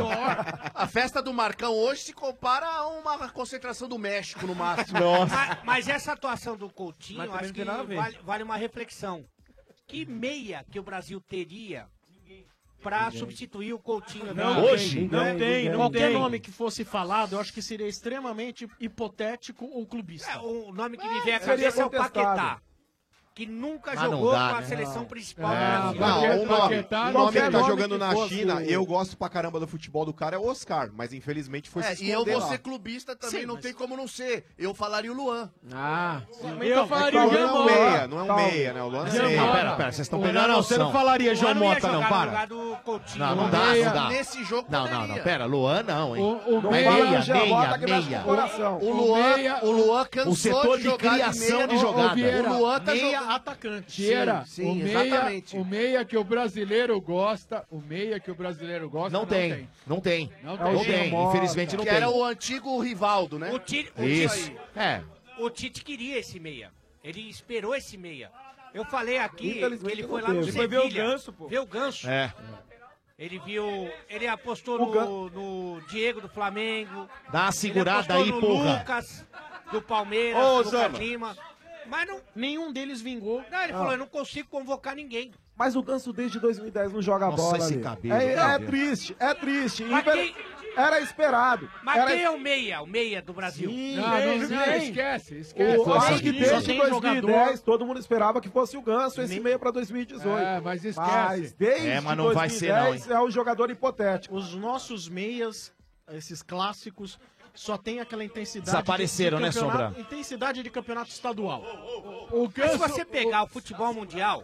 Speaker 21: A festa do Marcão hoje se compara a uma concentração do México no máximo. Ah,
Speaker 7: Nossa.
Speaker 21: Mas, essa atuação do Coutinho,
Speaker 9: Mas também não que
Speaker 3: tem nada a ver.
Speaker 9: Vale, vale uma reflexão. Que meia que o Brasil teria pra
Speaker 6: Ninguém.
Speaker 9: substituir o Coutinho?
Speaker 6: Não, hoje?
Speaker 9: Não tem, não
Speaker 6: Qualquer
Speaker 9: tem.
Speaker 6: nome que fosse falado, eu acho que seria extremamente hipotético ou clubista.
Speaker 9: É, o nome que me vem à cabeça é o Paquetá. Que nunca
Speaker 6: Ah, não
Speaker 9: jogou
Speaker 6: dá,
Speaker 9: com a
Speaker 6: né?
Speaker 9: seleção
Speaker 6: Não.
Speaker 9: principal
Speaker 10: É,
Speaker 9: do
Speaker 10: não,
Speaker 9: Brasil.
Speaker 10: o nome, o nome que tá jogando na
Speaker 9: fosse
Speaker 10: China,
Speaker 9: o-
Speaker 10: eu gosto pra caramba do futebol do cara, é o Oscar, mas infelizmente foi
Speaker 21: É,
Speaker 10: se
Speaker 21: e eu
Speaker 10: esconder
Speaker 21: vou
Speaker 10: lá.
Speaker 21: ser clubista também,
Speaker 10: Sim,
Speaker 21: não
Speaker 10: mas-
Speaker 21: tem como não ser. Eu falaria o Luan.
Speaker 10: Ah,
Speaker 21: Mas então,
Speaker 10: o Luan não é um meia, não é um meia, né? O Luan é
Speaker 7: Não,
Speaker 10: meia.
Speaker 7: pera, pera, vocês estão
Speaker 10: O
Speaker 7: pegando
Speaker 10: Luan
Speaker 7: a noção.
Speaker 10: O Luan ia jogar no lugar do-
Speaker 7: Não, não dá,
Speaker 10: Meia.
Speaker 7: não dá.
Speaker 10: Nesse
Speaker 21: jogo
Speaker 7: Não, não, não, pera, Luan não, hein?
Speaker 21: O- o
Speaker 7: Mas
Speaker 21: meia-
Speaker 7: Um meia,
Speaker 21: já
Speaker 7: meia,
Speaker 21: bota que mexe com
Speaker 7: meia.
Speaker 21: o coração. Um O Luan- o Luan cansou
Speaker 7: O setor
Speaker 21: de
Speaker 7: de
Speaker 21: jogar de
Speaker 7: criação
Speaker 21: meia
Speaker 7: de
Speaker 21: no-
Speaker 7: jogada.
Speaker 21: Ô, Vieira,
Speaker 7: O Luan tá
Speaker 6: meia
Speaker 7: jogando.
Speaker 6: atacante.
Speaker 12: Tira
Speaker 6: Sim,
Speaker 12: o
Speaker 6: sim,
Speaker 12: meia,
Speaker 6: exatamente.
Speaker 12: O meia que o brasileiro gosta, o meia que o brasileiro gosta
Speaker 7: Não tem, não tem.
Speaker 21: É
Speaker 12: Não
Speaker 7: Não
Speaker 12: tem.
Speaker 7: tem, infelizmente não
Speaker 21: que
Speaker 7: tem.
Speaker 21: era o antigo Rivaldo, né?
Speaker 9: O Ti- o Ti-
Speaker 7: Isso. É.
Speaker 9: O Tite queria esse meia. Ele esperou esse meia. Eu falei aqui que
Speaker 3: Infelizmente,
Speaker 9: ele
Speaker 3: não
Speaker 9: foi lá no
Speaker 3: teve. Ele foi ver o
Speaker 9: Sevilha,
Speaker 3: Ganso, pô.
Speaker 9: ver o Ganso.
Speaker 7: É.
Speaker 9: Ele viu, ele apostou no, no Diego do Flamengo.
Speaker 7: Dá uma segurada aí,
Speaker 9: no
Speaker 7: porra.
Speaker 9: Lucas do Palmeiras,
Speaker 7: Ô,
Speaker 9: Lucas
Speaker 7: Zama.
Speaker 9: Lima. Mas não,
Speaker 6: nenhum deles vingou.
Speaker 9: Não, ele
Speaker 31: Não.
Speaker 9: falou, eu não consigo convocar ninguém.
Speaker 31: Mas o Ganso desde 2010 não joga
Speaker 7: Nossa,
Speaker 31: bola.
Speaker 7: esse
Speaker 31: ali.
Speaker 7: cabelo,
Speaker 31: é, é
Speaker 7: cabelo.
Speaker 31: triste, é triste.
Speaker 9: Mas
Speaker 31: Inver-
Speaker 9: quem-
Speaker 31: Era esperado.
Speaker 9: Mas
Speaker 31: era...
Speaker 9: quem é o meia? O meia do Brasil?
Speaker 12: esquece,
Speaker 31: Eu acho que desde
Speaker 9: jogador.
Speaker 31: 2010 todo mundo esperava que fosse o Ganso esse meia para 2018.
Speaker 12: É, mas esquece.
Speaker 31: Mas desde
Speaker 7: É, mas não vai ser não,
Speaker 31: 2010 é o jogador hipotético.
Speaker 6: Os nossos meias, esses clássicos, só tem aquela intensidade.
Speaker 7: Desapareceram,
Speaker 6: de
Speaker 7: né,
Speaker 6: campeonato-
Speaker 7: Sombra?
Speaker 6: Intensidade de campeonato estadual.
Speaker 9: Mas se você pegar o futebol mundial,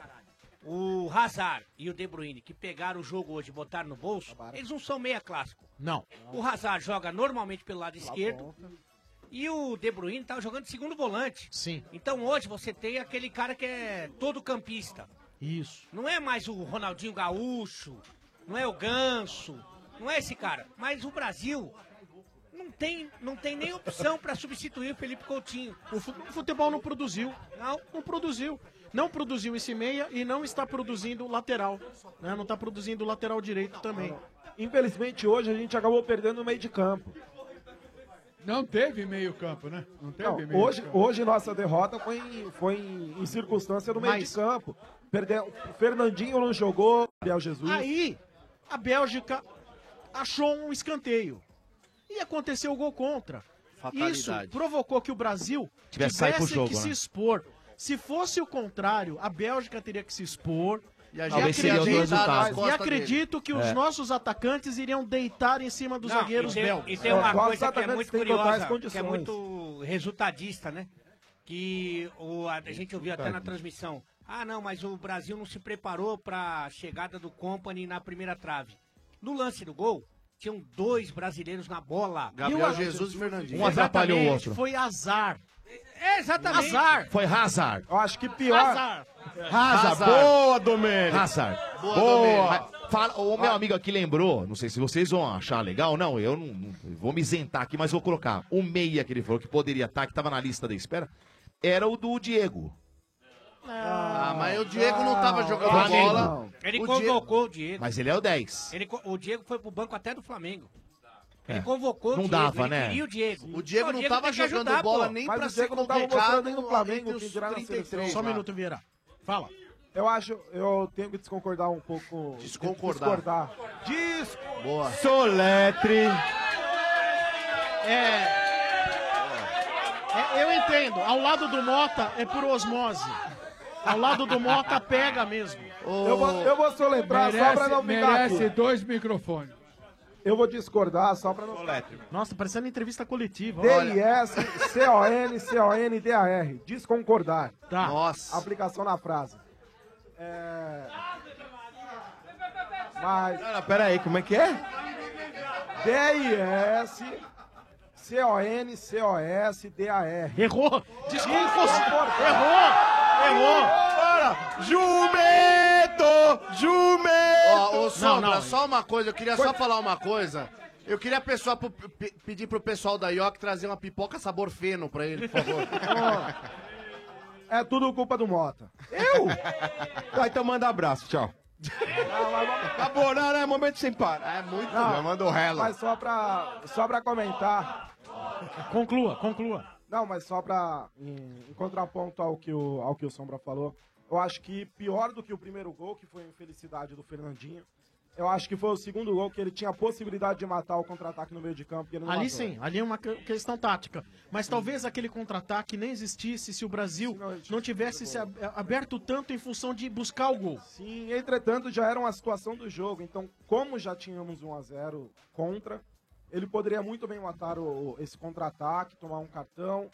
Speaker 9: o Hazard e o De Bruyne, que pegaram o jogo hoje e botaram no bolso, eles não são meia clássico.
Speaker 31: Tá
Speaker 6: Não.
Speaker 9: O Hazard joga normalmente pelo lado esquerdo. E o De Bruyne tá jogando de segundo volante.
Speaker 6: Sim.
Speaker 9: Então hoje você tem aquele cara que é todo campista.
Speaker 6: Isso.
Speaker 9: Não é mais o Ronaldinho Gaúcho, não é o Ganso, não é esse cara. Mas o Brasil não tem, não tem nem opção para substituir o Felipe Coutinho.
Speaker 6: O fu- o futebol não produziu.
Speaker 9: Não,
Speaker 6: não produziu. Não produziu esse meia e não está produzindo o lateral. né? Não está produzindo o lateral direito também.
Speaker 31: Tá Infelizmente hoje a gente acabou perdendo o meio de campo.
Speaker 12: Não teve meio campo, né? Não teve
Speaker 31: Não,
Speaker 12: meio
Speaker 31: é, hoje,
Speaker 12: campo.
Speaker 31: hoje nossa derrota foi em, foi em, em circunstância no meio
Speaker 6: Mas-
Speaker 31: de campo. Perdeu, o Fernandinho não jogou, Gabriel Jesus.
Speaker 6: Aí, a Bélgica achou um escanteio. E aconteceu o gol contra.
Speaker 7: Fatalidade.
Speaker 6: Isso provocou que o Brasil tivesse
Speaker 7: Tivesse saído pro jogo,
Speaker 6: que
Speaker 7: né?
Speaker 6: se expor. Se fosse o contrário, a Bélgica teria que se expor. E,
Speaker 7: gente Talvez seria outro
Speaker 6: acredito,
Speaker 7: resultado.
Speaker 6: e
Speaker 7: nas costas
Speaker 6: acredito
Speaker 7: dele.
Speaker 6: que os
Speaker 7: É.
Speaker 6: nossos atacantes iriam deitar em cima dos
Speaker 9: Não,
Speaker 6: zagueiros
Speaker 9: e tem,
Speaker 6: belgas.
Speaker 9: E tem uma coisa que é muito curiosa, que é muito resultadista, né? Que o, a, a gente ouviu até na
Speaker 6: Resultado.
Speaker 9: transmissão. Ah, não, mas o Brasil não se preparou para a chegada do Company na primeira trave. No lance do gol, tinham dois brasileiros na bola.
Speaker 21: Gabriel
Speaker 9: E o-
Speaker 21: Jesus e Fernandinho.
Speaker 7: Um atrapalhou o
Speaker 9: Exatamente,
Speaker 7: outro.
Speaker 6: Foi azar.
Speaker 9: É, exatamente.
Speaker 6: Azar.
Speaker 7: Foi Hazard.
Speaker 31: Eu acho que
Speaker 7: pior-
Speaker 6: Azar.
Speaker 7: Hazard. Boa, Domênico. Hazard.
Speaker 6: Boa,
Speaker 7: Boa.
Speaker 6: Domênico.
Speaker 7: Mas Fala, o meu amigo aqui lembrou, não sei se vocês vão achar legal, não, eu não, não- eu vou me isentar aqui, mas vou colocar. O meia que ele falou que poderia estar, que estava na lista da espera, era o do Diego.
Speaker 21: Ah, mas o Diego não tava jogando
Speaker 7: Ah, Flamengo.
Speaker 21: bola.
Speaker 9: Ele
Speaker 21: O
Speaker 9: convocou o Diego.
Speaker 7: Mas ele é o 10.
Speaker 9: Ele co- o Diego foi pro banco até do Flamengo.
Speaker 7: É.
Speaker 9: Ele convocou
Speaker 7: Não
Speaker 9: o Diego,
Speaker 7: dava,
Speaker 9: ele
Speaker 7: né?
Speaker 9: queria o Diego.
Speaker 21: O Diego não
Speaker 9: tem
Speaker 21: tava
Speaker 9: que
Speaker 21: jogando
Speaker 9: ajudar,
Speaker 21: bola
Speaker 9: pô.
Speaker 21: nem
Speaker 31: Mas
Speaker 21: pra
Speaker 31: o Diego
Speaker 21: ser
Speaker 31: não tava
Speaker 21: convocado
Speaker 31: mostrando nem no Flamengo,
Speaker 21: entre os
Speaker 31: que dirá na
Speaker 21: 33
Speaker 31: seleção.
Speaker 6: Só um
Speaker 31: já.
Speaker 6: minuto, Vieira. Fala.
Speaker 31: Eu acho, eu tenho que desconcordar um pouco.
Speaker 21: Desconcordar.
Speaker 31: Discordar. Disco.
Speaker 21: Boa.
Speaker 3: Soletre.
Speaker 6: É. É, eu entendo. Ao lado do Mota é por osmose. Ao lado do Mota pega mesmo.
Speaker 31: Eu vou, eu vou soletrar só pra não ficar. aqui.
Speaker 12: dois microfones.
Speaker 31: Eu vou discordar só pra não.
Speaker 6: Nossa, parecendo entrevista coletiva.
Speaker 31: D-I-S-C-O-N-C-O-N-D-A-R. Desconcordar.
Speaker 6: Tá.
Speaker 31: Nossa. Aplicação na frase. É. Mas.
Speaker 3: Pera, pera aí, como é que é?
Speaker 31: D-I-S. C-O-N-C-O-S-D-A-R.
Speaker 6: Errou!
Speaker 21: Jumento! Jumento! Ó, ô, Sombra,
Speaker 34: Não, não.
Speaker 21: só uma coisa, eu queria só falar uma coisa. Eu queria pessoal pro- pe- pedir pro pessoal da IOC trazer uma pipoca sabor feno pra ele, por favor.
Speaker 31: É tudo culpa do Mota.
Speaker 3: Eu?
Speaker 8: Tá, então manda abraço, tchau. Acabou, não, não, é momento sem parar. É muito.
Speaker 31: Não,
Speaker 8: Já mandou rela.
Speaker 31: Mas só pra, só pra comentar.
Speaker 6: Conclua, conclua.
Speaker 31: Não, mas só pra. Em, em contraponto ao que, o, ao que o Sombra falou, eu acho que pior do que o primeiro gol, que foi a infelicidade do Fernandinho, eu acho que foi o segundo gol que ele tinha a possibilidade de matar o contra-ataque no meio de campo. e ele não
Speaker 6: Ali
Speaker 31: matou.
Speaker 6: sim, ali é uma que- questão tática. Mas talvez aquele contra-ataque nem existisse se o Brasil não tivesse se ab- aberto tanto em função de buscar o gol.
Speaker 31: Sim, entretanto, já era uma situação do jogo. Então, como já tínhamos 1 a 0 contra, ele poderia muito bem matar o- o- esse contra-ataque, tomar um cartão,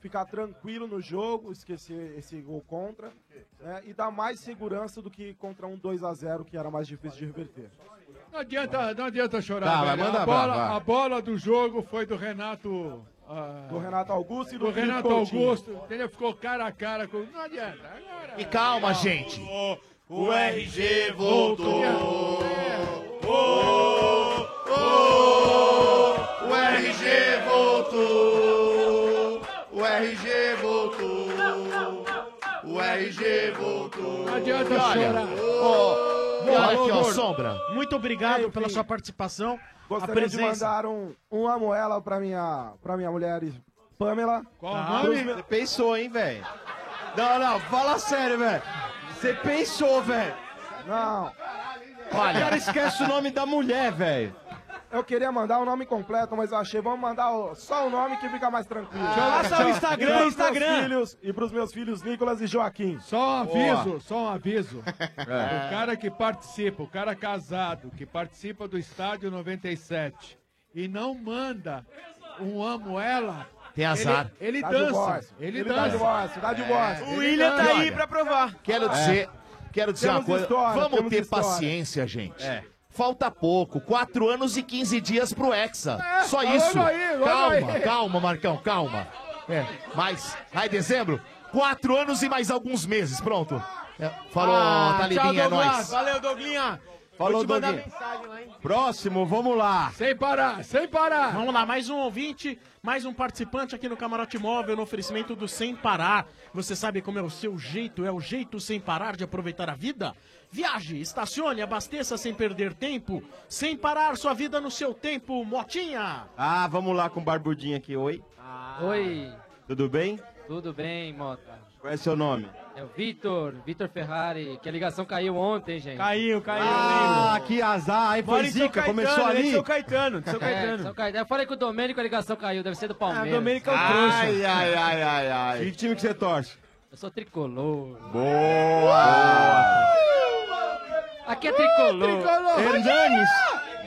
Speaker 31: ficar tranquilo no jogo, esquecer esse gol contra, né, e dar mais segurança do que contra um 2 a 0 que era mais difícil de reverter.
Speaker 12: Não adianta, não adianta chorar,
Speaker 31: Tá, vai,
Speaker 12: velho.
Speaker 31: manda
Speaker 12: a,
Speaker 31: brava,
Speaker 12: bola,
Speaker 31: vai.
Speaker 12: a bola do jogo foi do Renato... ah,
Speaker 31: Do Renato Augusto e do Felipe
Speaker 12: Renato
Speaker 31: Coutinho.
Speaker 12: Augusto. Ele ficou cara a cara com... Não adianta. Agora...
Speaker 3: E calma,
Speaker 31: Ah,
Speaker 3: gente.
Speaker 12: O RG
Speaker 3: voltou. Oh, oh, o RG voltou. O RG voltou. O RG voltou. Não
Speaker 6: adianta chorar.
Speaker 3: Oh,
Speaker 6: E
Speaker 3: e
Speaker 6: olha
Speaker 3: aqui, ó, sombra.
Speaker 6: Muito obrigado pela sua participação. a
Speaker 31: Gostaria de
Speaker 6: presença.
Speaker 31: mandar um, uma moela pra minha, pra minha mulher Pamela.
Speaker 12: Qual
Speaker 31: Pros-
Speaker 8: Você pensou, hein, velho? Não, não, fala sério, velho. Você pensou, velho.
Speaker 31: Não.
Speaker 8: Olha. O cara esquece o nome da mulher, velho.
Speaker 31: Eu queria mandar o nome completo, mas eu achei, vamos mandar o- só o nome que fica mais tranquilo.
Speaker 12: Ah, Passa o Instagram,
Speaker 31: E pros
Speaker 12: Instagram.
Speaker 31: Meus filhos, e pros meus filhos Nicolas e Joaquim.
Speaker 12: Só um aviso, só um aviso.
Speaker 31: É.
Speaker 12: O cara que participa, o cara casado, que participa do Estádio 97 e não manda um amo ela.
Speaker 3: Tem azar.
Speaker 12: Ele, ele
Speaker 3: Dá Tá de
Speaker 12: dança.
Speaker 3: voz.
Speaker 12: Ele,
Speaker 3: Ele dá
Speaker 12: dança.
Speaker 3: de voz, dá de voz.
Speaker 12: É.
Speaker 3: O William tá aí pra
Speaker 12: provar.
Speaker 7: Quero dizer, quero dizer
Speaker 3: É. Temos
Speaker 7: uma coisa.
Speaker 3: história,
Speaker 7: Vamos
Speaker 3: temos
Speaker 7: ter
Speaker 3: história.
Speaker 7: paciência, gente.
Speaker 3: É.
Speaker 7: Falta pouco, 4 anos e 15 dias pro Hexa.
Speaker 3: É,
Speaker 7: Só
Speaker 3: logo
Speaker 7: isso.
Speaker 3: aí, logo
Speaker 7: calma,
Speaker 3: aí.
Speaker 7: calma, Marcão, calma. É, mas, aí dezembro, 4 anos e mais alguns meses, pronto. É, falou,
Speaker 11: Ah,
Speaker 7: Talibinha, é
Speaker 11: tchau, Douglas.
Speaker 7: nóis.
Speaker 11: Valeu, Douglinha.
Speaker 7: Falou,
Speaker 11: Vou te mandar
Speaker 7: Douglinha.
Speaker 11: mensagem lá, hein?
Speaker 7: Próximo, vamos lá.
Speaker 12: Sem parar, sem parar.
Speaker 6: Vamos lá, mais um ouvinte, mais um participante aqui no Camarote Móvel, no oferecimento do Sem Parar. Você sabe como é o seu jeito, é o jeito sem parar de aproveitar a vida? Viaje, estacione, abasteça sem perder tempo, sem parar sua vida no seu tempo, Motinha.
Speaker 8: Ah, vamos lá com o Barbudinho aqui, oi.
Speaker 25: Oi,
Speaker 8: Tudo bem?
Speaker 25: tudo bem, Mota?
Speaker 8: Qual é seu nome?
Speaker 25: É o Vitor, Vitor Ferrari, que a ligação caiu ontem, gente.
Speaker 8: Caiu, caiu. Ah, que azar. Aí foi
Speaker 25: Mora em São
Speaker 8: zica,
Speaker 25: Caetano,
Speaker 8: começou
Speaker 25: é de
Speaker 8: ali.
Speaker 25: São
Speaker 8: Caetano,
Speaker 25: É, São Caetano. Eu falei com o Domênico, a ligação caiu, deve ser do Palmeiras.
Speaker 8: Ah, Domênico é o trouxa. Ai, ai, ai, ai, ai. Que time que você torce?
Speaker 25: Eu sou tricolor.
Speaker 8: Boa!
Speaker 25: Aqui é tricolor.
Speaker 8: Hernanes.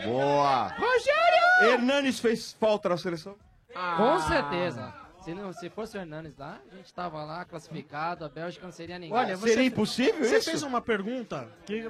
Speaker 8: Boa.
Speaker 25: Rogério!
Speaker 8: Hernanes fez falta na seleção?
Speaker 25: Com certeza. Se, não, se fosse o Hernandes lá, a gente tava lá classificado, a Bélgica não seria ninguém.
Speaker 6: Você fez um- uma pergunta que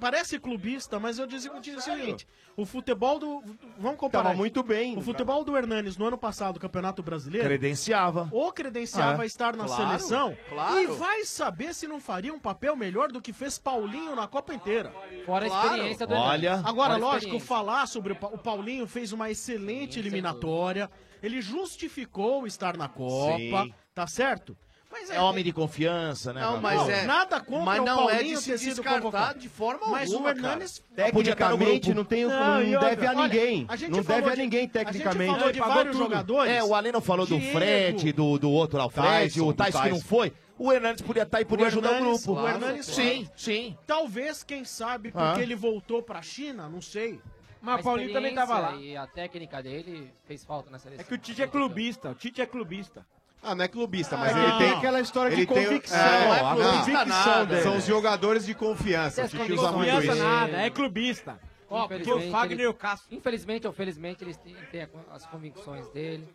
Speaker 6: parece clubista, mas eu digo, eu digo o seguinte: o futebol do. Vamos comparar.
Speaker 7: Tava muito bem.
Speaker 6: O futebol do Hernanes no ano passado, Campeonato Brasileiro.
Speaker 7: Credenciava.
Speaker 6: Ou credenciava
Speaker 7: É.
Speaker 6: estar na
Speaker 7: Claro,
Speaker 6: seleção.
Speaker 7: claro.
Speaker 6: E vai saber se não faria um papel melhor do que fez Paulinho na Copa inteira.
Speaker 25: Fora a Claro. experiência do Olha. Hernanes. Fora
Speaker 6: Agora,
Speaker 25: a
Speaker 6: lógico,
Speaker 25: experiência.
Speaker 6: falar sobre o, Pa- o Paulinho fez uma excelente eliminatória. Ele justificou estar na Copa.
Speaker 7: Sim.
Speaker 6: Tá certo? Mas
Speaker 7: É homem de confiança, né?
Speaker 6: Não,
Speaker 7: Gabriel?
Speaker 6: mas é. Nada contra
Speaker 7: mas não
Speaker 6: o Paulinho
Speaker 7: é de se
Speaker 6: ter sido
Speaker 7: descartar
Speaker 6: convocado.
Speaker 7: de forma
Speaker 6: mas
Speaker 7: alguma,
Speaker 6: o Hernanes
Speaker 7: cara.
Speaker 6: podia estar no
Speaker 7: Tecnicamente,
Speaker 6: grupo.
Speaker 7: não tem- não
Speaker 6: e
Speaker 7: deve
Speaker 6: outra,
Speaker 7: a ninguém.
Speaker 6: gente falou
Speaker 7: Não deve a
Speaker 6: de-
Speaker 7: ninguém,
Speaker 6: A
Speaker 7: tecnicamente.
Speaker 6: gente falou de
Speaker 7: Ele pagou
Speaker 6: vários
Speaker 7: tudo.
Speaker 6: jogadores.
Speaker 7: É, o Aleno falou do
Speaker 6: Diego,
Speaker 7: Fred, do, do outro lá, o Fred,
Speaker 6: Tyson,
Speaker 7: o
Speaker 6: do
Speaker 7: Tyson que não
Speaker 6: Tyson.
Speaker 7: foi. O Hernandes podia estar e podia ajudar
Speaker 6: Hernanes-
Speaker 7: o grupo.
Speaker 6: O Hernanes
Speaker 7: é Sim.
Speaker 6: sim. Talvez, quem sabe, porque
Speaker 7: Ah.
Speaker 6: ele voltou pra China, não sei.
Speaker 25: A
Speaker 6: tava
Speaker 25: experiência E a técnica dele fez falta na seleção.
Speaker 11: É que o Tite é clubista, o Tite é clubista.
Speaker 10: Ah, não é clubista,
Speaker 11: mas
Speaker 10: ele tem aquela
Speaker 11: história
Speaker 10: Ele tem- é, não é clubista nada. São os jogadores de confiança. O Tite usa muito isso.
Speaker 25: é clubista.
Speaker 11: Ó, porque o Fagner e o
Speaker 25: Castro. Infelizmente ou felizmente, eles têm, têm a- as convicções dele.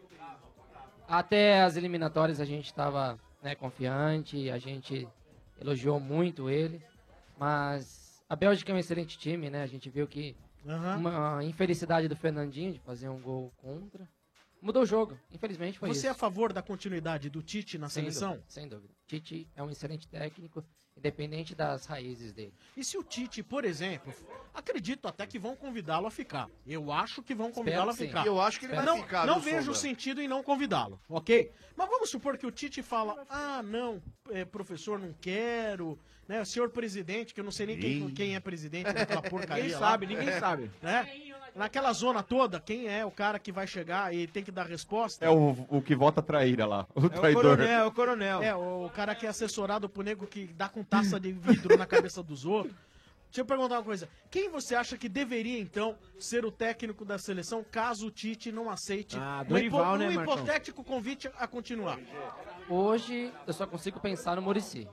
Speaker 25: Até as eliminatórias a gente estava né, confiante, a gente elogiou muito ele. Mas a Bélgica é um excelente time, né? A gente viu que
Speaker 6: Aham.
Speaker 25: uma infelicidade do Fernandinho de fazer um gol contra mudou o jogo. Infelizmente foi
Speaker 6: Você
Speaker 25: isso.
Speaker 6: é a favor da continuidade do Tite na
Speaker 25: Sem
Speaker 6: seleção?
Speaker 25: dúvida, sem dúvida. Tite é um excelente técnico, independente das raízes dele.
Speaker 6: E se o Tite, por exemplo, acredito até que vão convidá-lo a ficar. Eu acho que vão convidá-lo a
Speaker 25: que sim.
Speaker 6: ficar.
Speaker 25: Eu acho que ele vai
Speaker 6: não,
Speaker 25: ficar,
Speaker 6: Não
Speaker 25: viu,
Speaker 6: vejo
Speaker 25: Sombra?
Speaker 6: sentido em não convidá-lo, ok? Mas vamos supor que o Tite fala, ah, não, é, professor, não quero, né, senhor presidente, que eu não sei nem quem,
Speaker 11: Ih.
Speaker 6: quem é presidente daquela porcaria
Speaker 11: Ninguém
Speaker 6: lá.
Speaker 11: sabe, ninguém sabe.
Speaker 6: Né? Naquela zona toda, quem é o cara que vai chegar e tem que dar resposta?
Speaker 8: É o, o que vota traíra lá.
Speaker 25: É
Speaker 8: É O traidor.
Speaker 6: coronel. É, o cara que é assessorado por nego que dá com taça de vidro na cabeça dos outros. Deixa eu perguntar uma coisa. Quem você acha que deveria, então, ser o técnico da seleção caso o Tite não aceite
Speaker 25: Ah,
Speaker 6: um hipo-
Speaker 25: Dorival, né,
Speaker 6: um
Speaker 25: Marcão?
Speaker 6: hipotético convite a continuar?
Speaker 25: Hoje eu só consigo pensar no Murici.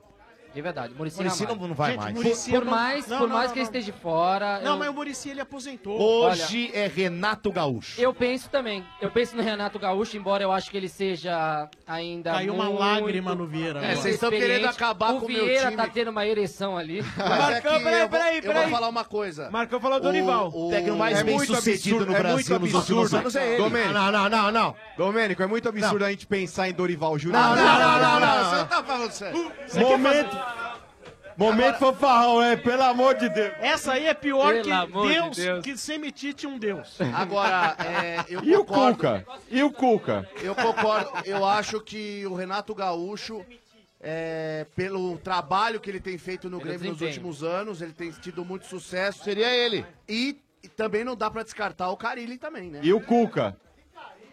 Speaker 25: De verdade, Murici
Speaker 6: Muricy não- não vai Gente, mais. Muricy
Speaker 25: por
Speaker 6: eu não-
Speaker 25: mais,
Speaker 6: não,
Speaker 25: por
Speaker 6: não,
Speaker 25: mais
Speaker 6: não,
Speaker 25: que ele
Speaker 6: não.
Speaker 25: esteja fora.
Speaker 6: Não,
Speaker 25: eu...
Speaker 6: mas o Murici ele aposentou.
Speaker 7: Hoje é Renato Gaúcho.
Speaker 25: Eu penso também. Eu penso no Renato Gaúcho, embora eu acho que ele seja ainda.
Speaker 6: Caiu uma
Speaker 25: muito
Speaker 6: lágrima no Vieira.
Speaker 25: muito
Speaker 6: É, vocês estão
Speaker 25: experiente.
Speaker 6: querendo acabar
Speaker 25: o
Speaker 6: com o meu
Speaker 25: Vieira
Speaker 6: time.
Speaker 25: tá tendo uma ereção ali.
Speaker 6: Marcão, é que peraí, eu vou- peraí, eu vou peraí. falar
Speaker 21: uma coisa.
Speaker 25: Marcão
Speaker 21: falou do Dorival.
Speaker 7: O técnico
Speaker 10: É
Speaker 7: mais bem sucedido no Brasil nos últimos anos é ele.
Speaker 10: Domênico.
Speaker 7: Não,
Speaker 10: é não, não, não. Domênico, é muito absurdo a gente pensar em Dorival Júnior.
Speaker 3: Não, não, não, não, não,
Speaker 21: Ah, Você tá falando sério.
Speaker 10: Você quer um
Speaker 8: Momento. Momento fanfarrão, é, pelo amor de Deus.
Speaker 6: Essa aí é pior
Speaker 8: Pelo amor
Speaker 6: que
Speaker 8: de
Speaker 6: Deus,
Speaker 8: Deus.
Speaker 6: que semitite um Deus.
Speaker 21: Agora, é, eu
Speaker 8: E o
Speaker 21: concordo.
Speaker 8: Cuca? E o Cuca?
Speaker 21: Eu concordo. Eu acho que o Renato Gaúcho, é, pelo trabalho que ele tem feito no
Speaker 3: Pelo
Speaker 21: Grêmio nos
Speaker 3: desempenho.
Speaker 21: últimos anos, ele tem tido muito sucesso. Seria ele. E, e também não dá pra descartar o Carilli também, né?
Speaker 8: E o Cuca?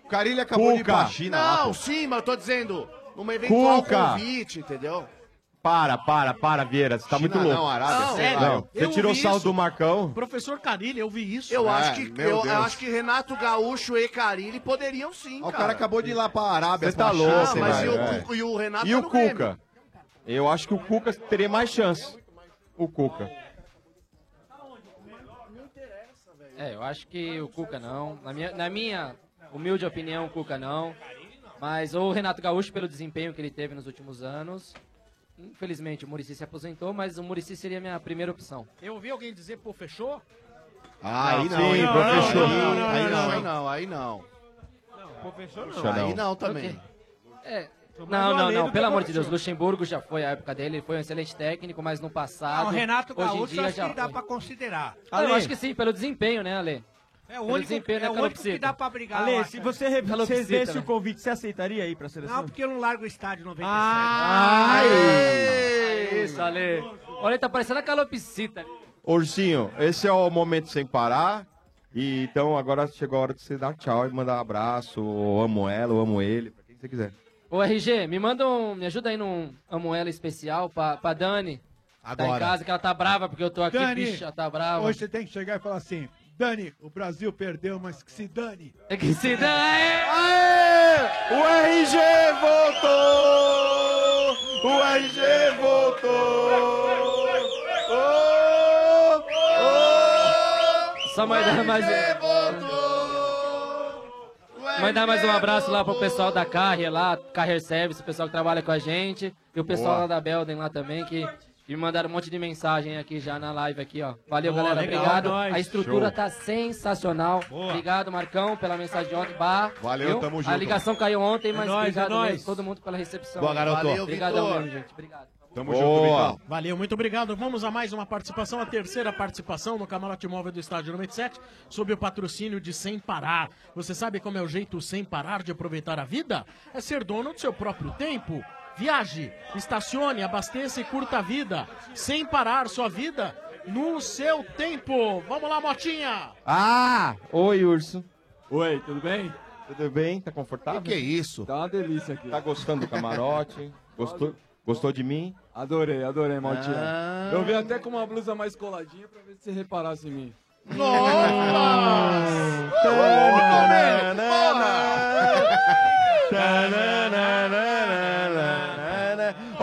Speaker 21: O Carilli
Speaker 8: acabou de ir pra Cuca. China lá,
Speaker 21: Não,
Speaker 8: pô.
Speaker 21: sim, mas eu tô dizendo, numa eventual
Speaker 8: Cuca.
Speaker 21: convite, entendeu?
Speaker 8: Para, para, para, Vieira. Você tá muito louco.
Speaker 21: não, Arábia,
Speaker 8: Não,
Speaker 21: sei lá.
Speaker 8: não, Você
Speaker 21: Eu
Speaker 8: tirou o
Speaker 21: vi
Speaker 8: sal
Speaker 21: isso.
Speaker 8: do Marcão.
Speaker 6: Professor Carilho, eu vi isso.
Speaker 21: Eu,
Speaker 8: É,
Speaker 21: acho, que,
Speaker 8: meu
Speaker 21: eu,
Speaker 8: Deus.
Speaker 21: acho que Renato Gaúcho e Carilli poderiam sim,
Speaker 10: O
Speaker 21: cara.
Speaker 10: cara acabou de ir lá pra Arábia.
Speaker 8: Você tá
Speaker 10: pra China,
Speaker 8: louco,
Speaker 10: sei
Speaker 8: mas
Speaker 10: lá,
Speaker 8: e o
Speaker 10: é.
Speaker 21: Cuca- E o Renato
Speaker 8: E
Speaker 21: tá
Speaker 8: o
Speaker 21: no Grêmio.
Speaker 8: Cuca? Eu acho que o Cuca teria mais chance. O Cuca.
Speaker 25: É, eu acho que o Cuca não. Na minha, na minha humilde opinião, o Cuca não. Mas o Renato Gaúcho, pelo desempenho que ele teve nos últimos anos. Infelizmente, o Murici se aposentou, mas o Murici seria a minha primeira opção.
Speaker 6: Eu ouvi alguém dizer, pô, fechou? Ah,
Speaker 21: Aí
Speaker 25: Ah, não, hein, professor?
Speaker 21: Aí não, aí não, aí não.
Speaker 11: Professor,
Speaker 21: não. Aí não também.
Speaker 25: É.
Speaker 11: Tô mais
Speaker 25: Não, não,
Speaker 11: valendo
Speaker 25: não,
Speaker 11: que
Speaker 25: pelo amor de
Speaker 11: professor.
Speaker 25: Deus, Luxemburgo já foi a época dele, ele foi um excelente técnico, mas no passado.
Speaker 2: Não, Renato
Speaker 25: hoje em
Speaker 2: Gaúcho,
Speaker 25: dia
Speaker 2: eu acho
Speaker 25: já
Speaker 2: que dá
Speaker 25: foi.
Speaker 2: pra considerar.
Speaker 25: Ah, eu acho que sim, pelo desempenho, né, Ale?
Speaker 2: É o
Speaker 25: Pelo
Speaker 2: único,
Speaker 25: desempenho né,
Speaker 2: é
Speaker 25: da
Speaker 2: o único que
Speaker 25: calopsita.
Speaker 2: dá pra brigar. eu
Speaker 11: Ale,
Speaker 2: acho.
Speaker 11: se você re- se
Speaker 25: Calopsita,
Speaker 11: recebesse
Speaker 25: né?
Speaker 11: o convite, você aceitaria ir pra seleção?
Speaker 2: Não, porque eu não largo o estádio 97.
Speaker 31: Ah,
Speaker 25: É Isso, Ale. Olha, ele tá parecendo né? a calopsita.
Speaker 8: Ursinho, esse é o momento sem parar. E então agora chegou a hora de você dar tchau e mandar um abraço. Eu amo ela, eu amo ele, pra quem você quiser.
Speaker 25: Ô, RG, me manda um. Me ajuda aí num Amoela especial pra, pra Dani. Tá em
Speaker 12: Agora.
Speaker 25: casa, que ela tá brava porque eu tô aqui,
Speaker 12: Dani,
Speaker 25: bicha, tá brava.
Speaker 12: Hoje você tem que chegar e falar assim: Dani, o Brasil perdeu, mas que se dane.
Speaker 25: É que se dane.
Speaker 8: O RG voltou! O RG voltou!
Speaker 25: Só mandar mais um. Mandar mais um abraço lá pro pessoal da Carrier lá, Carrier Service, o pessoal que trabalha com a gente. E o pessoal
Speaker 8: Boa.
Speaker 25: lá da Belden lá também, que me mandaram um monte de mensagem aqui já Tá na live aqui, ó. Valeu,
Speaker 8: Boa,
Speaker 25: galera.
Speaker 8: legal,
Speaker 25: Obrigado.
Speaker 8: nóis.
Speaker 25: A estrutura
Speaker 8: Show.
Speaker 25: tá sensacional. Obrigado, Marcão, pela mensagem de ontem. Bah,
Speaker 8: Valeu,
Speaker 25: viu?
Speaker 8: tamo
Speaker 25: A
Speaker 8: junto.
Speaker 25: ligação caiu ontem,
Speaker 8: É
Speaker 25: mas
Speaker 8: nóis, é
Speaker 25: obrigado
Speaker 8: nóis.
Speaker 25: mesmo, todo mundo pela recepção.
Speaker 8: Boa, garoto. Valeu,
Speaker 25: Obrigadão
Speaker 8: Vitor.
Speaker 25: mesmo, gente. Obrigado.
Speaker 8: Tamo junto, Vitão.
Speaker 6: Valeu, muito obrigado. Vamos a mais uma participação, a terceira participação no Camarote Móvel do Estádio 97, sob o patrocínio de Sem Parar. Você sabe como é o jeito sem parar de aproveitar a vida? É ser dono do seu próprio tempo. Viaje, estacione, abasteça e curta a vida. Sem parar sua vida no seu tempo. Vamos lá, Motinha!
Speaker 8: Ah! Oi, urso. Oi, tudo bem? Tudo bem? Tá confortável?
Speaker 21: Que que é isso?
Speaker 8: Tá uma delícia aqui. Tá gostando do camarote? Gostou, gostou de mim?
Speaker 23: Adorei, adorei, Maltinha.
Speaker 8: Ah.
Speaker 23: Eu vim até com uma blusa mais coladinha pra ver se você reparasse em mim.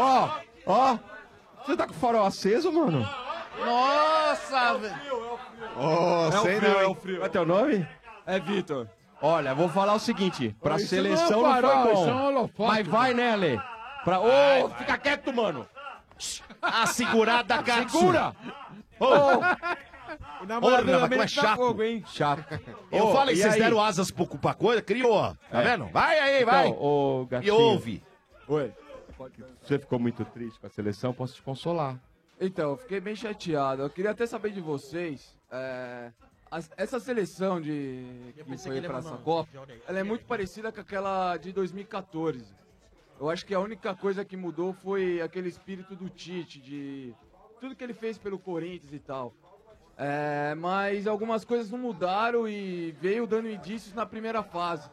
Speaker 8: Ó, ó. Você tá com o farol aceso, mano?
Speaker 21: Nossa, velho.
Speaker 8: Ó,
Speaker 23: É o
Speaker 8: sei
Speaker 23: frio,
Speaker 8: não,
Speaker 23: é
Speaker 8: hein?
Speaker 23: o frio.
Speaker 8: Qual é teu nome? É Vitor. Olha, vou falar o seguinte, pra
Speaker 23: Isso não é
Speaker 8: seleção não,
Speaker 23: farol,
Speaker 8: foi
Speaker 23: isso é um
Speaker 8: bom.
Speaker 23: holofote.
Speaker 8: Mas vai, né, Ale? Pra... Ô, fica quieto, mano. A segurada, cara. Segura. Ô,
Speaker 11: O
Speaker 7: namorado
Speaker 8: Ô,
Speaker 7: do América tá fogo,
Speaker 11: hein?
Speaker 8: Chato.
Speaker 7: Eu
Speaker 8: Ô,
Speaker 7: falei,
Speaker 8: e
Speaker 7: vocês
Speaker 8: aí?
Speaker 7: deram asas pro, pra coisa, criou. Tá
Speaker 8: É.
Speaker 7: vendo? Vai aí, vai.
Speaker 8: Então, ô,
Speaker 7: e
Speaker 8: gatinho.
Speaker 7: ouve.
Speaker 23: Oi.
Speaker 8: Você ficou muito triste com a seleção, posso te consolar.
Speaker 23: Então, eu fiquei bem chateado. Eu queria até saber de vocês. é, as- essa seleção de que
Speaker 6: pensei
Speaker 23: foi
Speaker 6: que ele
Speaker 23: pra
Speaker 6: ia
Speaker 23: essa
Speaker 6: mandar um
Speaker 23: Copa,
Speaker 6: jogo aí.
Speaker 23: ela é muito parecida com aquela de 2014. Eu acho que a única coisa que mudou foi aquele espírito do Tite, de tudo que ele fez pelo Corinthians e tal. É,
Speaker 35: É, mas algumas coisas não mudaram e veio dando indícios na primeira fase.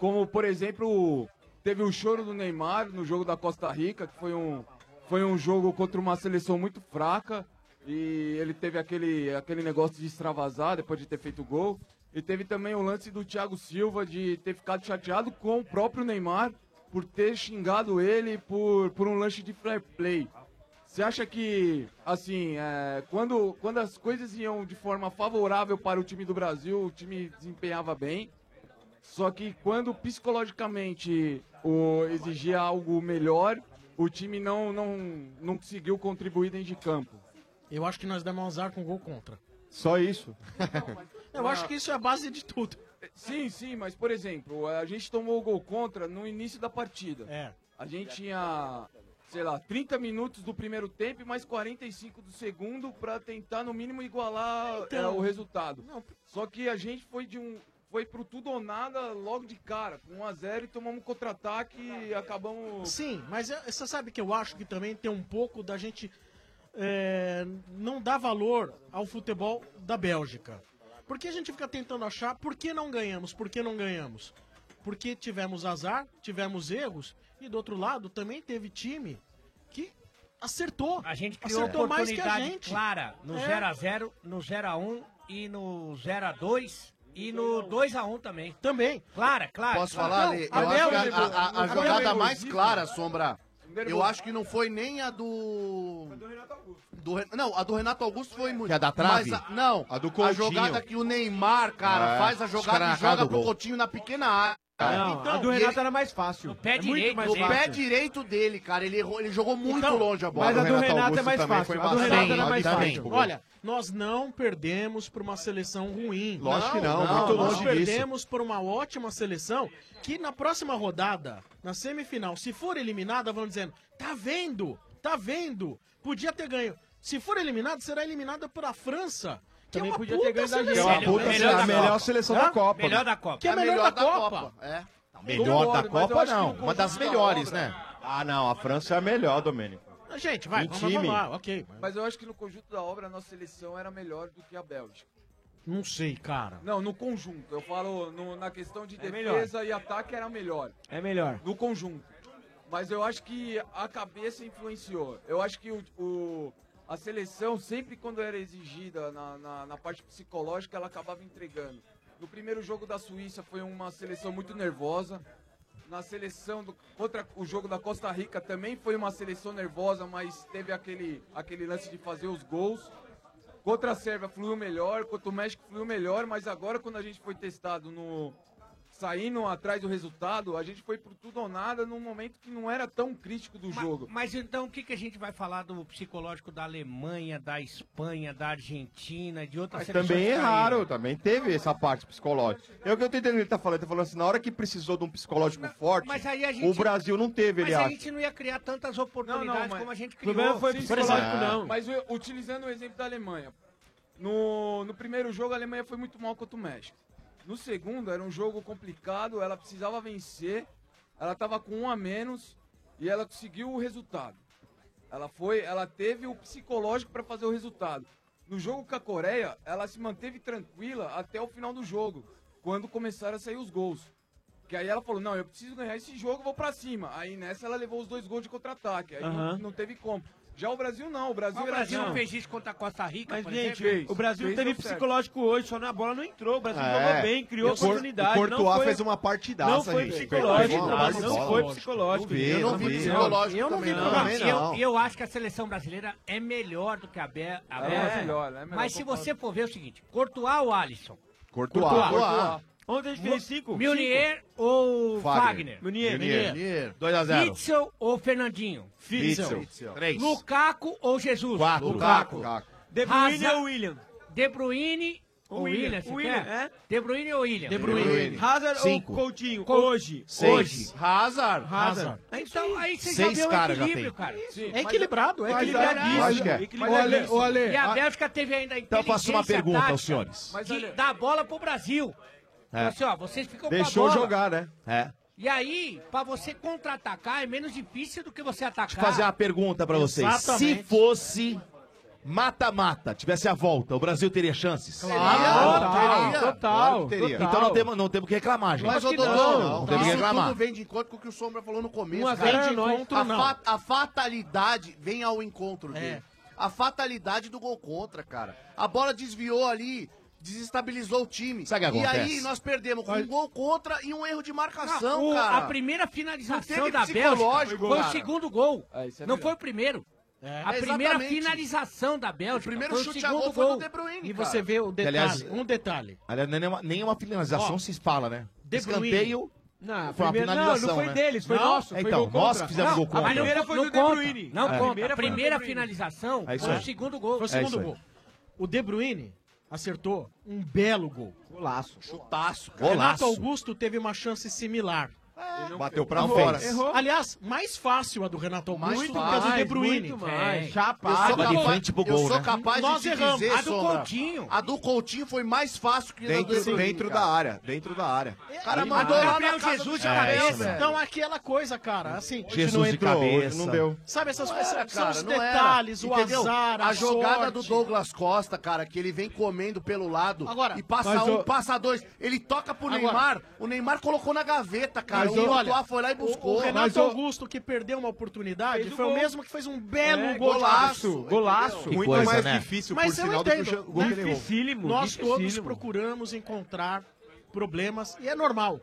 Speaker 35: Como, por exemplo, teve o choro do Neymar no jogo da Costa Rica, que foi um, foi um jogo contra uma seleção muito fraca. E ele teve aquele, aquele negócio de extravasar depois de ter feito o gol. E teve também o lance do Thiago Silva de ter ficado chateado com o próprio Neymar por ter xingado ele por, por um lanche de fair play. Você acha que, assim, é, quando, quando as coisas iam de forma favorável para o time do Brasil, o time desempenhava bem, só que quando psicologicamente o, exigia algo melhor, o time não, não, não conseguiu contribuir dentro de campo.
Speaker 6: Eu acho que nós demos azar com gol contra.
Speaker 8: Só isso?
Speaker 6: Eu acho que isso é a base de tudo.
Speaker 35: Sim, sim, mas por exemplo, a gente tomou o gol contra no início da partida.
Speaker 6: É.
Speaker 35: A gente tinha, sei lá, 30 minutos do primeiro tempo e mais 45 do segundo pra tentar no mínimo igualar
Speaker 6: Então.
Speaker 35: é, o resultado. Só que a gente foi de um foi pro tudo ou nada logo de cara, com 1 a 0 e tomamos um contra-ataque e acabamos
Speaker 6: Sim, mas é- você sabe que eu acho que também tem um pouco da gente é, não dar valor ao futebol da Bélgica. Porque a gente fica tentando achar por que não ganhamos, por que não ganhamos. Porque tivemos azar, tivemos erros, e do outro lado também teve time que acertou.
Speaker 9: A gente criou
Speaker 6: acertou mais que
Speaker 9: oportunidade
Speaker 6: a gente.
Speaker 9: clara no
Speaker 6: É.
Speaker 9: 0x0, no 0x1 e no 0x2 e no 2x1 também.
Speaker 6: Também.
Speaker 9: Clara, clara.
Speaker 21: Posso
Speaker 9: clara.
Speaker 21: falar, Ale? Eu acho que a, a- a jogada mais clara, Sombra, eu acho que não foi nem a do... do Ren- Não, a do Renato Augusto foi muito.
Speaker 7: Que é da trave?
Speaker 21: Mas a- Não,
Speaker 7: A do
Speaker 21: a
Speaker 7: Coutinho.
Speaker 21: jogada que o Neymar, cara,
Speaker 7: É,
Speaker 21: faz a
Speaker 7: os caras
Speaker 21: jogada e
Speaker 7: arrancam
Speaker 21: joga
Speaker 7: o
Speaker 21: pro
Speaker 7: gol.
Speaker 21: Coutinho na pequena área. Então,
Speaker 11: Não, a do Renato era mais fácil. É
Speaker 21: Pé
Speaker 11: muito
Speaker 21: direito,
Speaker 11: mais
Speaker 21: o
Speaker 11: fácil. Então,
Speaker 21: pé direito dele, cara. Ele, errou- ele jogou muito longe a bola.
Speaker 11: mas a do Renato é mais
Speaker 21: também
Speaker 11: fácil.
Speaker 21: foi
Speaker 11: A do
Speaker 21: bastante.
Speaker 11: Renato era mais
Speaker 21: Sim,
Speaker 11: fácil.
Speaker 21: também.
Speaker 6: Olha, nós não perdemos por uma seleção ruim.
Speaker 11: Lógico que não, muito
Speaker 6: nós
Speaker 11: longe disso.
Speaker 6: perdemos por uma ótima seleção que na próxima rodada, na semifinal, se for eliminada, vão dizendo: tá vendo, tá vendo, podia ter ganho. Se for eliminada, será eliminada pela França. Que
Speaker 11: Também
Speaker 6: é uma
Speaker 11: podia ter
Speaker 6: puta
Speaker 11: ganho da gente.
Speaker 6: seleção.
Speaker 11: É uma puta Melhor seleção. da A melhor Copa. seleção da
Speaker 6: Hã?
Speaker 11: Copa.
Speaker 8: né?
Speaker 6: Melhor da Copa. Que é a melhor, da, Copa.
Speaker 21: É.
Speaker 7: Melhor da Copa, não. Uma das melhores,
Speaker 35: obra-
Speaker 7: né?
Speaker 8: Ah, não, a França é a melhor, Domênico.
Speaker 6: Gente,
Speaker 8: vai, Um vamos- time. vamos lá,
Speaker 6: ok.
Speaker 35: Mas eu acho que no conjunto da obra a nossa seleção era melhor do que a Bélgica.
Speaker 6: Não sei, cara.
Speaker 35: Não, no conjunto. Eu falo no- na questão de
Speaker 6: É melhor.
Speaker 35: defesa e ataque era melhor.
Speaker 11: É melhor.
Speaker 35: No conjunto. Mas eu acho que a cabeça influenciou. Eu acho que o, o- a seleção, sempre quando era exigida na, na- na parte psicológica, ela acabava entregando. No primeiro jogo da Suíça foi uma seleção muito nervosa. Na seleção do, contra o jogo da Costa Rica também foi uma seleção nervosa, mas teve aquele, aquele lance de fazer os gols. Contra a Sérvia fluiu melhor, contra o México fluiu melhor, mas agora quando a gente foi testado no, saindo atrás do resultado, a gente foi por tudo ou nada num um momento que não era tão crítico do jogo.
Speaker 9: Mas então o que, que a gente vai falar do psicológico da Alemanha, da Espanha, da Argentina, de outras
Speaker 8: Mas
Speaker 9: seleções
Speaker 8: também
Speaker 9: que caíram?
Speaker 8: erraram, também teve essa parte psicológica. É o que eu tô entendendo que ele tá falando. Ele tá falando assim, na hora que precisou de um psicológico forte,
Speaker 9: mas aí a gente-
Speaker 8: o Brasil não teve, ele
Speaker 9: Mas a
Speaker 8: acha.
Speaker 9: gente não ia criar tantas oportunidades como a gente criou.
Speaker 35: Sim, sim. Mas eu- utilizando o exemplo da Alemanha. No, no primeiro jogo, a Alemanha foi muito mal contra o México. No segundo, era um jogo complicado, ela precisava vencer. Ela estava com um a menos e ela conseguiu o resultado. Ela foi, ela teve o psicológico para fazer o resultado. No jogo com a Coreia, ela se manteve tranquila até o final do jogo, quando começaram a sair os gols. Que aí ela falou: "Não, eu preciso ganhar esse jogo, vou pra cima". Aí nessa ela levou os dois gols de contra-ataque. Aí
Speaker 11: Aham.
Speaker 35: não, não teve como. Já o Brasil não, o Brasil
Speaker 9: Mas o
Speaker 35: era assim.
Speaker 9: Brasil não
Speaker 35: não.
Speaker 9: fez isso contra a Costa Rica,
Speaker 11: Mas,
Speaker 9: por
Speaker 11: gente,
Speaker 9: exemplo?
Speaker 11: o Brasil teve psicológico hoje, só na bola não entrou. O Brasil
Speaker 10: É.
Speaker 11: jogou bem, criou
Speaker 10: O Cor-
Speaker 11: oportunidade.
Speaker 10: o Courtois
Speaker 11: não foi-
Speaker 10: fez uma partidaça,
Speaker 11: Não foi
Speaker 10: gente. Pegou
Speaker 11: psicológico,
Speaker 10: uma
Speaker 11: não,
Speaker 10: parte de
Speaker 11: não
Speaker 10: bola.
Speaker 11: foi
Speaker 10: Não
Speaker 11: psicológico.
Speaker 10: vi, Eu não não vi vi. psicológico
Speaker 11: Eu não vi
Speaker 10: também, não. Também
Speaker 11: psicológico.
Speaker 9: Eu, eu acho que a seleção brasileira é melhor do que a Bé- a
Speaker 11: É,
Speaker 9: Bélgica.
Speaker 11: é melhor, é melhor,
Speaker 9: Mas se
Speaker 11: concordo.
Speaker 9: você for ver é o seguinte, Courtois ou Alisson?
Speaker 10: Courtois.
Speaker 11: Courtois. Ontem a gente fez cinco.
Speaker 9: Meunier ou Fagner?
Speaker 11: Fagner. Meunier, Meunier. Meunier.
Speaker 9: 2
Speaker 11: a zero.
Speaker 9: Witzel ou Fernandinho?
Speaker 11: Witzel. Witzel. Três.
Speaker 9: Lukaku ou Jesus?
Speaker 11: Quatro. Lukaku. De Bruyne ou
Speaker 9: William? De Bruyne ou
Speaker 11: William.
Speaker 9: William, você
Speaker 11: William,
Speaker 9: quer? De Bruyne ou William?
Speaker 11: De Bruyne. De Bruyne. Hazard ou Cinco. Coutinho? Hoje.
Speaker 9: Seis.
Speaker 11: Hoje.
Speaker 21: Hazard.
Speaker 11: Hazard.
Speaker 9: Então aí você
Speaker 11: Seis
Speaker 9: já vê o
Speaker 11: caras já
Speaker 9: equilíbrio,
Speaker 11: tem.
Speaker 9: cara.
Speaker 11: Sim, É mas- equilibrado, é mas equilibradíssimo.
Speaker 7: acho que é.
Speaker 9: Equilibradíssimo.
Speaker 7: Ô, Ale, ô, Ale,
Speaker 9: E a
Speaker 7: a-
Speaker 9: Bélgica teve ainda a
Speaker 7: Então eu faço uma
Speaker 9: inteligência
Speaker 7: pergunta aos
Speaker 9: tática
Speaker 7: senhores.
Speaker 9: que dá a bola pro Brasil.
Speaker 7: É.
Speaker 9: Fala Assim, ó, vocês ficam
Speaker 8: Deixou
Speaker 9: com a bola.
Speaker 8: jogar, né?
Speaker 7: É.
Speaker 9: E aí, pra você contra-atacar é menos difícil do que você atacar.
Speaker 7: Fazer uma pergunta pra vocês. Se
Speaker 9: Exatamente.
Speaker 7: fosse mata-mata tivesse a volta, o Brasil teria chances? Ah,
Speaker 21: Ah,
Speaker 3: Claro, Teria, teria.
Speaker 7: Claro que
Speaker 3: teria.
Speaker 7: Então não temos, não temos que reclamar, gente. tá
Speaker 21: Mas, ô, Dodô,
Speaker 7: não, temos que
Speaker 21: isso
Speaker 7: reclamar.
Speaker 21: tudo vem de encontro com o que o Sombra falou no começo.
Speaker 7: Um a
Speaker 21: cara.
Speaker 7: zero é nóis.
Speaker 21: a,
Speaker 7: não.
Speaker 21: fa- a fatalidade vem ao encontro dele. A fatalidade do gol contra, cara. A bola desviou ali, desestabilizou o time.
Speaker 7: Sabe o que
Speaker 21: e
Speaker 7: acontece?
Speaker 21: aí nós perdemos com um gol contra e um erro de marcação,
Speaker 2: O-
Speaker 21: cara.
Speaker 2: A primeira
Speaker 21: Não
Speaker 2: finalização
Speaker 21: teve
Speaker 2: da Bélgica
Speaker 21: psicológico,
Speaker 2: foi o
Speaker 21: cara.
Speaker 2: segundo gol.
Speaker 21: é
Speaker 2: não
Speaker 21: verdade.
Speaker 2: foi o primeiro. A
Speaker 21: É,
Speaker 2: primeira
Speaker 21: exatamente.
Speaker 2: finalização da Bélgica.
Speaker 21: O primeiro
Speaker 2: foi o
Speaker 21: chute a
Speaker 2: segundo
Speaker 21: gol foi do De Bruyne,
Speaker 2: E
Speaker 21: cara.
Speaker 2: você vê o
Speaker 7: Que,
Speaker 2: detalhe.
Speaker 7: aliás,
Speaker 2: um detalhe.
Speaker 7: Aliás, nem é uma, nem uma finalização
Speaker 2: Ó,
Speaker 7: se fala, né?
Speaker 2: De Bruyne.
Speaker 7: Escanteio
Speaker 2: Não,
Speaker 7: foi uma
Speaker 2: primeiro-
Speaker 7: finalização,
Speaker 2: não, não foi
Speaker 7: né?
Speaker 2: deles, foi
Speaker 7: Não?
Speaker 2: nosso,
Speaker 7: É,
Speaker 2: foi
Speaker 7: Então,
Speaker 2: gol
Speaker 7: nós
Speaker 2: contra.
Speaker 7: que fizemos
Speaker 2: Não,
Speaker 7: gol
Speaker 2: a
Speaker 7: contra.
Speaker 2: primeira foi do De Bruyne. Não
Speaker 7: É.
Speaker 2: conta.
Speaker 7: Primeira
Speaker 2: A
Speaker 7: foi do
Speaker 2: primeira
Speaker 7: De Bruyne.
Speaker 2: finalização
Speaker 7: É isso
Speaker 2: foi
Speaker 7: aí.
Speaker 2: o segundo gol.
Speaker 7: Foi o
Speaker 2: É
Speaker 7: segundo
Speaker 2: isso aí.
Speaker 7: gol.
Speaker 2: O De Bruyne acertou um belo gol.
Speaker 7: Golaço.
Speaker 2: Chutaço,
Speaker 7: cara.
Speaker 6: Renato
Speaker 7: Golaço.
Speaker 6: Augusto teve uma chance similar.
Speaker 7: Bateu pra Não fora. fez. Errou.
Speaker 6: Aliás, mais fácil a do Renato Augusto
Speaker 7: Mais
Speaker 6: do que a do De
Speaker 7: fácil,
Speaker 6: Bruyne.
Speaker 7: muito mais.
Speaker 6: É.
Speaker 7: Chapa,
Speaker 6: Eu sou
Speaker 7: água de
Speaker 6: capaz-
Speaker 7: frente pro
Speaker 6: eu
Speaker 7: gol,
Speaker 6: sou
Speaker 7: né?
Speaker 6: capaz de
Speaker 21: Nós
Speaker 6: te
Speaker 21: erramos.
Speaker 6: dizer,
Speaker 21: a do
Speaker 6: Sombra.
Speaker 21: Coutinho. A do Coutinho foi mais fácil que a do
Speaker 6: Dentro-
Speaker 21: Edu Henrique,
Speaker 6: dentro
Speaker 21: cara.
Speaker 6: da
Speaker 7: área, dentro da área.
Speaker 21: O cara
Speaker 6: Ele
Speaker 21: mandou
Speaker 6: matou
Speaker 21: lá
Speaker 6: Gabriel
Speaker 21: na casa
Speaker 6: Jesus
Speaker 21: do
Speaker 6: de
Speaker 21: cara.
Speaker 7: É, isso
Speaker 6: cabeça.
Speaker 7: mesmo.
Speaker 6: Então, aquela coisa, cara, assim.
Speaker 7: Jesus de cabeça.
Speaker 6: hoje Sabe essas
Speaker 21: Não
Speaker 6: coisas?
Speaker 21: era,
Speaker 6: são os
Speaker 21: cara, não era.
Speaker 6: detalhes, o
Speaker 21: Entendeu?
Speaker 6: azar, a,
Speaker 21: A jogada
Speaker 6: sorte.
Speaker 21: do Douglas Costa, cara, que ele vem comendo pelo lado
Speaker 6: Agora,
Speaker 21: e passa
Speaker 6: mas
Speaker 21: um,
Speaker 6: o-
Speaker 21: passa dois. Ele toca pro
Speaker 6: Agora-
Speaker 21: Neymar, o Neymar colocou na gaveta, cara.
Speaker 6: Mas
Speaker 21: o
Speaker 6: o-
Speaker 21: Courtois foi lá e buscou.
Speaker 6: O, o Renato Augusto, que perdeu uma oportunidade,
Speaker 21: Fez o
Speaker 6: foi o
Speaker 21: gol.
Speaker 6: mesmo que fez um belo
Speaker 21: É,
Speaker 6: gol. de
Speaker 21: golaço,
Speaker 6: cabeça.
Speaker 21: golaço.
Speaker 6: Entendeu?
Speaker 21: Que
Speaker 6: Muito
Speaker 21: coisa,
Speaker 6: mais
Speaker 21: né?
Speaker 6: difícil,
Speaker 21: Mas
Speaker 6: por
Speaker 21: eu
Speaker 6: sinal, do que o
Speaker 21: entendo.
Speaker 6: jo- gol que ele levou.
Speaker 21: Dificílimo,
Speaker 6: Nós todos
Speaker 21: dificílimo.
Speaker 6: procuramos encontrar problemas, e é normal.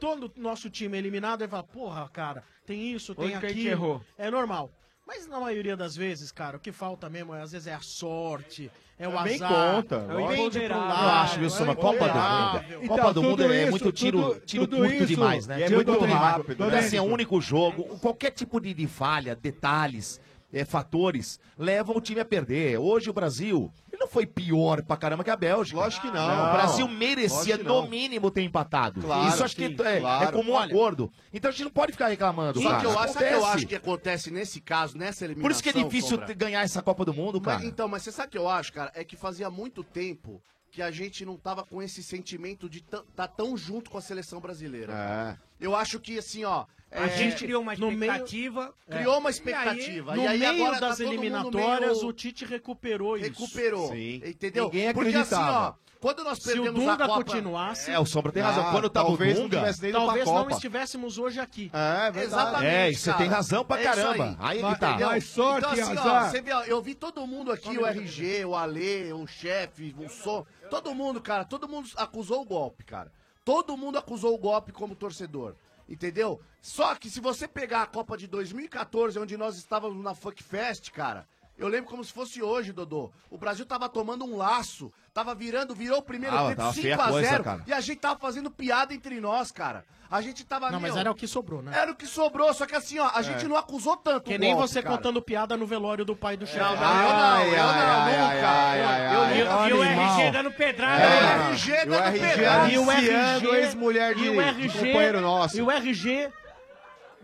Speaker 6: Todo nosso time é eliminado, ele fala, porra, cara, tem isso, tem
Speaker 11: Onde que a gente
Speaker 6: aquilo.
Speaker 11: errou?
Speaker 6: É normal. Mas na maioria das vezes, cara, o que falta mesmo, é, às vezes, é a sorte, é o
Speaker 7: Também
Speaker 6: azar.
Speaker 7: conta,
Speaker 6: é o
Speaker 7: lógico.
Speaker 6: imponderável. É
Speaker 7: Eu acho, viu, Soma? Copa do Mundo.
Speaker 6: um Então,
Speaker 7: Copa do
Speaker 6: tudo
Speaker 7: Mundo é
Speaker 6: isso,
Speaker 7: muito tiro,
Speaker 6: tudo-
Speaker 7: tiro
Speaker 6: tudo
Speaker 7: curto
Speaker 6: isso,
Speaker 7: demais, né?
Speaker 6: e é
Speaker 7: Tiro
Speaker 6: muito
Speaker 7: curto demais.
Speaker 6: rápido,
Speaker 7: Então,
Speaker 6: né?
Speaker 7: assim, é um único jogo. Qualquer tipo de, de falha, detalhes, é, fatores, levam o time a perder. Hoje o Brasil ele não foi pior pra caramba que a Bélgica. Lógico que
Speaker 3: não.
Speaker 7: O Brasil
Speaker 3: Lógico
Speaker 7: merecia,
Speaker 3: que
Speaker 7: no
Speaker 3: não.
Speaker 7: é mínimo, ter empatado.
Speaker 3: Claro,
Speaker 7: Isso acho
Speaker 3: sim,
Speaker 7: que é,
Speaker 3: claro.
Speaker 7: é comum
Speaker 3: Olha-
Speaker 7: acordo. Então a gente não pode ficar reclamando,
Speaker 21: Só
Speaker 7: cara.
Speaker 21: que eu acho, sabe o que eu
Speaker 7: Acontece.
Speaker 21: acho que acontece nesse caso, nessa eliminação.
Speaker 7: Por isso que é difícil
Speaker 21: Sombra?
Speaker 7: te- ganhar essa Copa do Mundo,
Speaker 21: Mas,
Speaker 7: cara.
Speaker 21: então, mas você sabe o que eu acho, cara? É que fazia muito tempo que a gente não tava com esse sentimento de estar tá tão junto com a seleção brasileira. cara.
Speaker 7: É.
Speaker 21: Eu acho que, assim, ó...
Speaker 2: A
Speaker 21: é,
Speaker 2: gente criou uma
Speaker 6: no meio-
Speaker 2: expectativa.
Speaker 21: Criou uma
Speaker 6: É.
Speaker 21: expectativa.
Speaker 6: No
Speaker 21: E aí,
Speaker 6: meio
Speaker 21: agora tá
Speaker 6: das
Speaker 21: todo mundo
Speaker 6: eliminatórias,
Speaker 21: meio-
Speaker 6: o Tite recuperou isso.
Speaker 21: recuperou. Entendeu?
Speaker 6: Ninguém
Speaker 21: Porque assim, ó,
Speaker 6: acreditava.
Speaker 21: quando nós
Speaker 6: Se o
Speaker 21: perdemos a
Speaker 6: Dunga
Speaker 21: Copa... Ah,
Speaker 6: continuasse...
Speaker 7: É, o Sombra tem razão. Quando tava o
Speaker 6: talvez não
Speaker 7: Dunga-
Speaker 6: tivesse nem ido
Speaker 7: Talvez
Speaker 6: pra
Speaker 7: não
Speaker 6: Copa. estivéssemos hoje aqui. É,
Speaker 21: verdade. Exatamente,
Speaker 7: É, e você
Speaker 21: cara.
Speaker 7: tem razão pra
Speaker 21: É isso
Speaker 7: caramba. Aí que
Speaker 21: Mas-
Speaker 7: tá.
Speaker 21: entendeu?
Speaker 7: Mas sorte
Speaker 21: então, assim,
Speaker 7: e
Speaker 21: Ó,
Speaker 7: azar.
Speaker 21: você vê, ó, eu vi todo mundo aqui, o RG, o Ale, o chefe, o som. Todo mundo, cara, todo mundo acusou o golpe, cara. Todo mundo acusou o golpe como torcedor. Entendeu? Só que se você pegar a Copa de 2014, onde nós estávamos na Funk Fest, cara. Eu lembro como se fosse hoje, Dodô. O Brasil tava tomando um laço, tava virando, virou o primeiro
Speaker 7: Ah,
Speaker 21: tempo
Speaker 7: tava feia a
Speaker 21: 5x0
Speaker 7: coisa, cara.
Speaker 21: e a gente tava fazendo piada entre nós, cara. A gente tava
Speaker 6: É. Não, mas
Speaker 21: meu,
Speaker 6: era o que sobrou, né?
Speaker 21: era o que sobrou, só que assim, ó, a
Speaker 6: É.
Speaker 21: gente não acusou tanto.
Speaker 6: Que
Speaker 21: o
Speaker 6: nem
Speaker 21: golpe,
Speaker 6: você
Speaker 21: cara.
Speaker 6: contando piada no velório do pai do chefe.
Speaker 21: É. Não, não, eu não, eu não, nunca. Eu- eu- eu-
Speaker 2: RG dando pedrada.
Speaker 6: É.
Speaker 2: O
Speaker 21: RG
Speaker 6: dando
Speaker 2: pedrada.
Speaker 6: E o RG,
Speaker 2: ex-mulher
Speaker 6: e
Speaker 2: de-
Speaker 6: o RG,
Speaker 2: de companheiro nosso.
Speaker 6: E o RG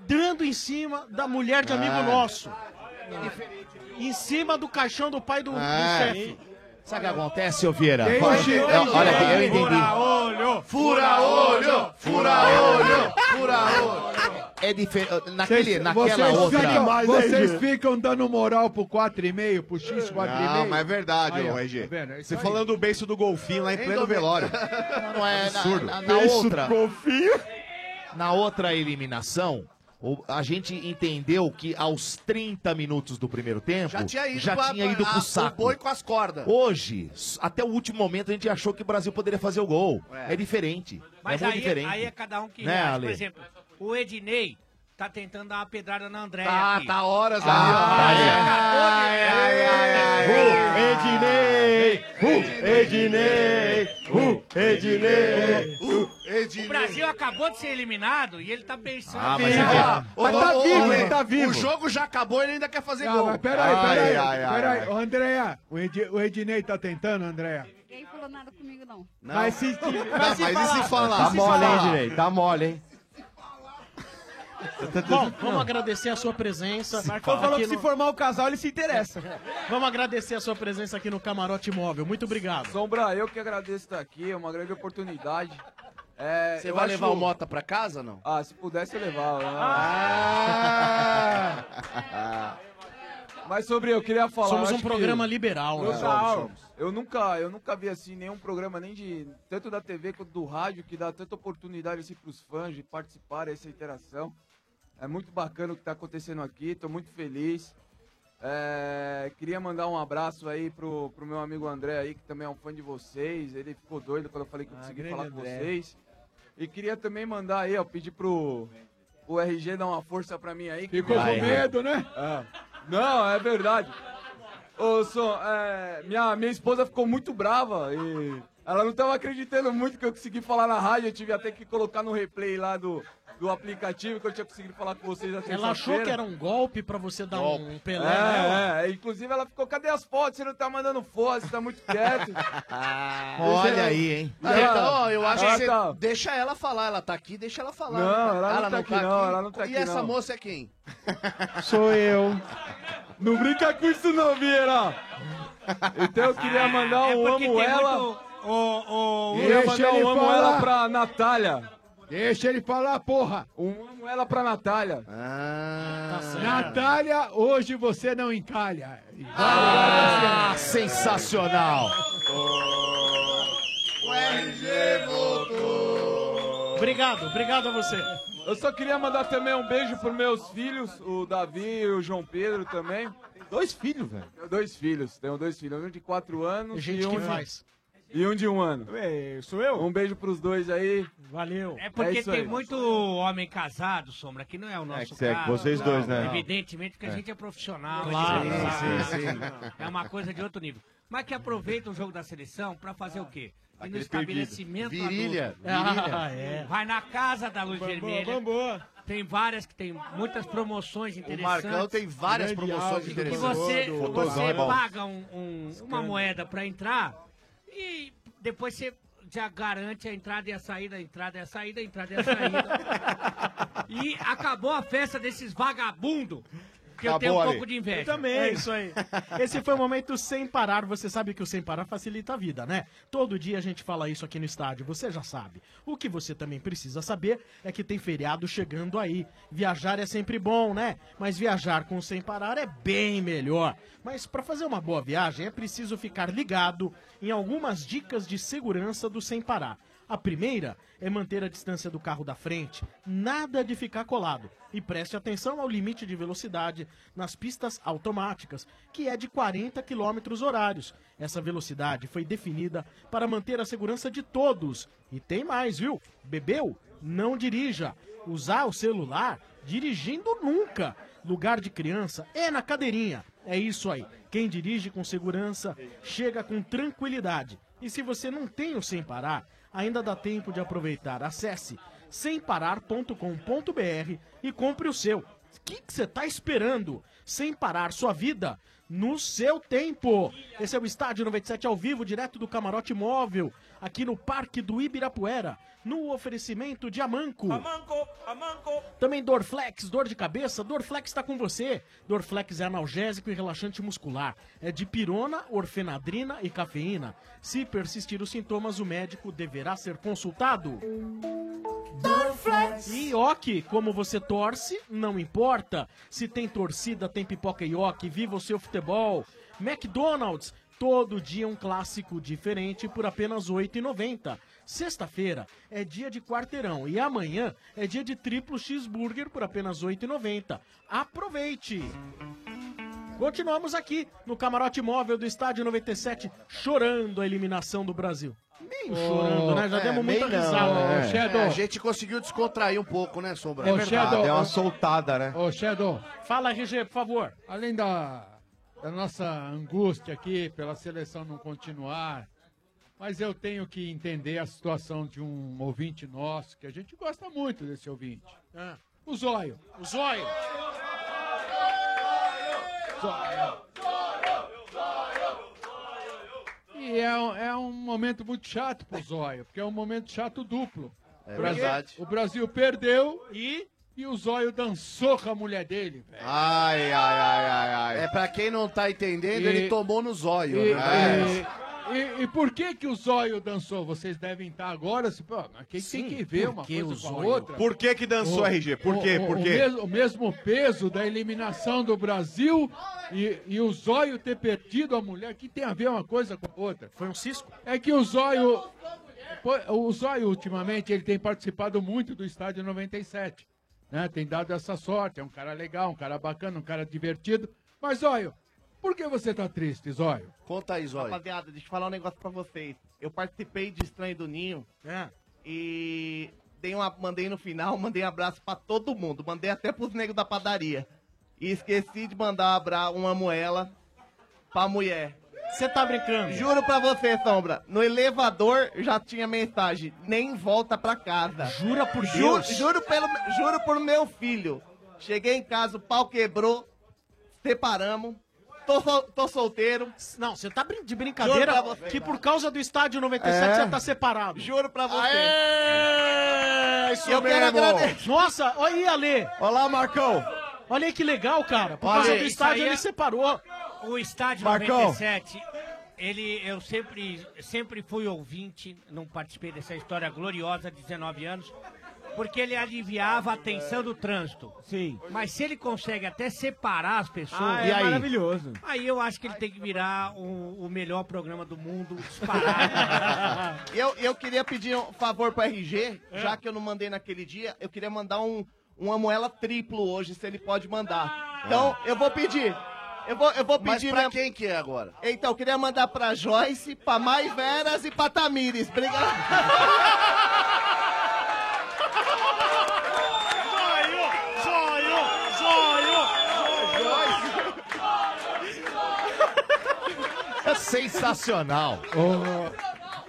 Speaker 6: dando em cima da mulher de amigo
Speaker 2: É.
Speaker 6: nosso.
Speaker 21: É.
Speaker 6: Em cima do caixão do pai do, do
Speaker 7: É.
Speaker 6: chefe.
Speaker 7: Sabe o que acontece, ô Vieira?
Speaker 6: Tem
Speaker 7: Olha,
Speaker 6: um cheiro.
Speaker 7: eu- olha aqui, eu entendi.
Speaker 6: Fura
Speaker 7: olho,
Speaker 6: fura olho,
Speaker 7: fura olho, fura olho. É diferente. Naquele,
Speaker 12: Vocês-
Speaker 7: naquela
Speaker 12: vocês
Speaker 7: outra. é
Speaker 12: Ficam, vocês ficam dando moral pro 4,5, pro X, 4,5.
Speaker 10: Não, mas é verdade,
Speaker 12: Aí,
Speaker 10: ô,
Speaker 12: ó,
Speaker 10: RG.
Speaker 12: tá vendo? É isso
Speaker 10: Você
Speaker 12: aí.
Speaker 10: falando do beiço do golfinho lá em
Speaker 12: Hein,
Speaker 10: pleno
Speaker 12: Domênico?
Speaker 10: velório.
Speaker 7: Não é na,
Speaker 10: Absurdo.
Speaker 7: na- na
Speaker 10: Beiço
Speaker 7: outra.
Speaker 10: do
Speaker 7: Na outra eliminação, o- a gente entendeu que aos 30 minutos do primeiro tempo
Speaker 21: Já tinha ido,
Speaker 7: já
Speaker 21: pra-
Speaker 7: tinha ido
Speaker 21: a-
Speaker 7: pro
Speaker 21: O
Speaker 7: saco.
Speaker 21: boi com as cordas.
Speaker 7: Hoje, s- até o último momento, a gente achou que o Brasil poderia fazer o gol.
Speaker 2: É.
Speaker 7: É, diferente.
Speaker 2: Mas
Speaker 7: é muito
Speaker 2: aí,
Speaker 7: diferente.
Speaker 2: aí é cada um que
Speaker 7: Né,
Speaker 2: reage.
Speaker 7: Ale?
Speaker 2: Por exemplo, o Ednei tá tentando dar uma pedrada na Andréia.
Speaker 21: Tá,
Speaker 2: aqui.
Speaker 21: tá horas
Speaker 2: Ah,
Speaker 21: ali, ó.
Speaker 7: Ednei!
Speaker 3: Uh, Ednei! Uh, Ednei!
Speaker 2: O Brasil acabou de ser eliminado e ele tá pensando...
Speaker 3: Ah, mas é-
Speaker 21: Ah,
Speaker 3: Ô, ô, ô, Ale,
Speaker 12: tá vivo.
Speaker 21: O jogo já acabou, ele ainda quer fazer
Speaker 12: Ah,
Speaker 21: gol.
Speaker 12: mas peraí, peraí.
Speaker 3: ai, ai,
Speaker 12: peraí.
Speaker 3: ai.
Speaker 12: Ô, Andréia, o, Edi- o Ednei tá tentando, Andréia?
Speaker 20: Ninguém falou nada comigo, não.
Speaker 12: Mas se-
Speaker 20: mas se falar-
Speaker 12: Tá mole, hein,
Speaker 8: Ednei? Tá mole, hein?
Speaker 6: Bom, vamos agradecer a sua presença.
Speaker 8: Marcão falou que se
Speaker 6: formar o casal, ele se interessa. Vamos agradecer a sua presença aqui no Camarote Móvel. Muito obrigado.
Speaker 23: Sombra, eu que agradeço estar aqui, é uma grande oportunidade. É,
Speaker 21: Você
Speaker 23: eu
Speaker 21: vai
Speaker 23: acho-
Speaker 21: levar o Mota pra casa, não? Ah!
Speaker 23: Ah, se pudesse eu levava. né?
Speaker 35: Mas sobre, eu queria falar.
Speaker 6: Somos
Speaker 35: eu
Speaker 6: um
Speaker 35: acho
Speaker 6: programa liberal, né?
Speaker 35: Total.
Speaker 6: Somos,
Speaker 35: Eu nunca, eu nunca vi assim nenhum programa nem de tanto da TV quanto do rádio que dá tanta oportunidade assim pros fãs de participarem dessa interação. É muito bacana o que tá acontecendo aqui, tô muito feliz. É, queria mandar um abraço aí pro, pro meu amigo André aí, que também é um fã de vocês. Ele ficou doido quando eu falei que eu
Speaker 29: Ah,
Speaker 35: consegui
Speaker 29: grande
Speaker 35: falar com
Speaker 29: André.
Speaker 35: vocês. E queria também mandar aí, ó, pedir pro, o RG dar uma força pra mim aí. que
Speaker 12: Ficou
Speaker 35: me-
Speaker 12: com Vai, medo, né?
Speaker 35: É. Não, é verdade. Ô, Som, é, minha, minha esposa ficou muito brava e ela não tava acreditando muito que eu consegui falar na rádio. Eu tive até que colocar no replay lá do, do aplicativo que eu tinha conseguido falar com vocês na
Speaker 6: Ela achou
Speaker 35: sexta-feira.
Speaker 6: que era um golpe pra você dar um pelé né? nela.
Speaker 35: É, é, inclusive ela ficou, cadê as fotos? Você não tá mandando fotos, você tá muito quieto.
Speaker 21: Olha aí, hein?
Speaker 35: Ah,
Speaker 21: Então, eu acho
Speaker 35: ah,
Speaker 21: que você
Speaker 35: tá.
Speaker 21: deixa ela falar. Ela tá aqui, deixa ela falar.
Speaker 35: Não,
Speaker 21: Ah,
Speaker 35: ela não tá aqui, não, ela não tá
Speaker 21: E
Speaker 35: aqui,
Speaker 21: essa
Speaker 35: não.
Speaker 21: moça é quem?
Speaker 12: Sou eu.
Speaker 35: Não brinca com isso não, Vieira. Então eu
Speaker 11: É,
Speaker 35: queria mandar um
Speaker 9: É porque
Speaker 35: amo
Speaker 9: tem
Speaker 35: ela.
Speaker 9: muito-
Speaker 35: o,
Speaker 12: Deixa
Speaker 35: queria mandar
Speaker 12: ele
Speaker 35: um amo
Speaker 12: falar.
Speaker 35: ela pra Natália.
Speaker 12: Deixa ele falar, porra. Ah.
Speaker 35: Um amo ela pra Natália.
Speaker 12: Tá Natália, hoje você não encalha.
Speaker 21: Ah, sensacional.
Speaker 6: Obrigado, obrigado a você.
Speaker 35: Eu só queria mandar também um beijo pros meus filhos, o Davi e o João Pedro também. Dois filhos, velho? Tenho dois filhos, tenho dois filhos. Um de quatro anos
Speaker 6: Gente
Speaker 35: e um
Speaker 6: que
Speaker 35: de-
Speaker 6: faz.
Speaker 35: E um de um ano. sou eu? Um beijo pros dois aí. Valeu.
Speaker 9: É porque
Speaker 35: isso
Speaker 9: tem
Speaker 35: aí.
Speaker 9: muito homem casado, Sombra, que não é o nosso
Speaker 35: que é
Speaker 9: caso.
Speaker 35: vocês
Speaker 9: Não,
Speaker 35: dois, né?
Speaker 9: Evidentemente que a
Speaker 35: É.
Speaker 9: gente é profissional.
Speaker 35: Claro,
Speaker 9: a gente
Speaker 35: sim,
Speaker 9: sabe.
Speaker 35: sim, sim.
Speaker 9: É uma coisa de outro nível. Mas que aproveita o jogo da seleção pra fazer o quê? E no
Speaker 36: Aquele
Speaker 9: estabelecimento
Speaker 36: perdido. Virilha,
Speaker 9: adulto.
Speaker 36: virilha.
Speaker 9: Ah, é. Vai na casa da Luz Vermelha. Tem várias que tem muitas promoções interessantes.
Speaker 21: Marcão tem várias
Speaker 9: Grande
Speaker 21: promoções
Speaker 9: áudio.
Speaker 21: interessantes.
Speaker 9: E você,
Speaker 21: Fotozão é
Speaker 9: você
Speaker 21: bom.
Speaker 9: paga um- um- uma
Speaker 21: Escândalo.
Speaker 9: moeda pra entrar e depois você já garante a entrada e a saída, a entrada e a saída, a entrada e a saída. e acabou a festa desses vagabundos. Que eu tenho um pouco de inveja.
Speaker 6: Eu também. É isso aí. Esse foi o momento sem parar. Você sabe que o sem parar facilita a vida, né? Todo dia a gente fala isso aqui no estádio, você já sabe. O que você também precisa saber é que tem feriado chegando aí. Viajar é sempre bom, né? Mas viajar com o sem parar é bem melhor. Mas para fazer uma boa viagem é preciso ficar ligado em algumas dicas de segurança do sem parar. A primeira é manter a distância do carro da frente, nada de ficar colado. E preste atenção ao limite de velocidade nas pistas automáticas, que é de 40 km horários. Essa velocidade foi definida para manter a segurança de todos. E tem mais, viu? Bebeu? Não dirija. Usar o celular? Dirigindo nunca. Lugar de criança é na cadeirinha. É isso aí. Quem dirige com segurança chega com tranquilidade. E se você não tem o sem parar, ainda dá tempo de aproveitar. Acesse semparar.com.br e compre o seu. O que que você está esperando? Sem parar sua vida no seu tempo. Esse é o Estádio 97 ao vivo, direto do Camarote Móvel, aqui no Parque do Ibirapuera, no oferecimento de Amanco. Também Dorflex, dor de cabeça, Dorflex está com você. Dorflex é analgésico e relaxante muscular. É de pirona, orfenadrina e cafeína. Se persistir os sintomas, o médico deverá ser consultado. E ok, como você torce, não importa. Se tem torcida, tem pipoca e ok, viva o seu futebol. McDonald's, todo dia um clássico diferente por apenas R$ 8,90. Sexta-feira é dia de quarteirão e amanhã é dia de triplo cheeseburger por apenas R$ 8,90. Aproveite! Continuamos aqui no camarote móvel do Estádio 97, chorando a eliminação do Brasil. Meio chorando, né? Já
Speaker 21: é,
Speaker 6: demos muita
Speaker 21: bem não,
Speaker 6: risada.
Speaker 21: né?
Speaker 6: É.
Speaker 21: É, a gente conseguiu descontrair um pouco, né,
Speaker 12: É
Speaker 21: Sombra?
Speaker 6: Ô, Shadow, Deu uma ô-
Speaker 37: soltada, né?
Speaker 12: Ô, Shadow.
Speaker 6: Fala, RG, por favor.
Speaker 12: Além da, da nossa angústia aqui pela seleção não continuar, mas eu tenho que entender a situação de um ouvinte nosso, que a gente gosta muito desse ouvinte. O Zóio.
Speaker 6: O Zóio.
Speaker 12: E é, um- é um momento muito chato pro Zóio, porque é um momento chato duplo.
Speaker 21: É
Speaker 12: Porque
Speaker 21: verdade.
Speaker 12: O Brasil perdeu
Speaker 6: e,
Speaker 12: e o Zóio dançou com a mulher dele. velho.
Speaker 21: é Ai, ai, ai, ai, ai. É, pra quem não tá entendendo,
Speaker 12: E-
Speaker 21: ele tomou no zóio.
Speaker 12: E,
Speaker 21: né?
Speaker 12: e- E, e por que que o Zóio dançou? Vocês devem estar agora, se, pô, mas quem tem que ver
Speaker 7: por
Speaker 12: uma
Speaker 7: que
Speaker 12: coisa
Speaker 7: o
Speaker 12: com a
Speaker 7: Zóio?
Speaker 12: outra?
Speaker 7: Por que que dançou, RG? Por quê?
Speaker 12: o-
Speaker 7: Por
Speaker 12: o
Speaker 7: quê?
Speaker 12: mes- O, mesmo peso da eliminação do Brasil e, e o Zóio ter perdido a mulher, que tem a ver uma coisa com a outra?
Speaker 6: Foi um cisco.
Speaker 12: É que o Zóio... Pô, O Zóio, ultimamente, ele tem participado muito do Estádio 97. Né? Tem dado essa sorte, é um cara legal, um cara bacana, um cara divertido. Mas, Zóio, por que você tá triste, Zóio?
Speaker 21: Conta aí, Zóio.
Speaker 38: Rapaziada, deixa eu falar um negócio pra vocês. Eu participei de Estranho do Ninho.
Speaker 3: É.
Speaker 38: E dei uma, mandei no final, mandei um abraço pra todo mundo. Mandei até pros negros da padaria. E esqueci de mandar um abra- uma moela pra mulher.
Speaker 6: Você tá brincando?
Speaker 38: Juro pra você, Sombra. No elevador já tinha mensagem. Nem volta pra casa.
Speaker 6: Jura por
Speaker 38: juro,
Speaker 6: Deus?
Speaker 38: Juro, pelo, juro por meu filho. Cheguei em casa, o pau quebrou. Separamos. Tô, sol- tô solteiro.
Speaker 6: Não, você tá de Brincadeira que por causa do estádio 97
Speaker 38: É.
Speaker 6: você tá separado.
Speaker 38: Juro pra
Speaker 6: você.
Speaker 21: É
Speaker 38: isso Eu quero mesmo. agradecer.
Speaker 6: Nossa, olha aí, Ale.
Speaker 38: Olha lá, Marcão.
Speaker 6: Olha aí que legal, cara. Por
Speaker 9: Olha
Speaker 6: causa
Speaker 9: aí.
Speaker 6: do
Speaker 9: Isso
Speaker 6: estádio
Speaker 9: aí é-
Speaker 6: ele separou.
Speaker 9: O estádio
Speaker 6: Marcão.
Speaker 9: 97, ele, eu sempre, sempre fui ouvinte, não participei dessa história gloriosa de 19 anos, porque ele aliviava a tensão do trânsito. Sim. Mas se ele consegue até separar as pessoas...
Speaker 23: Ah, é E aí? maravilhoso.
Speaker 9: Aí eu acho que ele tem que virar o, o melhor programa do mundo, disparado.
Speaker 38: Eu, eu queria pedir um favor pro RG, já que eu não mandei naquele dia, eu queria mandar um, uma moela triplo hoje, se ele pode mandar. Então, eu vou pedir. Eu vou, eu vou
Speaker 21: Mas
Speaker 38: pedir.
Speaker 21: pra
Speaker 38: quem que é agora? Então, eu queria mandar pra Joyce, pra Mai Veras e pra Tamires. Obrigado.
Speaker 3: Zóio! Zóio! Zóio!
Speaker 7: É sensacional.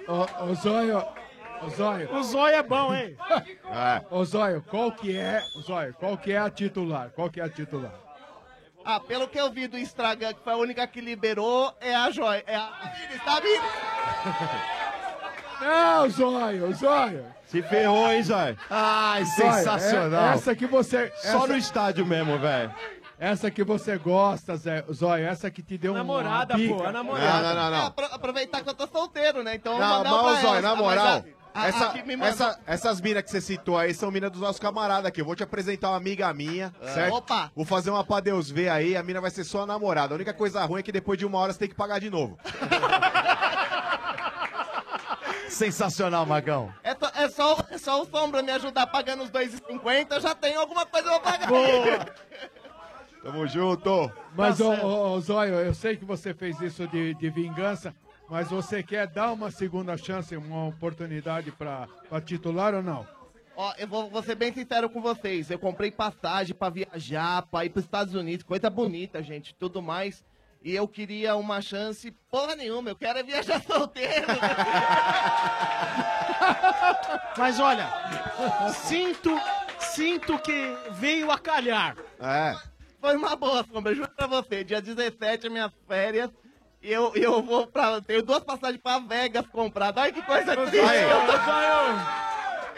Speaker 12: Ô, ô, ô, Zóio, ô, Zóio.
Speaker 6: O Zóio é bom, hein?
Speaker 10: É.
Speaker 12: Ô, Zóio, qual que é, ô, Zóio, qual que é a titular? Qual que é a titular?
Speaker 38: Ah, pelo que eu vi do Instagram, que foi a única que liberou, é a Joyce. É a Tamires, Tamires.
Speaker 12: Não, Zóio, Zóio.
Speaker 10: Se ferrou, hein, Zóio?
Speaker 7: Ai,
Speaker 12: Zóio, é- essa que você...
Speaker 10: Só
Speaker 12: essa-
Speaker 10: no estádio mesmo, velho.
Speaker 12: Essa que você gosta, Zé, Zóio, essa que te deu um
Speaker 38: Namorada,
Speaker 12: uma
Speaker 38: pô,
Speaker 12: bica.
Speaker 38: a namorada.
Speaker 10: Não, não, não, não.
Speaker 38: É, apro- aproveitar que eu tô solteiro, né? Então,
Speaker 10: Não,
Speaker 38: mandar
Speaker 10: mas,
Speaker 38: pra
Speaker 10: ô, Zóio,
Speaker 38: elas,
Speaker 10: na
Speaker 38: tá?
Speaker 10: moral,
Speaker 38: Mas a- a- a
Speaker 10: essa,
Speaker 38: que me mandou-
Speaker 10: essa- essas minas que você citou aí são minas dos nossos camaradas aqui. Eu vou te apresentar uma amiga minha,
Speaker 38: Ah.
Speaker 10: certo?
Speaker 38: Opa!
Speaker 10: Vou fazer uma pra Deus ver aí, a mina vai ser só a namorada. A única coisa ruim é que depois de uma hora você tem que pagar de novo.
Speaker 7: Sensacional, Magão.
Speaker 38: É, só- é só, é só o Sombra me ajudar pagando os 2,50, eu já tenho alguma coisa pra pagar.
Speaker 10: Tamo junto.
Speaker 12: Mas,
Speaker 10: Tá
Speaker 12: ô,
Speaker 10: certo.
Speaker 12: ô, ô, Zóio, eu sei que você fez isso de, de vingança, mas você quer dar uma segunda chance, uma oportunidade pra, pra titular ou não?
Speaker 38: Ó, eu vou, vou ser bem sincero com vocês. Eu comprei passagem pra viajar, pra ir pros Estados Unidos, coisa bonita, gente, tudo mais. E eu queria uma chance, porra nenhuma, eu quero é viajar solteiro.
Speaker 6: Mas olha, sinto, sinto que veio a calhar.
Speaker 10: É.
Speaker 38: Foi uma boa, Sombra, juro pra você. Dia 17 é minha férias. E eu, eu vou pra. Tenho duas passagens pra Vegas compradas. Olha que coisa triste. Eu tô,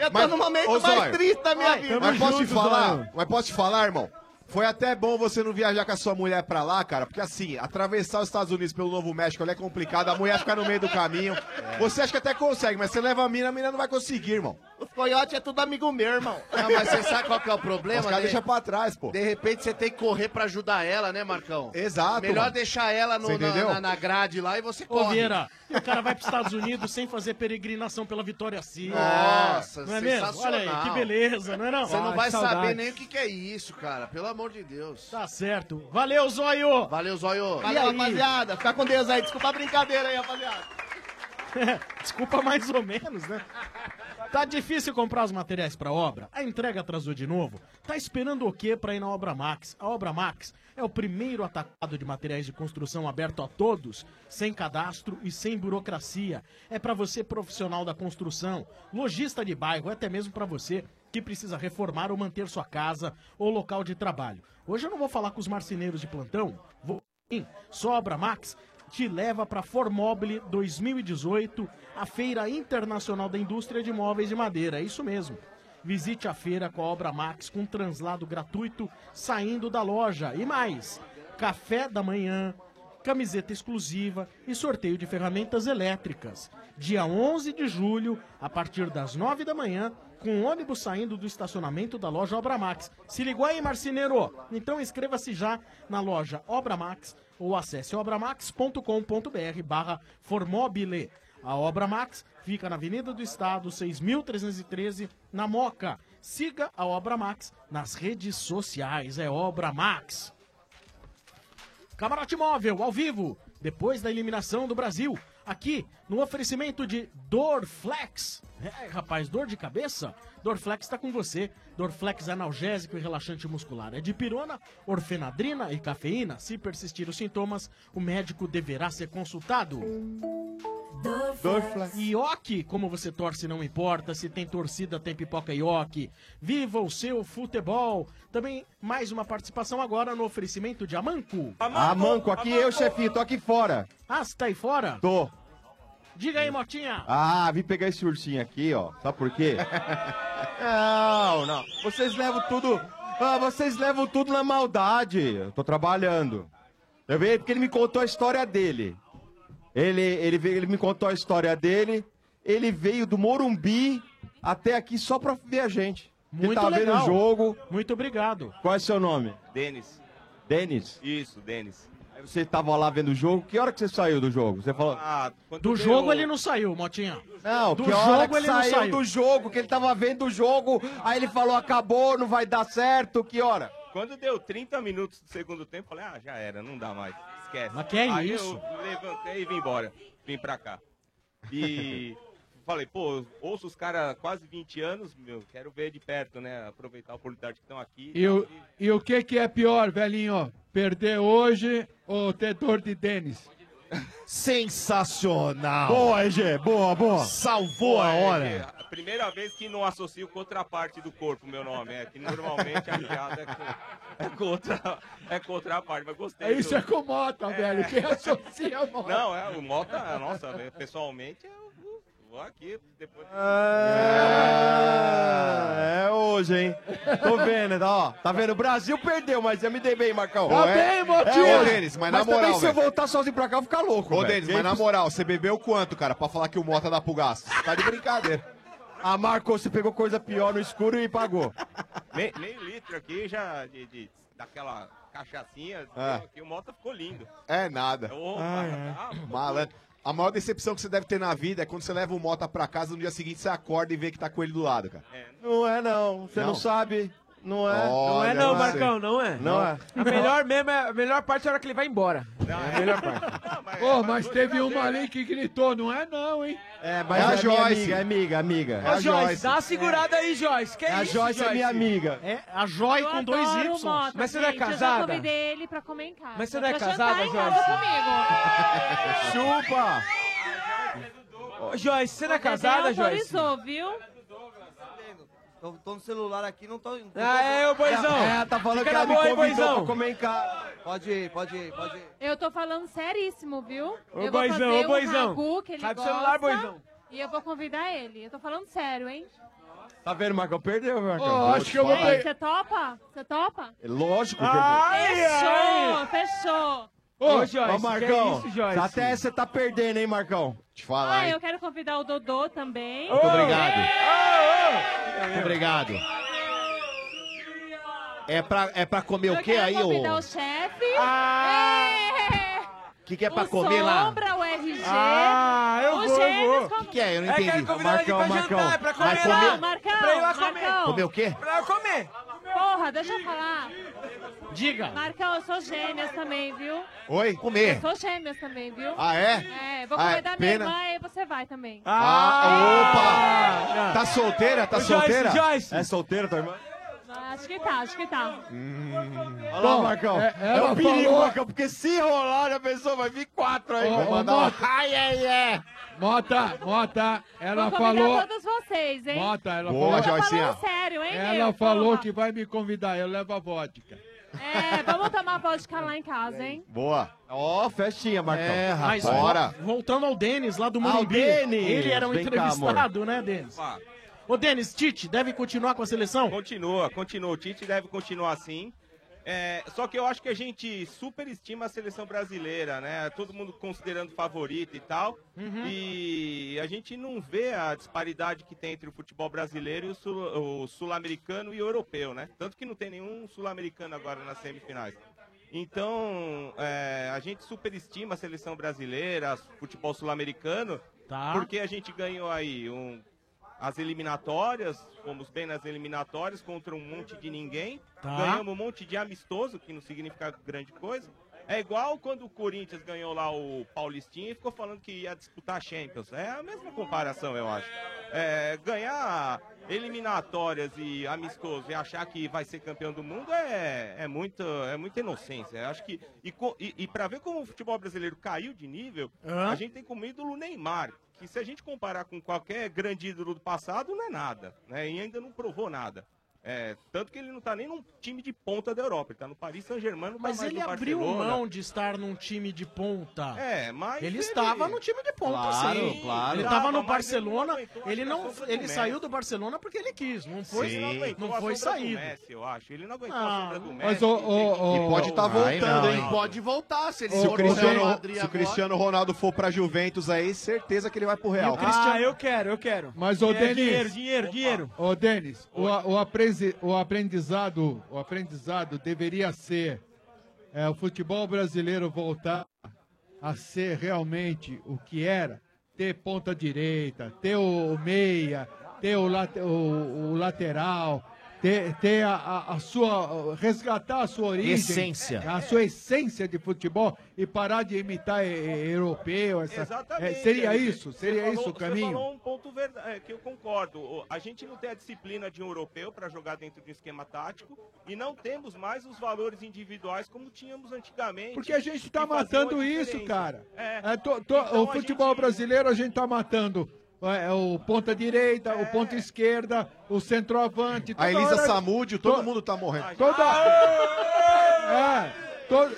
Speaker 38: eu tô
Speaker 10: Mas-
Speaker 38: no momento
Speaker 10: ô,
Speaker 38: mais
Speaker 10: Zóio,
Speaker 38: triste da minha vida.
Speaker 10: Mas posso te falar? Mas posso te falar, irmão? Foi até bom você não viajar com a sua mulher pra lá, cara, porque assim, atravessar os Estados Unidos pelo Novo México ali é complicado, a mulher fica no meio do caminho.
Speaker 38: É.
Speaker 10: Você acha que até consegue, mas você leva a mina, a mina não vai conseguir, irmão.
Speaker 38: Os coiotes é tudo amigo meu, irmão.
Speaker 21: Não, mas você sabe qual que é o problema?
Speaker 10: Os caras
Speaker 21: De-
Speaker 10: deixam pra trás, pô.
Speaker 21: De repente você tem que correr pra ajudar ela, né, Marcão?
Speaker 10: Exato,
Speaker 21: Melhor
Speaker 10: mano.
Speaker 21: deixar ela no-
Speaker 10: Você
Speaker 21: na,
Speaker 10: entendeu?
Speaker 21: na- na grade lá e você
Speaker 6: Ô,
Speaker 21: corre.
Speaker 6: Vieira, o cara vai pros Estados Unidos sem fazer peregrinação pela Vitória Civil.
Speaker 21: Nossa,
Speaker 6: não é mesmo? Olha aí, que beleza, não é não?
Speaker 21: Você não
Speaker 6: Ai,
Speaker 21: vai
Speaker 6: saudades.
Speaker 21: saber nem o que, que é isso, cara. Pelo amor de Deus.
Speaker 6: Tá certo. Valeu, Zóio!
Speaker 21: Valeu, Zóio!
Speaker 38: Valeu, rapaziada. Fica com Deus aí. Desculpa a brincadeira aí, rapaziada.
Speaker 6: Desculpa mais ou menos, né? Tá difícil comprar os materiais pra obra? A entrega atrasou de novo? Tá esperando o quê pra ir na Obra Max? A Obra Max é o primeiro atacado de materiais de construção aberto a todos, sem cadastro e sem burocracia. É pra você profissional da construção, lojista de bairro, é até mesmo pra você que precisa reformar ou manter sua casa ou local de trabalho. Hoje eu não vou falar com os marceneiros de plantão, vou Sim, Sobra Max te leva para Formobile 2018, a Feira Internacional da Indústria de Móveis de Madeira. É isso mesmo. Visite a feira com a Obra Max com translado gratuito saindo da loja. E mais, café da manhã, camiseta exclusiva e sorteio de ferramentas elétricas. Dia 11 de julho, a partir das 9 da manhã, com o ônibus saindo do estacionamento da loja Obra Max. Se ligou aí, marceneiro? Então inscreva-se já na loja Obra Max ou acesse obramax.com.br barra formobile. A Obra Max fica na Avenida do Estado, 6.313, na Moca. Siga a Obra Max nas redes sociais. É Obra Max. Camarote Móvel, ao vivo, depois da eliminação do Brasil, aqui no oferecimento de Dorflex. É, rapaz, dor de cabeça? Dorflex está com você. Dorflex é analgésico e relaxante muscular. É de pirona, orfenadrina e cafeína. Se persistir os sintomas, o médico deverá ser consultado. Dorflex. Ioki, como você torce não importa, se tem torcida tem pipoca Ioki. Viva o seu futebol. Também mais uma participação agora no oferecimento de Amanco.
Speaker 8: Ah, manco, aqui eu, chefinho, tô aqui fora.
Speaker 6: Ah, você tá aí fora?
Speaker 8: Tô.
Speaker 6: Diga aí, Motinha.
Speaker 8: Ah, vim pegar esse ursinho aqui, ó. Sabe por quê? não, não. Vocês levam tudo. Ah, vocês levam tudo na maldade. Eu tô trabalhando. Eu veio porque ele me contou a história dele. Ele, ele, veio, ele me contou a história dele. Ele veio do Morumbi até aqui só pra ver a gente. ele
Speaker 6: Muito
Speaker 8: tava vendo
Speaker 6: legal.
Speaker 8: o jogo.
Speaker 6: Muito obrigado.
Speaker 8: Qual é seu nome?
Speaker 28: Denis.
Speaker 8: Denis?
Speaker 28: Isso, Denis.
Speaker 8: Aí Você tava lá vendo o jogo. Que hora que você saiu do jogo? Você falou.
Speaker 28: Ah, quando
Speaker 6: Do
Speaker 28: eu-
Speaker 6: jogo ele não saiu, Motinha.
Speaker 8: Não,
Speaker 6: do
Speaker 8: que hora
Speaker 6: jogo
Speaker 8: que
Speaker 6: ele
Speaker 8: saiu
Speaker 6: não saiu.
Speaker 8: do jogo, que ele tava vendo o jogo, aí ele falou, acabou, não vai dar certo, que hora?
Speaker 28: Quando deu 30 minutos do segundo tempo, falei, ah, já era, não dá mais. Esquece.
Speaker 6: Mas que é
Speaker 28: Aí
Speaker 6: isso?
Speaker 28: eu levantei e vim embora. Vim pra cá. E falei, pô, eu ouço os caras há quase 20 anos, meu, quero ver de perto, né? Aproveitar a oportunidade que estão aqui.
Speaker 12: E o, e o que, que é pior, velhinho? Perder hoje ou ter dor de tênis?
Speaker 21: Sensacional.
Speaker 12: Boa, EG, boa, boa.
Speaker 21: Salvou a
Speaker 28: Pô, é,
Speaker 21: hora.
Speaker 28: é a primeira vez que não associo com outra parte do corpo meu nome. É que normalmente a piada é com, é com outra, é com outra parte, mas gostei.
Speaker 12: É Isso
Speaker 28: do-
Speaker 12: é com mota, velho. Quem associa a mota?
Speaker 28: Não, é, o Mota, nossa, né, pessoalmente, eu vou- vou aqui depois.
Speaker 8: É hoje, hein? Tô vendo, tá, ó. Tá vendo? O Brasil perdeu, mas eu me dei bem, Marcão.
Speaker 10: Tá bem,
Speaker 8: É-
Speaker 10: Motinha.
Speaker 8: É,
Speaker 10: Ô,
Speaker 8: hoje.
Speaker 10: Denis, mas na
Speaker 8: também
Speaker 10: moral,
Speaker 8: se eu
Speaker 10: velho.
Speaker 8: voltar sozinho pra cá, eu vou ficar louco,
Speaker 10: Ô,
Speaker 8: velho.
Speaker 10: Denis, mas na moral, você bebeu quanto, cara, pra falar que o Mota dá pro gasto? Você Tá de brincadeira.
Speaker 8: Ah, Marcos, você pegou coisa pior no escuro e pagou.
Speaker 28: Me- É. meio litro aqui já de, de- daquela
Speaker 12: É.
Speaker 28: cachaçinha,
Speaker 10: Ah.
Speaker 28: aqui, o Mota ficou lindo.
Speaker 10: É nada.
Speaker 28: Opa, tá
Speaker 10: Malandro. A maior decepção que você deve ter na vida é quando você leva o Mota pra casa no dia seguinte você acorda e vê que tá com ele do lado, cara.
Speaker 8: Não é, não. Você não,
Speaker 10: Não?
Speaker 8: sabe. Não é.
Speaker 10: Olha
Speaker 11: não é não,
Speaker 10: você.
Speaker 11: Marcão, não é.
Speaker 10: Não é.
Speaker 11: A melhor mesmo é a melhor parte é a hora que ele vai embora. é a melhor parte.
Speaker 12: Pô, mas teve uma ali que gritou, não é não, hein?
Speaker 8: É, mas é, a Joyce. Amiga, é amiga, amiga.
Speaker 11: Ô, Joyce, dá uma segurada aí, Joyce. Que
Speaker 8: É, a
Speaker 11: isso,
Speaker 8: Joyce é minha amiga.
Speaker 6: É, a Joy
Speaker 13: Eu
Speaker 6: com dois
Speaker 13: adoro
Speaker 6: Y.
Speaker 13: o Mota,
Speaker 11: Mas você não é
Speaker 13: gente, Eu já
Speaker 11: casada?
Speaker 13: convidei ele pra comer em casa.
Speaker 11: Mas você não é
Speaker 13: pra
Speaker 11: casada,
Speaker 13: jantar em casa
Speaker 11: Joyce?
Speaker 13: comigo.
Speaker 11: Chupa! Ô, Joyce, você não é casada,
Speaker 13: Ele
Speaker 11: Joyce?
Speaker 13: autorizou, viu?
Speaker 30: Tá Tô, tô no celular aqui, não tô. não tô-
Speaker 11: Ah, é, ô, boizão.
Speaker 8: É, tá falando
Speaker 11: Fica
Speaker 8: que
Speaker 11: na
Speaker 8: ela me
Speaker 11: boa, hein,
Speaker 8: convidou
Speaker 11: boizão.
Speaker 8: pra comer em casa.
Speaker 30: Pode ir, pode ir, pode ir.
Speaker 13: Eu tô falando seríssimo, viu?
Speaker 30: Ô,
Speaker 13: eu
Speaker 30: boizão,
Speaker 13: vou fazer
Speaker 30: ô, boizão.
Speaker 13: um ragu que ele
Speaker 30: Sai do
Speaker 13: gosta,
Speaker 30: celular, boizão.
Speaker 13: E eu vou convidar ele. Eu tô falando sério, hein?
Speaker 8: Tá vendo, Marcão? Perdeu, Marcão.
Speaker 12: Ô, acho que eu
Speaker 13: E
Speaker 12: vou
Speaker 13: aí,
Speaker 12: pe-
Speaker 13: você topa? Você topa?
Speaker 8: Lógico que
Speaker 13: fechou, fechou.
Speaker 8: eu vou. ó, Marcão, até essa você tá perdendo, hein, Marcão? Te falar,
Speaker 13: Ah, eu quero convidar o Dodô também.
Speaker 8: Muito obrigado.
Speaker 7: Muito Obrigado. É pra, é pra comer
Speaker 13: Eu
Speaker 7: o quê
Speaker 13: quero
Speaker 7: aí,
Speaker 13: convidar
Speaker 7: ô?
Speaker 13: o chefe.
Speaker 7: O que, que é pra
Speaker 13: o
Speaker 7: comer lá?
Speaker 13: Sombra, o RG.
Speaker 7: Ah, eu
Speaker 13: o
Speaker 7: vou, eu
Speaker 13: Gêmeos
Speaker 7: vou.
Speaker 13: com-
Speaker 7: O que, que é? Eu não entendi. Vai
Speaker 13: Marcão, Marcão,
Speaker 11: Pra ir lá
Speaker 13: Marcão.
Speaker 7: Comer o quê?
Speaker 11: Pra eu comer.
Speaker 13: Porra, deixa eu falar.
Speaker 7: Diga.
Speaker 13: Marcão, eu sou gêmeas também, viu?
Speaker 7: Oi?
Speaker 21: é
Speaker 13: Eu
Speaker 7: Comer.
Speaker 13: sou gêmeas também, viu?
Speaker 7: Ah,
Speaker 13: é? É, vou
Speaker 7: Ah,
Speaker 13: comer
Speaker 7: é?
Speaker 13: da minha
Speaker 7: Pena.
Speaker 13: irmã e você vai também.
Speaker 7: Ah,
Speaker 8: opa!
Speaker 10: Tá solteira? Tá
Speaker 8: Ô, Joyce,
Speaker 10: solteira?
Speaker 8: Joyce. É solteira, tua irmã?
Speaker 13: Acho que tá, acho que tá.
Speaker 8: Olha lá, Marcão. É, um perigo, Marcão, porque se rolar, a pessoa vai vir quatro aí.
Speaker 12: Ô,
Speaker 8: vai
Speaker 12: ô,
Speaker 8: mandar
Speaker 12: Mota.
Speaker 8: uma... é. Ai, ai, ai.
Speaker 12: Mota, Mota, ela
Speaker 13: vou convidar
Speaker 12: falou.
Speaker 13: todos vocês, hein?
Speaker 12: Mota, ela
Speaker 13: Eu tô
Speaker 12: falou.
Speaker 13: falando sério, hein?
Speaker 12: Ela
Speaker 13: meu?
Speaker 12: falou que vai me convidar, eu levo a vodka.
Speaker 13: É, vamos tomar vodka lá em casa, hein?
Speaker 8: Boa. Ó, festinha, Marcão.
Speaker 6: É, rapaz.
Speaker 8: Mas, Bora.
Speaker 6: Voltando ao Denis lá do
Speaker 8: Ah,
Speaker 6: Morumbi.
Speaker 8: o Denis!
Speaker 6: Ele era um
Speaker 8: Vem cá,
Speaker 6: entrevistado, né, Denis? Ô, Denis, Tite, deve continuar com a seleção?
Speaker 28: Continua, continua. O Tite deve continuar assim. É, só que eu acho que a gente superestima a seleção brasileira, né? Todo mundo considerando favorito e tal. E a gente não vê a disparidade que tem entre o futebol brasileiro e o sul- o sul-americano e o europeu, né? Tanto que não tem nenhum sul-americano agora nas semifinais. Então, é, a gente superestima a seleção brasileira, o futebol sul-americano, porque a gente ganhou aí um, as eliminatórias, fomos bem nas eliminatórias contra um monte de ninguém,
Speaker 6: Tá.
Speaker 28: ganhamos um monte de amistoso, que não significa grande coisa. É igual quando o Corinthians ganhou lá o Paulistinha e ficou falando que ia disputar a Champions. É a mesma comparação, eu acho. É, ganhar eliminatórias e amistoso e achar que vai ser campeão do mundo é, é, muito, é muita inocência. Eu acho que, e, co- e, e para ver como o futebol brasileiro caiu de nível,
Speaker 14: Hã?
Speaker 28: a gente tem como ídolo o Neymar, que se a gente comparar com qualquer grande ídolo do passado, não é nada. Né? E ainda não provou nada. É, tanto que ele não tá nem num time de ponta da Europa, ele tá no Paris Saint-Germain, não tá
Speaker 6: Mas
Speaker 28: mais
Speaker 6: ele
Speaker 28: no
Speaker 6: abriu
Speaker 28: Barcelona.
Speaker 6: mão de estar num time de ponta.
Speaker 28: É, mas
Speaker 6: Ele,
Speaker 28: ele-
Speaker 6: estava no time de ponta,
Speaker 28: Claro,
Speaker 6: sim.
Speaker 28: claro.
Speaker 6: Ele estava
Speaker 28: Tava,
Speaker 6: no
Speaker 28: mas
Speaker 6: Barcelona,
Speaker 28: ele não um aguentou
Speaker 6: ele
Speaker 28: a
Speaker 6: não,
Speaker 28: sombra do
Speaker 6: ele
Speaker 28: Messi.
Speaker 6: saiu do Barcelona porque ele quis, não foi,
Speaker 28: Sim.
Speaker 6: não,
Speaker 28: aguentou
Speaker 6: foi
Speaker 28: a sombra do
Speaker 6: saído.
Speaker 28: Messi, eu acho. Ele não aguentou a
Speaker 6: Ah,
Speaker 28: sombra do Messi.
Speaker 10: Mas o- o- o-
Speaker 28: E pode
Speaker 8: tá
Speaker 28: estar
Speaker 10: Ai,
Speaker 28: voltando,
Speaker 10: não,
Speaker 28: hein?
Speaker 10: tá hein?
Speaker 21: Pode voltar, se ele
Speaker 10: Se o,
Speaker 21: segurar
Speaker 10: Cristiano,
Speaker 21: Real Madrid
Speaker 10: se o
Speaker 21: agora.
Speaker 10: Cristiano Ronaldo for pra Juventus aí, certeza que ele vai pro Real.
Speaker 11: Ah, eu quero, eu quero.
Speaker 12: Mas, ô,
Speaker 11: É,
Speaker 12: Denis.
Speaker 11: Dinheiro, dinheiro, dinheiro.
Speaker 12: Ô, Denis, o, a- o apresi- o aprendizado, o aprendizado deveria ser é, o futebol brasileiro voltar a ser realmente o que era, ter ponta direita, ter o, o meia, ter o, late- o- o lateral, ter, ter a, a- a sua resgatar a sua origem,
Speaker 7: Essência.
Speaker 12: a sua essência de futebol e parar de imitar eh, eh, europeu, essa- eh,
Speaker 11: é,
Speaker 12: seria
Speaker 28: Henrique.
Speaker 12: isso, seria
Speaker 28: É, Você
Speaker 12: isso
Speaker 28: falou-
Speaker 12: o caminho.
Speaker 28: Você falou um ponto verdade, que eu concordo. O- A gente não tem a disciplina de um europeu para jogar dentro de um esquema tático e não temos mais os valores individuais como tínhamos antigamente.
Speaker 12: Porque a gente tá
Speaker 28: que um faziam
Speaker 12: matando
Speaker 28: a
Speaker 12: isso,
Speaker 28: diferença.
Speaker 12: cara.
Speaker 28: É.
Speaker 12: É, to- to-
Speaker 28: Então
Speaker 12: o
Speaker 28: a
Speaker 12: futebol brasileiro a gente tá matando. é, o ponta direita,
Speaker 28: É.
Speaker 12: o ponta esquerda, o centroavante.
Speaker 10: A
Speaker 12: toda
Speaker 10: Elisa
Speaker 12: hora-
Speaker 10: Samúdio, todo mundo tá morrendo.
Speaker 12: Toda, é, to-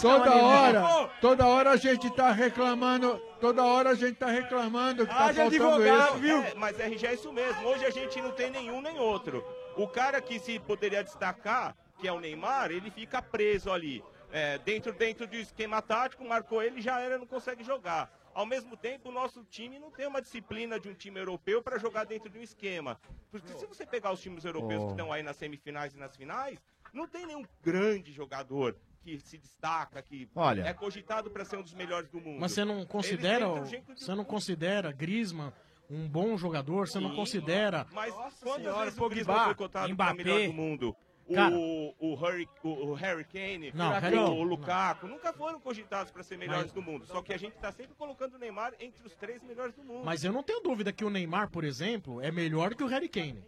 Speaker 12: toda hora, toda hora a gente tá reclamando, toda hora a gente tá reclamando que tá faltando isso.
Speaker 28: É, mas RG é isso mesmo. Hoje a gente não tem nenhum nem outro. O cara que se poderia destacar, que é o Neymar, ele fica preso ali. É, dentro, dentro do esquema tático, marcou ele, já era, não consegue jogar. Ao mesmo tempo, o nosso time não tem uma disciplina de um time europeu para jogar dentro de um esquema. Porque se você pegar os times europeus
Speaker 7: Oh.
Speaker 28: que estão aí nas semifinais e nas finais, não tem nenhum grande jogador que se destaca, que
Speaker 6: Olha.
Speaker 28: é cogitado para ser um dos melhores do mundo.
Speaker 6: Mas você não
Speaker 28: Eles
Speaker 6: considera,
Speaker 28: entram um
Speaker 6: o-
Speaker 28: gente
Speaker 6: você não considera Griezmann um bom jogador, você não
Speaker 28: Sim.
Speaker 6: considera
Speaker 28: Mas quantas
Speaker 6: senhora,
Speaker 28: vezes o
Speaker 6: Pogba,
Speaker 28: Griezmann foi cotado pra
Speaker 6: Mbappé.
Speaker 28: melhor do mundo? O,
Speaker 6: Cara.
Speaker 28: o, Harry, o, o Harry Kane,
Speaker 6: Não,
Speaker 28: o,
Speaker 6: Harry-
Speaker 28: o Lukaku, nunca foram cogitados para ser melhores
Speaker 6: Mas-
Speaker 28: do mundo. Só que a gente tá sempre colocando o Neymar entre os três melhores do mundo.
Speaker 6: Mas eu não tenho dúvida que o Neymar, por exemplo, é melhor que o Harry Kane.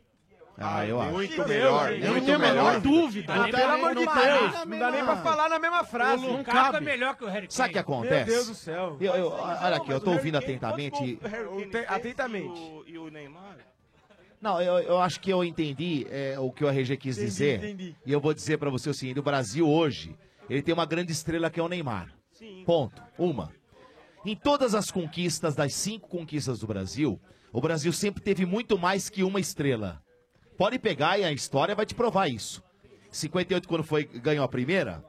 Speaker 7: Ah, eu acho.
Speaker 6: Muito melhor,
Speaker 7: Eu
Speaker 6: Eu não
Speaker 7: muito
Speaker 6: tenho a menor
Speaker 7: melhor.
Speaker 6: dúvida.
Speaker 7: Não dá nem- não dá nem na
Speaker 11: Não dá nem pra falar na mesma frase.
Speaker 6: O
Speaker 11: Não
Speaker 6: Lukaku
Speaker 11: cabe.
Speaker 6: é melhor
Speaker 11: que o Harry
Speaker 7: Sabe o que acontece?
Speaker 11: Meu Deus do céu.
Speaker 7: Eu- eu- olha aqui, eu tô ouvindo atentamente.
Speaker 11: Atentamente.
Speaker 28: E o Neymar?
Speaker 7: Não, eu, eu acho que eu entendi é, o que o RG quis
Speaker 28: Entendi,
Speaker 7: dizer.
Speaker 28: entendi.
Speaker 7: E eu vou dizer pra você o seguinte: o Brasil hoje, ele tem uma grande estrela que é o Neymar. Ponto. Uma. Em todas as conquistas, das cinco conquistas do Brasil, o Brasil sempre teve muito mais que uma estrela. Pode pegar e a história vai te provar isso. 58, quando foi, ganhou a primeira,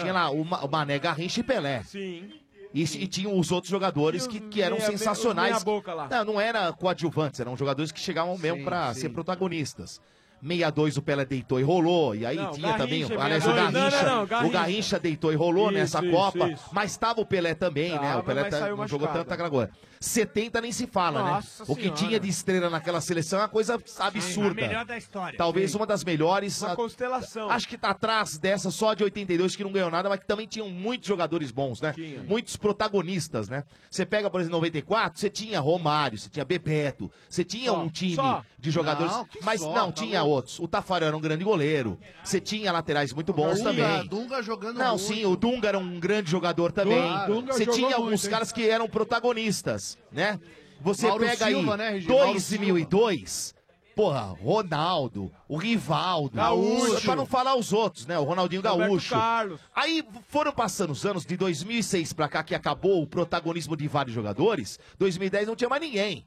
Speaker 7: tinha lá o, Ma- o Mané Garrincha e Pelé.
Speaker 11: Ah. Sim.
Speaker 7: E, e tinham os outros jogadores que, que eram
Speaker 11: meia- meia-
Speaker 7: sensacionais.
Speaker 11: os meia-boca lá.
Speaker 7: Não, não era coadjuvantes, eram jogadores que chegavam mesmo
Speaker 11: Sim,
Speaker 7: pra
Speaker 11: sim.
Speaker 7: ser protagonistas. 62 o Pelé deitou e rolou, e aí
Speaker 11: Não,
Speaker 7: tinha também,
Speaker 11: Garrincha,
Speaker 7: aliás, o
Speaker 11: 62.
Speaker 7: Garrincha,
Speaker 11: Não, não, não,
Speaker 7: o
Speaker 11: Garrincha.
Speaker 7: Garrincha deitou e rolou
Speaker 11: Isso,
Speaker 7: nessa
Speaker 11: isso,
Speaker 7: Copa,
Speaker 11: isso.
Speaker 7: mas tava o Pelé também, né?
Speaker 11: Tava,
Speaker 7: O Pelé
Speaker 11: mas
Speaker 7: tá-
Speaker 11: saiu
Speaker 7: não jogou
Speaker 11: machucado.
Speaker 7: tanto aquela agora. 70 nem se fala,
Speaker 11: Nossa
Speaker 7: né? O que
Speaker 11: Senhora.
Speaker 7: tinha de estrela naquela seleção é uma coisa absurda.
Speaker 11: A melhor da história.
Speaker 7: Talvez uma das melhores.
Speaker 11: Uma
Speaker 7: a-
Speaker 11: constelação.
Speaker 7: Acho que tá atrás dessa só de 82 que não ganhou nada, mas que também tinham muitos jogadores bons, né? Muitos protagonistas, né? Você pega, por exemplo, 94, você tinha Romário, você tinha Bebeto, você tinha
Speaker 6: Só,
Speaker 7: um time
Speaker 6: só.
Speaker 7: de jogadores,
Speaker 6: Não, que
Speaker 7: mas
Speaker 6: só,
Speaker 7: não,
Speaker 6: tá
Speaker 7: tinha
Speaker 6: louco.
Speaker 7: outros. O Tafarel era um grande goleiro, você tinha laterais muito bons
Speaker 21: Dunga,
Speaker 7: também.
Speaker 21: Dunga jogando
Speaker 7: Não,
Speaker 21: muito.
Speaker 7: sim, o Dunga era um grande jogador também.
Speaker 21: Dunga
Speaker 7: Você
Speaker 21: jogou
Speaker 7: tinha
Speaker 21: muito,
Speaker 7: alguns
Speaker 21: hein?
Speaker 7: caras que eram protagonistas, né? Você
Speaker 21: Mauro
Speaker 7: pega
Speaker 21: Silva,
Speaker 7: aí
Speaker 21: né, RG? Mauro
Speaker 7: 2002, porra, Ronaldo, o Rivaldo,
Speaker 3: Gaúcho.
Speaker 7: pra não falar os outros, né? O Ronaldinho
Speaker 3: Roberto
Speaker 7: Gaúcho.
Speaker 3: Carlos.
Speaker 7: Aí foram passando os anos de 2006 pra cá que acabou o protagonismo de vários jogadores. 2010 não tinha mais ninguém.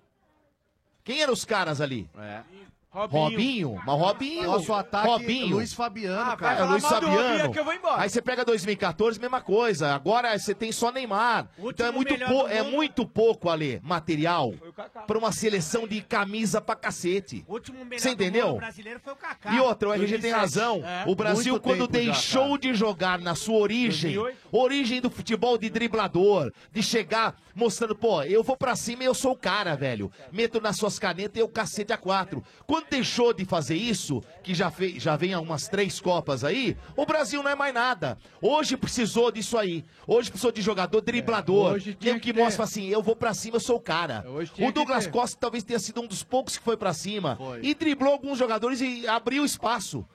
Speaker 7: Quem eram os caras ali? Robinho. Mas Robinho.
Speaker 21: É. Nosso ataque,
Speaker 7: Robinho.
Speaker 21: Luiz Fabiano,
Speaker 7: Ah,
Speaker 21: cara.
Speaker 7: É, Luiz Fabiano.
Speaker 21: que eu vou embora.
Speaker 7: Aí você pega 2014, mesma coisa. Agora você tem só Neymar. Então é muito,
Speaker 21: melhor
Speaker 7: pou-
Speaker 21: do
Speaker 7: é
Speaker 21: mundo.
Speaker 7: muito pouco, Ale, material pra uma seleção de camisa pra cacete.
Speaker 9: Último melhor
Speaker 7: Você
Speaker 9: do mundo
Speaker 7: entendeu?
Speaker 9: brasileiro foi o Kaká.
Speaker 7: E outra, o RG tem
Speaker 9: 2007.
Speaker 7: razão.
Speaker 9: É.
Speaker 7: O Brasil,
Speaker 9: Muito
Speaker 7: quando
Speaker 9: tempo já,
Speaker 7: deixou de jogar na sua origem,
Speaker 9: 2008.
Speaker 7: origem do futebol de driblador, de chegar mostrando, pô, eu vou pra cima e eu sou o cara, velho. Meto nas suas canetas e eu cacete a quatro. Quando deixou de fazer isso, que já, fez, já vem algumas três Copas aí, o Brasil não é mais nada. Hoje precisou disso aí. Hoje precisou de
Speaker 9: É,
Speaker 7: jogador driblador.
Speaker 12: hoje
Speaker 7: que que mostra assim, eu vou pra cima, eu sou o cara.
Speaker 9: É,
Speaker 12: tinha que
Speaker 7: O Douglas
Speaker 12: ter.
Speaker 7: Costa talvez tenha sido um dos poucos que foi pra cima e driblou alguns jogadores e abriu espaço.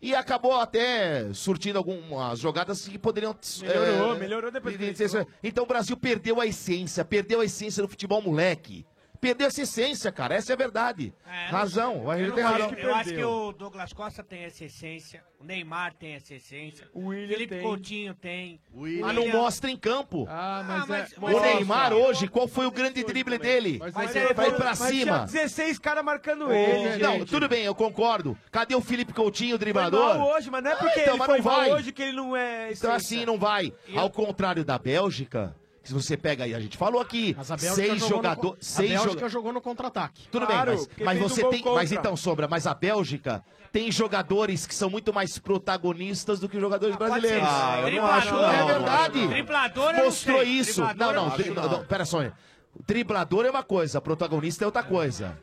Speaker 7: E acabou até surtindo algumas jogadas que poderiam.
Speaker 11: Melhorou, melhorou depois
Speaker 7: de- de- Então o Brasil perdeu a essência, perdeu a essência do futebol moleque. Perdeu essa essência, cara, essa é a verdade. razão, o
Speaker 9: Eu
Speaker 7: Argel
Speaker 9: não
Speaker 7: tem
Speaker 9: acho
Speaker 7: razão.
Speaker 9: que- Eu acho que o Douglas Costa tem essa essência, o Neymar tem essa essência, o Felipe Coutinho tem.
Speaker 7: Mas Ah, não mostra em campo.
Speaker 9: mas é-
Speaker 7: o Neymar hoje, qual foi o grande drible dele?
Speaker 11: Ah, Mas é,
Speaker 7: Vai
Speaker 11: ele-
Speaker 7: pra
Speaker 11: mas tinha
Speaker 7: cima.
Speaker 11: 16 caras marcando ele.
Speaker 7: Não,
Speaker 11: É, gente.
Speaker 7: tudo bem, eu concordo. Cadê o Felipe Coutinho, o
Speaker 11: Foi
Speaker 7: driblador?
Speaker 11: mal hoje, mas não é
Speaker 7: Ah,
Speaker 11: porque
Speaker 7: então,
Speaker 11: ele
Speaker 7: mas
Speaker 11: foi
Speaker 7: não
Speaker 11: mal
Speaker 7: vai.
Speaker 11: hoje que ele não é...
Speaker 7: Então
Speaker 11: essência.
Speaker 7: assim não vai.
Speaker 11: Eu-
Speaker 7: Ao contrário da Bélgica, se você pega aí, a gente falou aqui,
Speaker 6: Mas a Bélgica
Speaker 7: seis
Speaker 6: jogou no con-
Speaker 7: jogadores, seis
Speaker 6: A Bélgica
Speaker 7: joga-
Speaker 6: jogou no contra-ataque.
Speaker 7: Tudo bem, mas- mas,
Speaker 28: um
Speaker 11: um
Speaker 7: você tem, mas então sobra, mas a Bélgica tem jogadores que são muito mais protagonistas do que jogadores brasileiros.
Speaker 8: ser. Ah, eu não Driblador, acho, não.
Speaker 7: É verdade.
Speaker 8: Driblador, eu não
Speaker 7: Mostrou
Speaker 8: sei.
Speaker 7: isso.
Speaker 8: Driblador,
Speaker 7: não,
Speaker 8: eu
Speaker 7: não,
Speaker 8: não
Speaker 7: dri-
Speaker 8: acho,
Speaker 7: não,
Speaker 8: não.
Speaker 7: pera só. aí. Driblador é uma coisa, protagonista é outra coisa.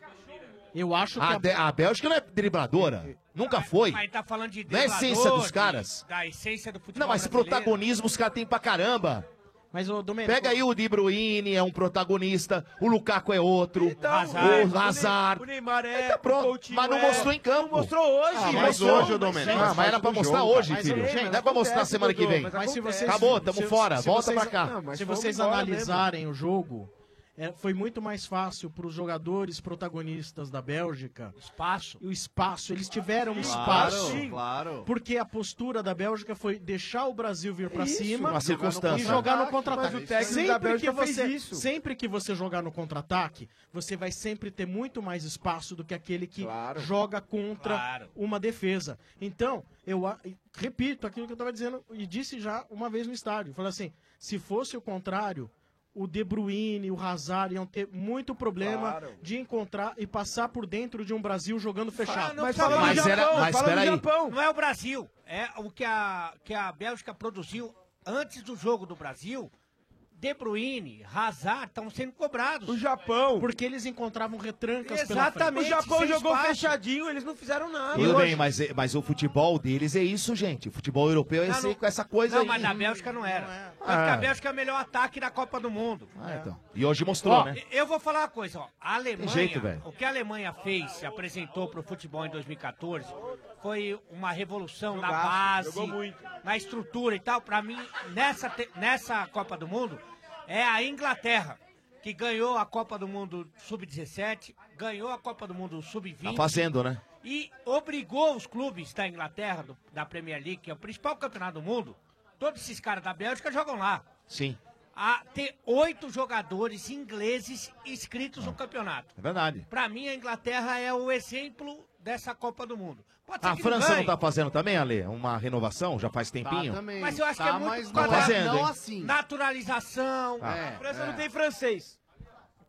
Speaker 6: Eu acho
Speaker 7: A,
Speaker 6: que
Speaker 7: Bé- a Bélgica não é dribladora, nunca Ah, foi.
Speaker 9: Mas tá falando de
Speaker 7: Não é
Speaker 9: driblador,
Speaker 7: essência dos
Speaker 9: de-
Speaker 7: caras.
Speaker 9: Da essência do futebol
Speaker 7: Não, mas
Speaker 9: brasileiro.
Speaker 7: protagonismo os caras têm pra caramba.
Speaker 6: Mas o Domenico...
Speaker 7: Pega aí o De Bruyne, é um protagonista. O Lukaku é outro.
Speaker 9: Então,
Speaker 7: o Lazar.
Speaker 11: O Neymar é...
Speaker 7: Tá pronto,
Speaker 11: Coutinho
Speaker 7: mas não
Speaker 11: é-
Speaker 7: mostrou em campo.
Speaker 11: Não mostrou hoje.
Speaker 7: Ah, mas hoje, ô Domênico. Ah, mas era pra mostrar hoje,
Speaker 6: Mas,
Speaker 7: filho.
Speaker 6: gente,
Speaker 7: não é pra mostrar
Speaker 6: acontece,
Speaker 7: semana que
Speaker 6: Dodô,
Speaker 7: vem.
Speaker 6: mas se vocês-
Speaker 7: Acabou, tamo
Speaker 6: se-
Speaker 7: fora.
Speaker 6: se
Speaker 7: Volta
Speaker 6: vocês-
Speaker 7: pra cá.
Speaker 6: não, mas se vocês analisarem o jogo, é, foi muito mais fácil para os jogadores protagonistas da Bélgica.
Speaker 9: Espaço.
Speaker 6: O espaço. Eles tiveram
Speaker 7: Claro,
Speaker 6: espaço.
Speaker 7: claro.
Speaker 6: Porque a postura da Bélgica foi deixar o Brasil vir para
Speaker 7: Isso,
Speaker 6: cima
Speaker 7: uma circunstância.
Speaker 6: e jogar no
Speaker 7: Mas o
Speaker 6: contra-ataque.
Speaker 7: técnico da Bélgica
Speaker 6: que
Speaker 7: fez
Speaker 6: você,
Speaker 7: isso.
Speaker 6: sempre que você jogar no contra-ataque, você vai sempre ter muito mais espaço do que aquele que joga contra uma defesa. Então, eu a- repito aquilo que eu estava dizendo e disse já uma vez no estádio. Falei assim, se fosse o contrário, o De Bruyne, o Hazard iam ter muito problema
Speaker 11: Claro.
Speaker 6: de encontrar e passar por dentro de um Brasil jogando fechado.
Speaker 9: Ah, não, Mas fala do Japão, fala do
Speaker 6: Japão.
Speaker 9: Não é o Brasil. É o que a, que a Bélgica produziu antes do jogo do Brasil. De Bruyne, Hazard estão sendo cobrados. O
Speaker 11: Japão.
Speaker 6: Porque eles encontravam retrancas pela
Speaker 11: Exatamente. O
Speaker 6: frente.
Speaker 11: Japão
Speaker 6: Sem
Speaker 11: jogou
Speaker 6: espaço.
Speaker 11: fechadinho, eles não fizeram nada.
Speaker 7: Tudo bem, mas, é- mas o futebol deles é isso, gente. O futebol europeu é
Speaker 9: Não,
Speaker 7: esse-
Speaker 9: não-
Speaker 7: com essa coisa
Speaker 9: Não,
Speaker 7: aí.
Speaker 9: mas na Bélgica não era. Tanto
Speaker 7: Ah.
Speaker 9: que a Bélgica é o melhor ataque da Copa do Mundo.
Speaker 7: Ah, então. E hoje mostrou,
Speaker 9: Ó,
Speaker 7: né?
Speaker 9: Eu vou falar uma coisa, ó. A Alemanha,
Speaker 7: jeito, velho.
Speaker 9: o que a Alemanha fez, se apresentou pro futebol em 2014, foi uma revolução na
Speaker 11: Jogaço,
Speaker 9: base,
Speaker 11: jogou muito.
Speaker 9: na estrutura e tal. Pra mim, nessa, te- nessa Copa do Mundo, é a Inglaterra que ganhou a Copa do Mundo Sub-17, ganhou a Copa do Mundo Sub-20.
Speaker 7: Tá fazendo, né?
Speaker 9: E obrigou os clubes da Inglaterra, do- da Premier League, que é o principal campeonato do mundo, todos esses caras da Bélgica jogam lá
Speaker 7: Sim,
Speaker 9: a ter oito jogadores ingleses inscritos no campeonato.
Speaker 7: é verdade.
Speaker 9: Pra mim, a Inglaterra é o exemplo dessa Copa do Mundo. Pode ser
Speaker 7: A
Speaker 9: que
Speaker 7: França não
Speaker 9: ganhe,
Speaker 7: tá fazendo também, Ale? Uma renovação? Já
Speaker 9: Tá
Speaker 7: faz tempinho?
Speaker 9: Mas eu acho que é muito
Speaker 7: Tá, não
Speaker 9: quadrado.
Speaker 7: fazendo, hein?
Speaker 9: Naturalização.
Speaker 7: Ah, É,
Speaker 9: a França não
Speaker 7: é.
Speaker 9: tem francês.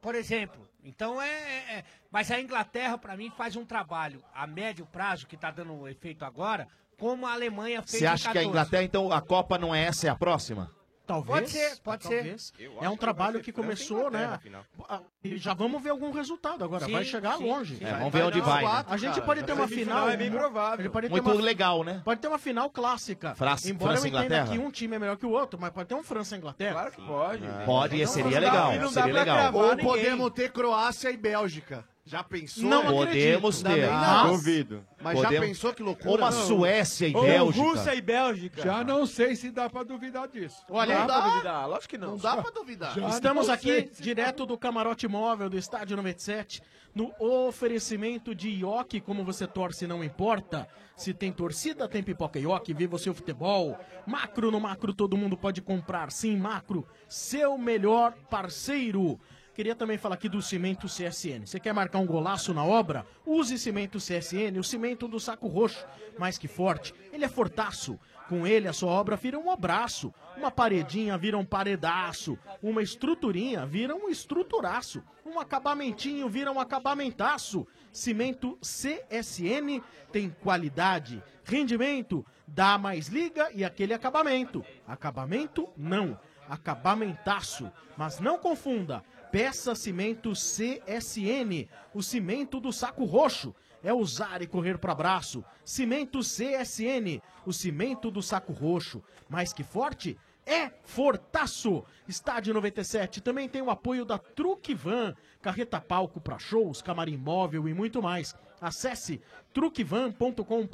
Speaker 9: Por exemplo. Então é, é- é- Mas a Inglaterra, pra mim, faz um trabalho a médio prazo, que tá dando efeito agora, como a Alemanha fez
Speaker 7: Você
Speaker 9: em
Speaker 7: acha que a
Speaker 9: 14.
Speaker 7: Inglaterra, então, a Copa não é essa, é a próxima?
Speaker 6: Talvez.
Speaker 9: Pode ser, pode
Speaker 6: talvez.
Speaker 9: ser. Eu
Speaker 6: É
Speaker 9: acho
Speaker 6: um
Speaker 9: que
Speaker 6: trabalho
Speaker 9: vai
Speaker 6: que
Speaker 9: ser
Speaker 6: começou,
Speaker 9: França e
Speaker 6: né?
Speaker 9: Inglaterra,
Speaker 6: Ah, e Já vamos ver algum resultado agora.
Speaker 9: Sim,
Speaker 6: vai chegar
Speaker 9: sim,
Speaker 6: longe.
Speaker 9: sim.
Speaker 7: É, vamos ver onde vai, né?
Speaker 6: A gente
Speaker 7: Cara,
Speaker 6: pode ter uma
Speaker 7: semifinal
Speaker 6: final.
Speaker 7: é bem
Speaker 6: provável.
Speaker 7: Muito legal, né?
Speaker 6: Pode ter uma final clássica.
Speaker 7: França-
Speaker 6: Embora
Speaker 7: França e
Speaker 6: eu entenda
Speaker 7: Inglaterra.
Speaker 6: que um time é melhor que o outro, mas pode ter um França e Inglaterra. Claro que pode.
Speaker 7: Ah, Pode, e seria legal,
Speaker 21: um
Speaker 7: seria legal.
Speaker 21: Ou podemos ter Croácia e Bélgica. Já pensou?
Speaker 7: Não Podemos
Speaker 21: Também
Speaker 7: ter.
Speaker 21: não.
Speaker 12: Ah,
Speaker 7: Mas-
Speaker 21: Duvido. Mas já
Speaker 7: Podemos.
Speaker 21: pensou que loucura?
Speaker 7: Uma
Speaker 21: Não.
Speaker 7: Suécia e
Speaker 12: Ou
Speaker 7: Bélgica.
Speaker 12: Rússia
Speaker 11: e Bélgica.
Speaker 12: Já não sei se dá pra duvidar disso.
Speaker 6: Olha,
Speaker 12: Não
Speaker 6: dá pra duvidar,
Speaker 11: lógico que
Speaker 12: não.
Speaker 21: dá pra duvidar.
Speaker 6: Estamos aqui direto do camarote móvel do Estádio 97, no oferecimento de Ioki, como você torce não importa. Se tem torcida, tem pipoca Ioki, viva o seu futebol. Macro no macro, todo mundo pode comprar. Sim, macro, seu melhor parceiro. Queria também falar aqui do cimento CSN. Você quer marcar um golaço na obra? Use cimento CSN, o cimento do saco roxo. Mais que forte, ele é fortaço. Com ele, a sua obra vira um abraço. Uma paredinha vira um paredaço. Uma estruturinha vira um estruturaço. Um acabamentinho vira um acabamentaço. Cimento CSN tem qualidade, rendimento, dá mais liga e aquele acabamento. Acabamento não, acabamentaço. Mas não confunda, peça cimento CSN, o cimento do saco roxo. É usar e correr para abraço. Cimento CSN, o cimento do saco roxo. Mais que forte, é Fortaço. Estádio 97 também tem o apoio da Truque Van, carreta palco para shows, camarim móvel e muito mais. Acesse truquevan.com.br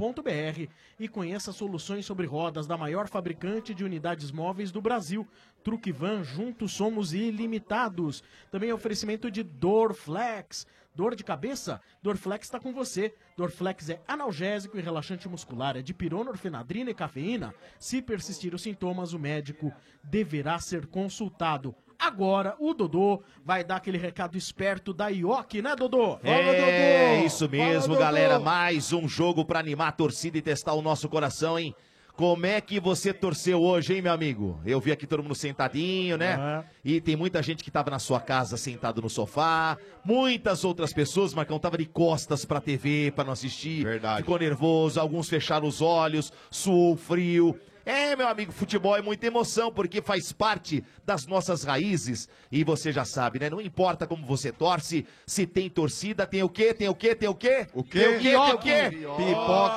Speaker 6: e conheça soluções sobre rodas da maior fabricante de unidades móveis do Brasil. Truque Van, juntos somos ilimitados. Também oferecimento de Dorflex. Dor de cabeça? Dorflex está com você. Dorflex é analgésico e relaxante muscular, é de pirona, orfenadrina e cafeína. Se persistir os sintomas, o médico deverá ser consultado. Agora o Dodô vai dar aquele recado esperto da IOC, né, Dodô?
Speaker 7: É isso mesmo, galera. Mais um jogo pra animar a torcida e testar o nosso coração, hein? Como é que você torceu hoje, hein, meu amigo? Eu vi aqui todo mundo sentadinho, né? E tem muita gente que tava na sua casa sentado no sofá. Muitas outras pessoas, Marcão, tava de costas pra TV, pra não assistir. Verdade. Ficou nervoso, alguns fecharam os olhos, suou frio. É, meu amigo, futebol é muita emoção, porque faz parte das nossas raízes. E você já sabe, né? Não importa como você torce, se tem torcida, tem o quê? Tem o quê? Tem o quê? O
Speaker 10: quê?
Speaker 7: Tem o quê? Tem o quê?
Speaker 10: Pipoque.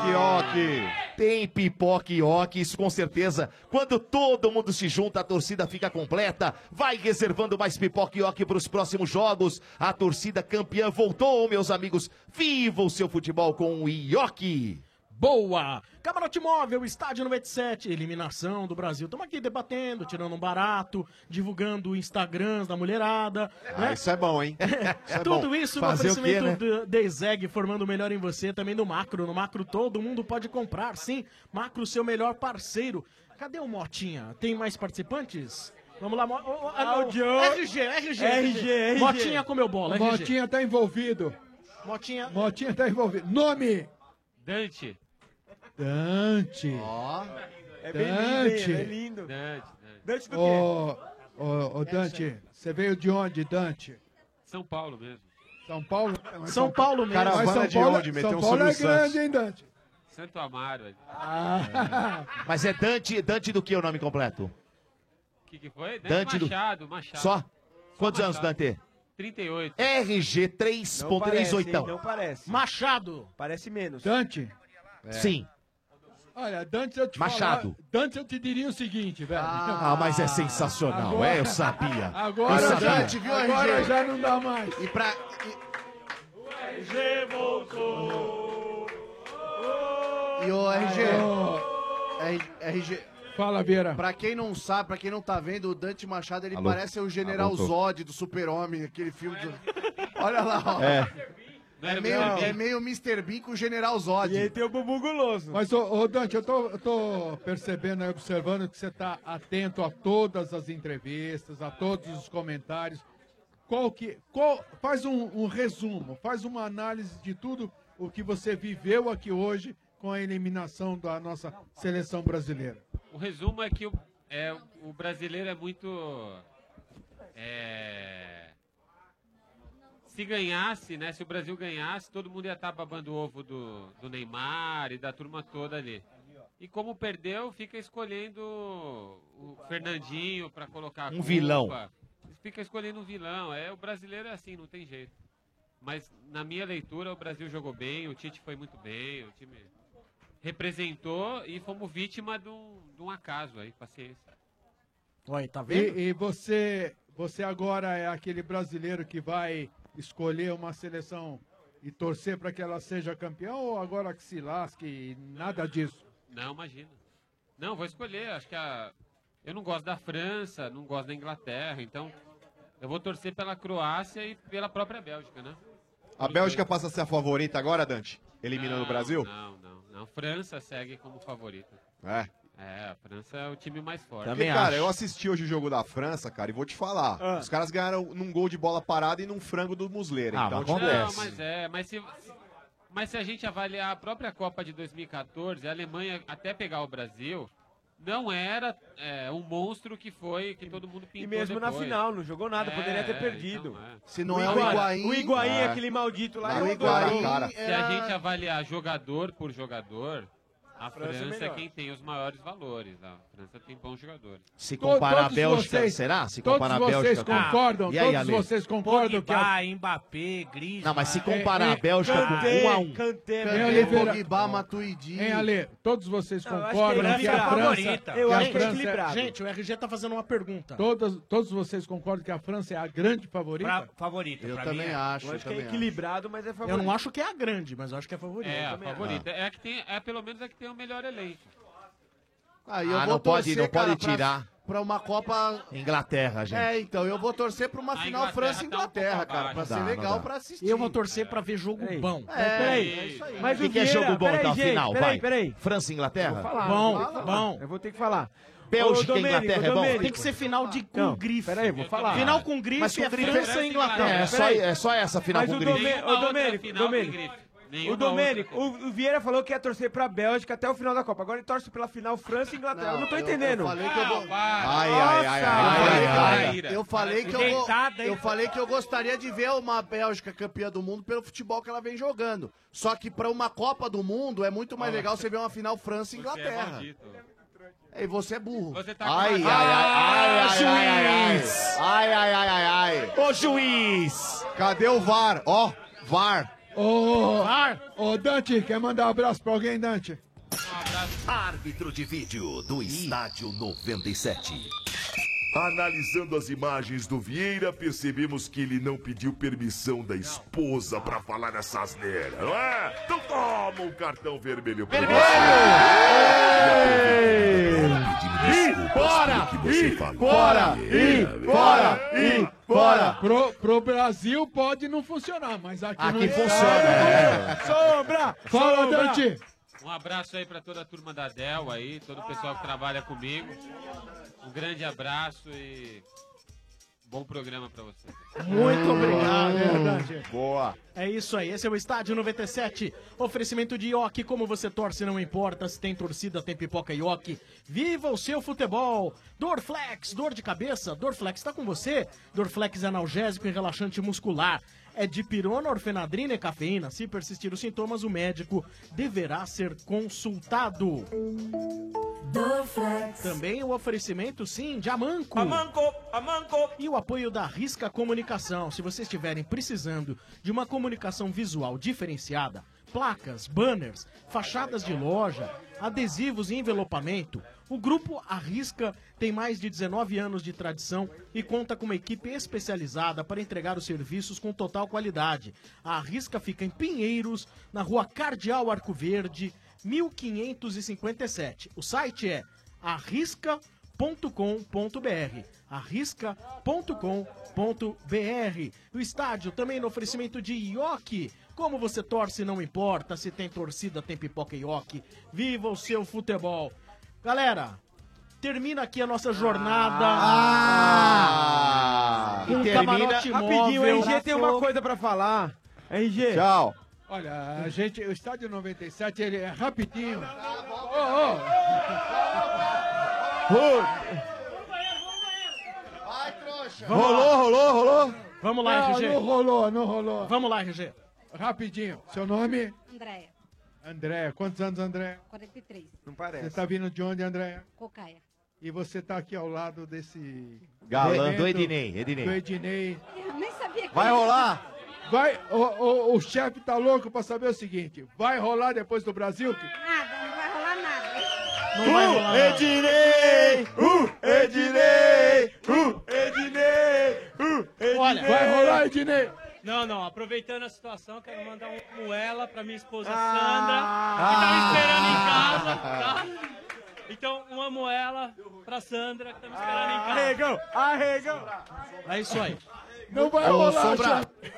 Speaker 10: Pipoque.
Speaker 7: Tem pipoque ioque, isso com certeza. Quando todo mundo se junta, a torcida fica completa. Vai reservando mais pipoque ioque para os próximos jogos. A torcida campeã voltou, meus amigos. Viva o seu futebol com o ioque.
Speaker 6: Boa! Camarote Móvel, Estádio 97, eliminação do Brasil. Estamos aqui debatendo, tirando um barato, divulgando Instagrams da mulherada.
Speaker 10: Ah,
Speaker 6: né?
Speaker 10: isso é bom, hein? Isso é
Speaker 6: Tudo
Speaker 10: bom.
Speaker 6: isso
Speaker 10: Fazer
Speaker 6: no
Speaker 10: o quê,
Speaker 6: oferecimento
Speaker 10: né?
Speaker 6: do Dezeg, formando o melhor em você, também do Macro. No Macro todo mundo pode comprar, sim. Macro, seu melhor parceiro. Cadê o Motinha? Tem mais participantes? Vamos lá, Mo... oh, oh, ah, não.
Speaker 11: Áudio.
Speaker 6: RG, RG,
Speaker 11: RG, RG.
Speaker 6: Motinha comeu bola, RG.
Speaker 12: Motinha tá envolvido.
Speaker 6: Motinha.
Speaker 12: Motinha tá envolvido. Nome!
Speaker 14: Dante.
Speaker 12: Dante.
Speaker 14: Ó.
Speaker 12: É bem lindo, hein? É bem
Speaker 14: lindo. Dante.
Speaker 12: Dante do ô, ô, ô, Dante, você veio de onde, Dante?
Speaker 14: São Paulo mesmo.
Speaker 12: São Paulo?
Speaker 14: São Paulo mesmo.
Speaker 12: Mas
Speaker 14: Caravana
Speaker 12: São
Speaker 14: de
Speaker 12: Paulo,
Speaker 14: onde? Meteu
Speaker 12: São
Speaker 14: um
Speaker 12: Paulo
Speaker 14: Silvio
Speaker 12: é
Speaker 14: Santos.
Speaker 12: grande, hein, Dante?
Speaker 14: Santo Amaro. velho.
Speaker 25: Ah.
Speaker 14: Ah.
Speaker 7: Mas é Dante, Dante do que o nome completo?
Speaker 14: O que, que foi?
Speaker 7: Dante do-
Speaker 14: Machado, Machado.
Speaker 7: Só? Quantos anos,
Speaker 14: Machado.
Speaker 7: Dante?
Speaker 14: 38.
Speaker 7: RG
Speaker 14: Não parece, hein?
Speaker 7: 3.38.
Speaker 14: Não
Speaker 11: parece.
Speaker 6: Machado.
Speaker 11: Parece menos.
Speaker 12: Dante?
Speaker 7: Sim.
Speaker 12: Olha, Dante, eu te
Speaker 7: Machado.
Speaker 12: falar- Dante, eu te diria o seguinte, velho.
Speaker 7: Ah, mas é sensacional,
Speaker 12: Agora-
Speaker 7: é, eu sabia.
Speaker 12: Agora
Speaker 7: eu
Speaker 12: já-
Speaker 7: sabia.
Speaker 12: agora já não dá mais.
Speaker 21: E pra...
Speaker 3: RG voltou.
Speaker 21: E o RG.
Speaker 12: Ô.
Speaker 21: RG.
Speaker 12: Fala, Vieira.
Speaker 21: Pra quem não sabe, pra quem não tá vendo, o Dante Machado, ele
Speaker 12: Alô?
Speaker 21: parece o General
Speaker 12: Ah, voltou.
Speaker 21: Zod do Super-Homem, aquele filme do... Olha lá, ó.
Speaker 12: É.
Speaker 21: É meio, é meio Mr. Bean com o General Zod. E aí
Speaker 11: tem o bumbum guloso.
Speaker 12: Mas, ô, ô, Dante, eu tô, eu tô percebendo e observando que você tá atento a todas as entrevistas, a todos os comentários. Qual que. Qual, faz um, um resumo, faz uma análise de tudo o que você viveu aqui hoje com a eliminação da nossa seleção brasileira.
Speaker 14: O resumo é que o, é, o brasileiro é muito. é, se ganhasse, né? Se o Brasil ganhasse, todo mundo ia estar babando o ovo do, do Neymar e da turma toda ali. E como perdeu, fica escolhendo o Fernandinho para colocar a
Speaker 7: Um
Speaker 14: culpa.
Speaker 7: vilão.
Speaker 14: Fica escolhendo um vilão. É, o brasileiro é assim, não tem jeito. Mas na minha leitura, o Brasil jogou bem, o Tite foi muito bem, o time representou e fomos vítima de um, de um acaso aí, paciência.
Speaker 6: Olha, tá vendo?
Speaker 12: E, e você, você agora é aquele brasileiro que vai escolher uma seleção e torcer para que ela seja campeã ou agora que se lasque e nada disso?
Speaker 14: Não, imagina. Não, vou escolher. Acho que a. Eu não gosto da França, não gosto da Inglaterra, então eu vou torcer pela Croácia e pela própria Bélgica, né?
Speaker 10: A Bélgica passa a ser a favorita agora, Dante? Eliminando
Speaker 14: Não,
Speaker 10: o Brasil?
Speaker 14: Não, não, não. França segue como favorita.
Speaker 10: É.
Speaker 14: É, a França é o time mais forte.
Speaker 10: Porque, cara, eu assisti hoje o jogo da França, cara, e vou te falar.
Speaker 14: Ah.
Speaker 10: Os caras ganharam num gol de bola parada e num frango do Musleira.
Speaker 7: Ah,
Speaker 10: então
Speaker 7: mas
Speaker 14: Não,
Speaker 10: acontece.
Speaker 14: mas é, mas se, mas se a gente avaliar a própria Copa de 2014, a Alemanha até pegar o Brasil, não era é, um monstro que foi, que todo mundo pintou
Speaker 11: E mesmo na
Speaker 14: depois.
Speaker 11: final, não jogou nada,
Speaker 14: É,
Speaker 11: poderia ter
Speaker 14: é,
Speaker 11: perdido.
Speaker 14: então é.
Speaker 11: Higuaín- O Higuaín, é
Speaker 7: é.
Speaker 11: aquele maldito lá. é
Speaker 14: Não,
Speaker 11: jogou
Speaker 14: Higuaín,
Speaker 11: na cara.
Speaker 14: Se a gente avaliar jogador por jogador, a
Speaker 11: França é
Speaker 14: França, é
Speaker 11: melhor.
Speaker 14: quem tem os maiores valores. A França tem bons jogadores.
Speaker 7: Se
Speaker 14: Todos
Speaker 7: comparar a
Speaker 14: vocês-
Speaker 7: Bélgica, será? Se
Speaker 14: todos
Speaker 7: comparar a
Speaker 14: vocês
Speaker 7: Bélgica. com-
Speaker 14: concordam?
Speaker 7: E aí,
Speaker 14: Todos
Speaker 7: Ale?
Speaker 14: vocês
Speaker 2: concordam
Speaker 7: que a-
Speaker 2: Mbappé, Griezmann...
Speaker 7: Não, mas
Speaker 6: É,
Speaker 7: se comparar a Bélgica com
Speaker 2: Kanté,
Speaker 7: um a um.
Speaker 2: Kanté,
Speaker 12: Hein,
Speaker 2: Kanté.
Speaker 12: Oliveira?
Speaker 21: Pogba, Matuidi.
Speaker 12: Hein, Ale? Todos vocês
Speaker 6: eu acho que
Speaker 12: concordam
Speaker 6: é
Speaker 12: que a França...
Speaker 6: favorita. Eu
Speaker 12: que a
Speaker 6: acho que é
Speaker 12: França-
Speaker 6: equilibrado. Gente, o RG tá fazendo uma pergunta.
Speaker 12: Todas, todos vocês concordam que a França é a grande favorita?
Speaker 6: Pra-
Speaker 2: favorita,
Speaker 6: Eu pra também mim é. acho,
Speaker 11: Eu acho que é
Speaker 6: também acho.
Speaker 11: equilibrado, mas é
Speaker 6: Eu
Speaker 11: favorito.
Speaker 6: não acho que é a grande, mas eu acho que é a
Speaker 11: Ah,
Speaker 6: favorita.
Speaker 14: É, a
Speaker 6: Também acho.
Speaker 14: favorita. É, a que tem, é pelo menos a que tem o melhor elenco.
Speaker 21: Aí eu
Speaker 7: Ah,
Speaker 21: vou
Speaker 7: não pode-
Speaker 21: torcer,
Speaker 7: não pode
Speaker 21: cara, pra-
Speaker 7: tirar.
Speaker 21: Pra uma Copa.
Speaker 7: Inglaterra, gente.
Speaker 21: É, então, eu vou torcer pra uma
Speaker 7: A
Speaker 21: final
Speaker 7: Inglaterra
Speaker 21: França e
Speaker 7: tá um pouco
Speaker 21: Inglaterra, cara.
Speaker 7: abaixo.
Speaker 21: Pra
Speaker 7: Não
Speaker 21: ser
Speaker 7: dá, não
Speaker 21: legal
Speaker 7: dá.
Speaker 21: pra assistir.
Speaker 6: Eu vou torcer pra ver jogo bom.
Speaker 21: Mas É, peraí, é isso aí.
Speaker 6: Mas
Speaker 7: o que, que é
Speaker 6: Vieira-
Speaker 7: jogo bom
Speaker 6: peraí,
Speaker 7: da
Speaker 6: gente,
Speaker 7: final?
Speaker 6: peraí,
Speaker 7: vai.
Speaker 6: peraí.
Speaker 7: França e Inglaterra?
Speaker 6: Vou falar, bom, bom. Eu vou ter que falar.
Speaker 7: Bélgica e
Speaker 6: Ô, Domênico,
Speaker 7: Inglaterra é bom?
Speaker 6: Domênico, Tem que ser final de com
Speaker 7: Não,
Speaker 6: grife.
Speaker 7: peraí, eu vou falar.
Speaker 6: Final com grife
Speaker 7: Mas com
Speaker 6: é
Speaker 7: grife-
Speaker 6: França e Inglaterra.
Speaker 7: É, é só-
Speaker 6: Peraí.
Speaker 7: é só essa a final
Speaker 6: Mas
Speaker 7: com
Speaker 6: o
Speaker 7: grife.
Speaker 6: Domê-
Speaker 7: Nenhuma
Speaker 6: ô,
Speaker 7: outra
Speaker 6: Domênico,
Speaker 7: final com
Speaker 6: Domênico.
Speaker 7: grife.
Speaker 6: O
Speaker 7: Nenhuma
Speaker 6: Domênico, o, o Vieira falou que ia torcer pra Bélgica até o final da Copa. Agora ele torce pela final França e Inglaterra.
Speaker 21: Não,
Speaker 6: eu não tô
Speaker 21: eu-
Speaker 6: entendendo.
Speaker 21: eu falei que eu vou-
Speaker 6: Ai,
Speaker 21: Eu falei que eu, vou- eu falei que eu gostaria de ver uma Bélgica campeã do mundo pelo futebol que ela vem jogando. Só que pra uma Copa do Mundo é muito mais legal você ver uma final França e Inglaterra. E você é burro.
Speaker 7: Ai, ai, ai, ai, ai, juiz! Ai, ai, ai, ai, ai.
Speaker 10: Ô, juiz! Cadê o VAR? Ó, VAR.
Speaker 12: Ô, ô, Dante, quer mandar um abraço pra alguém, Dante?
Speaker 10: Árbitro de vídeo do Estádio 97. Analisando as imagens do Vieira, percebemos que ele não pediu permissão da esposa pra falar essa asneira, não é? Então toma um cartão vermelho pra você.
Speaker 3: Bora!
Speaker 10: E
Speaker 3: Bora! E bora! E
Speaker 12: Bora! Pro, pro Brasil pode não funcionar, mas aqui,
Speaker 14: Aqui
Speaker 12: no Estado-
Speaker 14: funciona, é.
Speaker 12: Sombra! Fala,
Speaker 14: Sombra!
Speaker 12: Dante!
Speaker 14: Um abraço aí pra toda a turma da Dell aí, todo o pessoal que trabalha comigo. Um grande abraço e bom programa pra vocês.
Speaker 6: Muito obrigado, é né,
Speaker 14: Hum.
Speaker 6: verdade.
Speaker 10: Boa.
Speaker 6: É isso aí, esse é o Estádio 97. Oferecimento de Ioki, como você torce, não importa. Se tem torcida, tem pipoca Ioki. Viva o seu futebol! Dorflex, dor de cabeça? Dorflex tá com você? Dorflex é analgésico e relaxante muscular. É de pirona, orfenadrina e cafeína. Se persistir os sintomas, o médico deverá ser consultado. Também o oferecimento, sim, de Amanco. Amanco, Amanco. E o apoio da Risca Comunicação. Se vocês estiverem precisando de uma comunicação visual diferenciada, placas, banners, fachadas de loja, adesivos e envelopamento, o grupo Arrisca tem mais de 19 anos de tradição e conta com uma equipe especializada para entregar os serviços com total qualidade. A Arrisca fica em Pinheiros, na rua Cardeal Arco Verde, 1557. O site é arrisca.com.br. arrisca.com.br. O estádio também no oferecimento de Ioki. Como você torce, não importa. Se tem torcida, tem pipoca e Ioki. Viva o seu futebol. Galera, termina aqui a nossa jornada.
Speaker 11: Ah!
Speaker 6: Um camarote móvel.
Speaker 11: Rapidinho, RG tem uma coisa pra falar. RG. Tchau.
Speaker 12: Olha, a gente, o Estádio 97, ele é rapidinho.
Speaker 10: Rolou, rolou, rolou.
Speaker 6: Vamos
Speaker 12: lá,
Speaker 6: RG.
Speaker 12: Não rolou, não rolou.
Speaker 6: Vamos lá, RG.
Speaker 12: Rapidinho. Seu nome?
Speaker 22: Andréia,
Speaker 12: André. Quantos anos, André?
Speaker 22: 43,
Speaker 12: Não parece. Você tá vindo de onde, André?
Speaker 22: cocaia.
Speaker 12: E você tá aqui ao lado desse...
Speaker 7: Galã
Speaker 12: evento
Speaker 7: do Ednei, Ednei.
Speaker 12: Do Ednei.
Speaker 22: Eu nem sabia que...
Speaker 12: Vai, o, o- o chefe tá louco pra saber o seguinte, vai rolar depois do Brasil?
Speaker 22: Nada, não vai rolar nada.
Speaker 12: Não vai rolar
Speaker 7: é
Speaker 12: nada.
Speaker 3: Ednei! Uh, Ednei! Uh, Ednei! Uh, Ednei!
Speaker 11: Olha, vai rolar,
Speaker 12: Ednei!
Speaker 26: Não, não, aproveitando a situação, quero mandar um moela pra minha esposa Sandra, que tá me esperando em casa, tá? Então, uma
Speaker 6: Ah.
Speaker 26: moela pra Sandra, que tá me esperando em casa.
Speaker 6: Arregão, arregão. É isso aí.
Speaker 21: Não
Speaker 3: vai rolar,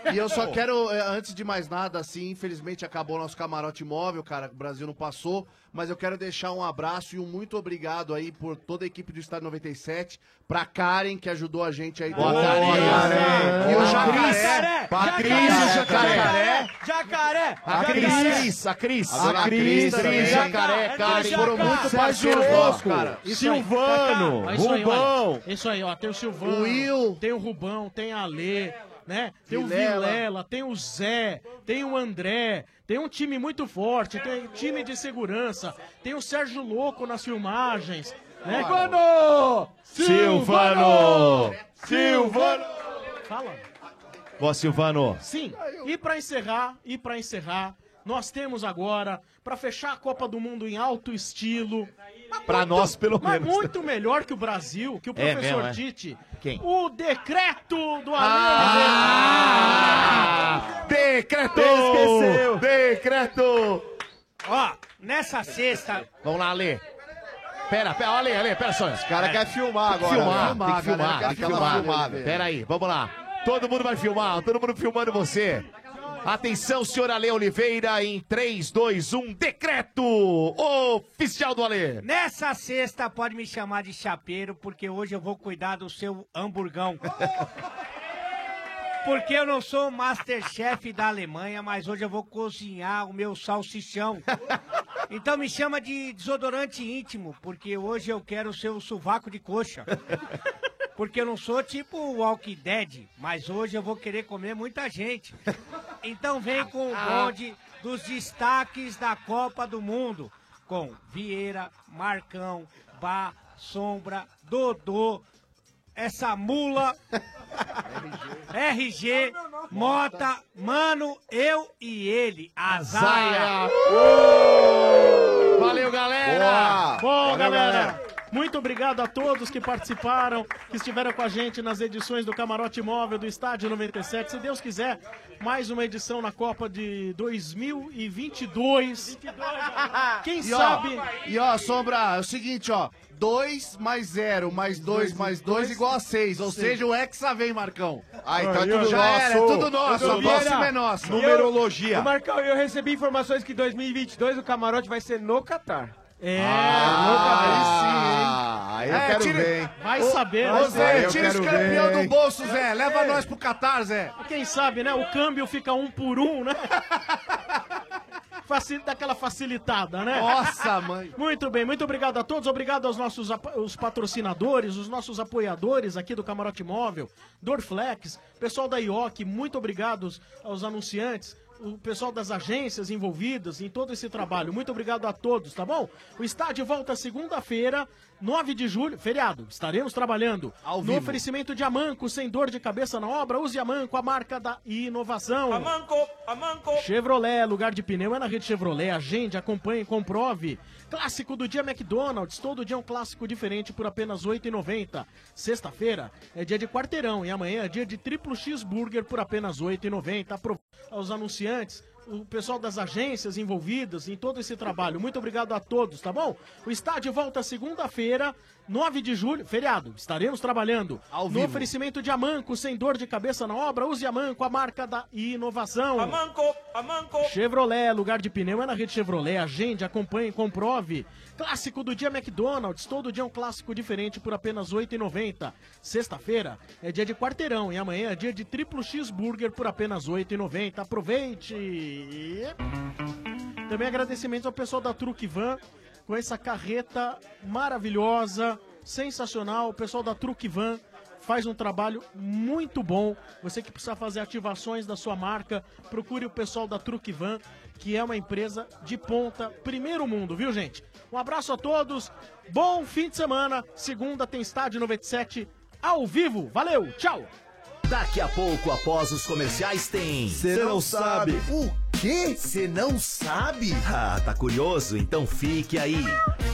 Speaker 21: um E eu só quero, eh, antes de mais nada, assim, infelizmente acabou nosso camarote móvel, cara, o Brasil não passou, mas eu quero deixar um abraço e um muito obrigado aí por toda a equipe do Estado 97, pra Karen, que ajudou a gente aí. Boa E o É, Jacaré. Patrícia, o Jacaré.
Speaker 11: Jacaré!
Speaker 21: A Cris, a Cris.
Speaker 7: A
Speaker 21: A
Speaker 7: Cris
Speaker 21: Cris,
Speaker 7: também.
Speaker 21: Cris, Jacaré, Karen, foram muito
Speaker 6: Sérgio
Speaker 21: parceiros nossos,
Speaker 6: Rosco,
Speaker 21: cara.
Speaker 6: Silvano, tá. Isso aí, Rubão. olha, Isso aí, ó, tem o Silvano, tem o Rubão, tem a Lê, né? Tem o
Speaker 21: Vilela.
Speaker 6: Vilela, tem o Zé, tem o André, tem um time muito forte, tem time de segurança, tem o Sérgio Louco nas filmagens, né?
Speaker 11: Silvano!
Speaker 7: Silvano!
Speaker 6: Silvano! Fala.
Speaker 7: Ó, Silvano.
Speaker 6: Sim. E pra encerrar, e para encerrar, nós temos agora pra fechar a Copa do Mundo em alto estilo.
Speaker 7: Pra
Speaker 6: Muito-
Speaker 7: nós, pelo
Speaker 6: mas
Speaker 7: menos.
Speaker 6: muito melhor que o Brasil, que o
Speaker 7: É
Speaker 6: professor
Speaker 7: mesmo, é?
Speaker 6: Tite.
Speaker 7: Quem? Ah,
Speaker 6: O decreto do
Speaker 7: Decreto!
Speaker 9: Esqueceu.
Speaker 7: Decreto!
Speaker 9: Ó, nessa sexta,
Speaker 7: Vamos lá, Alê. Pera, pera, Ale, Ale, pera só. Os
Speaker 9: cara quer filmar agora, né?
Speaker 7: Filmar, tem
Speaker 9: Filmar,
Speaker 7: que filmar,
Speaker 9: galera,
Speaker 7: tem que
Speaker 9: quer
Speaker 7: filmar.
Speaker 9: filmar, velho.
Speaker 7: Pera aí, vamos lá. Todo mundo vai filmar, todo mundo filmando você. Atenção, senhor Ale Oliveira, em 3, 2, 1, decreto oficial do Ale.
Speaker 9: nessa sexta pode me chamar de chapeiro, porque hoje eu vou cuidar do seu hamburgão. Porque eu não sou o Masterchef da Alemanha, mas hoje eu vou cozinhar o meu salsichão. Então me chama de desodorante íntimo, porque hoje eu quero o seu sovaco de coxa. Porque eu não sou tipo o Walking Dead, mas hoje eu vou querer comer muita gente. Então vem com o bonde dos destaques da Copa do Mundo. Com Vieira, Marcão, Bá, Sombra, Dodô, essa mula, RG, Mota, Mano, eu e ele, Azaia. Uh!
Speaker 6: Valeu, galera!
Speaker 9: Boa.
Speaker 6: Bom,
Speaker 9: Valeu,
Speaker 6: galera.
Speaker 9: galera.
Speaker 6: Muito obrigado a todos que participaram, que estiveram com a gente nas edições do Camarote Móvel do Estádio 97. Se Deus quiser, mais uma edição na Copa de 2022. Quem
Speaker 21: E ó,
Speaker 6: sabe.
Speaker 21: e ó, Sombra, é o seguinte, ó. 2 mais 0, mais 2, mais 2, igual a 6. Ou
Speaker 3: Sim.
Speaker 21: seja, o Hexa vem, Marcão.
Speaker 3: Ah, então é tudo
Speaker 21: Já
Speaker 3: nosso.
Speaker 21: era, é tudo nosso. A
Speaker 11: Tudo
Speaker 21: próxima
Speaker 11: Vieira.
Speaker 21: é nossa.
Speaker 11: Eu, Ô, Marcão, eu recebi informações que 2022 o camarote vai ser no Catar. Ah,
Speaker 6: É,
Speaker 3: Ah, aí sim, hein? Aí eu quero ver, hein?
Speaker 6: Vai saber,
Speaker 3: Ô,
Speaker 6: vai saber.
Speaker 3: Zé, tira esse campeão do bolso, Zé. Leva nós pro Catar, Zé.
Speaker 6: Quem sabe, né? O câmbio fica um por um, né? Facil... Dá aquela facilitada, né?
Speaker 21: Nossa,
Speaker 6: mãe! Muito bem, muito obrigado a todos. Obrigado aos nossos apa- os patrocinadores, os nossos apoiadores aqui do Camarote Móvel, Dorflex, pessoal da IOC, muito obrigado aos- aos anunciantes. O pessoal das agências envolvidas em todo esse trabalho. Muito obrigado a todos, tá bom? O estádio volta segunda-feira, 9 de julho, feriado. Estaremos trabalhando. no
Speaker 21: vivo.
Speaker 6: oferecimento de Amanco, sem dor de cabeça na obra, use Amanco, a marca da inovação.
Speaker 39: Amanco, amanco.
Speaker 6: Chevrolet, lugar de pneu é na rede Chevrolet. Agende, acompanhe, comprove. Clássico do dia McDonald's. Todo dia um clássico diferente por apenas R$ 8,90. Sexta-feira é dia de quarteirão e amanhã é dia de triplo cheeseburger por apenas R$ 8,90. Apro- Aos anunciantes, o pessoal das agências envolvidas em todo esse trabalho. Muito obrigado a todos, tá bom? O estádio volta segunda-feira, 9 de julho, feriado. Estaremos trabalhando. no
Speaker 21: vivo.
Speaker 6: oferecimento de Amanco, sem dor de cabeça na obra, use Amanco, a marca da inovação.
Speaker 39: Amanco, amanco.
Speaker 6: Chevrolet, lugar de pneu é na rede Chevrolet. Agende, acompanhe, comprove. Clássico do dia McDonald's. Todo dia um clássico diferente por apenas R$ 8,90. Sexta-feira é dia de quarteirão e amanhã é dia de triplo cheeseburger por apenas R$ 8,90. Aproveite! Também agradecimentos ao pessoal da Truque Van com essa carreta maravilhosa, sensacional. O pessoal da Truque Van faz um trabalho muito bom. Você que precisa fazer ativações da sua marca, procure o pessoal da Truque Van, que é uma empresa de ponta, primeiro mundo, viu, gente? Um abraço a todos. Bom fim de semana. Segunda tem estádio 97 ao vivo. Valeu, tchau.
Speaker 2: Daqui a pouco, após os comerciais, tem.
Speaker 6: Cê não sabe.
Speaker 2: O quê? Você não sabe? Ah, tá curioso? Então fique aí.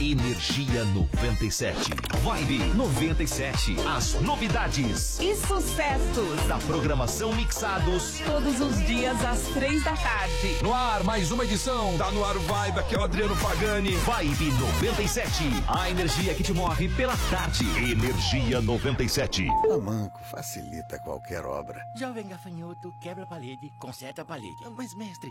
Speaker 7: Energia 97. Vibe 97. As novidades
Speaker 2: E sucessos.
Speaker 7: da programação mixados.
Speaker 2: Todos os dias às três da tarde.
Speaker 7: No ar, mais uma edição. Tá no ar o Vibe, aqui é o Adriano Pagani. Vibe 97. A energia que te morre pela tarde. Energia 97.
Speaker 19: A Manco facilita qualquer obra.
Speaker 9: Jovem gafanhoto, quebra a parede, conserta a parede. Mas, mestre,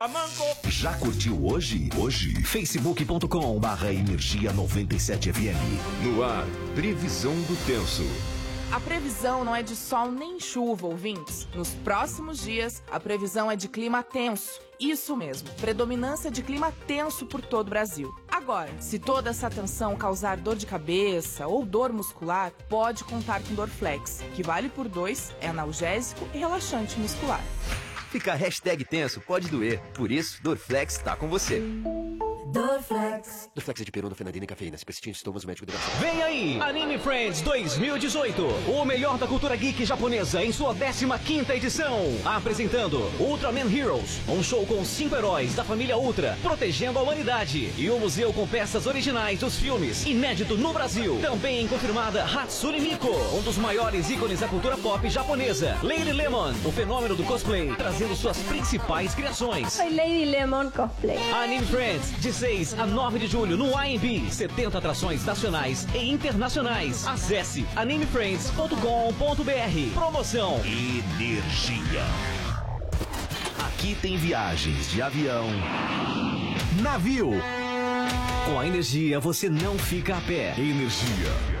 Speaker 9: A Manco!
Speaker 7: Já curtiu hoje? Hoje, facebook.com barra energia 97 FM. No ar, previsão do tenso.
Speaker 5: A previsão não é de sol nem chuva, ouvintes. Nos próximos dias, a previsão é de clima tenso. Isso mesmo, predominância de clima tenso por todo o Brasil. Agora, se toda essa tensão causar dor de cabeça ou dor muscular, pode contar com Dorflex, que vale por dois, é analgésico e relaxante muscular.
Speaker 18: Ficar hashtag tenso pode doer. Por isso, Dorflex tá com você.
Speaker 2: Dorflex.
Speaker 18: Dorflex é de perona, fenadina e cafeína. Se persistir em sintomas, o médico deverá...
Speaker 1: Vem aí, Anime Friends 2018, o melhor da cultura geek japonesa em sua 15ª edição. Apresentando Ultraman Heroes, um show com cinco heróis da família Ultra, protegendo a humanidade. E o museu com peças originais dos filmes, inédito no Brasil. Também confirmada Hatsune Miku, um dos maiores ícones da cultura pop japonesa. Lady Lemon, o fenômeno do cosplay, trazendo suas principais criações.
Speaker 40: Foi Lady Lemon Cosplay.
Speaker 1: Anime Friends, de 6 a 9 de julho no AMB. 70 atrações nacionais e internacionais. Acesse animefriends.com.br. Promoção.
Speaker 7: Energia. Aqui tem viagens de avião.
Speaker 1: Navio. Com a energia, você não fica a pé.
Speaker 7: Energia.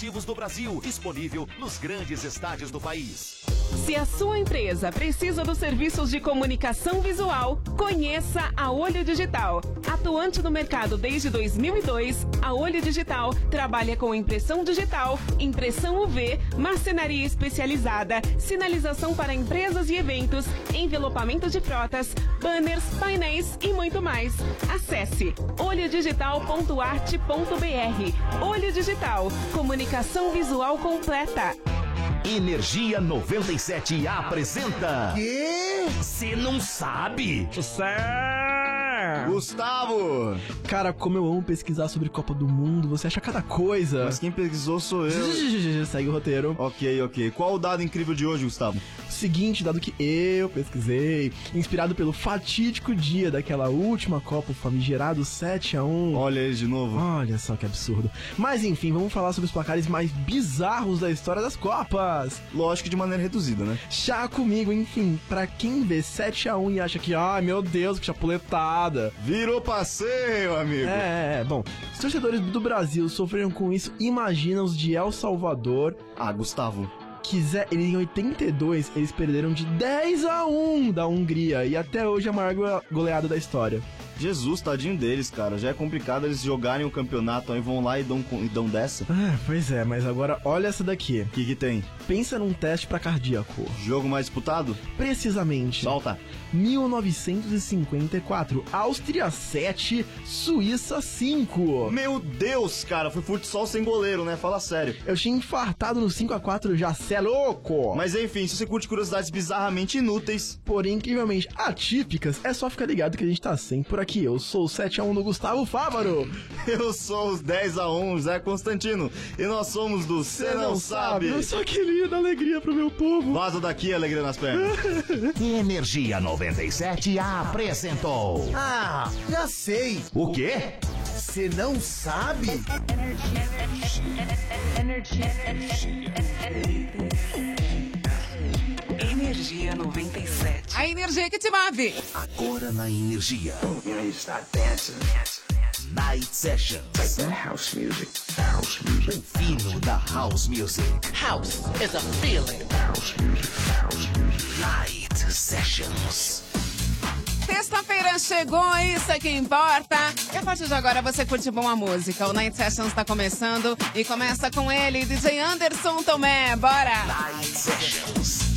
Speaker 7: corporativos do Brasil, disponível nos grandes estádios do país.
Speaker 5: Se a sua empresa precisa dos serviços de comunicação visual, conheça a Olho Digital. Atuante no mercado desde 2002, a Olho Digital trabalha com impressão digital, impressão UV, marcenaria especializada, sinalização para empresas e eventos, envelopamento de frotas, banners, painéis e muito mais. Acesse olhodigital.arte.br. Olho Digital, comunicação visual completa.
Speaker 7: Energia 97 apresenta.
Speaker 5: Quê?
Speaker 7: Você não sabe?
Speaker 41: Gustavo! Cara, como eu amo pesquisar sobre Copa do Mundo, você acha cada coisa. Mas quem pesquisou sou eu. é- Segue o roteiro. Ok, ok. Qual o dado incrível de hoje, Gustavo? Seguinte, dado que eu pesquisei, inspirado pelo fatídico dia daquela última Copa, o famigerado 7x1. Olha ele de novo. Olha só que absurdo. Mas enfim, vamos falar sobre os placares mais bizarros da história das Copas. Lógico, de maneira reduzida, né? Chá comigo, enfim, pra quem vê 7x1 e acha que, ai meu Deus, que chapuletada. Virou passeio, amigo. É, é, bom. Os torcedores do Brasil sofreram com isso, imagina os de El Salvador. Ah, Gustavo. Quiser, eles em 82 eles perderam de 10 a 1 da Hungria e até hoje é a maior go- goleada da história. Jesus, tadinho deles, cara. Já é complicado eles jogarem o campeonato, aí vão lá e dão, com- e dão dessa. Ah, pois é, mas agora olha essa daqui. O que, que tem? Pensa num teste pra cardíaco. Jogo mais disputado? Precisamente. Solta. 1954, Áustria 7, Suíça 5. Meu Deus, cara, foi futsal sem goleiro, né? Fala sério. Eu tinha infartado no 5x4 já, cê é louco! Mas enfim, se você curte curiosidades bizarramente inúteis, Porém, incrivelmente atípicas, é só ficar ligado que a gente tá sempre por aqui. Eu sou o 7x1 do Gustavo Fávaro. eu sou os 10x1 Zé Constantino e nós somos do Cê Não Sabe. Eu sou aquele da alegria pro meu povo. Vaza daqui, alegria nas pernas.
Speaker 7: Energia 97 apresentou.
Speaker 3: Ah, já sei.
Speaker 7: O quê?
Speaker 3: Você não sabe?
Speaker 42: Energia 97.
Speaker 5: A energia que te move.
Speaker 3: Agora na energia.
Speaker 9: You know, you start dancing.
Speaker 3: Night Session.
Speaker 9: House music. House music.
Speaker 3: O fino da House Music.
Speaker 9: House is a feeling. House music. House music.
Speaker 3: Night Sessions.
Speaker 5: Sexta-feira chegou, isso é que importa. E a partir de agora você curte boa música. O Night Sessions está começando e começa com ele, DJ Anderson Tomé. Bora!
Speaker 3: Night Sessions.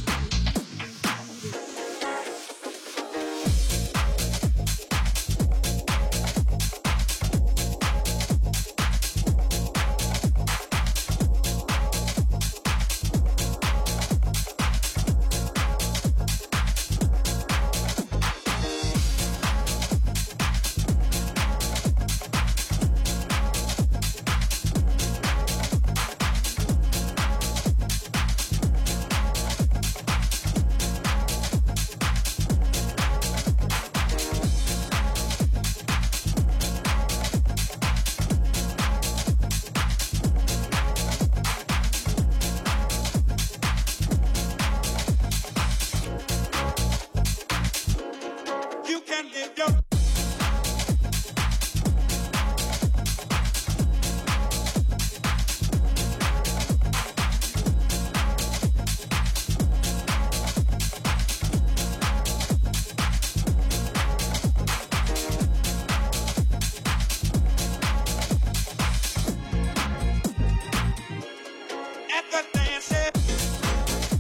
Speaker 43: You can give your at the dance.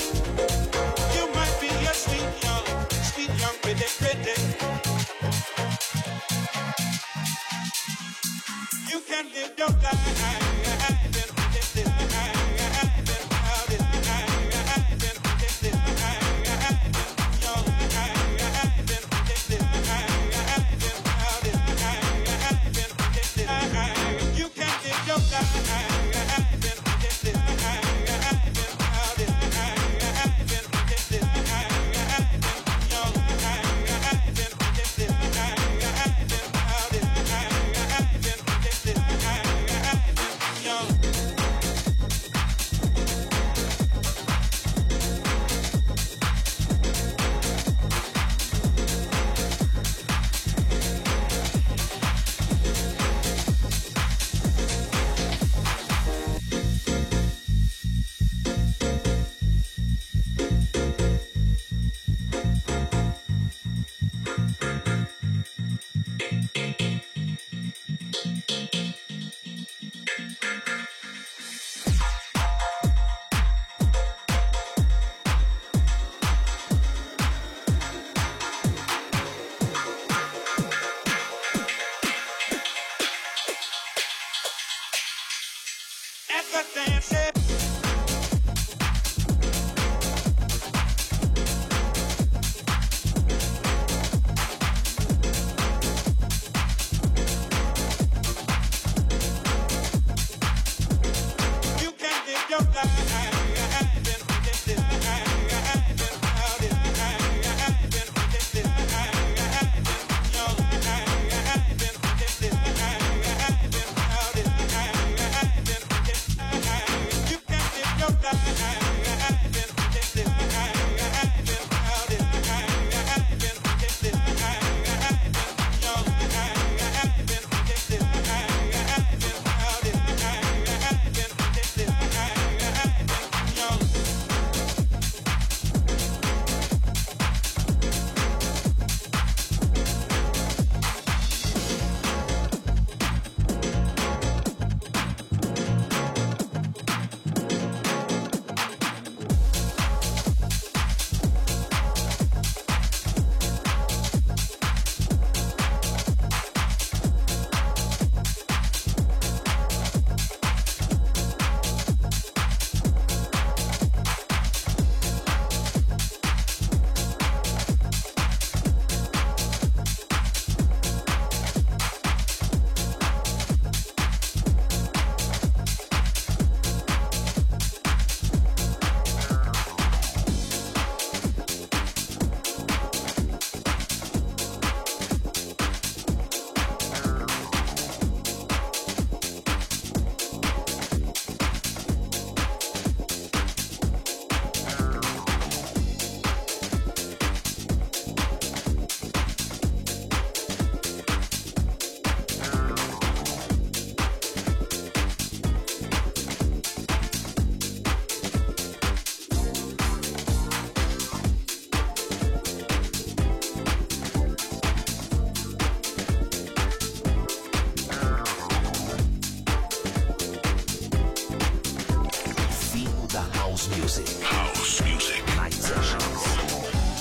Speaker 43: You might be a sweet young, sweet young pretty pretty. You can live your life. You can live your at the dance. You can live your life. You
Speaker 3: House Music. House Music. Mais a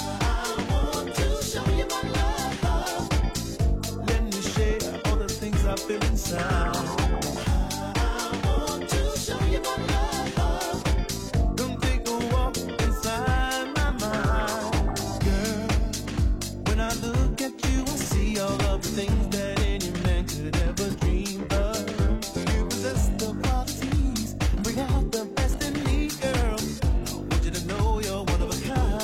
Speaker 43: Girl, I want you to know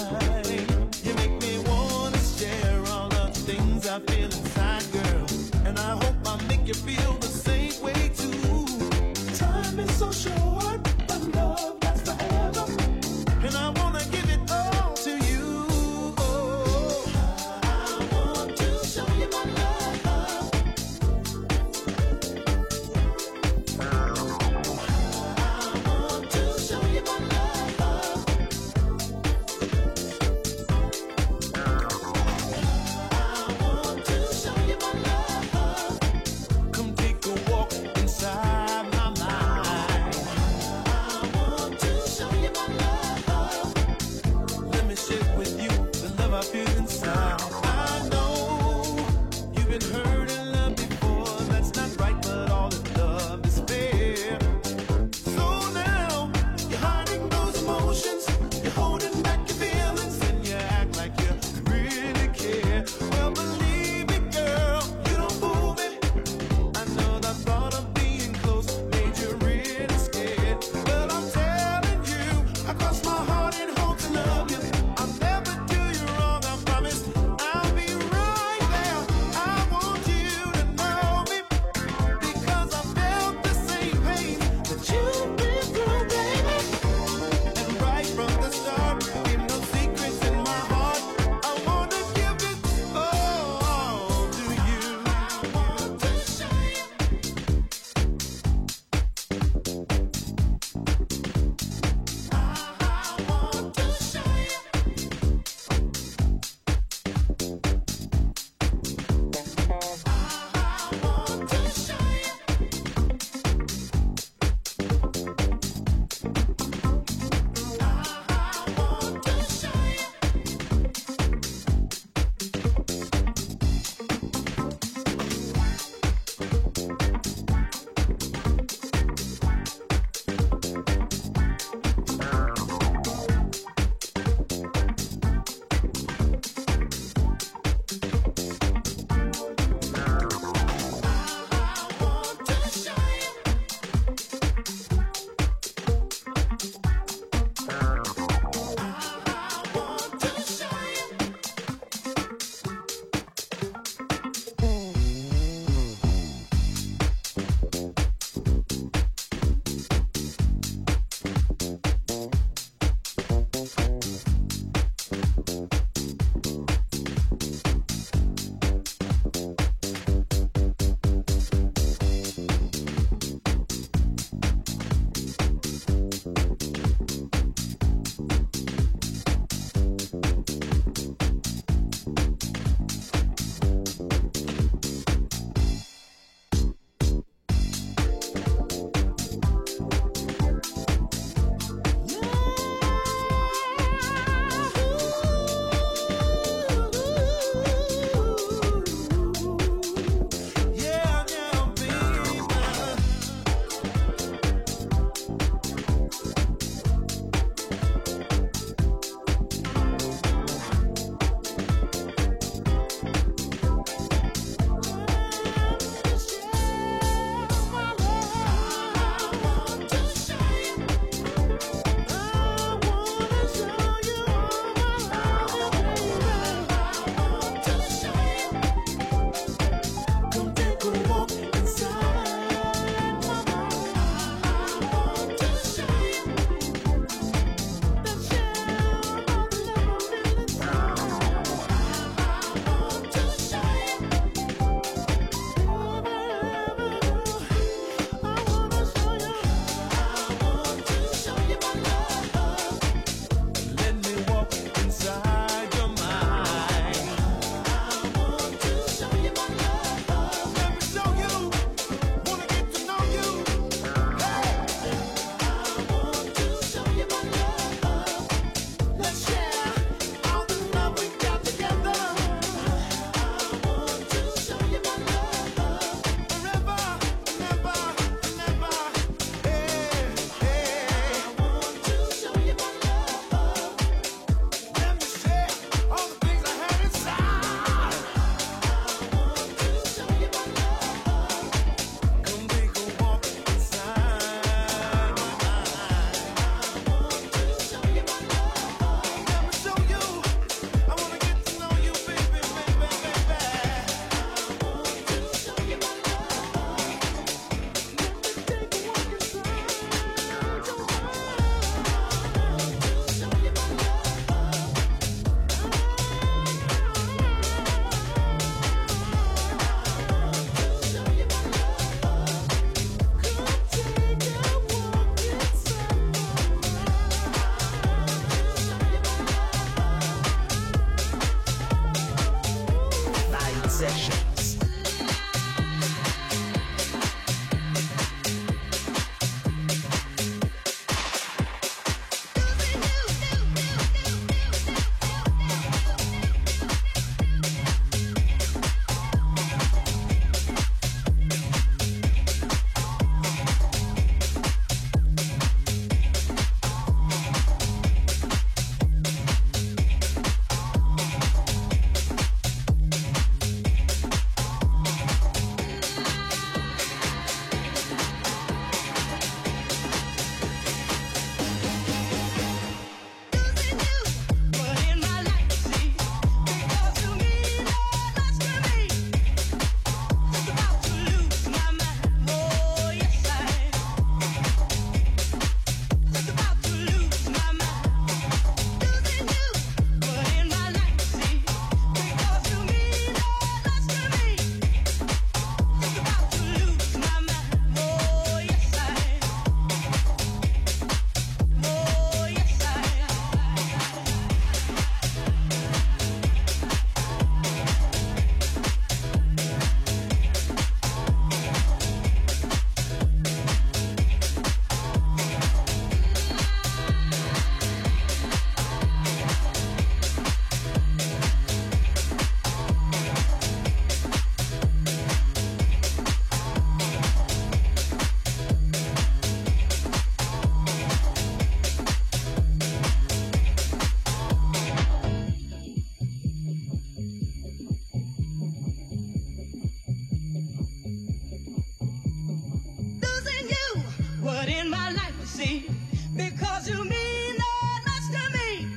Speaker 3: because you mean that much to me.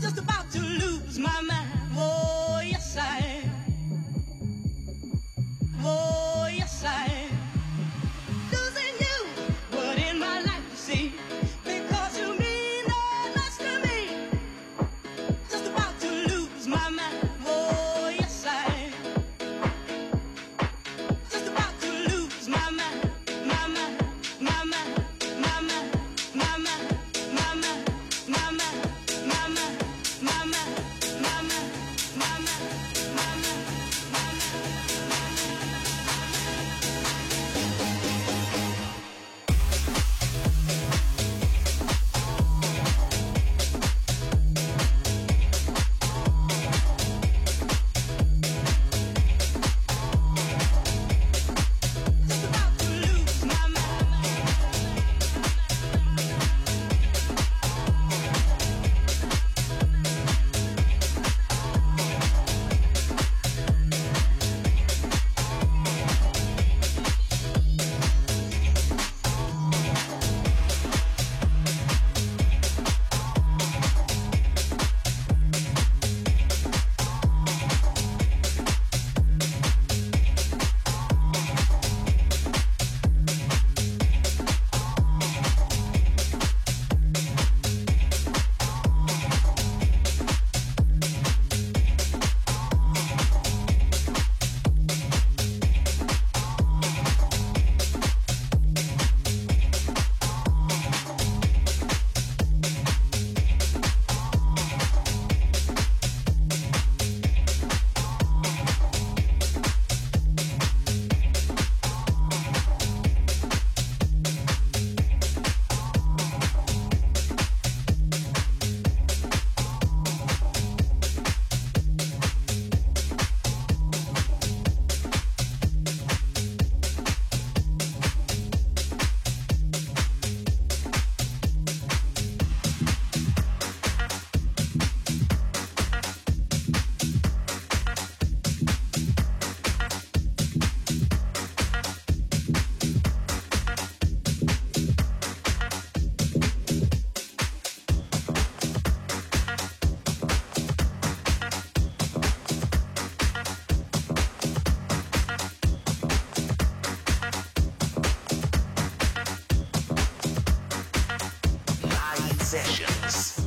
Speaker 3: Just about to lose my mind. Oh, yes, I am. Oh, yes, I am. Losing you, what in my life you see. Because you mean that much to me. Just about to lose my mind. Oh, yes, I am. Just about to lose my mind. My mind, my mind, my mind, my mind, my mind, my mind, my mind, my mind, my mind, my mind.
Speaker 44: Live sessions.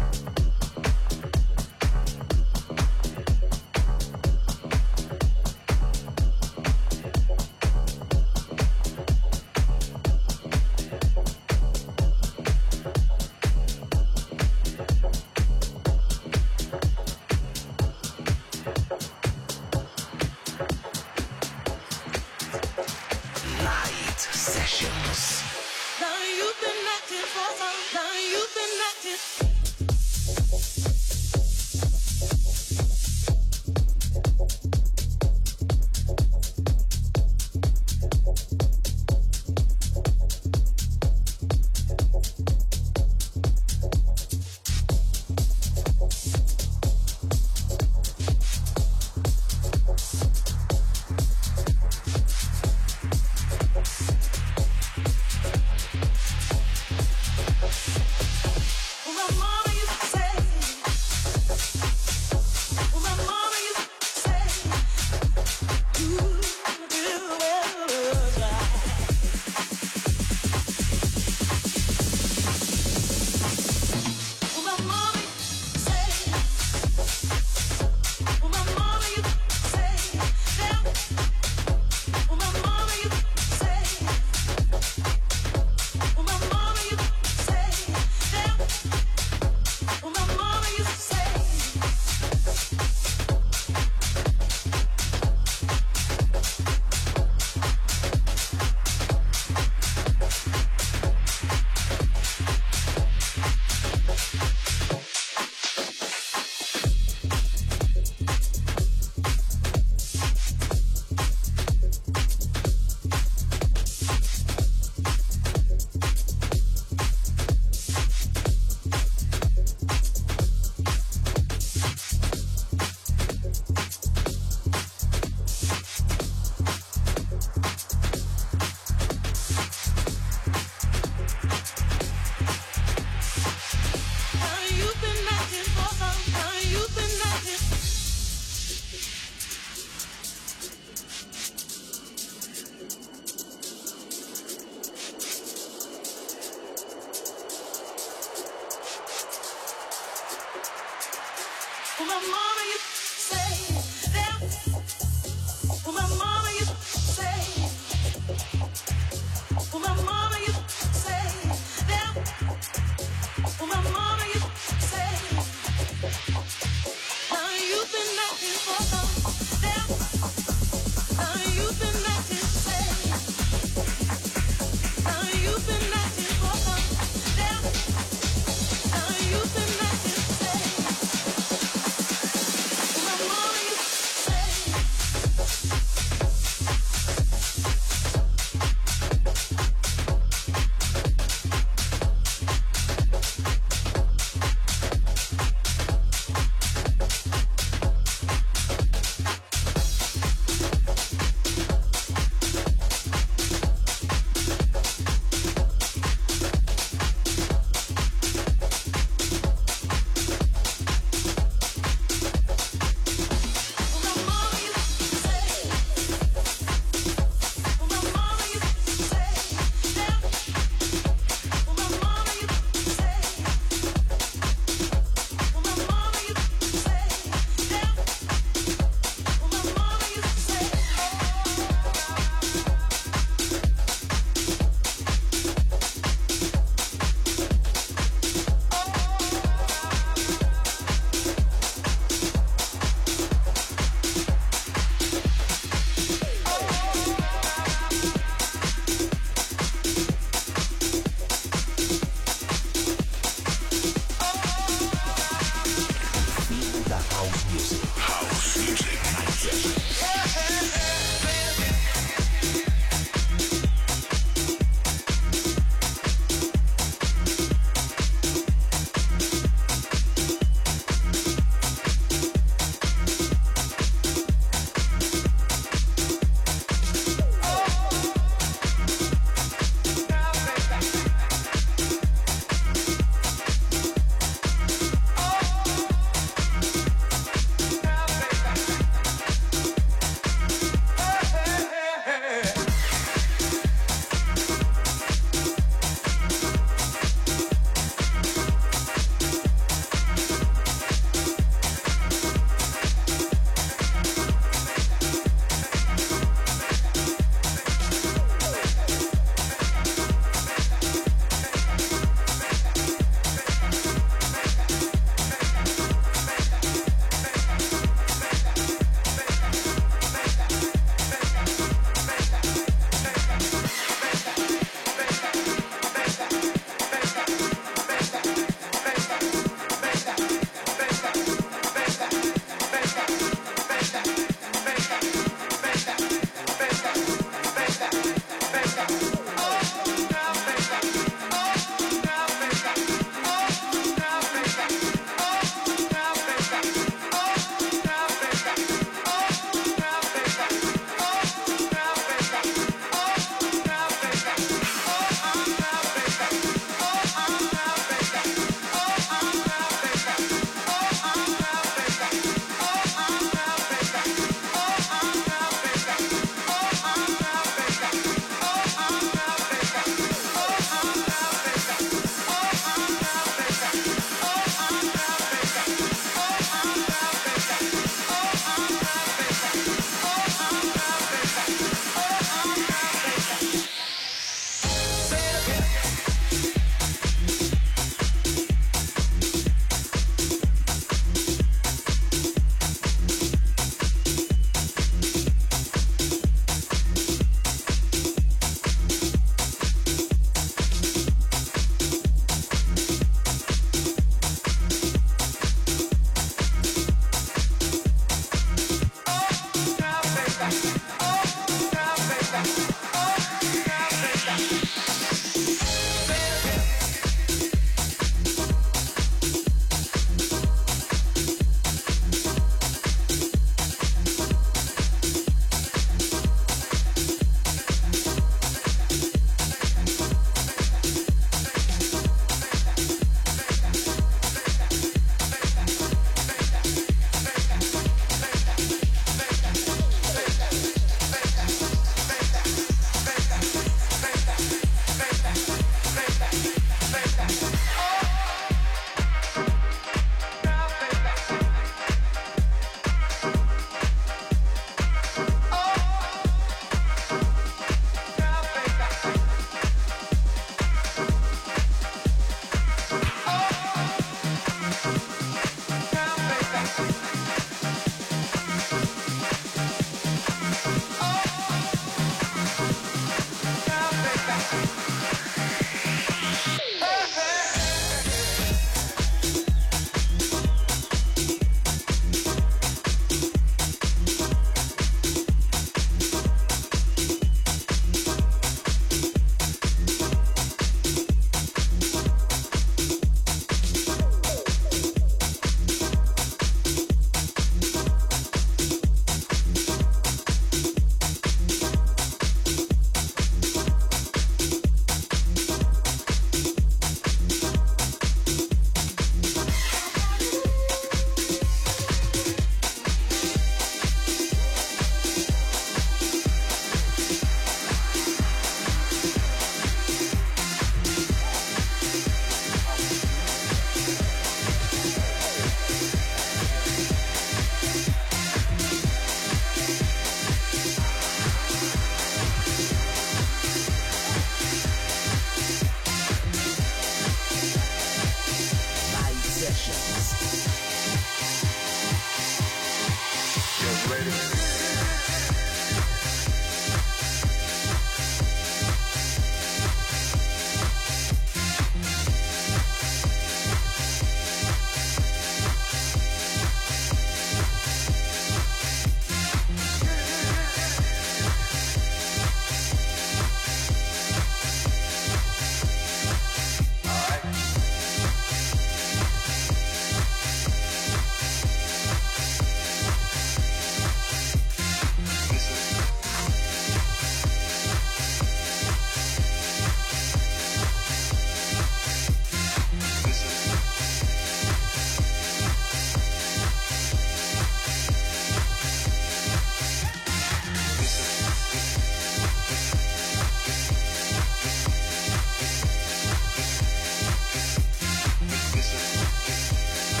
Speaker 3: Oh,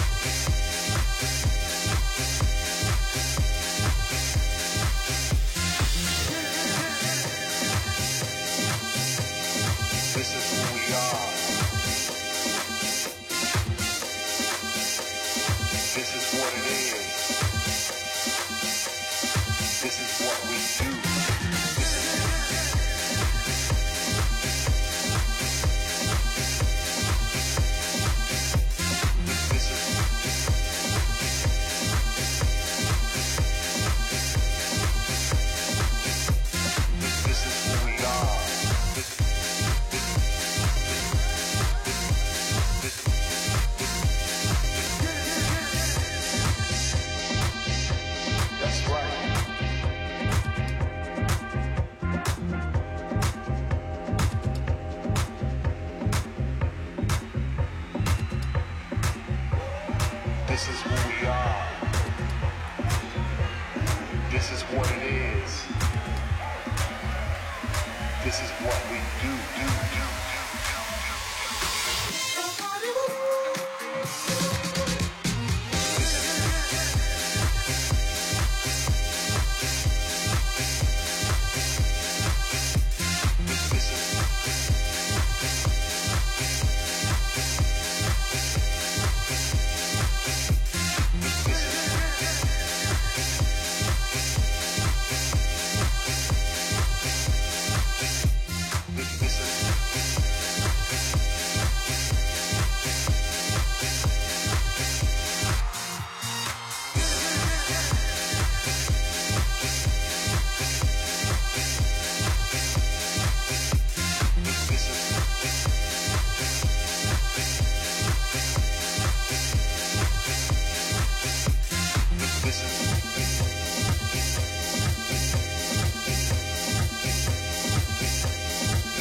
Speaker 3: This is who we are. This is what it is. This is what we do, do, do.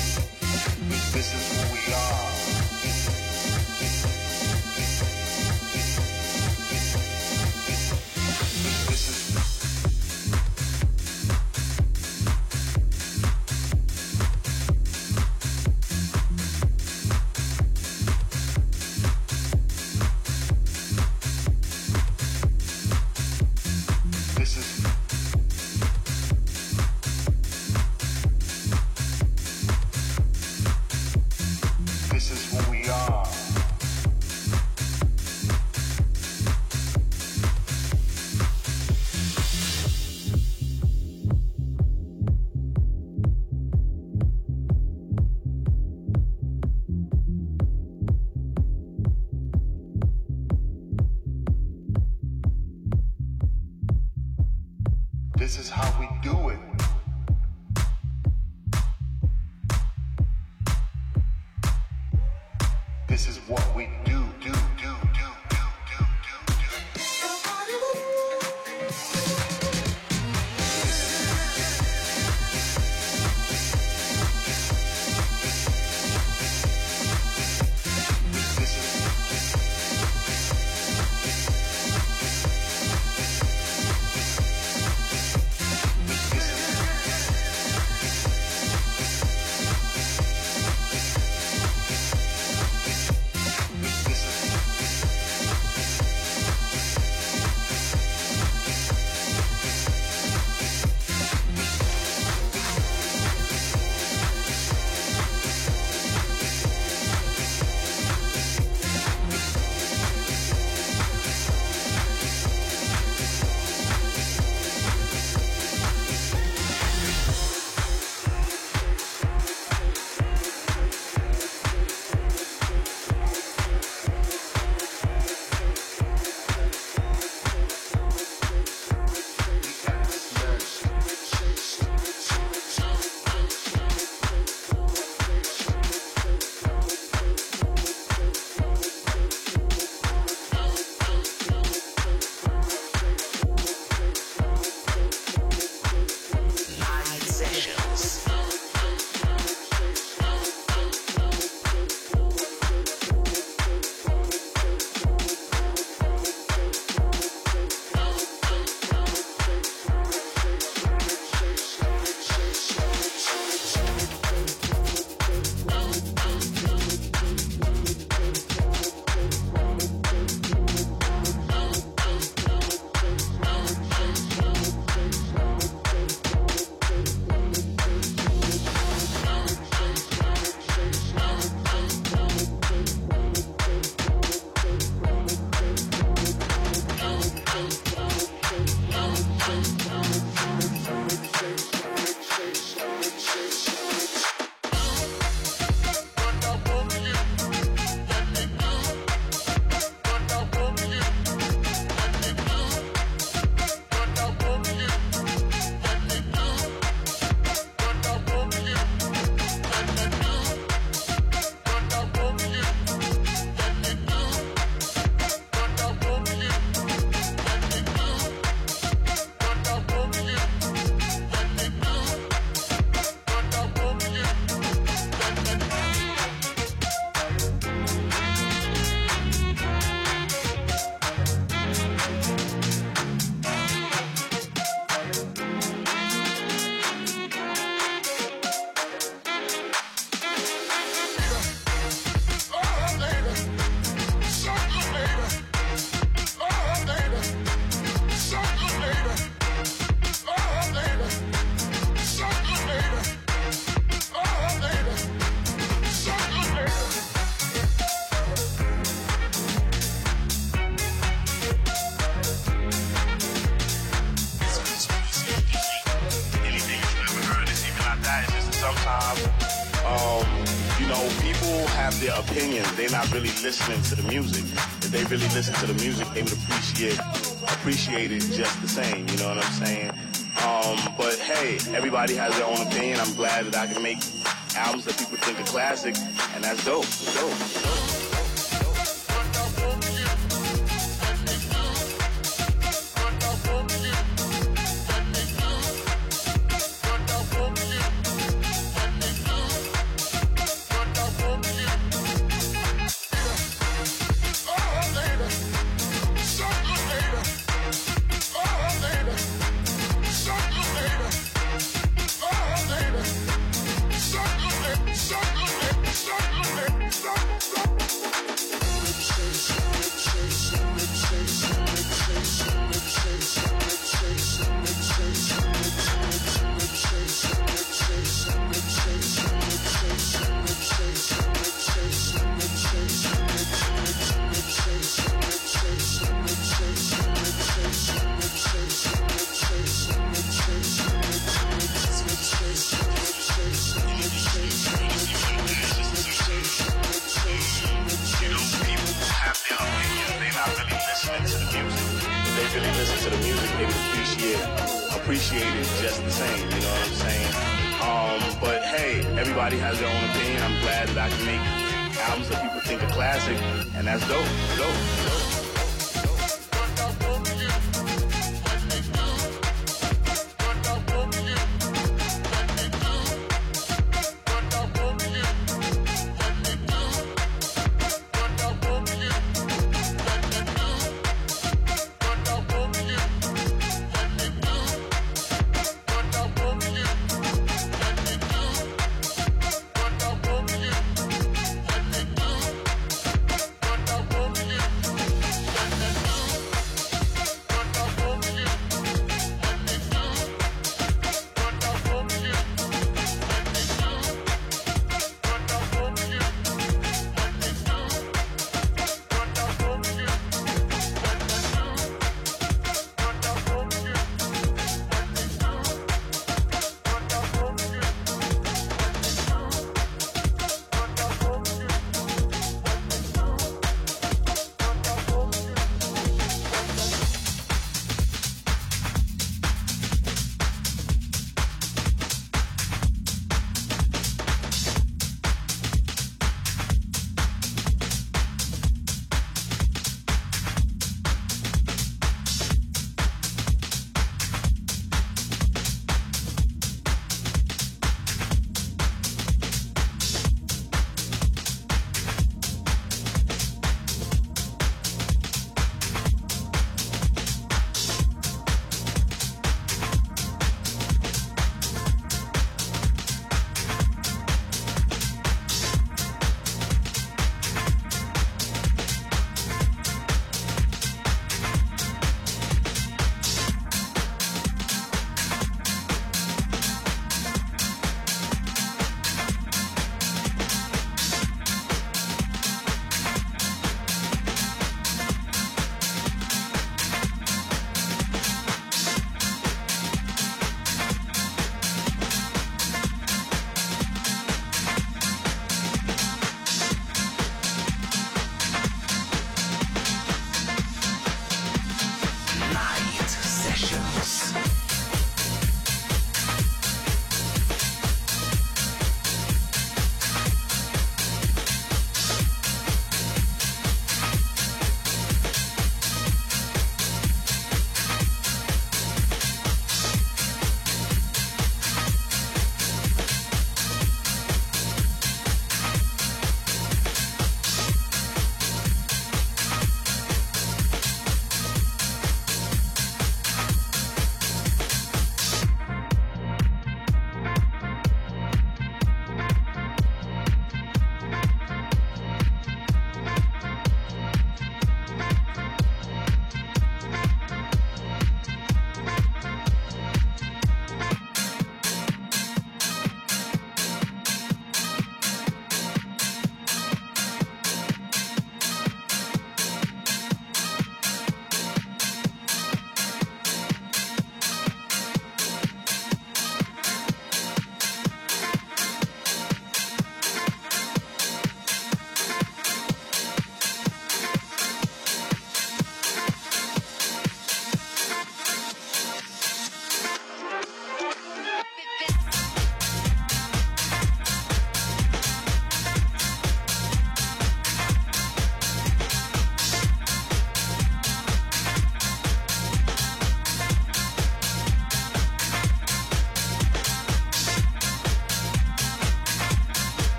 Speaker 3: This is who we are. This is This is who we are. This is how we do it. This is what we do, do, do, do. This is um, know, people have their opinions. They're not really listening to the music. If they really listen to the music, they would appreciate appreciate it just the same. You know what I'm saying? Um, but hey, everybody has their own opinion. I'm glad that I can make albums that people think are classic, and that's dope. Dope.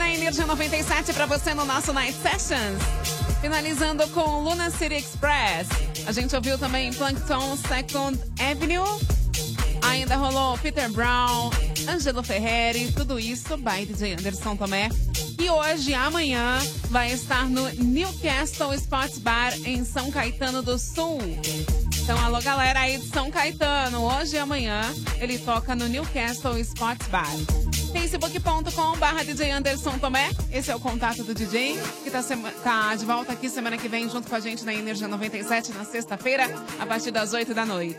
Speaker 5: é Energia 97 para você no nosso Night Sessions. Finalizando com Luna City Express. A gente ouviu também Plankton Second Avenue. Ainda rolou Peter Brown, Angelo Ferreri, tudo isso by DJ Anderson Tomé. E hoje, amanhã, vai estar no Newcastle Sports Bar em São Caetano do Sul. Então, alô galera aí de São Caetano, hoje e amanhã ele toca no Newcastle Sports Bar facebook.com barra DJ Anderson Tomé. Esse é o contato do DJ, que tá, sema- tá de volta aqui semana que vem junto com a gente na Energia 97, na sexta-feira, a partir das 8 da noite.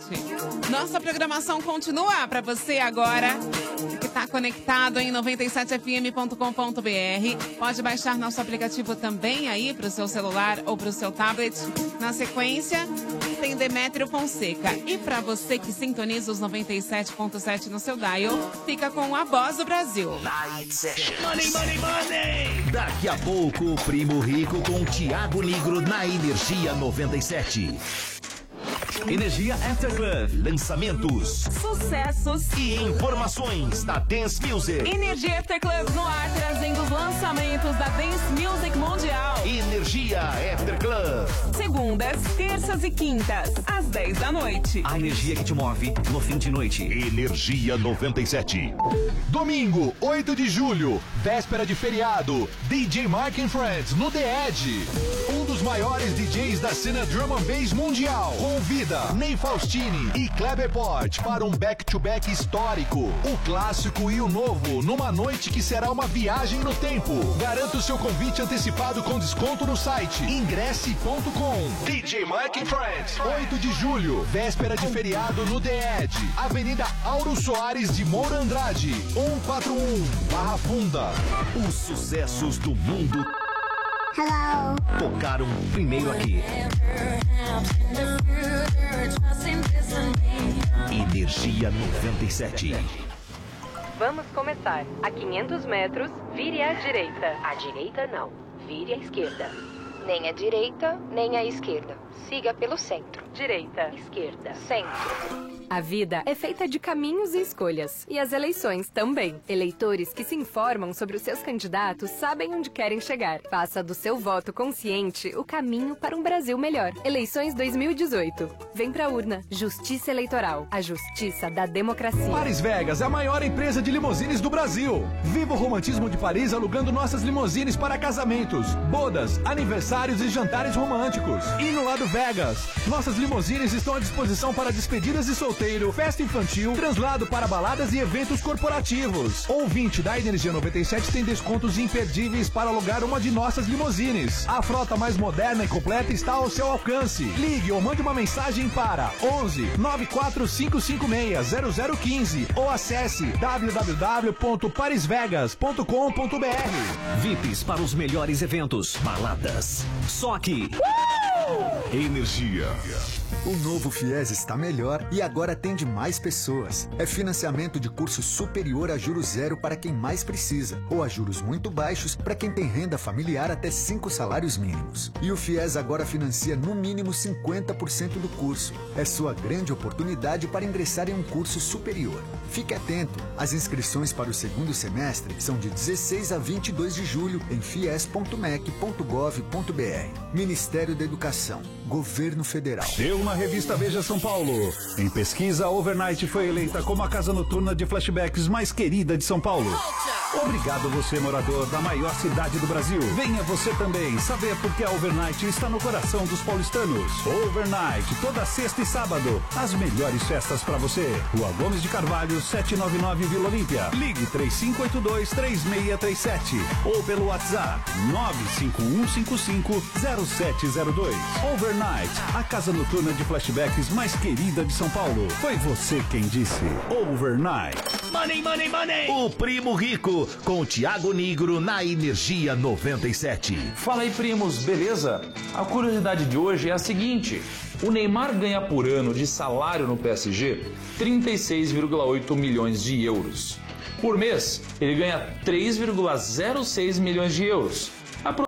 Speaker 5: Nossa programação continua para você agora, que tá conectado em 97fm.com.br. Pode baixar nosso aplicativo também aí pro seu celular ou pro seu tablet. Na sequência, tem Demétrio Fonseca. E para você que sintoniza os 97.7 no seu dial, fica com a voz do Brasil.
Speaker 3: Money, money, money!
Speaker 7: Daqui a pouco, o Primo Rico com Tiago Negro na Energia 97. Energia After Club. Lançamentos
Speaker 5: Sucessos
Speaker 7: e informações da Dance Music.
Speaker 5: Energia After Club no ar, trazendo os lançamentos da Dance Music Mundial.
Speaker 7: Energia After Club.
Speaker 5: Segundas, terças e quintas, às 10 da noite.
Speaker 7: A energia que te move no fim de noite. Energia 97.
Speaker 2: Domingo, 8 de julho, véspera de feriado, DJ Mark and Friends no The Edge. Um dos maiores DJs da cena drum and bass mundial. Convida Ney Faustini e Kleber Port para um back-to-back histórico. O clássico e o novo, numa noite que será uma viagem no tempo. Garanta o seu convite antecipado com desconto no site ingresse.com. DJ Mark and Friends, 8 de julho, véspera de feriado no The Edge, Avenida Auro Soares de Moura Andrade, 141, Barra Funda.
Speaker 7: Os sucessos do mundo tocaram primeiro aqui. Energia 97.
Speaker 27: Vamos começar. A 500 metros, vire à direita. À direita, não. Vire à esquerda. Nem à direita, nem à esquerda. Siga pelo centro. Direita, esquerda, centro.
Speaker 40: A vida é feita de caminhos e escolhas, e as eleições também. Eleitores que se informam sobre os seus candidatos sabem onde querem chegar. Faça do seu voto consciente o caminho para um Brasil melhor. Eleições 2018. Vem pra urna. Justiça Eleitoral. A justiça da democracia.
Speaker 2: Paris Vegas é a maior empresa de limousines do Brasil. Viva o romantismo de Paris alugando nossas limousines para casamentos, bodas, aniversários e jantares românticos. E no lado Vegas, nossas limousines estão à disposição para despedidas de solteiro, festa infantil, translado para baladas e eventos corporativos. Ouvinte da Energia 97 tem descontos imperdíveis para alugar uma de nossas limousines. A frota mais moderna e completa está ao seu alcance. Ligue ou mande uma mensagem para 11 94556 0015 ou acesse www.parisvegas.com.br.
Speaker 1: VIPs para os melhores eventos, baladas. Só aqui.
Speaker 4: Energia. O novo FIES está melhor e agora atende mais pessoas. É financiamento de curso superior a juros zero para quem mais precisa, ou a juros muito baixos para quem tem renda familiar até cinco salários mínimos. E o FIES agora financia no mínimo 50% do curso. É sua grande oportunidade para ingressar em um curso superior. Fique atento, as inscrições para o segundo semestre são de 16 a 22 de julho em fies.mec.gov.br. Ministério da Educação, Governo Federal.
Speaker 2: Deu na revista Veja São Paulo. Em pesquisa, a Overnight foi eleita como a casa noturna de flashbacks mais querida de São Paulo. Obrigado você, morador da maior cidade do Brasil. Venha você também saber por que a Overnight está no coração dos paulistanos. Overnight, toda sexta e sábado, as melhores festas para você. Rua Gomes de Carvalho, 799 Vila Olímpia. Ligue 3582-3637 ou pelo WhatsApp 951550702. Overnight, a casa noturna de flashbacks mais querida de São Paulo. Foi você quem disse. Overnight.
Speaker 7: Money, money, money! O Primo Rico com o Tiago Negro na Energia 97.
Speaker 15: Fala aí, primos, beleza? A curiosidade de hoje é a seguinte: o Neymar ganha por ano de salário no PSG 36,8 milhões de euros. Por mês, ele ganha 3,06 milhões de euros. A